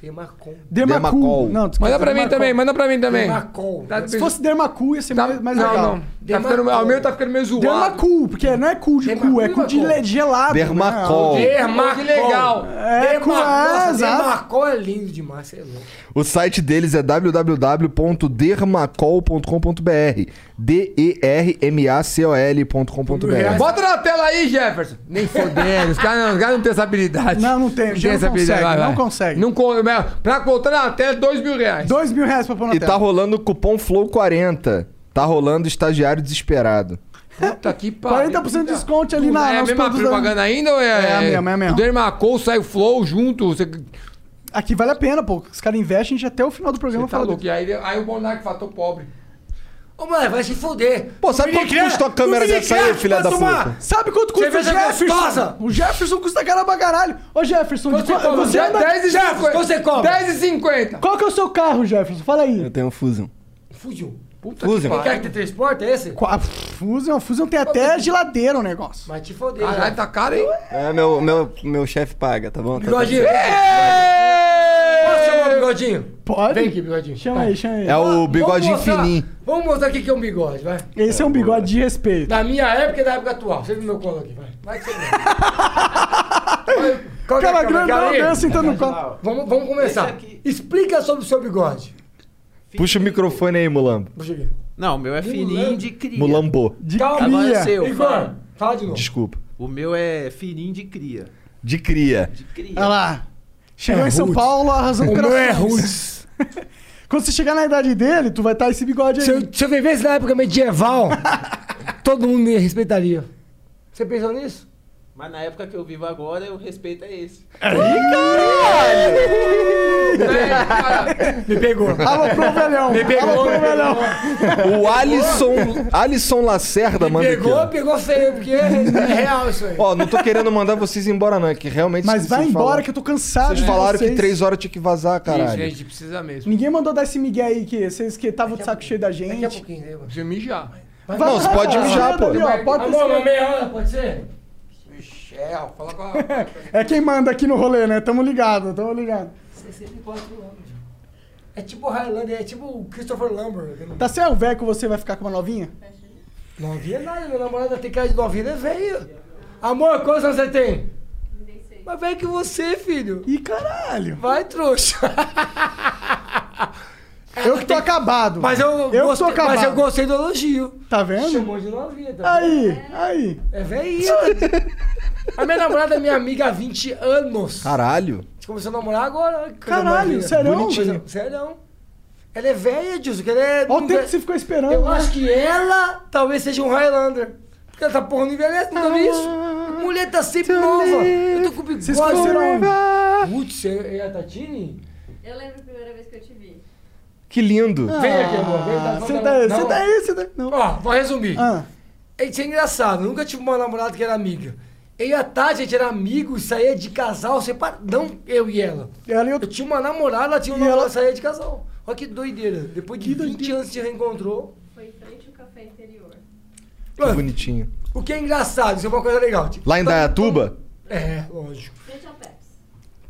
S6: Demarcon.
S2: Dermacol.
S3: Dermacol.
S2: Não, desculpa,
S5: Manda pra mim
S2: Dermacol.
S5: também, manda pra mim também.
S6: Demarcon.
S5: Tá-
S2: Se fosse Dermacul, ia ser
S5: tá-
S2: mais, mais
S5: não,
S2: legal. ah,
S5: não. Tá ficando, o meu tá ficando meio zoado.
S2: Dermacul, porque não é cu de cu, é cu de
S6: Dermacul.
S2: le- gelado. né?
S3: Dermacol.
S6: Dermacol.
S5: Que legal.
S2: É,
S6: Dermacol.
S2: com a-
S6: Nossa,
S2: exato.
S6: Dermacol é lindo demais. Você é louco.
S3: O site deles é www.dermacol.com.br. D-E-R-M-A-C-O-L.com.br.
S5: Bota na tela aí, Jefferson. Nem fodendo. Os caras não, os caras não têm essa habilidade.
S2: Não, não tem, o Jean não consegue, não consegue.
S5: Não con- pra botar na tela é dois mil reais.
S2: Dois mil reais pra pôr na
S3: E tá
S2: tela.
S3: rolando o cupom FLOW40. Tá rolando estagiário desesperado.
S5: Puta que pariu.
S2: 40% de desconto ali na...
S5: É a
S2: nos
S5: mesma
S2: produtos da-
S5: propaganda ainda ou é...
S2: É a mesma, é a mesma.
S5: O Dermacol sai o Flow junto. Você, você
S2: Aqui vale a pena, pô. Os caras investem a gente até o final do programa
S5: tá
S2: fala
S5: louco. E aí, aí o Monark fatou pobre.
S6: Ô, mano, vai se foder.
S3: Pô, sabe quanto custou
S2: é
S3: a câmera dessa aí, filha da puta?
S2: Sabe quanto custa o
S6: Cerveja
S2: Jefferson?
S6: gostosa.
S2: O Jefferson custa caro pra caralho. Ô, Jefferson, de qual- você anda...
S6: Jefferson, você cobra.
S5: 10 e 50.
S2: Qual que é o seu carro, Jefferson? Fala aí.
S7: tenho um Fusion.
S6: Fugiu.
S5: Puta
S7: Fusion.
S5: que
S6: Quer
S5: pariu.
S6: que três portas? É esse?
S2: Qua- Fusion, Fusion tem até
S6: é?
S2: geladeira o negócio.
S6: Vai te foder.
S5: Caralho, tá caro, hein?
S7: É, meu, meu, meu chefe paga, tá bom? Tá-
S6: Bigodinho. Posso chamar o bigodinho?
S2: Pode?
S6: Vem aqui, bigodinho.
S2: Chama aí, chama aí.
S3: É o bigode
S6: Vamos mostrar-
S3: fininho.
S6: Vamos mostrar o que que é um bigode, vai.
S2: Esse é um bigode de respeito.
S6: Da minha época e da época atual. Você viu meu colo aqui, vai. Vai que você vê. Qual que é
S2: Cara,
S6: a câmera?
S2: grande,
S6: Cara, aí.
S2: grande, sentando então, no colo.
S6: Vamos, vamos começar. Explica sobre o seu bigode.
S3: Puxa o microfone aí, Mulambo.
S6: Puxa aqui.
S14: Não, o meu é fininho de cria.
S3: Mulambô.
S2: De
S14: Agora é
S2: cria.
S14: seu.
S6: Igor,
S14: fala.
S6: fala de novo.
S3: Desculpa.
S14: O meu é fininho de cria.
S3: De cria.
S14: De cria.
S2: Olha lá. Chegou
S6: É
S2: em São
S6: rude.
S2: Paulo, arrasou
S6: O meu é rude.
S2: Quando você chegar na idade dele, tu vai estar esse bigode aí.
S6: Se eu, se eu vivesse na época medieval, todo mundo me respeitaria. Você pensou nisso?
S14: Mas na época que eu vivo agora, o respeito é esse.
S6: Me pegou.
S3: Tá
S2: Aloprou o velhão.
S6: Me pegou.
S2: Aloprou o velhão.
S3: O Alisson, Alisson Lacerda manda aqui.
S6: Pegou,
S3: ó.
S6: pegou feio, porque é real isso aí.
S3: Ó, não tô querendo mandar vocês embora, não. É que realmente.
S2: Mas
S3: vocês
S2: vai embora
S3: falaram-
S2: que eu tô cansado
S3: Vocês
S2: de
S3: falaram
S2: vocês.
S3: que três horas tinha que vazar, caralho.
S5: Gente, precisa mesmo.
S2: Ninguém mandou dar esse migué aí que vocês que estavam de saco cheio da gente. Daqui a
S6: né,
S2: pouquinho,
S5: Precisa mijar.
S2: Vai,
S3: Não, você pode mijar, pô.
S6: Amor, uma meia hora, pode ser?
S5: Michel, fala com a.
S2: É quem manda aqui no rolê, né? Tamo ligado, tamo ligado.
S6: é 64 anos. É tipo o Highlander, é tipo o Christopher Lambert.
S2: Tá certo, velho, que você vai ficar com uma novinha?
S6: Novinha nada, minha namorada tem cara de novinha, é velho. Amor, quantos anos você tem? Mas velho que você, filho.
S2: Ih, caralho.
S6: Vai, trouxa.
S2: Eu que tô acabado.
S6: Mas eu,
S2: eu
S6: gostei,
S2: tô acabado.
S6: mas eu gostei do elogio.
S2: Tá vendo?
S6: Chamou de novinha. Tá
S2: Aí,
S6: vendo?
S2: aí.
S6: É velhinha. a minha namorada é minha amiga há 20 anos.
S3: Caralho.
S6: A gente começou a namorar agora. olha que coisa
S2: Caralho,
S6: maravilha.
S2: sério?
S6: Coisa- Sério. Ela é velha, Dilson. que Ela é.
S2: Olha o tempo que você ficou esperando.
S6: Eu
S2: né?
S6: acho que ela talvez seja um Highlander. Porque essa porra não envelhece, nunca vi isso. Mulher tá sempre nova. Eu tô com
S2: Ah,
S6: bigode. um-
S2: Vocês conheceram onde?
S6: Putz, é é a Tatini?
S15: Eu lembro a primeira vez que eu te vi.
S3: Que lindo.
S6: Vem aqui, amor. Vem,
S2: Ah,
S6: tá,
S2: Senta aí, senta aí, senta aí. né? Não. Ah,
S6: Ó, vou resumir. Isso é engraçado. Nunca tive uma namorada que era amiga. Eu e a Tati, a gente era amigo e saía de casal separado. Não eu e ela.
S2: eu...
S6: tinha uma namorada, ela tinha um
S2: E
S6: namorado,
S2: ela-
S6: saía de casal. Olha que doideira. Depois de 20 anos se reencontrou.
S15: Foi em frente ao café interior.
S3: Que bonitinho.
S6: O que é engraçado, isso é uma coisa legal.
S3: Lá em Dayatuba?
S6: É, lógico.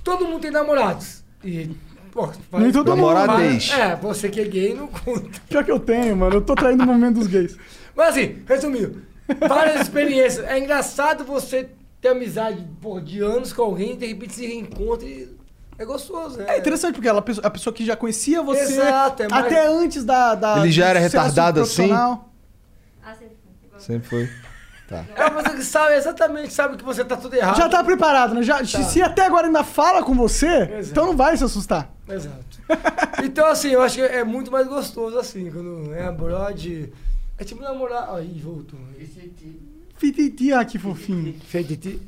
S6: Todo mundo tem namorados. E. Pô,
S2: Nem todo mundo.
S6: Mas- É, você que é gay não conta.
S2: Pior que eu tenho, mano. Eu tô traindo o momento dos gays.
S6: Mas assim, resumindo, várias experiências. É engraçado você ter amizade pô, de anos com alguém e de repente se reencontra e. É gostoso, né?
S2: É interessante, porque ela, a pessoa que já conhecia você
S6: Exato, é mais-
S2: até antes da, da-
S3: Ele já
S2: do
S3: era
S2: sucesso
S3: retardado assim?
S2: profissional.
S3: Sempre foi. Tá.
S6: É uma pessoa que sabe exatamente, sabe que você tá tudo errado.
S2: Já tá preparado, né? Já, Se até agora ainda fala com você, então não vai se assustar.
S6: Exato. Então, assim, eu acho que é muito mais gostoso, assim, quando é abroad. É tipo namorar. Aí, voltou.
S2: Fititi, ah, que fofinho.
S6: Fititi.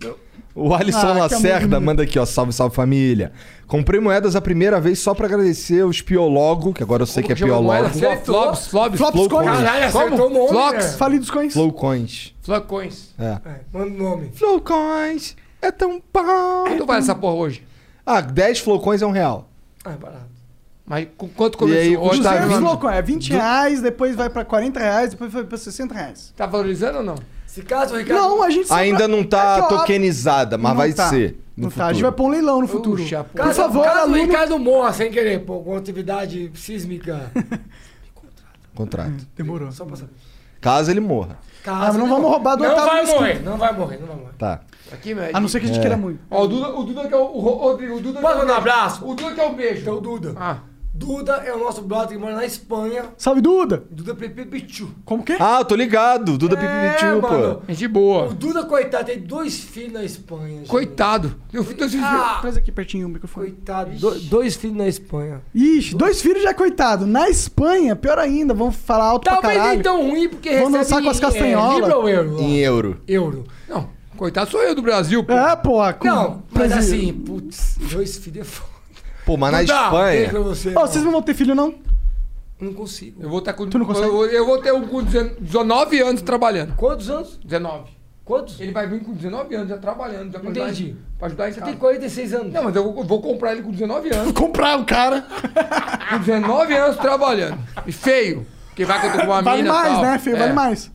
S3: O Alisson
S6: Ah, que
S3: Lacerda
S6: amor.
S3: manda aqui, ó. Salve, salve família. Comprei moedas a primeira vez só pra agradecer os piologo, que agora eu sei que é
S5: chama a moeda?
S3: piologo.
S5: Você é Flops, Flops, Flops
S3: Flowcoins.
S5: Coins. Caralho, acertou Como? o nome, Flocks? velho.
S2: Falei dos coins.
S3: Flowcoins.
S5: Flocões.
S3: É.
S6: né? Manda o nome.
S3: Flowcoins é tão bom.
S5: Quanto vale essa porra hoje?
S3: Ah, 10 flowcoins é um real.
S6: Ah, é barato.
S5: Mas com quanto
S3: E
S5: começou?
S3: aí,
S5: hoje?
S3: custa
S5: Tá
S2: 200
S5: vinte-
S2: louco, é 20
S5: Du-
S2: reais, depois vai pra 40 reais, depois vai pra 60 reais.
S5: Tá valorizando ou não?
S6: Se caso, Ricardo.
S2: Não, a gente sempre-
S3: Ainda não
S2: É
S3: tá
S2: que, ó,
S3: tokenizada, mas
S2: Não
S3: vai
S2: tá.
S3: ser.
S2: Não
S3: No
S2: tá, a gente
S6: é
S2: vai
S3: futuro.
S2: pôr um leilão no futuro.
S6: Caso,
S2: Por favor,
S6: caso o
S2: aluno...
S6: Ricardo morra sem querer, pô, com atividade sísmica.
S3: Contrato.
S6: Hum.
S2: Demorou.
S6: Só pra saber.
S3: Caso ele morra.
S6: Caso
S2: Ah, mas não
S6: ele
S2: vamos
S6: morra.
S2: roubar do
S6: Não
S2: Otávio
S6: vai
S2: Mesquita.
S6: morrer, não vai morrer, não vai morrer.
S3: Tá.
S5: Aqui, meu,
S2: A não ser que a gente
S3: É.
S2: queira muito.
S5: Ó, o Duda, o Duda que é o. o Rodrigo, o Duda
S6: Pode
S5: que é o
S6: mandar um
S5: beijo.
S6: abraço?
S5: O Duda que é o beijo.
S6: Então, Duda.
S5: Ah.
S6: Duda é o nosso brother que mora na Espanha.
S2: Salve, Duda!
S6: Duda Pepepichu.
S2: Como que?
S3: Ah, eu tô ligado. Duda
S6: É,
S3: Pipipitiu,
S6: mano.
S3: pô.
S5: Gente boa.
S6: O Duda, coitado, tem dois filhos na Espanha. gente.
S5: Coitado. Eu assim, fiz dois
S6: Ah,
S2: Traz aqui pertinho o microfone.
S6: coitado. do- dois filhos na Espanha.
S2: Ixi, dois filhos já é coitado. Na Espanha, pior ainda, vamos falar alto pra
S6: Talvez
S2: caralho.
S6: nem tão ruim, porque
S2: Vamos dançar
S6: recebe
S2: com as
S6: em,
S2: castanholas.
S6: É, libra ou euro?
S3: Em euro.
S6: Euro.
S5: Não, coitado sou eu do Brasil, pô.
S2: É, porra. com-
S6: Não, mas
S2: Brasil.
S6: assim, putz, dois filhos é foda.
S3: Pô, mas na
S6: Não dá, beijo pra
S3: Espanha.
S6: você,
S2: Ó,
S6: não.
S2: vocês não vão ter filho, não?
S6: Não consigo.
S5: Eu vou estar com.
S2: Tu não consegue?
S5: Eu, eu vou ter um com 19 anos trabalhando.
S6: Quantos anos?
S5: 19.
S6: Quantos?
S5: Ele vai vir com 19 anos já trabalhando, já pra ajudar
S6: Entendi.
S5: em- Pra ajudar em
S6: Você
S5: casa.
S6: tem 46 anos.
S5: Não, mas eu vou, vou comprar ele com 19 anos.
S2: Comprar o cara.
S5: Com 19 anos trabalhando. E feio. Porque vai que eu tô com uma
S2: Vale
S5: mina e
S2: mais,
S5: tal.
S2: né, filho?
S5: É.
S2: Vale mais.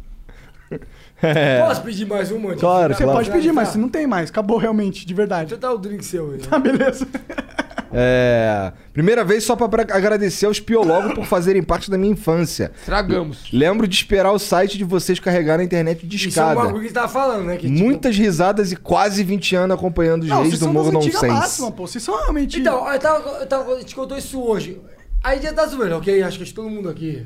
S3: É.
S6: Posso pedir mais um, mano?
S3: Claro,
S2: Você
S3: claro.
S2: pode pedir, mas você não tem mais. Acabou realmente, de verdade.
S6: Deixa eu dar o drink seu aí. né?
S2: Tá, beleza.
S3: É. Primeira vez só pra pra agradecer aos piologos por fazerem parte da minha infância.
S5: Tragamos.
S3: Lembro de esperar o site de vocês carregar na internet
S6: Isso é um
S3: discada.
S6: bagulho que você tava falando, né? Que, tipo,
S3: Muitas risadas e quase 20 anos acompanhando os reis do Morro
S2: antigas
S3: Nonsense.
S2: máximas, pô. Vocês são realmente...
S6: Então, eu tava, eu tava. A gente contou isso hoje. Aí já tá zoeira, ok? Acho que acho que todo mundo aqui.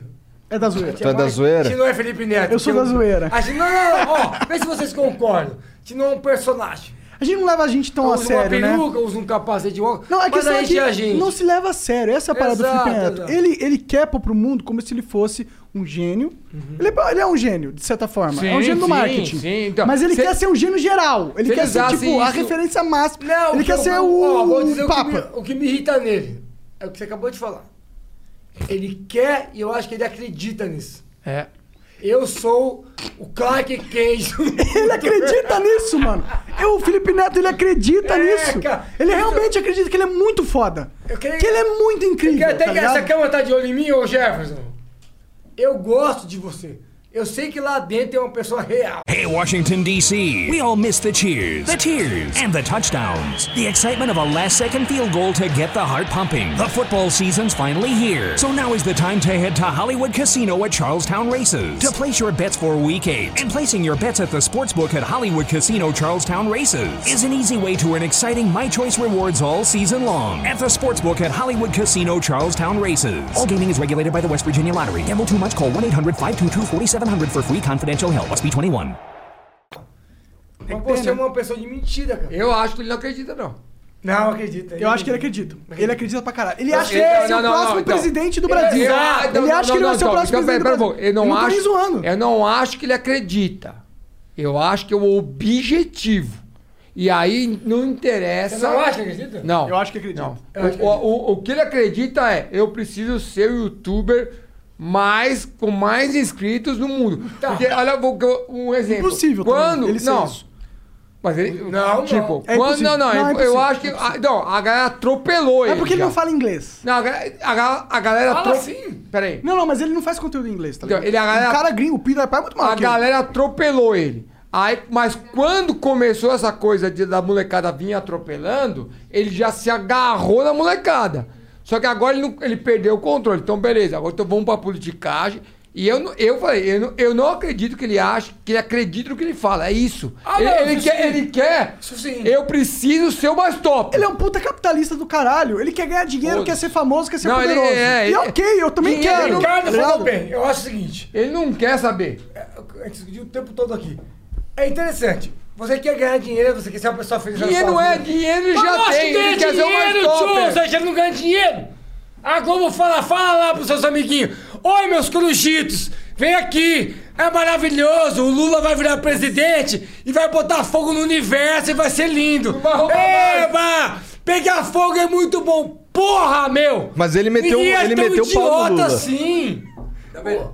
S2: é da zoeira.
S3: Tu é da
S6: A gente
S3: zoeira?
S6: não é Felipe Neto.
S2: Eu sou
S6: que
S2: da zoeira.
S6: A gente não, não, não. Ó, vê se vocês concordam. A gente não é um personagem.
S2: A gente não leva a gente tão a
S6: usa uma
S2: sério, né?
S6: peruca, usa um capacete de óculos.
S2: Não, a
S6: mas
S2: questão
S6: a
S2: é
S6: gente
S2: que
S6: é a gente.
S2: não se leva a sério. Essa é a parada
S6: Exato,
S2: do Felipe Neto.
S6: exato.
S2: Ele, ele quepa pro mundo como se ele fosse um gênio.
S6: Uhum.
S2: Ele, é, ele é um gênio, de certa forma. é um
S5: Sim,
S2: gênio do
S5: sim,
S2: marketing.
S5: sim, então.
S2: Mas ele
S5: Se-
S2: quer ser um gênio geral. Ele
S5: se
S2: quer
S5: ele
S2: ser,
S5: usasse
S2: tipo, a
S5: isso-
S2: referência máxima.
S6: Não,
S2: ele
S6: que
S2: quer
S6: eu-
S2: ser
S6: ó,
S2: o,
S6: vou dizer o que
S2: Papa.
S6: me- O que, me, irrita nele. É o que você acabou de falar. Ele quer e eu acho que ele acredita nisso.
S5: É.
S6: Eu sou o Clark Kent.
S2: Ele é acredita nisso, mano. Eu, o Felipe Neto, ele acredita nisso. ele realmente acredita que ele é muito foda. Que ele é muito incrível.
S6: Até
S2: tá
S6: que
S2: ligado?
S6: essa câmera tá de olho em mim, ô Jefferson. Eu gosto de você. Eu sei que lá dentro tem uma pessoa real.
S16: Hey, Washington, D.C. We all miss the cheers, the tears, and the touchdowns. The excitement of a last second field goal to get the heart pumping. The football season's finally here. So now is the time to head to Hollywood Casino at Charlestown Races to place your bets for week eight. And placing your bets at the sportsbook at Hollywood Casino Charlestown Races is an easy way to earn exciting My Choice rewards all season long at the sportsbook at Hollywood Casino Charlestown Races. All gaming is regulated by the West Virginia Lottery. Gamble too much, call 1 800 522 4700 for free confidential help. Must be 21.
S6: Mas você é uma pessoa de mentira, cara.
S5: Eu acho que ele não acredita, não.
S6: Não acredita.
S2: Eu acho que ele acredita. Ele acredita pra caralho. Ele
S5: Eu-
S2: acha que
S5: eu-
S2: ele vai ser
S5: não,
S2: o
S5: não,
S2: próximo
S5: não, então.
S2: presidente do
S5: Eu-
S2: Brasil.
S5: eu- ah, não,
S2: ele
S5: não,
S2: acha que ele
S5: não,
S2: vai ser o
S5: não,
S2: próximo
S5: então, pera-
S2: presidente
S5: pera
S2: do
S5: um pouco.
S2: Brasil.
S5: Eu não
S2: tô nem
S5: acho. É,
S2: zoando.
S5: Eu não acho que ele acredita. Eu acho que é o objetivo. E aí não interessa.
S6: Você não acha que acredita?
S5: Não.
S6: Eu
S2: acho que acredita.
S5: Não.
S6: Eu acho que
S5: O, o- o que ele acredita é: eu preciso ser o youtuber mais, com mais inscritos no mundo.
S6: Tá.
S5: Porque, olha, eu vou, eu- um exemplo.
S2: Impossível também,
S5: Quando.
S2: ele ser
S5: não.
S2: isso.
S5: Mas ele. Não, tipo,
S2: É
S5: quando,
S2: impossível.
S5: não,
S2: Não,
S5: não,
S2: é
S5: eu- eu
S2: impossível,
S5: acho que.
S2: é
S5: ah, não, a galera atropelou ele.
S2: É porque ele
S5: já.
S2: não fala inglês.
S5: Não, a, ga- a ga- a galera
S2: Fala
S5: atro-
S2: assim?
S5: Peraí.
S2: Não, não, mas ele não faz conteúdo em inglês, tá
S5: Então,
S2: ligado?
S5: ele- a galera-
S2: O cara gringo, o Peter Pai é muito mal.
S5: A galera atropelou ele. Aí, mas quando começou essa coisa de, da molecada vir atropelando, ele já se agarrou na molecada. Só que agora ele, não- ele perdeu o controle. Então, beleza, agora então vamos pra politicagem. E eu, não- eu falei, eu não, eu não acredito que ele ache, que ele acredita no que ele fala. É isso.
S6: Ah,
S5: ele,
S6: não,
S5: ele
S6: isso
S5: quer,
S6: sim.
S5: ele quer. Eu preciso ser o mais top.
S2: Ele é um puta capitalista do caralho. Ele quer ganhar dinheiro, quer ser famoso, quer ser
S5: Não, ele-
S2: poderoso.
S5: é,
S2: e
S5: ele-
S2: ok, eu também
S5: Dinheiro,
S2: quero.
S5: ele quer-
S6: é Ricardo
S5: Tá ligado?
S6: falou bem. Eu acho o seguinte.
S5: Ele não quer saber.
S6: A gente discutiu o tempo todo aqui. É interessante. Você quer ganhar dinheiro, você quer ser uma pessoa feliz. na
S5: Dinheiro
S6: sua
S5: não é
S6: vida.
S5: dinheiro, ele
S6: tá assim. Mas
S5: já
S6: lógico
S5: tem,
S6: que
S5: ele quer ser o mais
S6: dinheiro,
S5: top. é.
S6: tio, Você já não ganha dinheiro. A Globo fala, fala lá pros seus amiguinhos. Oi, meus crujitos, vem aqui. É maravilhoso, o Lula vai virar presidente e vai botar fogo no universo e vai ser lindo. Eba! Pegar fogo é muito bom. Porra, meu!
S3: Mas ele meteu- um-
S6: Ninguém é
S3: ele
S6: tão
S3: meteu o pau no
S6: idiota
S3: Lula.
S6: assim.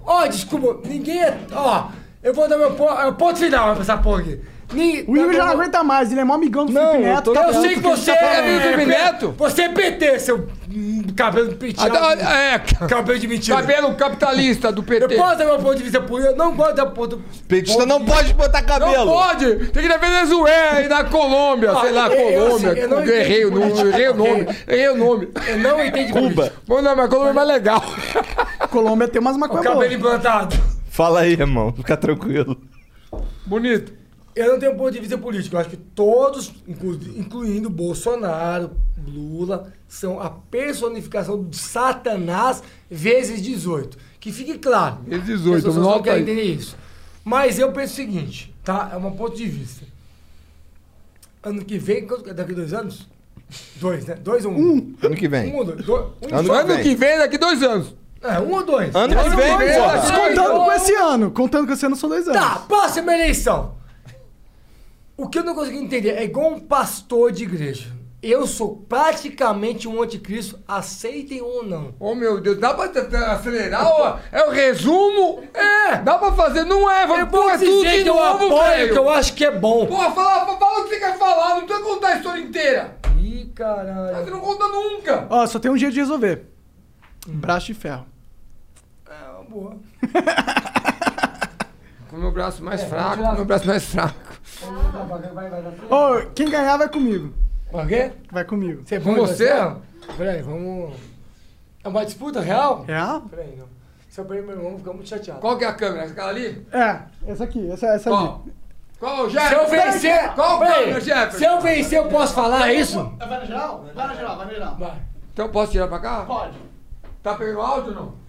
S6: Ó, desculpa, ninguém é. Ó, eu vou dar meu ponto, é o ponto final pra essa porra aqui. Ninguém,
S2: O Igor já não aguenta mais, ele é mó amigão do Felipe Neto. tá
S6: eu
S3: um
S2: puto
S6: sei que
S2: ele tá
S6: você
S2: falando.
S6: é. Você é PT, seu hum, cabelo de penteado.
S5: Ah, tá, é,
S6: cabelo de mentira.
S5: Cabelo capitalista do PT.
S6: Eu posso dar meu ponto de vista político? Eu não gosto da ponto.
S3: Petista não pode botar cabelo.
S5: Não pode! Tem que ir na Venezuela e na Colômbia,
S6: Ah,
S5: sei lá,
S6: eu- eu,
S5: Colômbia.
S6: assim, eu não
S5: Cuba,
S6: entendo
S5: errei o nome,
S6: política.
S5: errei o nome, errei o nome.
S6: Eu não entendi
S3: Cuba.
S5: Bom, não, mas a Colômbia é mais legal.
S2: Colômbia tem umas maconhas
S6: Cabelo implantado.
S3: Fala aí, irmão. Fica tranquilo.
S5: Bonito.
S6: Eu não tenho ponto de vista político. Eu acho que todos, inclu- incluindo Bolsonaro, Lula, são a personificação do Satanás vezes 18. Que fique claro.
S5: Vezes 18,
S6: As pessoas não
S5: nota
S6: querem
S5: aí.
S6: entender isso. Mas eu penso o seguinte, tá? É um ponto de vista. Ano que vem, quanto- daqui a dois anos? Dois, né? Dois ou um? Um.
S3: Ano que vem.
S6: Um ou dois? dois um
S3: Ano
S6: só?
S3: que vem.
S5: daqui dois anos.
S6: É, um ou dois.
S3: Ano que vem, porra.
S2: Contando com esse ano. Contando com esse ano são dois anos.
S6: Tá, próxima eleição. O que eu não consigo entender é igual um pastor de igreja. Eu sou praticamente um anticristo, aceitem ou não.
S5: Oh meu Deus, dá pra t- t- acelerar? ó? É o resumo? É! Dá pra fazer? Não é,
S6: Eu
S5: vamos
S6: vou
S5: pôr tudo
S6: dizer
S5: de
S6: que eu
S5: novo,
S6: apoio,
S5: velho.
S6: que eu acho que é bom.
S5: Porra, fala, fala o que você quer falar, não precisa contar a história inteira.
S6: Ih, caralho.
S5: Você não conta nunca.
S2: Ó, só tem um jeito de resolver. Braço de ferro.
S6: É uma boa.
S5: Com o meu braço mais
S6: É,
S5: fraco,
S6: vamos
S5: com
S6: lá.
S5: o meu braço mais fraco.
S2: Ô, quem ganhar vai comigo.
S6: O quê?
S2: Vai comigo.
S6: Você é
S5: Com
S6: bom em
S5: você?
S6: Peraí, vamos. É uma disputa real?
S2: Real?
S6: Peraí, não. Se eu perder meu irmão, eu vou ficar muito chateado.
S5: Qual que é a câmera? Aquela ali?
S2: É, essa aqui, essa, essa
S5: Ó.
S2: aqui.
S5: Qual,
S6: Se
S5: Jefferson?
S6: eu vencer.
S5: Qual
S6: Peraí,
S5: câmera, Jefferson?
S6: Se eu vencer, eu posso falar é isso?
S2: Vai na geral? Vai na geral, vai na geral.
S6: Vai.
S5: Então posso tirar pra cá?
S2: Pode.
S5: Tá pegando áudio ou não?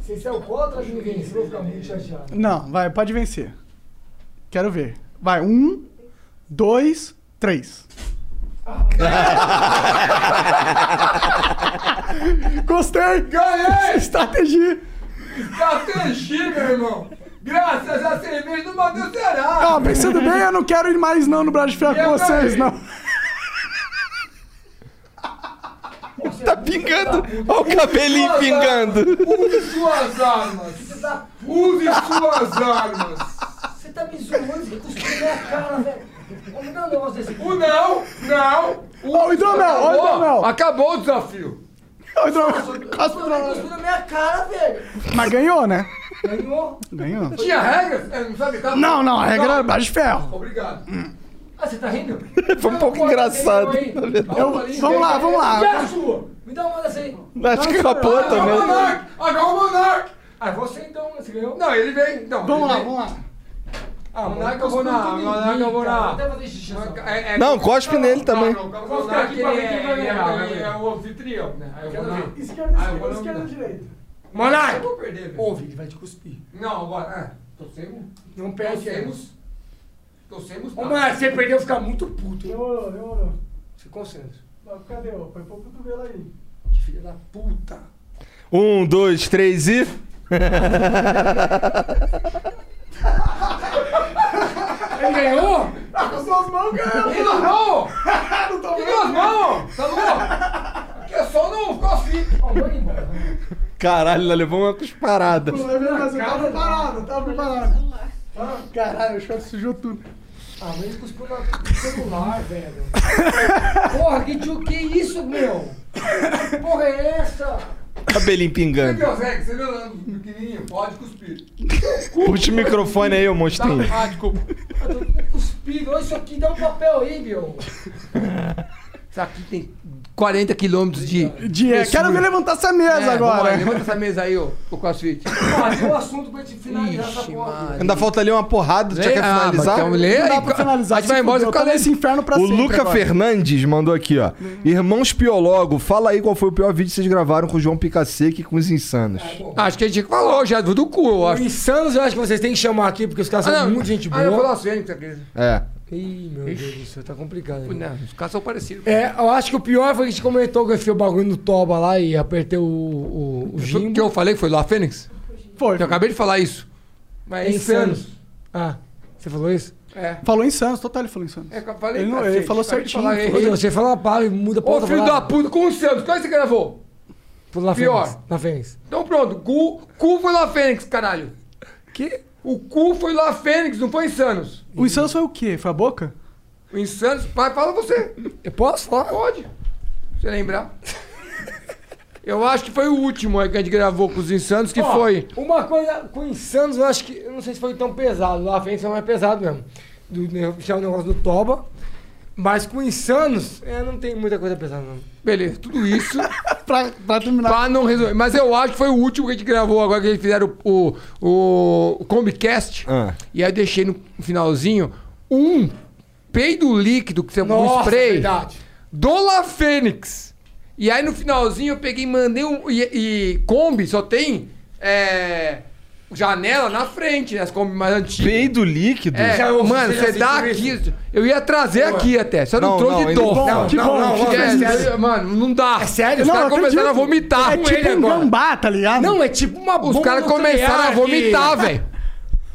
S6: Se isso é o contra de ninguém, eu vou ficar muito chateado.
S2: Não, vai, pode vencer. Quero ver. Vai, um, dois, três. Gostei!
S5: Ganhei!
S2: Estratégia!
S5: Estratégia, meu irmão! Graças à cerveja do Matheus Ceará!
S2: Ah, pensando bem, eu não quero ir mais não no braço de ferro
S5: Eu
S2: com vocês,
S5: também.
S2: não.
S3: Tá pingando. Olha o cabelinho pingando.
S4: Use suas armas! Use suas armas! Você tá me zoando, você cuspiu na minha cara, velho. Ô, me dá um negócio desse. O não, não.
S2: Ó, o hidromel, ó, o hidromel.
S5: Acabou o desafio.
S2: Ó, o hidromel. Cospe pra
S4: Você
S2: nós.
S4: cuspiu na minha cara, velho.
S2: Mas ganhou, né?
S4: Ganhou.
S2: Ganhou.
S5: Tinha regras? É, não sabe? Tá bom.
S2: Não, não, a regra era baixo de ferro.
S5: Obrigado.
S4: Ah, você tá rindo?
S3: Foi um pouco engraçado. na verdade.
S2: Eu- vamos lá, vamos lá.
S4: Já sua. Me dá uma dessa aí.
S3: Acho que capou
S4: Agora o
S3: também.
S4: Monark! Agora o Monark! Ah, você então, você ganhou?
S5: Não, ele vem. Então,
S2: Vamos
S5: ele
S2: lá,
S5: vem.
S2: vamos lá.
S5: Ah, Monarca eu vou na. Monarca eu vou na.
S4: Até fazer xixi. só.
S5: É- é-
S3: Não, cospe nele também.
S5: O Monarca ele é, ele é, ele é o anfitrião, né? Aí eu vou na.
S2: Esquerda,
S5: Ah, eu vou
S2: esquerda, esquerda,
S5: na.
S2: direita.
S5: Monarca!
S4: Eu vou perder, velho. Ouve, ele vai te cuspir.
S5: Não, agora. Ah, torcemos.
S4: Não perde, velho.
S5: Torcemos. Torcemos.
S4: Ô,
S5: tá.
S4: Monark, se você perder, eu vou ficar muito puto. hein?
S2: Demorou, demorou.
S4: Se concentra.
S2: Cadê? ó? Põe pro cotovelo aí.
S4: Que filha da puta.
S3: Um, dois, três e.
S4: Ele ganhou?
S2: Tá com suas mãos, cara.
S5: Ele não não!
S2: Não tô
S5: Ele não não! Tá bom? Aqui é só não ficou assim. Ó, vai embora.
S3: Caralho, ela levou uma cusparada.
S2: Tá preparado, tá preparado. Ah, Caralho, o choque sujou tudo.
S4: Ah, mas ele cuspiu na- no celular, velho. Porra, que tio, que isso, meu? Que porra é essa?
S3: Cabelinho
S5: Você
S3: pingando.
S5: viu, Zé? Você viu lá no pequenininho? Pode cuspir.
S3: Puxa o microfone aí, ô monstrinho.
S5: Ah, desculpa.
S4: Cuspido, olha isso aqui, dá um papel aí, meu.
S5: Isso aqui tem 40 quilômetros de.
S2: De, é, quero me levantar essa mesa
S5: É,
S2: agora.
S5: vambora, Levanta essa mesa aí, ô, o CrossFit.
S4: Ah, tem um assunto pra gente finalizar essa
S5: Ixi,
S4: porra.
S5: mano.
S3: Ainda falta ali uma porrada, tu já
S5: Lê-
S3: quer
S5: ah, mas
S3: finalizar?
S5: então lê
S2: Não dá pra
S5: aí, cara.
S2: finalizar.
S5: A gente vai embora e
S2: ficar
S5: fica
S2: nesse inferno pra
S3: O
S2: sempre.
S3: Luca
S2: agora.
S3: Fernandes mandou aqui, ó. Irmãos Piologo, fala aí qual foi o pior vídeo que vocês gravaram com o João Picaceca e com os insanos.
S5: Acho que a gente falou já, do do cu, eu
S6: Os
S5: acho.
S6: Insanos eu acho que vocês têm que chamar aqui, porque os caras são muito gente
S5: Ah, eu falo
S6: boa.
S5: assim, hein, Taqueira.
S3: É.
S6: Ih, meu Deus do céu, tá complicado. hein?
S5: Não, os caras são parecidos.
S6: É, eu acho que o pior foi que a gente comentou que eu fiz o bagulho no Toba lá e apertei o, o, o
S5: O
S6: gimbo.
S5: que eu falei que É, foi lá, Fênix?
S2: Foi.
S5: Eu acabei de falar isso. Mas é
S6: Insanos.
S5: insano.
S6: Ah, você falou isso?
S5: É.
S2: Falou insano, total, ele falou insano.
S5: É que eu falei,
S2: Ele não- ele
S5: cacete,
S2: falou
S5: acabei de
S2: certinho.
S5: falar, errei.
S6: Ô, Deus, você fala uma palavra e muda a
S5: Ô,
S6: outra
S5: filho da
S6: palavra.
S5: puta, com o Santos, qual é que você gravou?
S6: Pula na
S5: pior.
S6: Fênix, Na Fênix.
S5: Então pronto, cu, cu foi lá Fênix, caralho.
S6: Que?
S5: O cu foi lá Fênix, não foi Insanos.
S2: O insano foi o quê? Foi a boca?
S5: O Insanos, vai, fala você.
S6: Eu posso falar?
S5: Pode. Se você lembrar. Eu acho que foi o último aí que a gente gravou com os Insanos, que
S6: Ó,
S5: foi.
S6: Uma coisa com insanos, eu acho que. Eu não sei se foi tão pesado. Lá frente foi mais pesado mesmo. Do né, puxar o negócio do Toba. Mas com insanos, é, não tem muita coisa pesada, não.
S5: Beleza, tudo isso.
S2: Pra, pra terminar.
S5: pra não resolver. Mas eu acho que foi o último que a gente gravou agora, que eles fizeram o, o, o Combicast.
S3: Ah.
S5: E aí eu deixei no finalzinho um peido líquido, que você um spray.
S6: verdade.
S5: do La Fênix. E aí no finalzinho eu peguei e mandei um. E, e Kombi só tem é, janela na frente, né? As Kombi mais antigas.
S3: Peido líquido?
S5: É,
S6: Já ouvi,
S5: mano,
S6: você já
S5: você
S2: assim
S5: dá
S6: sentiu
S5: aqui. Eu ia trazer aqui até, só não,
S3: Não,
S5: trouxe
S3: não,
S5: de
S3: ele-
S5: dó.
S3: Não,
S5: Não,
S2: que é bom,
S6: não,
S2: que
S6: não,
S2: bom.
S5: é, é, mano, não dá. É
S6: sério?
S5: Os
S2: Não,
S5: caras
S2: acredito.
S5: começaram a vomitar
S2: É
S5: com
S2: tipo
S5: ele
S2: um
S5: agora.
S2: gambá, tá ligado?
S6: Não, é tipo uma bomba.
S5: Os caras
S6: nuclear
S5: começaram a
S6: que-
S5: vomitar, velho.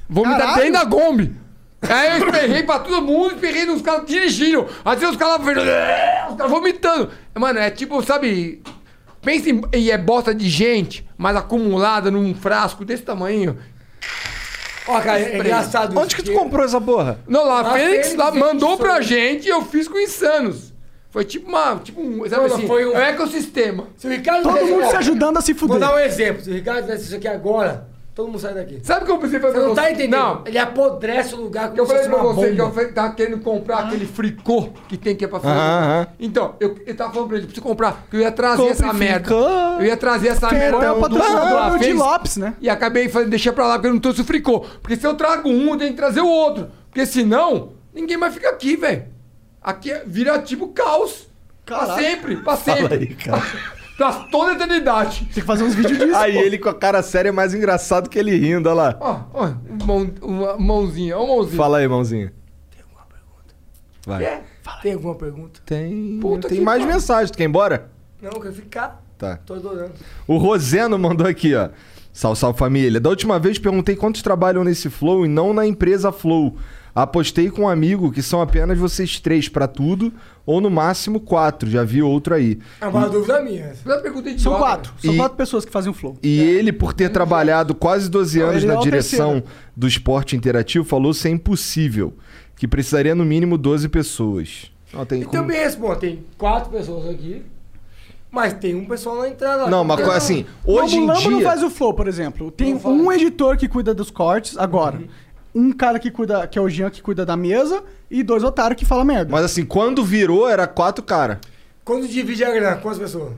S5: Vomitar
S2: Caralho.
S5: dentro da Kombi. Aí É, eu espirrei pra todo mundo, espirrei nos caras dirigindo. Assim os caras. "É", Os caras vomitando. Mano, é tipo, sabe. Pensa em. E é bosta de gente, mas acumulada num frasco desse tamanho.
S6: Ó, cara, é engraçado
S3: Onde que tu comprou essa porra?
S5: Não, lá,
S6: Lá,
S5: a Fênix
S6: Fênix,
S5: lá
S6: gente,
S5: mandou
S6: isso
S5: pra
S6: aí.
S5: gente e eu fiz com insanos. Foi tipo uma. Tipo um. Sabe
S6: Mano,
S5: assim?
S6: foi um-
S5: É um ecossistema.
S6: Se o Ricardo
S2: Todo
S6: fizesse-
S2: mundo
S6: ó,
S2: se ajudando a se
S6: Vou
S2: fuder.
S6: dar um exemplo. Se o Ricardo fizesse isso aqui agora, todo mundo sai daqui.
S5: Sabe o que eu pensei pra
S6: Você não tá
S5: você?
S6: entendendo?
S5: Não,
S6: Ele apodrece o lugar como
S5: Eu
S6: se
S5: falei
S6: fosse
S5: pra
S6: uma
S5: você que eu
S6: bomba.
S5: falei- tava querendo comprar
S2: Ah.
S5: aquele fricô que tem que é pra fazer.
S3: Aham, aham.
S5: Então, eu, eu tava falando pra ele, preciso comprar, que eu ia trazer
S3: Compre
S5: essa merda.
S3: fricô.
S5: Eu ia trazer essa merda.
S2: Foi o
S5: do-
S2: é patrocinador
S5: do-
S2: do
S5: do-
S2: de
S5: fez-
S2: Lopes, né?
S5: E acabei falando, deixei pra lá porque eu não trouxe o fricô. Porque se eu trago um, eu tenho que trazer o outro. Porque senão, ninguém mais fica aqui, velho. Aqui é- vira tipo caos. Pra
S2: Caralho.
S5: sempre, pra sempre.
S3: aí, cara.
S5: pra toda a eternidade.
S2: Tem que fazer uns vídeos disso.
S3: Aí ele com a cara séria é mais engraçado que ele rindo, olha lá.
S5: Ó, ó, mão, uma mãozinha, ó, mãozinha.
S3: Fala aí, mãozinho. Vai.
S6: Tem alguma pergunta?
S3: Tem,
S5: É. Puta
S3: tem
S5: que
S3: mais
S5: pariu.
S3: mensagem. Tu quer ir embora?
S6: Não, eu quero ficar.
S3: Tá.
S6: Tô adorando.
S3: O Roseno mandou aqui, ó. Sal, sal família. Da última vez perguntei quantos trabalham nesse Flow e não na empresa Flow. Apostei com um amigo que são apenas vocês três pra tudo, ou no máximo quatro. Já vi outro aí.
S6: É uma né? dúvida minha.
S2: São quatro. São
S3: E-
S2: quatro pessoas que fazem o flow.
S3: E ele, por ter trabalhado quase 12
S2: É. Não,
S3: anos
S2: ele é
S3: na
S2: o
S3: direção
S2: terceiro.
S3: do esporte interativo, falou ser impossível, que precisaria no mínimo 12 pessoas. Não, tem
S6: E
S3: como-
S6: também esse, pô, tem quatro pessoas aqui, mas tem um pessoal na entrada.
S3: Não, mas
S6: Entendeu?
S3: assim, hoje
S2: o
S3: em
S2: Mulambo Então, não
S3: dia...
S2: faz o flow, por exemplo. Tem um editor que cuida dos cortes agora.
S5: Uhum.
S2: Um cara que cuida, que é o Jean, que cuida da mesa, e dois otários que falam merda.
S3: Mas assim, quando virou, era quatro cara.
S6: Quando divide a grana, quantas pessoas?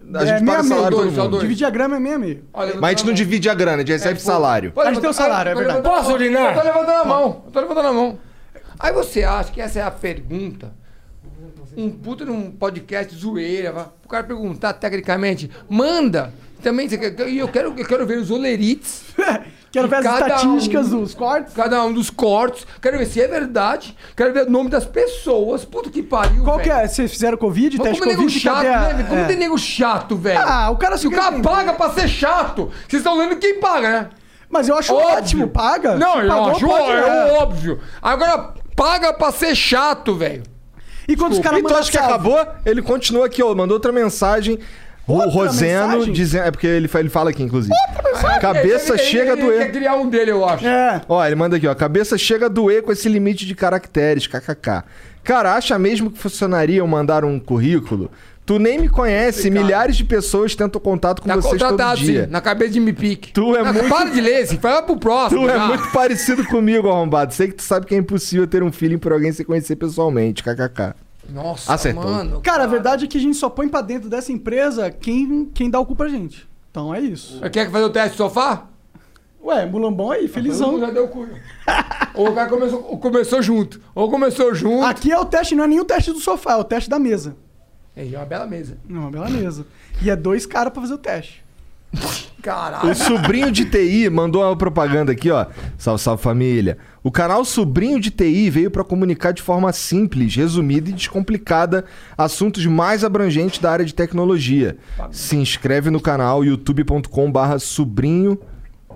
S2: É,
S3: A gente paga salário todo mundo.
S2: Dividir a grama é meia meia.
S3: Mas a gente não divide a grana, a gente recebe salário.
S5: Pode
S2: A gente tem o salário, é verdade.
S5: Posso urinar? Eu tô levantando a mão. Eu tô levantando a mão. Aí você acha que essa é a pergunta? Um puta num podcast zoeira, vá. o cara perguntar tecnicamente, manda. Também, você quer- e eu quero, eu quero ver os olerites.
S2: quero ver as estatísticas
S5: dos cortes. Cada um dos cortes. Quero ver se é verdade. Quero ver o nome das pessoas. Puta que pariu,
S2: Qual que é? Vocês fizeram Covid,
S5: Mas
S2: teste
S5: como nego
S2: Covid?
S5: chato,
S2: cadê a-
S5: né? velho? Como
S2: é.
S5: tem nego chato, velho?
S2: Ah, o cara
S5: Se o cara paga pra ser chato, vocês estão lendo quem paga, né?
S2: Mas eu acho ótimo, paga.
S5: Não,
S2: Se
S5: eu
S2: pagou,
S5: acho
S2: pode,
S5: é
S2: é.
S5: óbvio. Agora paga pra ser chato, velho.
S2: E quando
S5: os caras
S3: tu acha que acabou? Ele continua aqui, ó, mandou outra mensagem. O Roseno
S5: mensagem?
S3: dizendo. É porque ele, fa- ele fala aqui, inclusive.
S5: mensagem?
S3: Cabeça
S5: Ele- ele-
S3: chega
S5: ele
S3: a doer.
S5: quer criar um dele, eu acho.
S2: É.
S3: Ó, ele manda aqui, ó. Cabeça chega a doer com esse limite de caracteres, kkk. Cara, acha mesmo que funcionaria eu mandar um currículo? Tu nem me conhece, milhares de pessoas tentam contato com
S5: Tá
S3: vocês todo
S5: contratado,
S3: dia.
S5: sim. Na cabeça de me pique.
S3: Tu é muito-
S5: Para de ler, assim. Vai pro próximo.
S3: Tu é
S5: já.
S3: muito parecido comigo, arrombado. Sei que tu sabe que é impossível ter um feeling por alguém se conhecer pessoalmente, kkk.
S5: Nossa,
S3: Acertou.
S2: Cara, a verdade é que a gente só põe pra dentro dessa empresa quem, quem dá o cu pra gente. Então é isso.
S5: Quer fazer o teste do sofá?
S2: Ué, mulambão aí, felizão.
S5: mundo já deu cu. Ou o cara começou, começou junto. Ou começou junto.
S2: Aqui é o teste, não é nem o teste do sofá, é o teste da mesa.
S5: É uma bela mesa.
S2: É uma bela mesa. E é dois caras pra fazer o teste.
S5: Caralho.
S3: O sobrinho de TI mandou uma propaganda aqui, ó. Salve, salve família. O canal Sobrinho de TI veio para comunicar de forma simples, resumida e descomplicada assuntos mais abrangentes da área de tecnologia. Se inscreve no canal youtube.com/barra sobrinho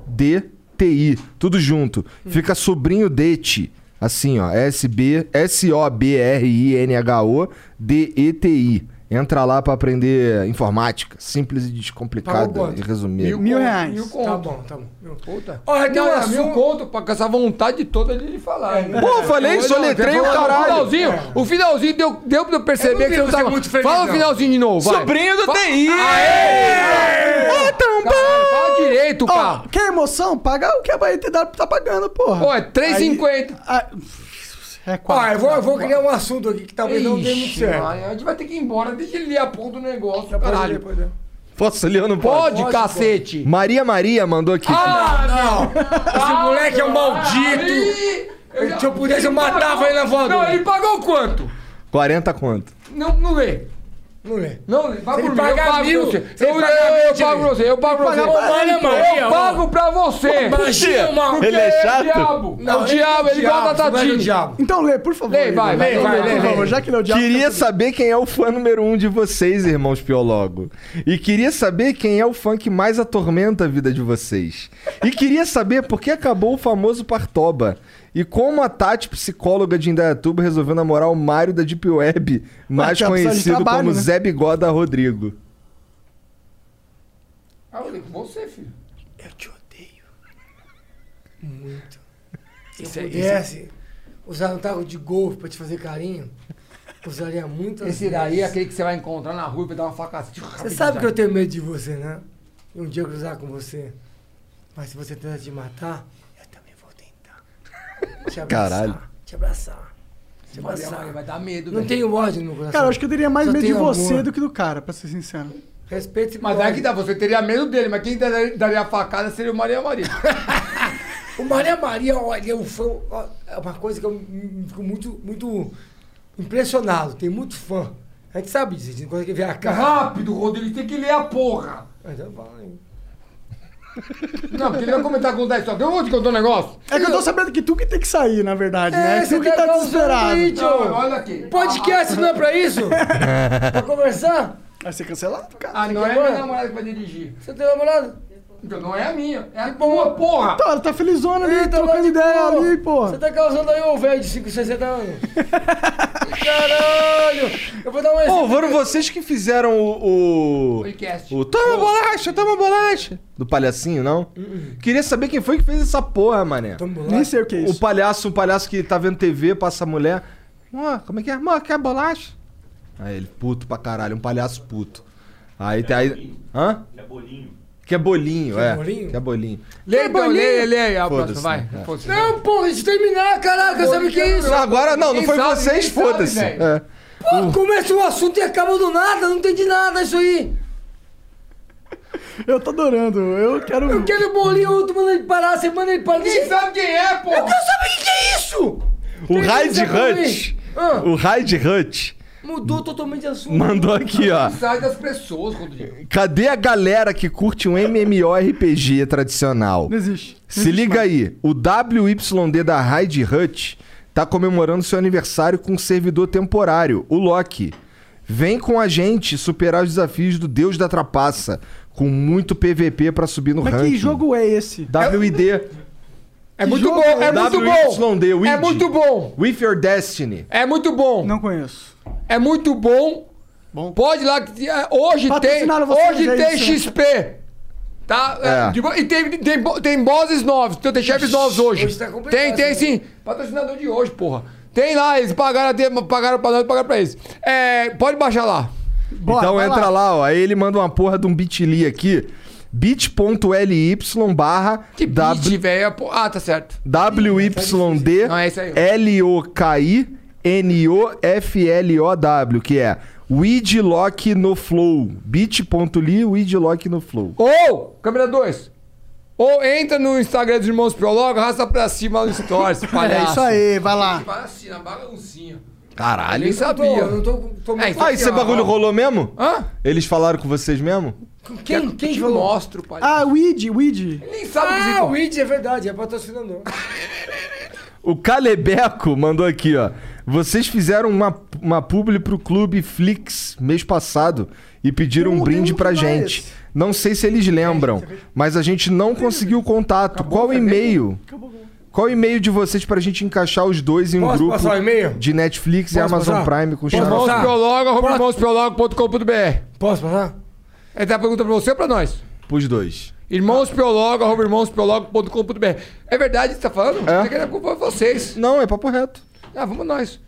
S3: de TI. Tudo junto. Fica sobrinho de ti. Assim, ó. S-B- S-O-B-R-I-N-H-O D-E-T-I. Entra lá para aprender informática, simples e
S5: Pagou
S3: descomplicada
S5: quanto?
S3: e resumida.
S5: Mil conto. Tá bom, tá bom. Mil conto.
S6: Olha, tem
S5: não,
S6: um
S2: é
S5: era
S6: assunto-
S5: mil conto pra, com essa vontade toda de falar. né?
S3: Pô, eu falei,
S5: Não,
S3: soletrei
S5: não,
S3: o caralho.
S5: O finalzinho, o finalzinho deu, deu pra eu perceber
S6: Eu
S5: que
S6: não
S5: você
S6: vi
S5: não
S6: você
S5: tava...
S6: muito feliz,
S5: Fala
S6: não.
S5: o finalzinho de novo, vai.
S6: Sobrinho do
S5: Fa-
S6: TI.
S5: Aê!
S2: É tão
S5: Fala direito, cara.
S2: Ó, quer emoção? Paga o que a Bahia TW tá pagando, porra.
S5: Pô, é 3,50.
S2: Ah, É
S6: Ó, eu
S2: quatro.
S6: vou, eu vou criar um assunto aqui que talvez não dê muito
S5: Ixi,
S6: certo.
S5: mano, a gente vai ter que ir embora. Deixa ele ler a porra do negócio,
S6: Depois,
S5: caralho.
S6: depois, depois.
S3: Posso ler ou não
S5: Pode,
S3: pode?
S5: Pode, cacete.
S3: Maria Maria mandou aqui.
S6: Ah, não! Esse moleque é um maldito! Se eu pudesse, eu matava ele na voadora.
S5: Não, ele pagou quanto?
S3: 40 quanto?
S5: Não, não lê.
S6: Não é. lê.
S5: Não, lê.
S6: Se
S5: Vai
S6: ele
S5: por mim, eu
S6: pagar
S5: pago
S6: mil,
S5: pra você.
S6: se
S5: Eu,
S6: ele pagar
S5: eu- eu
S6: mil, te
S5: pago
S6: lê.
S5: pra você, eu pago pra
S6: Tem que
S5: você.
S6: pagar pra Maria, Maria,
S5: Eu
S6: ó.
S5: pago pra você.
S6: Imagina, mano.
S5: Porque
S6: Ele é chato?
S5: o diabo.
S6: Não,
S5: o
S6: ele é
S5: diabo, ele
S6: diabo,
S5: gosta da
S6: você vai no
S5: Tatine.
S6: diabo.
S2: Então lê, por favor.
S5: Lê, vai, vai,
S2: Lê,
S5: vai,
S2: por
S5: lê,
S2: favor,
S5: lê.
S2: Já que ele é o diabo.
S3: Queria saber quem é o fã número um de vocês, irmãos Piologo. E queria saber quem é o fã que mais atormenta a vida de vocês. E queria saber por que acabou o famoso Partoba. E como a Tati, psicóloga de Indaiatuba, resolveu namorar o Mário da Deep Web, mais
S2: que é uma pessoa de
S3: conhecido
S2: trabalho,
S3: como
S2: né?
S3: Zé Bigoda Rodrigo.
S5: Ah, eu lembro você, filho.
S6: Muito. Se eu
S5: Esse é-
S6: pudesse usar um taco de golfe pra te fazer carinho, usaria muitas
S5: Esse daí é aquele que você vai encontrar na rua e vai dar uma facada.
S6: Você sabe que eu tenho medo de você, né? E um dia eu cruzar com você. Mas se você tenta te matar, eu também vou tentar. Te abraçar.
S3: Caralho.
S6: Te abraçar. Te
S5: Maria,
S6: abraçar.
S5: Maria, vai dar medo,
S6: Não
S5: velho.
S6: tenho ódio no meu coração.
S2: Cara, eu acho que eu teria mais
S6: Só
S2: medo de
S6: tenho
S2: você
S6: amor.
S2: do que do cara, pra ser sincero.
S6: Respeito
S5: Mas é que dá, você teria medo dele, mas quem daria daria a facada seria o Maria Maria.
S6: O Maria Maria, olha, eu fã, ó, é uma coisa que eu hum, fico muito, muito impressionado. Tem muito fã. A gente sabe disso, a gente consegue ver a cara.
S5: Rápido, Rodrigo, tem que ler a porra.
S6: Então vai.
S5: Não, porque ele vai comentar com 10 só. Eu vou te contar um negócio.
S2: É que eu tô sabendo que tu que tem que sair, na verdade,
S6: É,
S2: né?
S6: você
S2: Tu que
S6: tá
S2: tá
S6: causando
S2: desesperado.
S6: aí, tio.
S5: Não, olha aqui.
S6: Podcast não é pra isso? pra conversar?
S2: Vai ser cancelado, cara.
S5: Ah, não é minha namorada que vai dirigir.
S6: Você tem namorado?
S5: Então não é a minha. É a tua, porra.
S2: Tá, ela tá felizona ali,
S6: Eita,
S2: trocando
S6: mas,
S2: ideia
S6: pô,
S2: ali, porra.
S6: Você tá causando aí um velho de 5, 60 anos. Caralho! Eu vou dar um
S3: Pô,
S6: exemplo.
S3: foram vocês que fizeram o. O,
S5: Podcast.
S3: o Toma bolacha, toma bolacha! Do palhacinho, não? Queria saber quem foi que fez essa porra, mané.
S6: Então, tá
S2: Nem sei o que é
S3: O palhaço, o palhaço que tá vendo TV, passa a mulher. Mó, como é que é? Mó, quer bolacha? Aí ele, puto pra caralho, um palhaço puto. Aí tem aí. Hã?
S13: É bolinho.
S3: Que é bolinho,
S13: Quer
S3: é.
S13: bolinho?
S3: Que é bolinho.
S5: Lê, então,
S3: bolinho?
S5: lê, lê aí. A próxima,
S3: Foda-se,
S5: vai.
S3: né? É.
S5: Foda-se.
S6: Não, porra, deixa eu terminar, caraca, sabe o que é isso?
S3: Não, agora não, não
S6: Ninguém
S3: foi
S6: sabe,
S3: vocês,
S6: ninguém sabe,
S3: foda-se.
S6: velho.
S3: É.
S6: Pô, começa um assunto e acaba do nada, não entendi nada isso aí.
S2: Eu tô adorando, eu quero.
S6: Eu quero bolinho, outro manda ele parar, você manda ele parar. Ninguém
S5: sabe quem é, pô!
S6: Eu quero saber o que é isso!
S3: O
S6: Quem
S3: Raid
S6: dizer pra mim?
S3: Hut.
S6: Ah.
S3: O Raid Hut
S6: Mudou totalmente de assunto.
S3: mandou aqui, ó.
S5: Sai das pessoas, Rodrigo.
S3: Cadê a galera que curte um MMORPG tradicional?
S2: Não existe.
S3: Se liga aí, o WYD da Raid Hut tá comemorando seu aniversário com um servidor temporário, o Loki. Vem com a gente superar os desafios do Deus da Trapaça, com muito PVP pra subir no
S2: Mas
S3: ranking.
S2: que jogo é esse?
S3: WID.
S5: É muito bom, é muito bom.
S3: WYD,
S5: É
S3: Wid.
S5: muito bom.
S3: With Your Destiny.
S5: É muito bom.
S2: Não conheço.
S5: É muito bom. Pode ir lá. que- é, Hoje tem,
S2: Patrocinaram vocês,
S5: hoje
S2: é
S5: tem
S2: isso, né?
S5: XP. Tá? É,
S3: É.
S5: de bo- e tem, tem, bo- tem bosses novos, então tem chefes novos hoje.
S6: hoje tá complicado,
S5: tem, tem
S6: né?
S5: sim. Patrocinador de hoje, porra. Tem lá, eles pagaram, até- pagaram pra nós, pagaram pra eles. É, pode baixar lá.
S3: então
S5: vai
S3: entra lá. ó. Aí ele manda uma porra de um bit.ly aqui. bit.ly barra
S5: Ih, velho, é po- Ah, tá certo.
S3: WYD
S5: Não, é isso aí.
S3: L-O-K-I N-O-F-L-O-W, que é Widlock no Flow. bit.ly Widlock no Flow.
S5: Ou, câmera 2. Ou entra no Instagram dos Irmãos Prologo, arrasta pra cima no Stories, palhaço.
S2: É isso aí, vai lá.
S5: Vacina, baguncinha.
S3: Caralho.
S5: Nem sabia.
S6: Eu não tô, tô
S5: É,
S3: Ah, esse bagulho rolou mesmo?
S5: Hã?
S3: Eles falaram com vocês mesmo?
S6: Quem, quem
S5: Te
S6: falou?
S5: mostro, palhaço.
S2: Ah, Weed, Weed.
S5: Nem sabe o que
S6: Ah,
S5: significa.
S6: o Wid é verdade, é patrocinador.
S3: O Calebeco mandou aqui, ó. Vocês fizeram uma, uma publi pro Clube Flix mês passado e pediram um brinde pra gente. Não sei se eles lembram, mas a gente não conseguiu contato. Qual o e-mail? Qual o e-mail de vocês pra gente encaixar os dois em um
S6: Posso
S3: grupo
S6: passar o e-mail?
S3: de Netflix e
S6: Posso
S3: Amazon
S6: passar?
S3: Prime com
S6: Posso
S3: xarope?
S6: passar?
S5: Irmãosprologo, arroba
S6: Pode.
S5: irmãosprologo.com.br.
S6: Posso passar?
S5: Ele tá perguntando pra você ou pra nós?
S3: Pros dois.
S5: Irmãosprologo, arroba irmãosprologo.com.br. É verdade, você tá falando?
S3: É.
S5: Você quer culpa vocês.
S3: Não, é papo reto.
S5: Ah, vamos nós.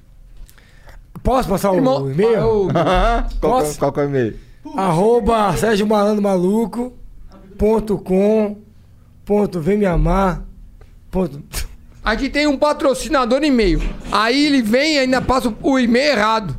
S6: Posso passar o,
S5: Irmão-
S6: o e-mail?
S5: Ah, o-
S3: qual,
S6: Posso?
S3: qual que é o e-mail?
S6: Arroba Sérgio Malandro Maluco ponto com ponto vem me amar ponto...
S5: A gente tem um patrocinador no e-mail. Aí ele vem e ainda passa o e-mail errado.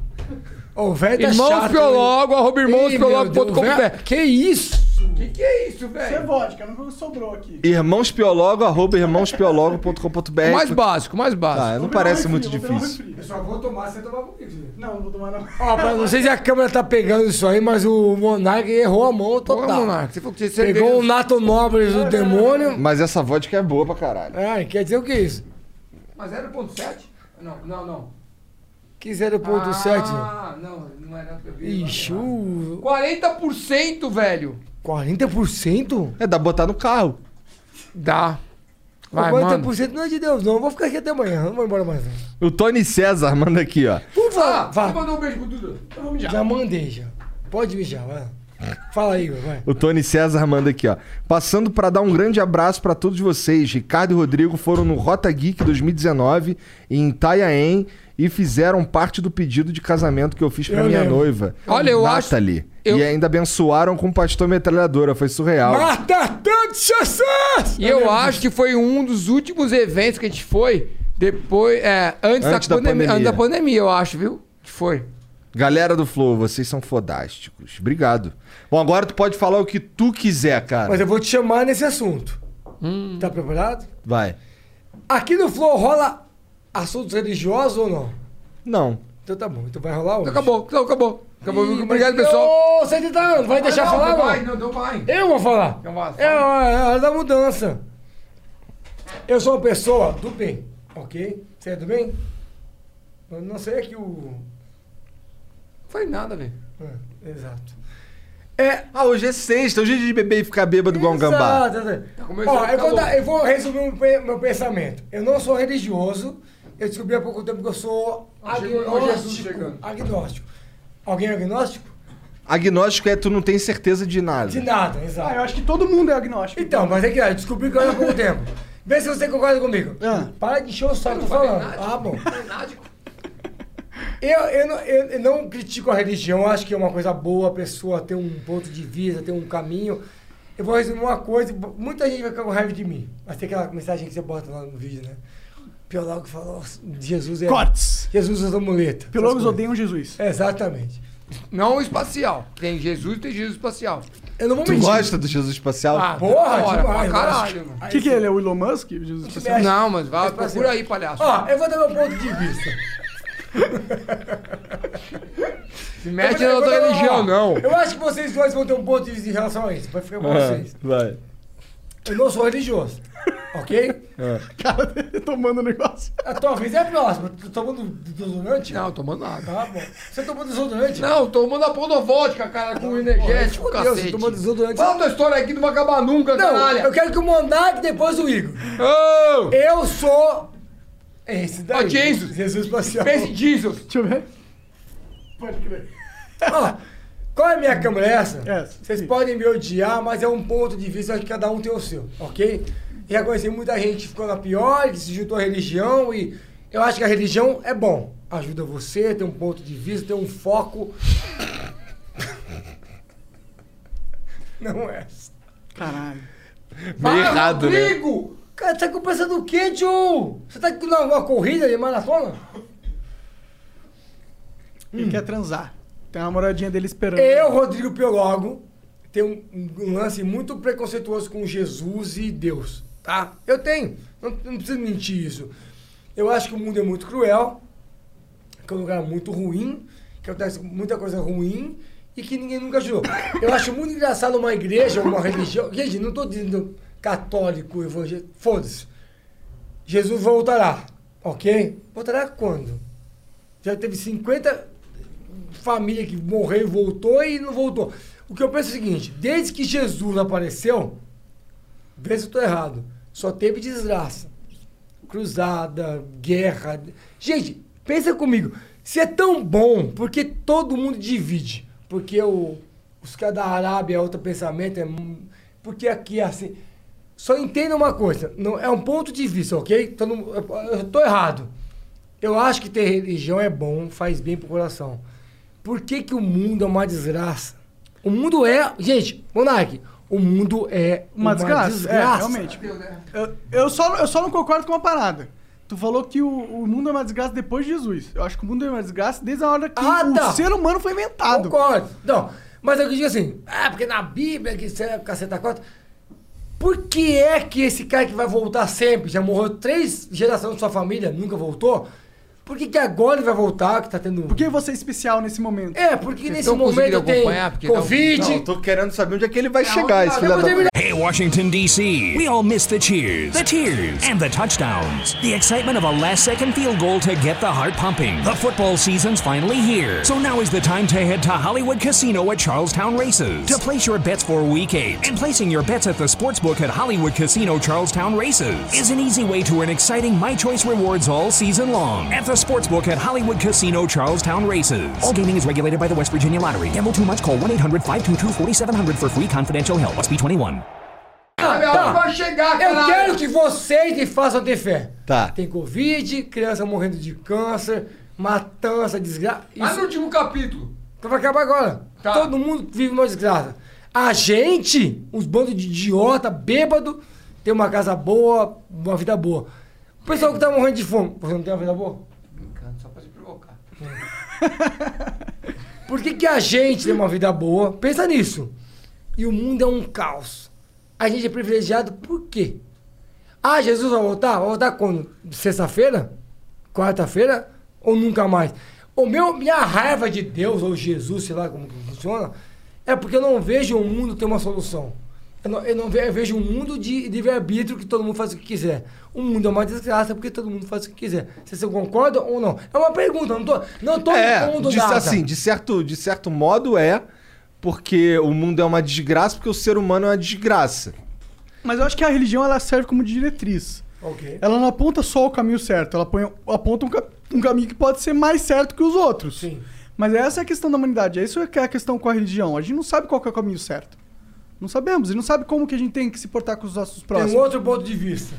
S6: Ô, velho tá chato,
S5: Irmãosprologo,
S6: hein?
S5: arroba
S6: Ih, meu Deus, velho,
S5: irmãosprologo.com.br.
S6: Que isso?
S5: Que que é
S2: Isso
S5: isso,
S2: é
S5: velho?
S2: vodka, não sobrou aqui.
S3: Irmãospiologo, arroba irmãospiologo.com.br.
S5: O mais básico, o mais básico.
S3: Ah, não parece muito difícil.
S6: Eu só vou tomar sem tomar um comigo.
S2: Não, não vou tomar não.
S6: Ó, pra- não sei se a câmera tá pegando isso aí, mas o Monark errou a mão total.
S5: Porra, Monark, você é falou que você
S6: Tá. Pegou um o Nato Nobre do demônio.
S3: Mas essa vodka é boa pra caralho.
S6: Ah, quer dizer o que é isso?
S5: Mas 0.7? Não, não, não.
S6: Que 0.7?
S5: Ah, não, não era. eu vi,
S6: Ixi,
S5: não.
S6: o-
S5: 40%, velho.
S6: 40%?
S3: É, dá pra botar no carro.
S5: Dá. Vai,
S6: o
S5: mano.
S6: 40% não é de Deus, não. Eu vou ficar aqui até amanhã. Não vou embora mais. não.
S3: O Tony César manda aqui, ó.
S6: Por
S5: Ah, você
S6: favor, vá.
S5: mandou um beijo pro Duda. Eu vou mijar.
S6: Já mandei já. Pode mijar, vai. Fala aí, vai.
S3: O Tony César manda aqui, ó. Passando pra dar um grande abraço pra todos vocês. Ricardo e Rodrigo foram no Rota Geek 2019 em Itanhaém e fizeram parte do pedido de casamento que eu fiz pra
S6: Eu
S3: minha
S6: lembro.
S3: noiva.
S5: Olha, eu acho-
S3: Nathalie.
S5: eu-
S3: E ainda abençoaram com um pastor metralhadora, foi surreal.
S6: Mata tanto sucesso!
S5: E eu acho que foi um dos últimos eventos que a gente foi depois. É, antes,
S3: Antes
S5: da,
S3: da
S5: pandemia.
S3: pandemia.
S5: Antes da pandemia, eu acho, viu? Que foi.
S3: Galera do Flow, vocês são fodásticos. Obrigado. Bom, agora tu pode falar o que tu quiser, cara.
S6: Mas eu vou te chamar nesse assunto.
S5: Hum.
S6: Tá preparado?
S3: Vai.
S6: Aqui no Flow rola assuntos religiosos ou não?
S3: Não.
S6: Então tá bom, então vai rolar hoje.
S5: Acabou, não, acabou. Acabou.
S6: Ih,
S5: Tá Obrigado,
S6: mas-
S5: pessoal.
S6: Ô, você tá dando, vai deixar
S5: não,
S6: falar,
S5: não vai,
S6: mano?
S5: não, não vai.
S6: Eu vou falar.
S5: Então vai,
S6: É
S5: fala.
S6: a é a hora da mudança. Eu sou uma pessoa do bem, ok? Você é do bem? Eu não sei que o.
S5: Não foi nada, velho.
S6: É, exato. É.
S3: Ah, hoje é sexta, hoje é dia de beber e ficar bêbado igual um gambá.
S6: Exato, exato.
S5: Tá começando,
S6: Ó, eu, vou
S5: acabou.
S6: dar- eu vou resumir o pe- meu pensamento. Eu não sou religioso. Eu descobri há pouco tempo que eu sou
S5: Ó, chegou- é ó, Jesus
S6: agnóstico. Agnóstico. Alguém é agnóstico?
S3: Agnóstico é tu não tem certeza de nada.
S6: De nada, exato. Ah, eu acho que todo mundo é agnóstico. Então, mas é que ó, eu descobri que eu era há pouco tempo. Vê se você concorda comigo.
S2: Ah.
S6: Para de encher o saco, tô falando. Ah, bom. Eu, eu, não, eu- eu não critico a religião, eu acho que é uma coisa boa a pessoa ter um ponto de vista, ter um caminho. Eu vou resumir uma coisa, muita gente vai ficar com raiva de mim. Vai ter aquela mensagem que você bota lá no vídeo, né? Piologo falou, Jesus é...
S2: Cortes.
S6: Jesus usa muleta.
S2: Piologos
S6: Essas
S2: odeiam
S6: coisas.
S2: um Jesus.
S6: Exatamente.
S5: Não o espacial. Tem Jesus e tem Jesus espacial.
S6: Eu não vou
S3: Tu gosta do Jesus espacial?
S5: Ah, porra, Bora, demais, pra caralho,
S6: lógico.
S5: mano.
S2: O que, que é ele? É o Elon Musk? Jesus
S6: Isso
S2: Cristo?
S6: mexe.
S5: Não, mas vai,
S6: pra
S5: procura
S6: cima.
S5: aí, palhaço.
S6: Ó, eu vou dar meu ponto de vista.
S5: Se
S6: Eu
S5: mete na
S6: vou- eu vou
S5: outra
S6: dar-
S5: religião,
S6: ó,
S5: é não.
S6: Eu acho que vocês dois vão ter um ponto de vista em relação a isso. Vai ficar com vocês.
S3: Ah, vai.
S6: Eu não sou religioso, ok?
S3: Ah.
S6: Cara, tomando o negócio. A tua vez é a próxima. Tu tomando desodorante? Não,
S5: tomando nada.
S6: Tá bom. Você tomou desodorante?
S5: Não, tomando a podovodka, cara, com energético,
S6: Meu Deus,
S5: cacete.
S6: tomou desodorante.
S5: Fala tua história aqui, não vai acabar nunca,
S6: Não,
S5: caralho.
S6: eu quero que o Monark depois o Igor. Eu sou... Esse daí.
S5: Ó, Jesus.
S6: Jesus espacial.
S5: Pense em Jesus.
S6: Deixa eu ver. Pode crer. Ó, qual é a minha câmera? É essa? Vocês podem me odiar, mas é um ponto de vista que cada um tem o seu, ok? E conheci muita gente que ficou na pior, que se juntou à religião e eu acho que a religião é bom. Ajuda você, tem um ponto de vista, tem um foco. Não é.
S2: Caralho.
S6: Vai, Rodrigo! Cara, você tá pensando o quê, Joe? Você tá com uma corrida de maratona?
S2: Ele quer transar. Hum. Tem uma namoradinha dele esperando.
S6: Eu, Rodrigo Piologo, tenho um, um lance muito preconceituoso com Jesus e Deus, tá? Eu tenho. Não, não preciso mentir isso. Eu acho que o mundo é muito cruel, que é um lugar muito ruim, que acontece muita coisa ruim e que ninguém nunca ajudou. Eu acho muito engraçado uma igreja, uma religião. Gente, não tô dizendo católico, evangélico. Foda-se. Jesus voltará, ok? Voltará quando? Já teve 50 família que morreu e voltou e não voltou. O que eu penso é o seguinte: desde que Jesus apareceu, vê se eu tô errado, só teve desgraça. Cruzada, guerra. Gente, pensa comigo. Se é tão bom, porque todo mundo divide? Porque o, os caras da Arábia é outro pensamento, é, mu- porque aqui é assim. Só entenda uma coisa, não, é um ponto de vista, ok? Então, não- eu, eu tô errado. Eu acho que ter religião é bom, faz bem pro coração. Por que, que o mundo é uma desgraça? O mundo é. Gente, Monark, o mundo é
S2: Uma desgraça, é, realmente. Eu, eu só, eu só não concordo com uma parada. Tu falou que o, o mundo é uma desgraça depois de Jesus. Eu acho que o mundo é uma desgraça desde a hora que
S6: Ah,
S2: o
S6: tá.
S2: ser humano foi inventado.
S6: Concordo. Não, mas eu digo assim, ah, porque na Bíblia que você é caceta quatro. Por que é que esse cara que vai voltar sempre, já morreu três gerações de sua família, nunca voltou? Por que, que agora ele vai voltar, que tá tendo... Por
S2: que você é especial nesse momento?
S6: É, porque nesse momento tem Covid...
S3: um- Não, eu tô querendo saber onde é que ele vai chegar,
S5: tá.
S3: esse filho da...
S16: Hey, Washington, D.C. We all miss the cheers, the tears, and the touchdowns. The excitement of a last second field goal to get the heart pumping. The football season's finally here. So now is the time to head to Hollywood Casino at Charlestown Races to place your bets for week eight. And placing your bets at the sportsbook at Hollywood Casino Charlestown Races is an easy way to an exciting My Choice rewards all season long at the sportsbook at Hollywood Casino Charlestown Races. All gaming is regulated by the West Virginia Lottery. Gamble too much, call 1 800 522 4700 for free confidential help. Must be 21.
S6: Ah,
S5: Sabe aonde vai chegar,
S6: Eu
S5: caralho?
S6: quero que vocês me façam ter fé.
S3: Tá.
S6: Tem Covid, criança morrendo de câncer, matança, desgraça.
S5: Lá no último capítulo.
S6: Então vai acabar agora. Todo mundo vive uma desgraça. A gente, uns bandos de idiota, bêbado, tem uma casa boa, uma vida boa. O pessoal que tá morrendo de fome, você não tem uma vida boa?
S5: Tá, Só pra te provocar.
S6: Por que, que a gente tem uma vida boa? Pensa nisso. E o mundo é um caos. A gente é privilegiado por quê? Ah, Jesus vai voltar? Vai voltar quando? Sexta-feira? Quarta-feira? Ou nunca mais? O meu, minha raiva de Deus ou Jesus, sei lá como que funciona, é porque eu não vejo o mundo ter uma solução. Eu não, eu não ve- eu vejo um mundo de livre-arbítrio que todo mundo faz o que quiser. O mundo é uma desgraça porque todo mundo faz o que quiser. Vocês concordam ou não? É uma pergunta, eu não tô, não tô
S3: É,
S6: impondo
S3: de,
S6: nada.
S3: assim, de certo, de certo modo é, porque o mundo é uma desgraça, porque o ser humano é uma desgraça.
S2: Mas eu acho que a religião ela serve como diretriz.
S6: Ok. um
S2: Ela não aponta só É o caminho certo, ela põe- aponta um, ca- um caminho que pode ser mais certo que os outros. Sim. Mas essa é a questão da humanidade, é isso que é a questão com a religião. A gente não sabe qual que é o caminho certo. Não sabemos, e não sabe como que a gente tem que se portar com os nossos próximos.
S6: Tem um outro ponto de vista.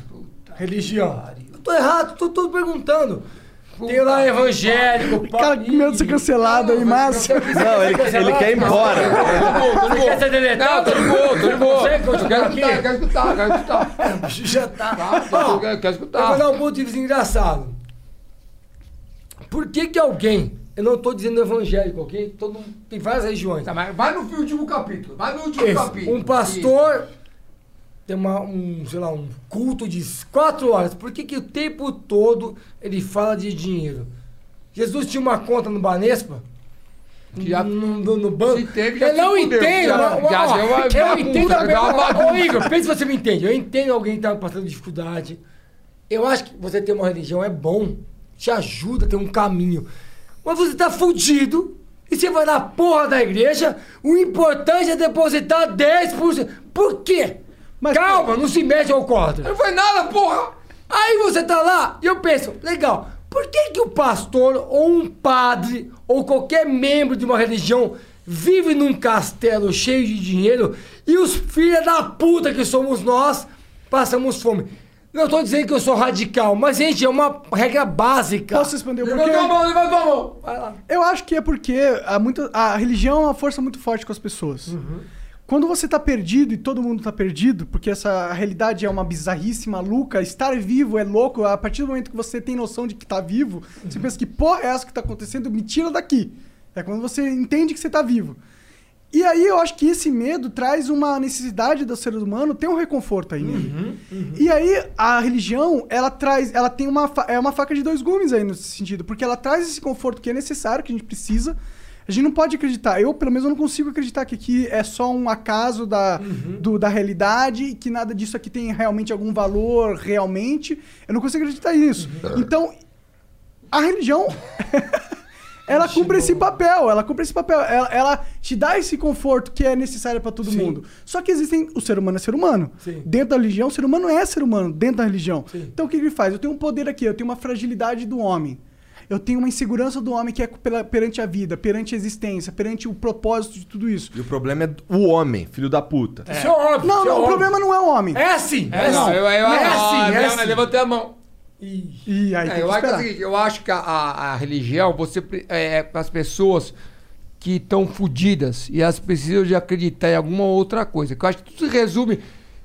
S6: Religião. Eu tô errado, tô, tô perguntando. Tem lá evangélico, pá.
S2: Cara, que medo de ser cancelado aí, mas.
S6: Não, ele- ele quer ir embora. Você quer ser deletado?
S5: Não, tô de boa, tô de boa.
S6: Você quer continuar
S5: Quero
S6: aqui?
S5: escutar, quero escutar, quero escutar.
S6: Já tá.
S5: Ó,
S6: Ó,
S5: quero
S6: Eu
S5: escutar.
S6: vou dar um ponto de vista engraçado. Por que que alguém... Eu não tô dizendo evangélico, ok? Todo, tem várias regiões.
S5: Tá, Vai no último capítulo, vai no último
S6: Esse,
S5: capítulo.
S6: Um pastor tem uma, um, sei lá, um culto de quatro horas. Por que, que o tempo todo ele fala de dinheiro? Jesus tinha uma conta no Banespa? no, no- no banco.
S5: teve, já
S6: eu
S5: se
S6: não
S5: fudeu,
S6: entendo.
S5: já-
S6: uma- uma-
S5: já deu uma-
S6: eu
S5: uma
S6: entendo
S5: puta, deu uma
S6: a Ô,
S5: bagunça.
S6: Igor, pensa se você me entende. Eu entendo alguém que tá passando dificuldade. Eu acho que você ter uma religião é bom. Te ajuda a ter um caminho. Mas você tá fudido e você vai na porra da igreja. O importante é depositar 10%. Por quê? Calma, não se mete ao corda. Não foi nada, porra! Aí você tá lá e eu penso, legal, por que, que o pastor ou um padre ou qualquer membro de uma religião vive num castelo cheio de dinheiro e os filhos da puta que somos nós passamos fome? Não tô dizendo que eu sou radical, mas, gente, é uma regra básica.
S2: Posso responder o porquê? Eu acho que é porque há muito, a religião é uma força muito forte com as pessoas. Quando você tá perdido e todo mundo tá perdido, porque essa realidade é uma bizarrice maluca, estar vivo é louco, a partir do momento que você tem noção de que tá vivo, você pensa que porra é essa que tá acontecendo, me tira daqui. É quando você entende que você tá vivo. E aí eu acho que esse medo traz uma necessidade do ser humano ter um reconforto aí nele. E aí a religião, ela traz, ela tem uma fa- é uma faca de dois gumes aí nesse sentido, porque ela traz esse conforto que é necessário, que a gente precisa. A gente não pode acreditar. Eu, pelo menos, eu não consigo acreditar que aqui é só um acaso da, do- da realidade e que nada disso aqui tem realmente algum valor, realmente. Eu não consigo acreditar nisso. Então, a religião ela cumpre esse papel, ela cumpre esse papel. Ela, ela te dá esse conforto que é necessário pra todo mundo. Só que existem. O ser humano é ser humano. Dentro da religião, o ser humano é ser humano, dentro da religião. Então o que ele faz? Eu tenho um poder aqui, eu tenho uma fragilidade do homem. Eu tenho uma insegurança do homem que é pela- perante a vida, perante a existência, perante o propósito de tudo isso.
S3: E o problema é o homem, filho da puta.
S2: Isso é óbvio, Não, isso é não, o óbvio. problema não é o homem.
S6: É assim!
S5: É, não, eu, eu,
S6: É assim,
S5: ah,
S6: é
S5: não,
S6: assim.
S5: Levantei a mão.
S2: E aí,
S5: É,
S2: tem que
S5: eu, acho que é o
S2: esperar.
S5: seguinte, eu acho que a, a- a religião, você pre- é, para as pessoas que estão fodidas e elas precisam de acreditar em alguma outra coisa. Que eu acho que tudo se resume.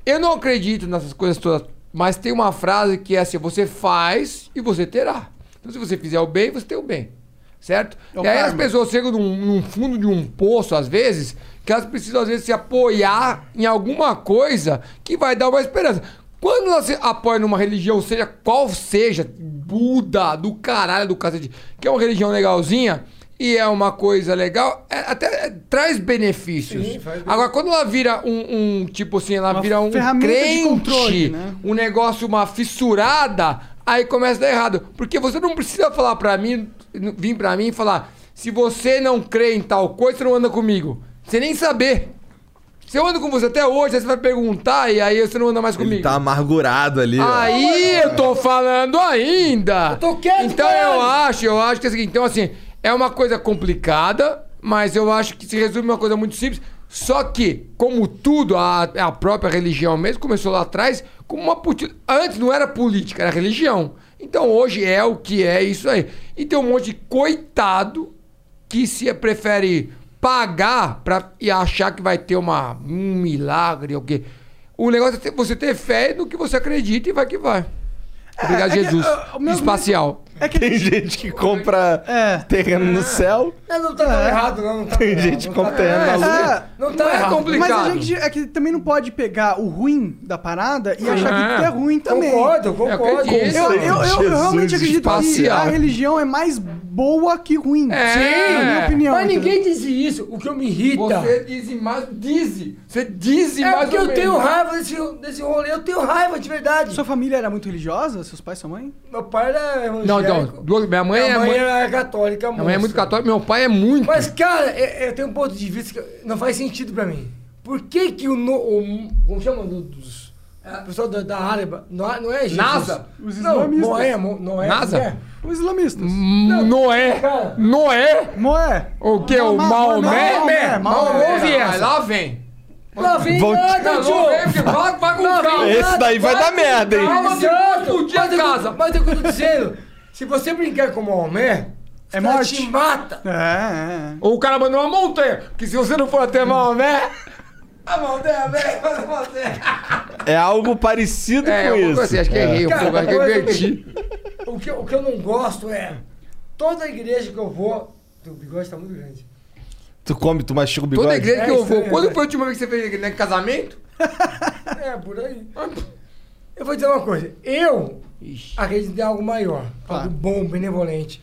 S5: Eu não acredito nessas coisas todas, mas tem uma frase que é assim: você faz e você terá. Então, se você fizer o bem, você tem o bem. Certo?
S2: É o
S5: e aí as
S2: karma.
S5: pessoas chegam num, num fundo de um poço, às vezes, que elas precisam, às vezes, se apoiar em alguma coisa que vai dar uma esperança. Quando elas se apoiam numa religião, seja qual seja, Buda, do caralho do cacete, que é uma religião legalzinha e é uma coisa legal, é- até é, traz benefícios.
S6: Sim, faz bem.
S5: Agora, quando ela vira um, um, tipo assim, ela vira um
S2: ferramenta de
S5: crente,
S2: controle, né?
S5: um negócio, uma fissurada, aí começa a dar errado. Porque você não precisa falar pra mim, n- vir pra mim e falar, se você não crê em tal coisa, você não anda comigo. Você nem saber. Se eu ando com você até hoje, aí você vai perguntar e aí você não anda mais comigo.
S3: Tá amargurado ali. ó.
S5: Aí eu tô falando ainda. Eu tô quieto, Então eu acho, eu acho que é o seguinte, então assim, é uma coisa complicada, mas eu acho que se resume a uma coisa muito simples. Só que, como tudo, a, a própria religião mesmo começou lá atrás como uma política. Antes não era política, era religião. Então hoje é o que é isso aí. E tem um monte de coitado que se prefere pagar pra, e achar que vai ter uma, um milagre ou o quê. O negócio é ter- você ter fé no que você acredita e vai que vai. Obrigado,
S3: é que,
S5: Jesus.
S3: ah, o meu-
S5: Espacial.
S2: É que É.
S3: Tem gente que compra terreno
S5: Ah.
S3: no céu.
S6: É, não tá tão errado, não. não tá
S3: Tem
S6: tão
S3: gente
S6: errado,
S3: que compra terreno na
S5: É,
S3: lua.
S6: Não tá errado.
S2: Mas a gente é que também não pode pegar o ruim da parada e achar que
S6: É.
S2: tudo é ruim também.
S6: Concordo, concordo. Eu acredito.
S2: Eu, eu- eu- eu realmente
S6: Jesus
S2: acredito que
S6: espacial. É.
S2: a religião é mais boa que ruim.
S6: Sim,
S2: na minha opinião.
S6: Mas
S2: entendeu?
S6: ninguém diz isso. O que eu me irrita.
S5: Você diz mais. Diz. Você diz
S6: Então. É
S5: mais
S6: porque
S5: ou
S6: eu tenho
S5: menos.
S6: raiva desse, desse rolê. Eu tenho raiva de verdade.
S2: Sua família era muito religiosa? Seus pais, sua mãe?
S6: Meu pai era evangélico.
S5: Não, então Então, duas- minha mãe
S6: minha
S5: é
S6: mãe
S5: muito-
S6: é católica,
S5: Minha mãe é muito
S6: monstro.
S5: católica, meu pai é muito.
S6: Mas, cara, eu, eu tenho um ponto de vista que não faz sentido pra mim. Por que que o... No, o como chama? Do, dos, o pessoal da, da área... Não, é- não é Jesus.
S5: NASA.
S6: Os
S5: Os
S6: islamistas.
S5: islamistas.
S6: Não, Noé, Mo- Noé.
S5: NASA?
S6: Noé.
S2: Os islamistas.
S5: Hum, Noé. Noé.
S2: Noé.
S5: é. O que? O Maomé?
S6: Maomé, Maomé.
S5: Maomé.
S6: Viessa.
S5: Lá vem.
S6: Lá vem
S5: Vou-
S6: nada,
S5: Não,
S6: tio.
S5: não vem, porque um vai- vai com
S6: Lá vem
S5: calma.
S6: nada,
S5: Esse daí vai dar
S6: com
S5: merda, hein?
S6: calma,
S5: Exato.
S6: tu-
S5: Dia
S6: um mas eu-
S5: casa.
S6: Mas é o que eu tô dizendo. Se você brincar com o Maomé, é morte. te mata.
S2: É,
S5: Ou o cara mandou uma montanha. Porque se você não for até Maomé.
S6: A montanha velha, faz a montanha.
S3: É algo parecido
S5: É,
S3: com
S5: alguma
S3: isso.
S5: coisa assim, acho que errei um
S6: Cara,
S5: pouco, acho que eu
S6: mas-
S5: inverti.
S6: O que, eu- o que eu não gosto é. Toda igreja que eu vou. O bigode tá muito grande.
S3: Tu come, tu mastiga o bigode.
S5: Toda igreja que eu vou.
S6: estranho,
S5: Quando
S6: né?
S5: foi a última vez que você fez igreja? Né, Casamento?
S6: É, por aí. Eu vou dizer uma coisa. Eu acredito em algo maior. Algo bom, benevolente.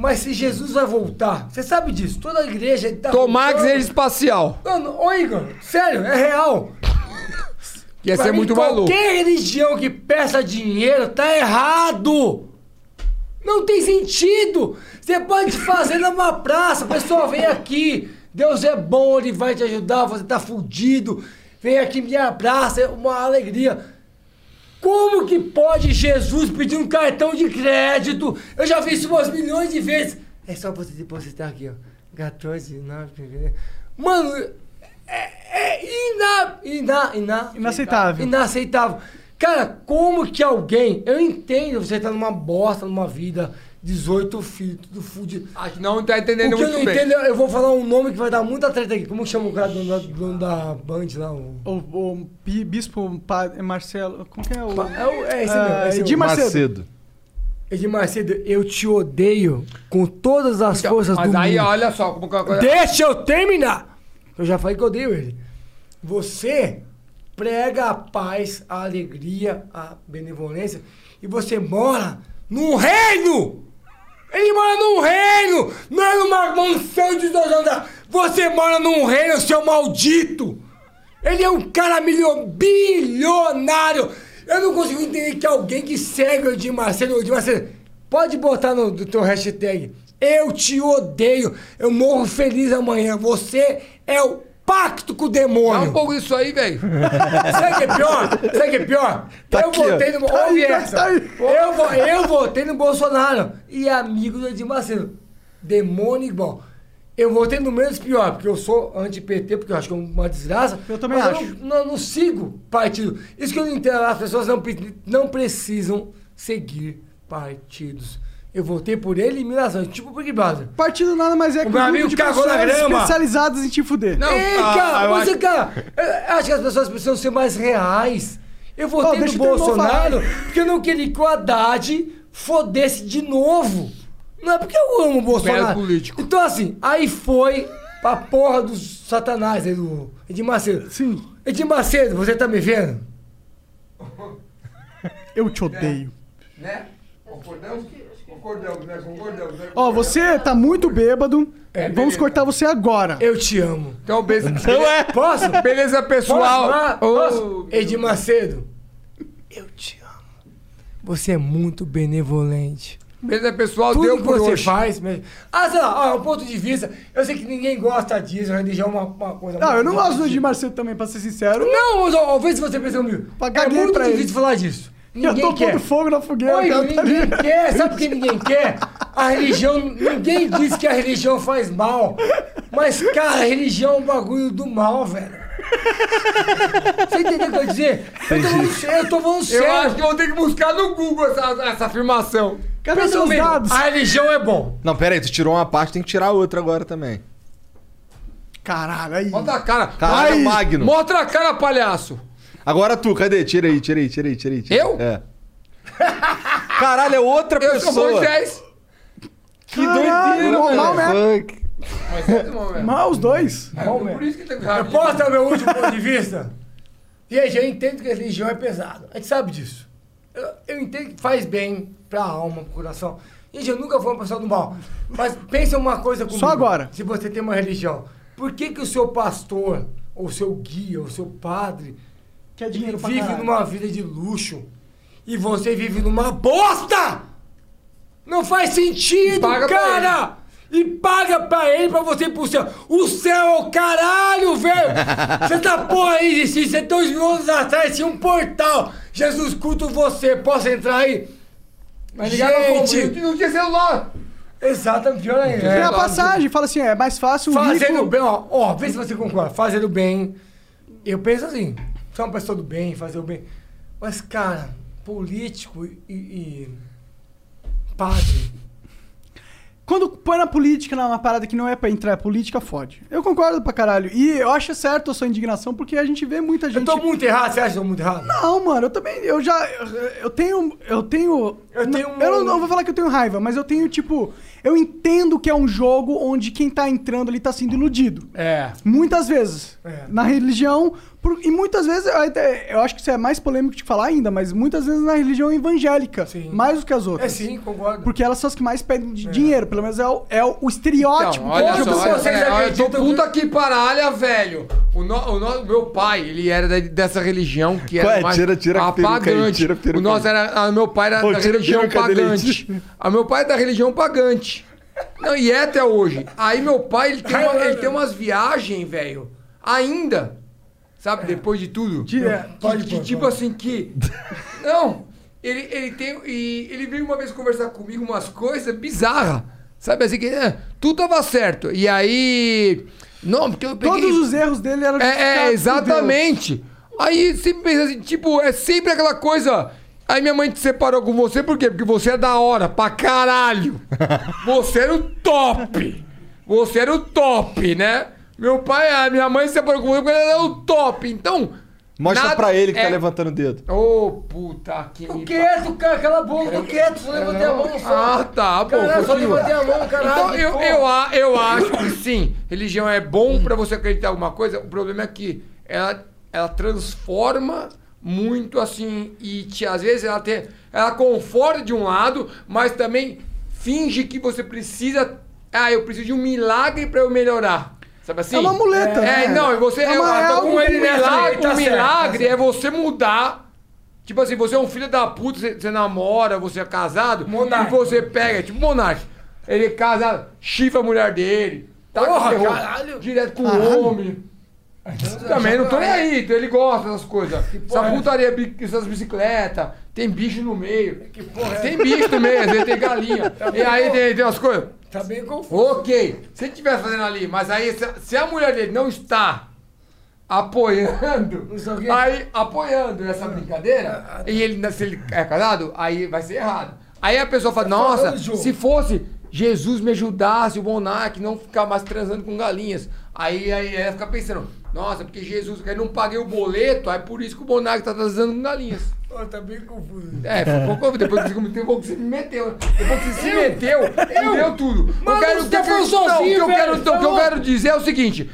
S6: Mas se Jesus vai voltar, você sabe disso. Toda igreja tá.
S5: Tomar que
S6: voltando.
S5: seja espacial.
S6: Mano, ô Igor, sério, é real.
S5: Ia
S6: Pra
S5: ser
S6: mim,
S5: muito
S6: qualquer
S5: maluco.
S6: religião que peça dinheiro tá errado. Não tem sentido. Você pode fazer numa praça. O pessoal vem aqui. Deus é bom, ele vai te ajudar. Você tá fudido. Vem aqui me abraça. É uma alegria. Como que pode Jesus pedir um cartão de crédito? Eu já vi isso umas milhões de vezes. É só você depositar aqui, ó. 14, 9, Mano, é, é ina, ina, ina, inaceitável. Inaceitável. Cara, como que alguém. Eu entendo, você tá numa bosta, numa vida, 18 filhos, tudo fudido.
S5: Acho que não tá entendendo
S6: o que eu
S5: muito
S6: não
S5: bem.
S6: entendo, eu vou falar um nome que vai dar muita treta aqui. Como que chama o cara do dono da, dono da Band lá? O...
S2: O, o bi- bispo pa- Marcelo. Como que é o.
S6: É, o- é esse
S5: Ah,
S6: mesmo, é esse
S2: Edir
S6: mesmo.
S2: Macedo.
S6: Edir Macedo, eu te odeio com todas as forças
S5: Então, Mas
S6: do
S5: aí,
S6: mundo.
S5: olha só como que é uma coisa.
S6: Deixa eu terminar! Eu já falei que eu odeio ele. Você prega a paz, a alegria, a benevolência e você mora num reino! Ele mora num reino! Não é numa mansão de dois andares! Você mora num reino, seu maldito! Ele é um cara milio- bilionário! Eu não consigo entender que alguém que segue o Edir Macedo, o Edir Macedo, pode botar no, no teu hashtag. Eu te odeio, eu morro feliz amanhã. Você é o pacto com o demônio. Dá um
S5: pouco disso aí, velho.
S6: Sabe o que é pior? Sabe o que é pior?
S5: Tá
S6: eu
S5: aqui, ó.
S6: votei no.
S5: Tá
S6: Ouve
S5: aí, tá
S6: essa. Eu, vo- eu votei no Bolsonaro. E amigo do Edir Macedo. Demônio igual. Eu votei no menos pior, porque eu sou anti-PT, porque eu acho que é uma desgraça. Eu
S2: também
S6: mas eu
S2: acho.
S6: não, não- não sigo partido. Isso que eu não entendo, as pessoas não, pre- não precisam seguir partidos. Eu votei por ele em 1900, tipo o Big Brother.
S2: Partido nada mais é
S6: O meu amigo cagou na grama.
S2: especializadas em te fuder.
S6: Não, Ei, cara, você, cara, eu acho que as pessoas precisam ser mais reais. Eu
S2: Ó,
S6: votei no
S2: deixa eu terminar de
S6: Bolsonaro
S2: falar.
S6: porque eu não queria que o Haddad fodesse de novo. Não é porque eu amo o Bolsonaro. político. Então, assim, aí foi pra porra dos satanás aí do Edir Macedo.
S2: Sim.
S6: Edir Macedo, você tá me vendo?
S2: Eu te odeio.
S5: Né? Concordamos? Concordamos, né? Concordamos, né?
S2: Ó, você tá muito bêbado.
S6: É,
S2: Vamos cortar você agora.
S6: Eu te amo.
S5: Então, beleza.
S2: Então é.
S6: Posso?
S5: Beleza,
S6: Posso
S5: pessoal.
S6: falar? Posso? Edir Macedo, eu te amo. Você é muito benevolente.
S5: Beleza, pessoal.
S6: Tudo
S5: deu
S6: que
S5: por
S6: você
S5: hoje.
S6: faz mesmo. Ah, sei lá, ó, um ponto de vista. Eu sei que ninguém gosta disso, religião é uma, uma coisa.
S2: Não,
S6: muito
S2: eu não gosto do
S6: divertida.
S2: Edir Macedo também, pra ser sincero.
S6: Não, mas ó, ó, vê se você pensa comigo. É
S2: caguei
S6: muito
S2: pra ele.
S6: difícil falar disso.
S2: Eu
S6: Ninguém
S2: tô
S6: quer.
S2: pondo fogo na fogueira.
S6: Oi,
S2: cara, tá
S6: ninguém
S2: ligado?
S6: quer. Sabe por que ninguém quer? A religião. Ninguém diz que a religião faz mal. Mas, cara, a religião é um bagulho do mal, velho. Você entendeu o que eu ia dizer? Eu tô falando sério, eu tô falando sério.
S5: Eu acho que eu vou ter que buscar no Google essa, essa afirmação.
S6: Pensa comigo, A religião é bom.
S3: Não, pera aí, tu tirou uma parte, tem que tirar outra agora também.
S2: Caralho, aí.
S5: Mostra a cara.
S3: Caralho,
S5: Ai,
S3: Magno.
S5: Mostra a cara, palhaço.
S3: Agora tu, cadê? Tira aí, tira aí, tira aí, tira aí. tira aí.
S5: Eu?
S3: É. Caralho, é outra
S5: Eu sou
S3: pessoa.
S5: Moisés.
S3: Que doideira,
S2: Mal, mal,
S3: mano.
S2: né?
S5: Maomé.
S2: Mal, os dois.
S6: É
S5: Por isso que tem
S6: Eu posso dar é meu último ponto de vista? Gente, eu entendo que a religião é pesada. A gente sabe disso. Eu, eu entendo que faz bem pra alma, pro coração. Gente, eu nunca fui uma pessoa do mal. Mas pensa uma coisa comigo.
S2: Só agora.
S6: Se você tem uma religião, por que, que o seu pastor, ou o seu guia, ou o seu padre,
S2: Quer É dinheiro pra
S6: vive
S2: caralho.
S6: numa vida de luxo e você vive numa bosta? Não faz sentido,
S5: Paga pra
S6: cara! E paga pra ele pra você ir pro céu. O céu é o caralho, velho! Você tá porra aí, Zici. Você dois mil anos atrás tinha um portal. Jesus, culto você. Posso entrar aí? Mas ligaram
S2: Gente!
S6: Não tinha celular! Exatamente, pior ainda.
S2: Tem a passagem, fala assim, é mais fácil o
S6: Fazendo
S2: rico-
S6: bem, ó, ó, vê se você concorda. Fazendo bem. Eu penso assim, sou uma pessoa do bem, fazer o bem. Mas, cara, político e. e padre.
S2: Quando põe na política, numa parada que não é pra entrar, política fode. Eu concordo pra caralho. E eu acho certo a sua indignação, porque a gente vê muita gente.
S6: Eu tô muito errado, você acha que eu tô muito errado?
S2: Não, mano, eu também. Eu já. Eu tenho. Eu tenho. Eu tenho. Eu
S5: um-
S2: não, não vou falar que eu tenho raiva, mas eu tenho, tipo. Eu entendo que é um jogo onde quem tá entrando ali tá sendo iludido.
S6: É.
S2: Muitas vezes.
S5: É.
S2: Na religião. por- e muitas vezes, eu até- eu acho que isso é mais polêmico de falar ainda, mas muitas vezes na religião evangélica. Mais do que as
S6: É
S2: outras.
S6: sim, concordo.
S2: Porque elas são as que mais pedem de dinheiro, pelo menos é o, é o estereótipo.
S5: Então, olha
S2: que
S5: só,
S2: pessoa-
S5: olha, olha, eu tô puta aqui paralha, velho. O, no, o no- meu pai, ele era da- dessa religião que era
S3: Qual é?
S5: mais
S3: Tira- tira a peruca aí,
S5: pagante.
S3: tira a peruca
S5: o nosso
S3: aí.
S5: era, ah, meu pai era
S3: Pô,
S5: da
S3: tira a
S5: religião
S3: peruca dele,
S5: pagante. Ah, meu pai é da religião pagante. Não, e é até hoje. Aí meu pai, ele tem, uma- ele tem umas viagens, velho, ainda. Sabe, depois de tudo.
S6: Tira-
S5: que, que tipo assim que... Não, ele, ele tem... E ele veio uma vez conversar comigo umas coisas bizarras. Sabe, assim que... é, tudo tava certo. E aí... Não, porque eu peguei...
S2: Todos os erros dele eram
S5: É, é,
S2: justificados por Deus.
S5: exatamente. Aí sempre pensa assim, tipo, é sempre aquela coisa... Aí minha mãe te separou com você, por quê? Porque você é da hora, pra caralho. Você era o top. Você era o top, né? Meu pai, a minha mãe se separou com você porque ele era o top. Então...
S3: Mostra
S5: nada
S3: pra ele que tá
S5: é-
S3: levantando o dedo.
S5: Ô, puta que. Tô
S6: quieto, cara, cala a boca, tô quieto, só levantei a mão só.
S5: Ah, tá, bom.
S6: Caralho, só
S5: continua.
S6: levantei a mão, caralho,
S5: Então, eu,
S6: porra.
S5: eu, a- eu acho que sim, religião é bom pra você acreditar em alguma coisa. O problema é que ela, ela transforma muito assim e te- às vezes ela tem, ela conforta de um lado, mas também finge que você precisa. Ah, eu preciso de um milagre pra eu melhorar. Sabe assim?
S2: É uma muleta,
S5: É,
S2: né?
S5: não, e você.
S2: É
S5: eu,
S2: uma- é
S5: eu tô
S2: algo
S5: com ele
S2: que-
S5: nessa. O
S2: Tá certo, tá
S5: milagre
S2: certo.
S5: é você mudar Tipo assim, você é um filho da puta, você, você namora, você é casado, e você pega, tipo monarca. Ele é casado, chifra a mulher dele, tá
S6: Porra,
S5: com terror,
S6: caralho.
S5: direto com
S6: Caralho.
S5: o homem. Também não tô nem aí, então ele gosta dessas coisas. Essa
S6: porra é
S5: putaria, bi- essas bicicletas, tem bicho no meio. tem bicho no meio, às vezes tem galinha.
S6: é Tá
S5: e
S6: bem
S5: aí
S6: bom.
S5: tem, tem umas coisas.
S6: Tá bem confuso.
S5: Ok, se ele estiver fazendo ali, mas aí se, se a mulher dele não está apoiando,
S6: Ah.
S5: aí apoiando essa brincadeira, e ele se ele é casado, aí vai ser errado. Aí a pessoa fala, nossa,
S6: falando, Ju.
S5: se fosse Jesus me ajudasse, o Monark não ficar mais transando com galinhas. Aí, aí ela fica pensando, nossa, porque Jesus, eu não paguei o boleto, aí por isso que o Monark tá transando com galinhas.
S6: Ó, tá bem confuso.
S5: É, ficou, depois que você me- depois que você me meteu. Depois que você se meteu, eu, deu tudo.
S6: Mano, você
S5: o que
S6: foi
S5: eu-
S6: sozinho,
S5: não, o que eu
S6: velho,
S5: quero, então, o que eu
S6: tá louco.
S5: quero dizer é o seguinte.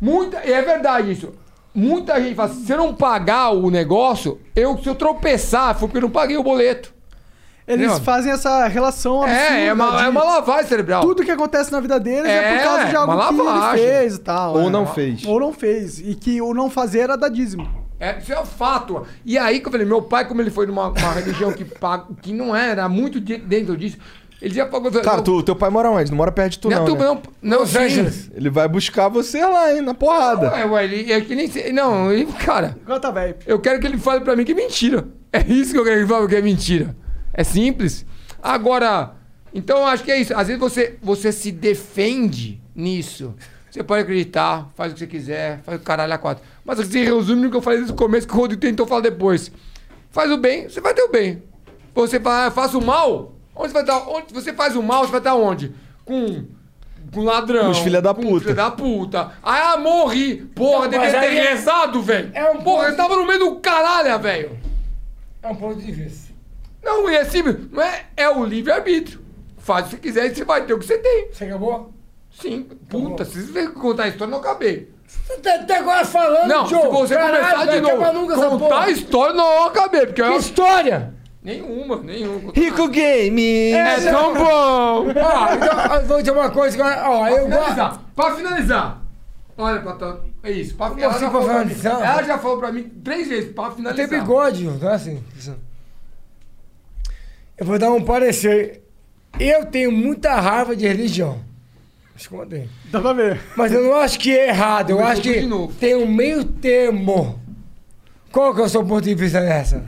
S5: Muita, e é verdade isso. Muita gente fala, assim, se eu não pagar o negócio, eu, se eu tropeçar, foi porque eu não paguei o boleto.
S2: Eles
S5: Entendeu?
S2: fazem essa relação absurda.
S5: É, é uma-
S2: de
S5: é uma lavagem cerebral.
S2: Tudo que acontece na vida deles é, por
S5: É,
S2: causa de algo
S5: uma
S2: que
S5: lavagem.
S2: ele fez e tal.
S5: Ou
S2: é.
S5: não fez.
S2: Ou não fez. E que o não fazer era dadismo.
S5: É, isso é um fato. E aí que eu falei, meu pai, como ele foi numa uma religião que, paga- que não era muito de- dentro disso, ele já pagou.
S3: Cara, tu, teu pai mora onde? Não mora perto de tu,
S5: Não é
S3: não.
S5: tu,
S3: né?
S5: não. Não, sim.
S3: Ele vai buscar você lá, hein? Na porrada.
S5: Ué, ué, ele, é que nem sei. Não, ele, cara.
S2: Gota tá, velho.
S5: Eu quero que ele fale pra mim que é mentira. É isso que eu quero que ele fale que é mentira. É simples. Agora, então eu acho que é isso. Às vezes você, você se defende nisso. Você pode acreditar, faz o que você quiser, faz o caralho a quatro. Mas se resume no que eu falei desde o começo, que o Rodrigo tentou falar depois. Faz o bem, você vai ter o bem. Você fala, "Ah, faça o mal? Onde você vai estar? Onde você faz o mal, você vai estar onde? Com. Com ladrão.
S3: Com os filha da
S5: puta. Filha da puta. Ah, morri. Porra,
S6: Não,
S5: devia
S6: mas
S5: ter
S6: aí é-
S5: rezado, velho.
S6: é um
S5: Porra,
S6: ponto-
S5: eu tava no meio do caralho, velho.
S6: É um ponto de vista.
S5: Não, e é simples. Não é, é o livre-arbítrio. Faz o que você quiser e você vai ter o que você tem.
S6: Você acabou?
S5: Sim.
S6: Tá
S5: Puta, se você contar a história, eu não acabei.
S6: Você tá até agora falando,
S5: não,
S6: Joe.
S5: se você começar de
S6: velho, acaba
S5: novo,
S6: nunca essa
S5: contar
S6: porra.
S5: a história, não eu acabei. Porque é
S6: Que história?
S5: Nenhuma, nenhuma.
S6: Rico Game!
S5: É tão bom!
S6: Ó, então, eu vou dizer uma coisa que eu- ó,
S5: Pra
S6: eu
S5: finalizar,
S6: gosto.
S5: pra finalizar. Olha, Patão, é isso. Pra,
S6: Como
S5: ela,
S6: assim
S5: já
S6: pra
S5: falou pra mim-
S6: finalizar?
S5: ela já falou pra mim três vezes, pra
S6: Não então
S5: finalizar.
S6: assim. tem bigode, não é assim? Eu vou dar um parecer Eu tenho muita raiva de religião. Acho que eu odeio.
S2: Dá pra ver.
S6: Mas eu não acho que é errado. Eu
S2: Começou
S6: acho
S2: tudo
S6: que
S2: de novo.
S6: tem um meio termo. Qual que é o seu ponto de vista nessa?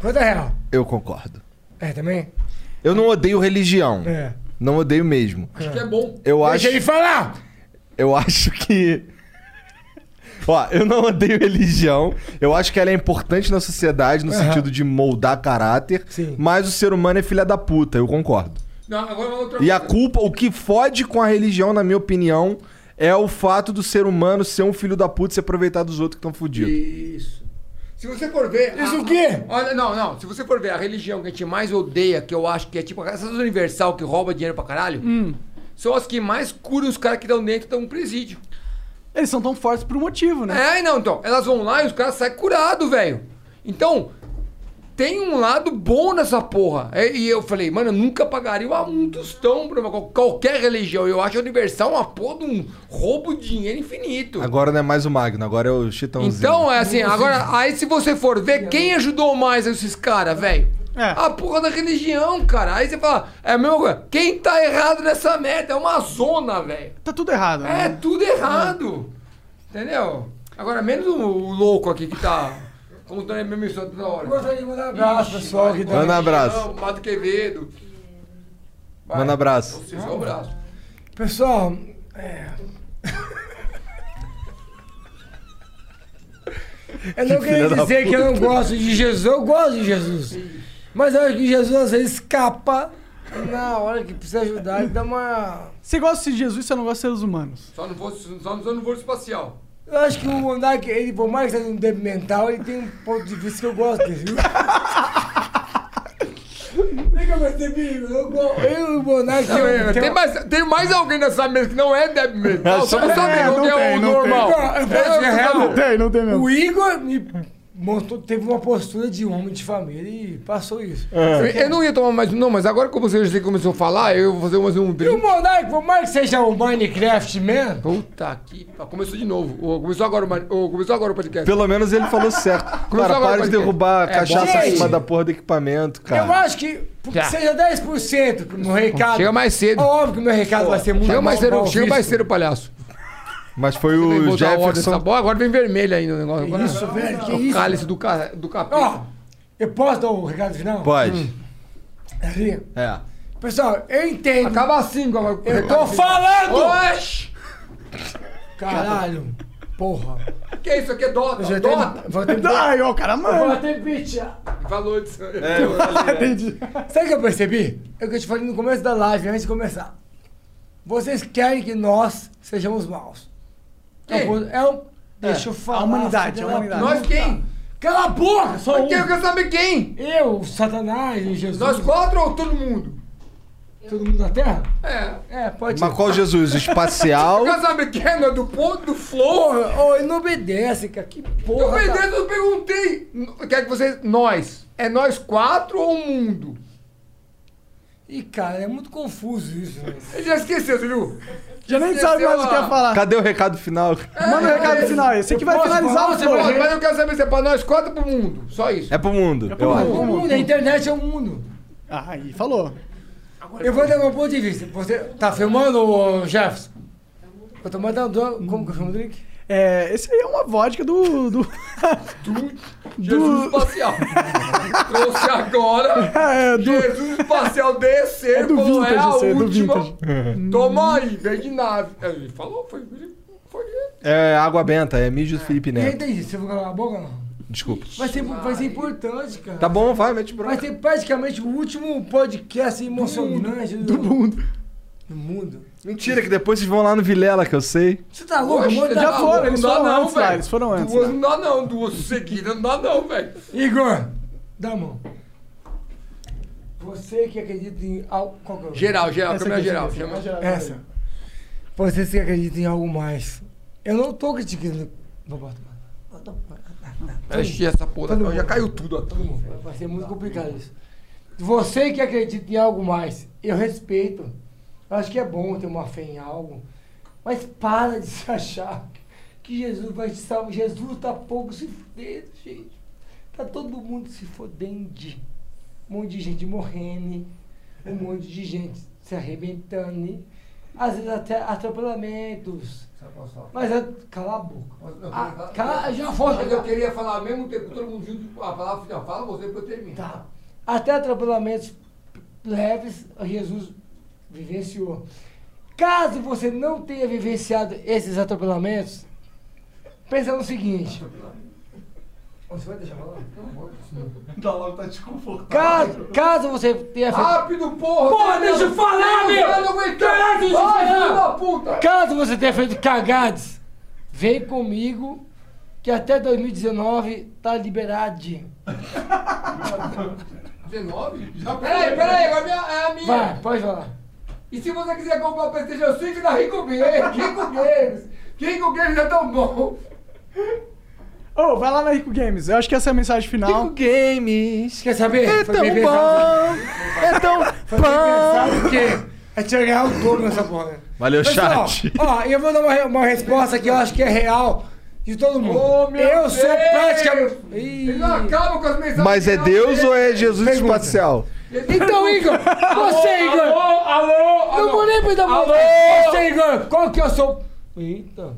S6: Conta real.
S3: Eu concordo.
S6: É, também?
S3: Eu não odeio religião.
S6: É.
S3: Não odeio mesmo.
S6: Acho que é bom.
S3: Eu
S6: Deixa
S3: acho.
S6: ele falar!
S3: Eu acho que. Ó, eu não odeio religião. Eu acho que ela é importante na sociedade no
S5: Aham.
S3: sentido de moldar caráter. Mas o ser humano é filha da puta, eu concordo.
S5: Não, agora uma outra
S3: E a culpa, o que fode com a religião, na minha opinião, é o fato do ser humano ser um filho da puta e se aproveitar dos outros que estão fudidos.
S5: Isso. Se você for ver.
S6: Isso o quê?
S5: Olha, não, não. Se você for ver a religião que a gente mais odeia, que eu acho que é tipo essas universal que rouba dinheiro pra caralho,
S6: Hum.
S5: são as que mais curam os caras que estão dentro de um presídio.
S2: Eles são tão fortes por um motivo,
S5: né? É, não, então. Elas vão lá e os caras saem curados, velho. Então, tem um lado bom nessa porra. É, E eu falei, mano, eu nunca pagaria uma- um tostão pra uma- qual- qualquer religião. Eu acho a universal uma porra de um roubo de dinheiro infinito.
S3: Agora não é mais o Magno, agora é o Chitãozinho.
S5: Então é assim, agora, aí se você for ver, quem ajudou mais esses caras, velho?
S6: É.
S5: A porra da religião, cara. Aí você fala, é a mesma coisa. Quem tá errado nessa merda? É uma zona, velho.
S2: Tá tudo errado, né?
S5: É tudo errado. Entendeu? Agora, menos o, o louco aqui que tá contando a mesma história toda hora.
S6: Gostaria de mandar um abraço, pessoal. que tá-
S3: Manda abraço.
S5: Mato Quevedo.
S3: Manda um abraço.
S5: Vocês são abraço.
S6: Pessoal, é. eu não
S4: Que filha
S6: queria
S4: da
S6: dizer que eu não
S4: puta.
S6: gosto de Jesus, eu gosto de Jesus. Mas eu acho que Jesus às vezes escapa na hora que precisa ajudar e dá uma.
S2: Você gosta de Jesus, você não gosta de seres humanos.
S5: Só não vou, só não só não vou espacial.
S6: Eu acho que o Andak, ele, por mais que seja um débil mental, ele tem um ponto de vista que eu gosto dele, viu? Nunca percebi, eu, go- eu e o Monark um-
S5: Não, é, tem, mais, tem mais alguém nessa mesa que não é Deb mesmo. Não, só pra saber qual que é o normal.
S6: Não, eu posso ser real.
S2: não
S5: É.
S2: tem
S6: O Igor me mostrou, teve uma postura de homem de família e passou isso.
S3: É.
S5: Eu, eu não ia tomar mais um, não, mas agora como você já começou a falar, eu vou fazer mais um
S6: E o
S5: drink.
S6: Monark, por mais que seja um Minecraft mesmo.
S5: Puta que. pa- Começou de novo. Ô, Começou agora, o ma- ô, começou agora o podcast.
S3: Pelo menos ele falou certo.
S5: Começou
S3: cara, para
S5: agora o
S3: de
S5: podcast.
S3: derrubar a
S5: É,
S3: cachaça
S5: gente.
S3: em cima da porra do equipamento, cara.
S6: Eu acho que por que
S3: Tá.
S6: seja 10% pro meu recado.
S3: Chega mais cedo.
S6: Óbvio que o meu recado vai ser muito
S5: Chega mais
S6: mal-
S5: cedo,
S6: mal
S5: chega
S6: visto.
S5: mais cedo, palhaço.
S3: Mas foi
S5: Vem
S3: o
S5: botar a ordem nessa
S3: Jefferson.
S5: bola, agora vem vermelho ainda o negócio. Agora- é
S6: Isso, velho, que
S5: o
S6: isso?
S5: cálice do, ca... do capeta.
S6: Ó, eu posso dar o recado final?
S5: Hum.
S3: Pode.
S6: Ali.
S3: É.
S6: Pessoal, eu entendo.
S5: Acaba assim, agora.
S6: Eu tô falando!
S5: Oxi!
S6: Caralho. Porra.
S5: Que isso aqui é Dota?
S6: Eu já
S5: Dota?
S6: tenho- vou ter-
S2: Ai, ó, o cara Tá, manda.
S6: Eu vou ter bicha.
S5: Falou disso.
S6: Entendi. Sabe o que eu percebi? É o que eu te falei no começo da live, antes de começar. Vocês querem que nós sejamos maus. É um ponto- é um- Deixa eu falar.
S2: A humanidade,
S6: filha
S2: a
S6: da
S2: humanidade.
S6: puta.
S2: Nós quem?
S6: Cala a boca! Só
S5: Mas
S6: um.
S5: quem- eu quero saber quem?
S6: Eu, Satanás e Jesus.
S5: Nós quatro ou todo mundo?
S6: Todo mundo na Terra?
S5: É.
S6: É, pode
S3: Mas qual Jesus? Espacial?
S5: Eu quero saber quem é do ponto do flow.
S6: Porra, ô, ele não obedece, cara. Que
S5: Eu
S6: porra.
S5: perdi,
S6: cara.
S5: eu perguntei. Quer que vocês. Nós. É nós quatro ou o mundo?
S6: Ih, cara, é muito confuso isso. né?
S5: Ele já esqueceu, você viu?
S2: Já nem
S5: Esqueceu
S2: sabe mais o que
S5: a-
S2: ia falar.
S3: Cadê o recado final?
S2: Manda o recado final aí. Você que vai
S5: Posso
S2: finalizar
S5: falar?
S2: o
S5: Você pode, Mas
S2: programa.
S5: eu quero saber se é pra nós quatro ou pro mundo. Só isso.
S3: É pro mundo. eu acho.
S6: O mundo, a internet é o mundo.
S2: Ah, aí, falou.
S6: Eu vou dar meu ponto de vista. Você tá filmando, ô, Jefferson? Eu tô mandando. Como que eu filmo o drink?
S2: É, esse aí é uma vodka do. Do.
S5: Jesus espacial. Trouxe agora.
S2: É, do-
S5: Jesus espacial descer.
S2: É do
S5: falou, é
S2: vintage,
S5: a
S2: esse aí, é do
S5: última.
S3: vintage.
S5: Toma aí, vem de nave. Ele falou, foi. foi.
S3: É água benta, é mídia do Felipe
S6: Eu
S3: Neto.
S6: entendi. Você vai calar a boca não?
S3: Desculpa.
S6: Vai ser, vai ser importante, cara.
S3: Tá bom, vai, mete bronca.
S6: Vai ser praticamente o último podcast emocionante do, mundo. Do mundo.
S3: Mentira, que depois vocês vão lá no Vilela, que eu sei.
S6: Você tá louco?
S5: Oxe,
S6: Mano,
S5: já
S6: tá
S5: foram,
S6: louco.
S5: eles
S6: Não dá
S5: foram
S6: não,
S5: antes
S6: velho.
S5: lá, eles
S2: foram antes,
S5: Duas não dá não, duas seguidas não dá não, velho.
S6: Igor, dá a mão. Você que acredita em algo. Qual que é o-
S5: Geral, geral,
S6: Essa
S5: câmera
S6: aqui,
S5: é geral,
S6: essa aqui,
S5: chama-
S6: essa. Essa. Vocês que acreditam em algo mais. Eu não tô criticando. Vou botar.
S5: Achei essa porra, tá?
S6: Todo
S5: já
S6: mundo.
S5: caiu tudo, ó. Todo mundo.
S6: Vai ser muito complicado isso. Você que acredita em algo mais, eu respeito. Eu acho que é bom ter uma fé em algo. Mas para de se achar que Jesus vai te salvar. Jesus tá pouco se fudendo, gente. Tá todo mundo se fodendo. Um monte de gente morrendo. um monte de gente se arrebentando e às vezes até atropelamentos. Mas é, cala a boca. Ah, cala, já foi.
S5: Mas eu queria falar ao mesmo tempo, todo mundo junto, a palavra final. Fala você, depois eu termino.
S6: Tá. Até atropelamentos leves, Jesus vivenciou. Caso você não tenha vivenciado esses atropelamentos, pensa no seguinte.
S4: Você vai deixar falar? Pelo amor de Deus.
S13: Tá logo, tá desconfortável.
S6: Caso, caso você tenha feito.
S4: Rápido, porra!
S5: tá
S6: Porra, deixa eu falar, meu!
S4: Eu não aguento!
S6: Caralho, deixa eu
S4: Vai,
S6: falar!
S4: filho da puta!
S6: Caso você tenha feito cagadas, vem comigo que até 2019 tá liberado. de-
S5: 19? Já peraí, peraí, agora minha- é a minha.
S6: Vai, pode falar.
S5: E se você quiser comprar o PlayStation 5 da Rico Games, Rico Games, Rico Games é tão bom.
S2: Ô, vai lá na Rico Games. Eu acho que essa é a mensagem final. Rico
S6: Games. Quer saber?
S2: É
S6: Foi bem pensado.
S2: É tão
S6: Foi bem pensado porque a gente ia ganhar É o dobro nessa porra. né?
S3: Valeu,
S6: Pessoal,
S3: chat.
S6: Ó, eu vou dar uma, re- uma resposta que eu acho que é real de todo mundo. eu sou
S5: Deus!
S6: praticamente. Ih.
S5: Ele não acaba com as mensagens.
S3: Mas é Deus ou é Jesus espacial?
S6: Então, Igor, você,
S5: Alô,
S6: Igor.
S5: alô, alô,
S6: Não vou nem perder pra
S5: Alô?
S6: você. Você, Igor, qual que eu sou? Eita.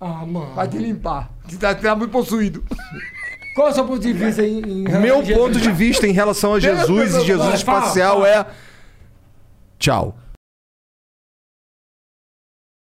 S6: Ah, mano.
S5: Vai te limpar. Você tá, tá muito possuído.
S6: Qual é o seu ponto de vista em, em
S3: Meu ponto de vista em relação a Jesus e Jesus espacial é. Tchau.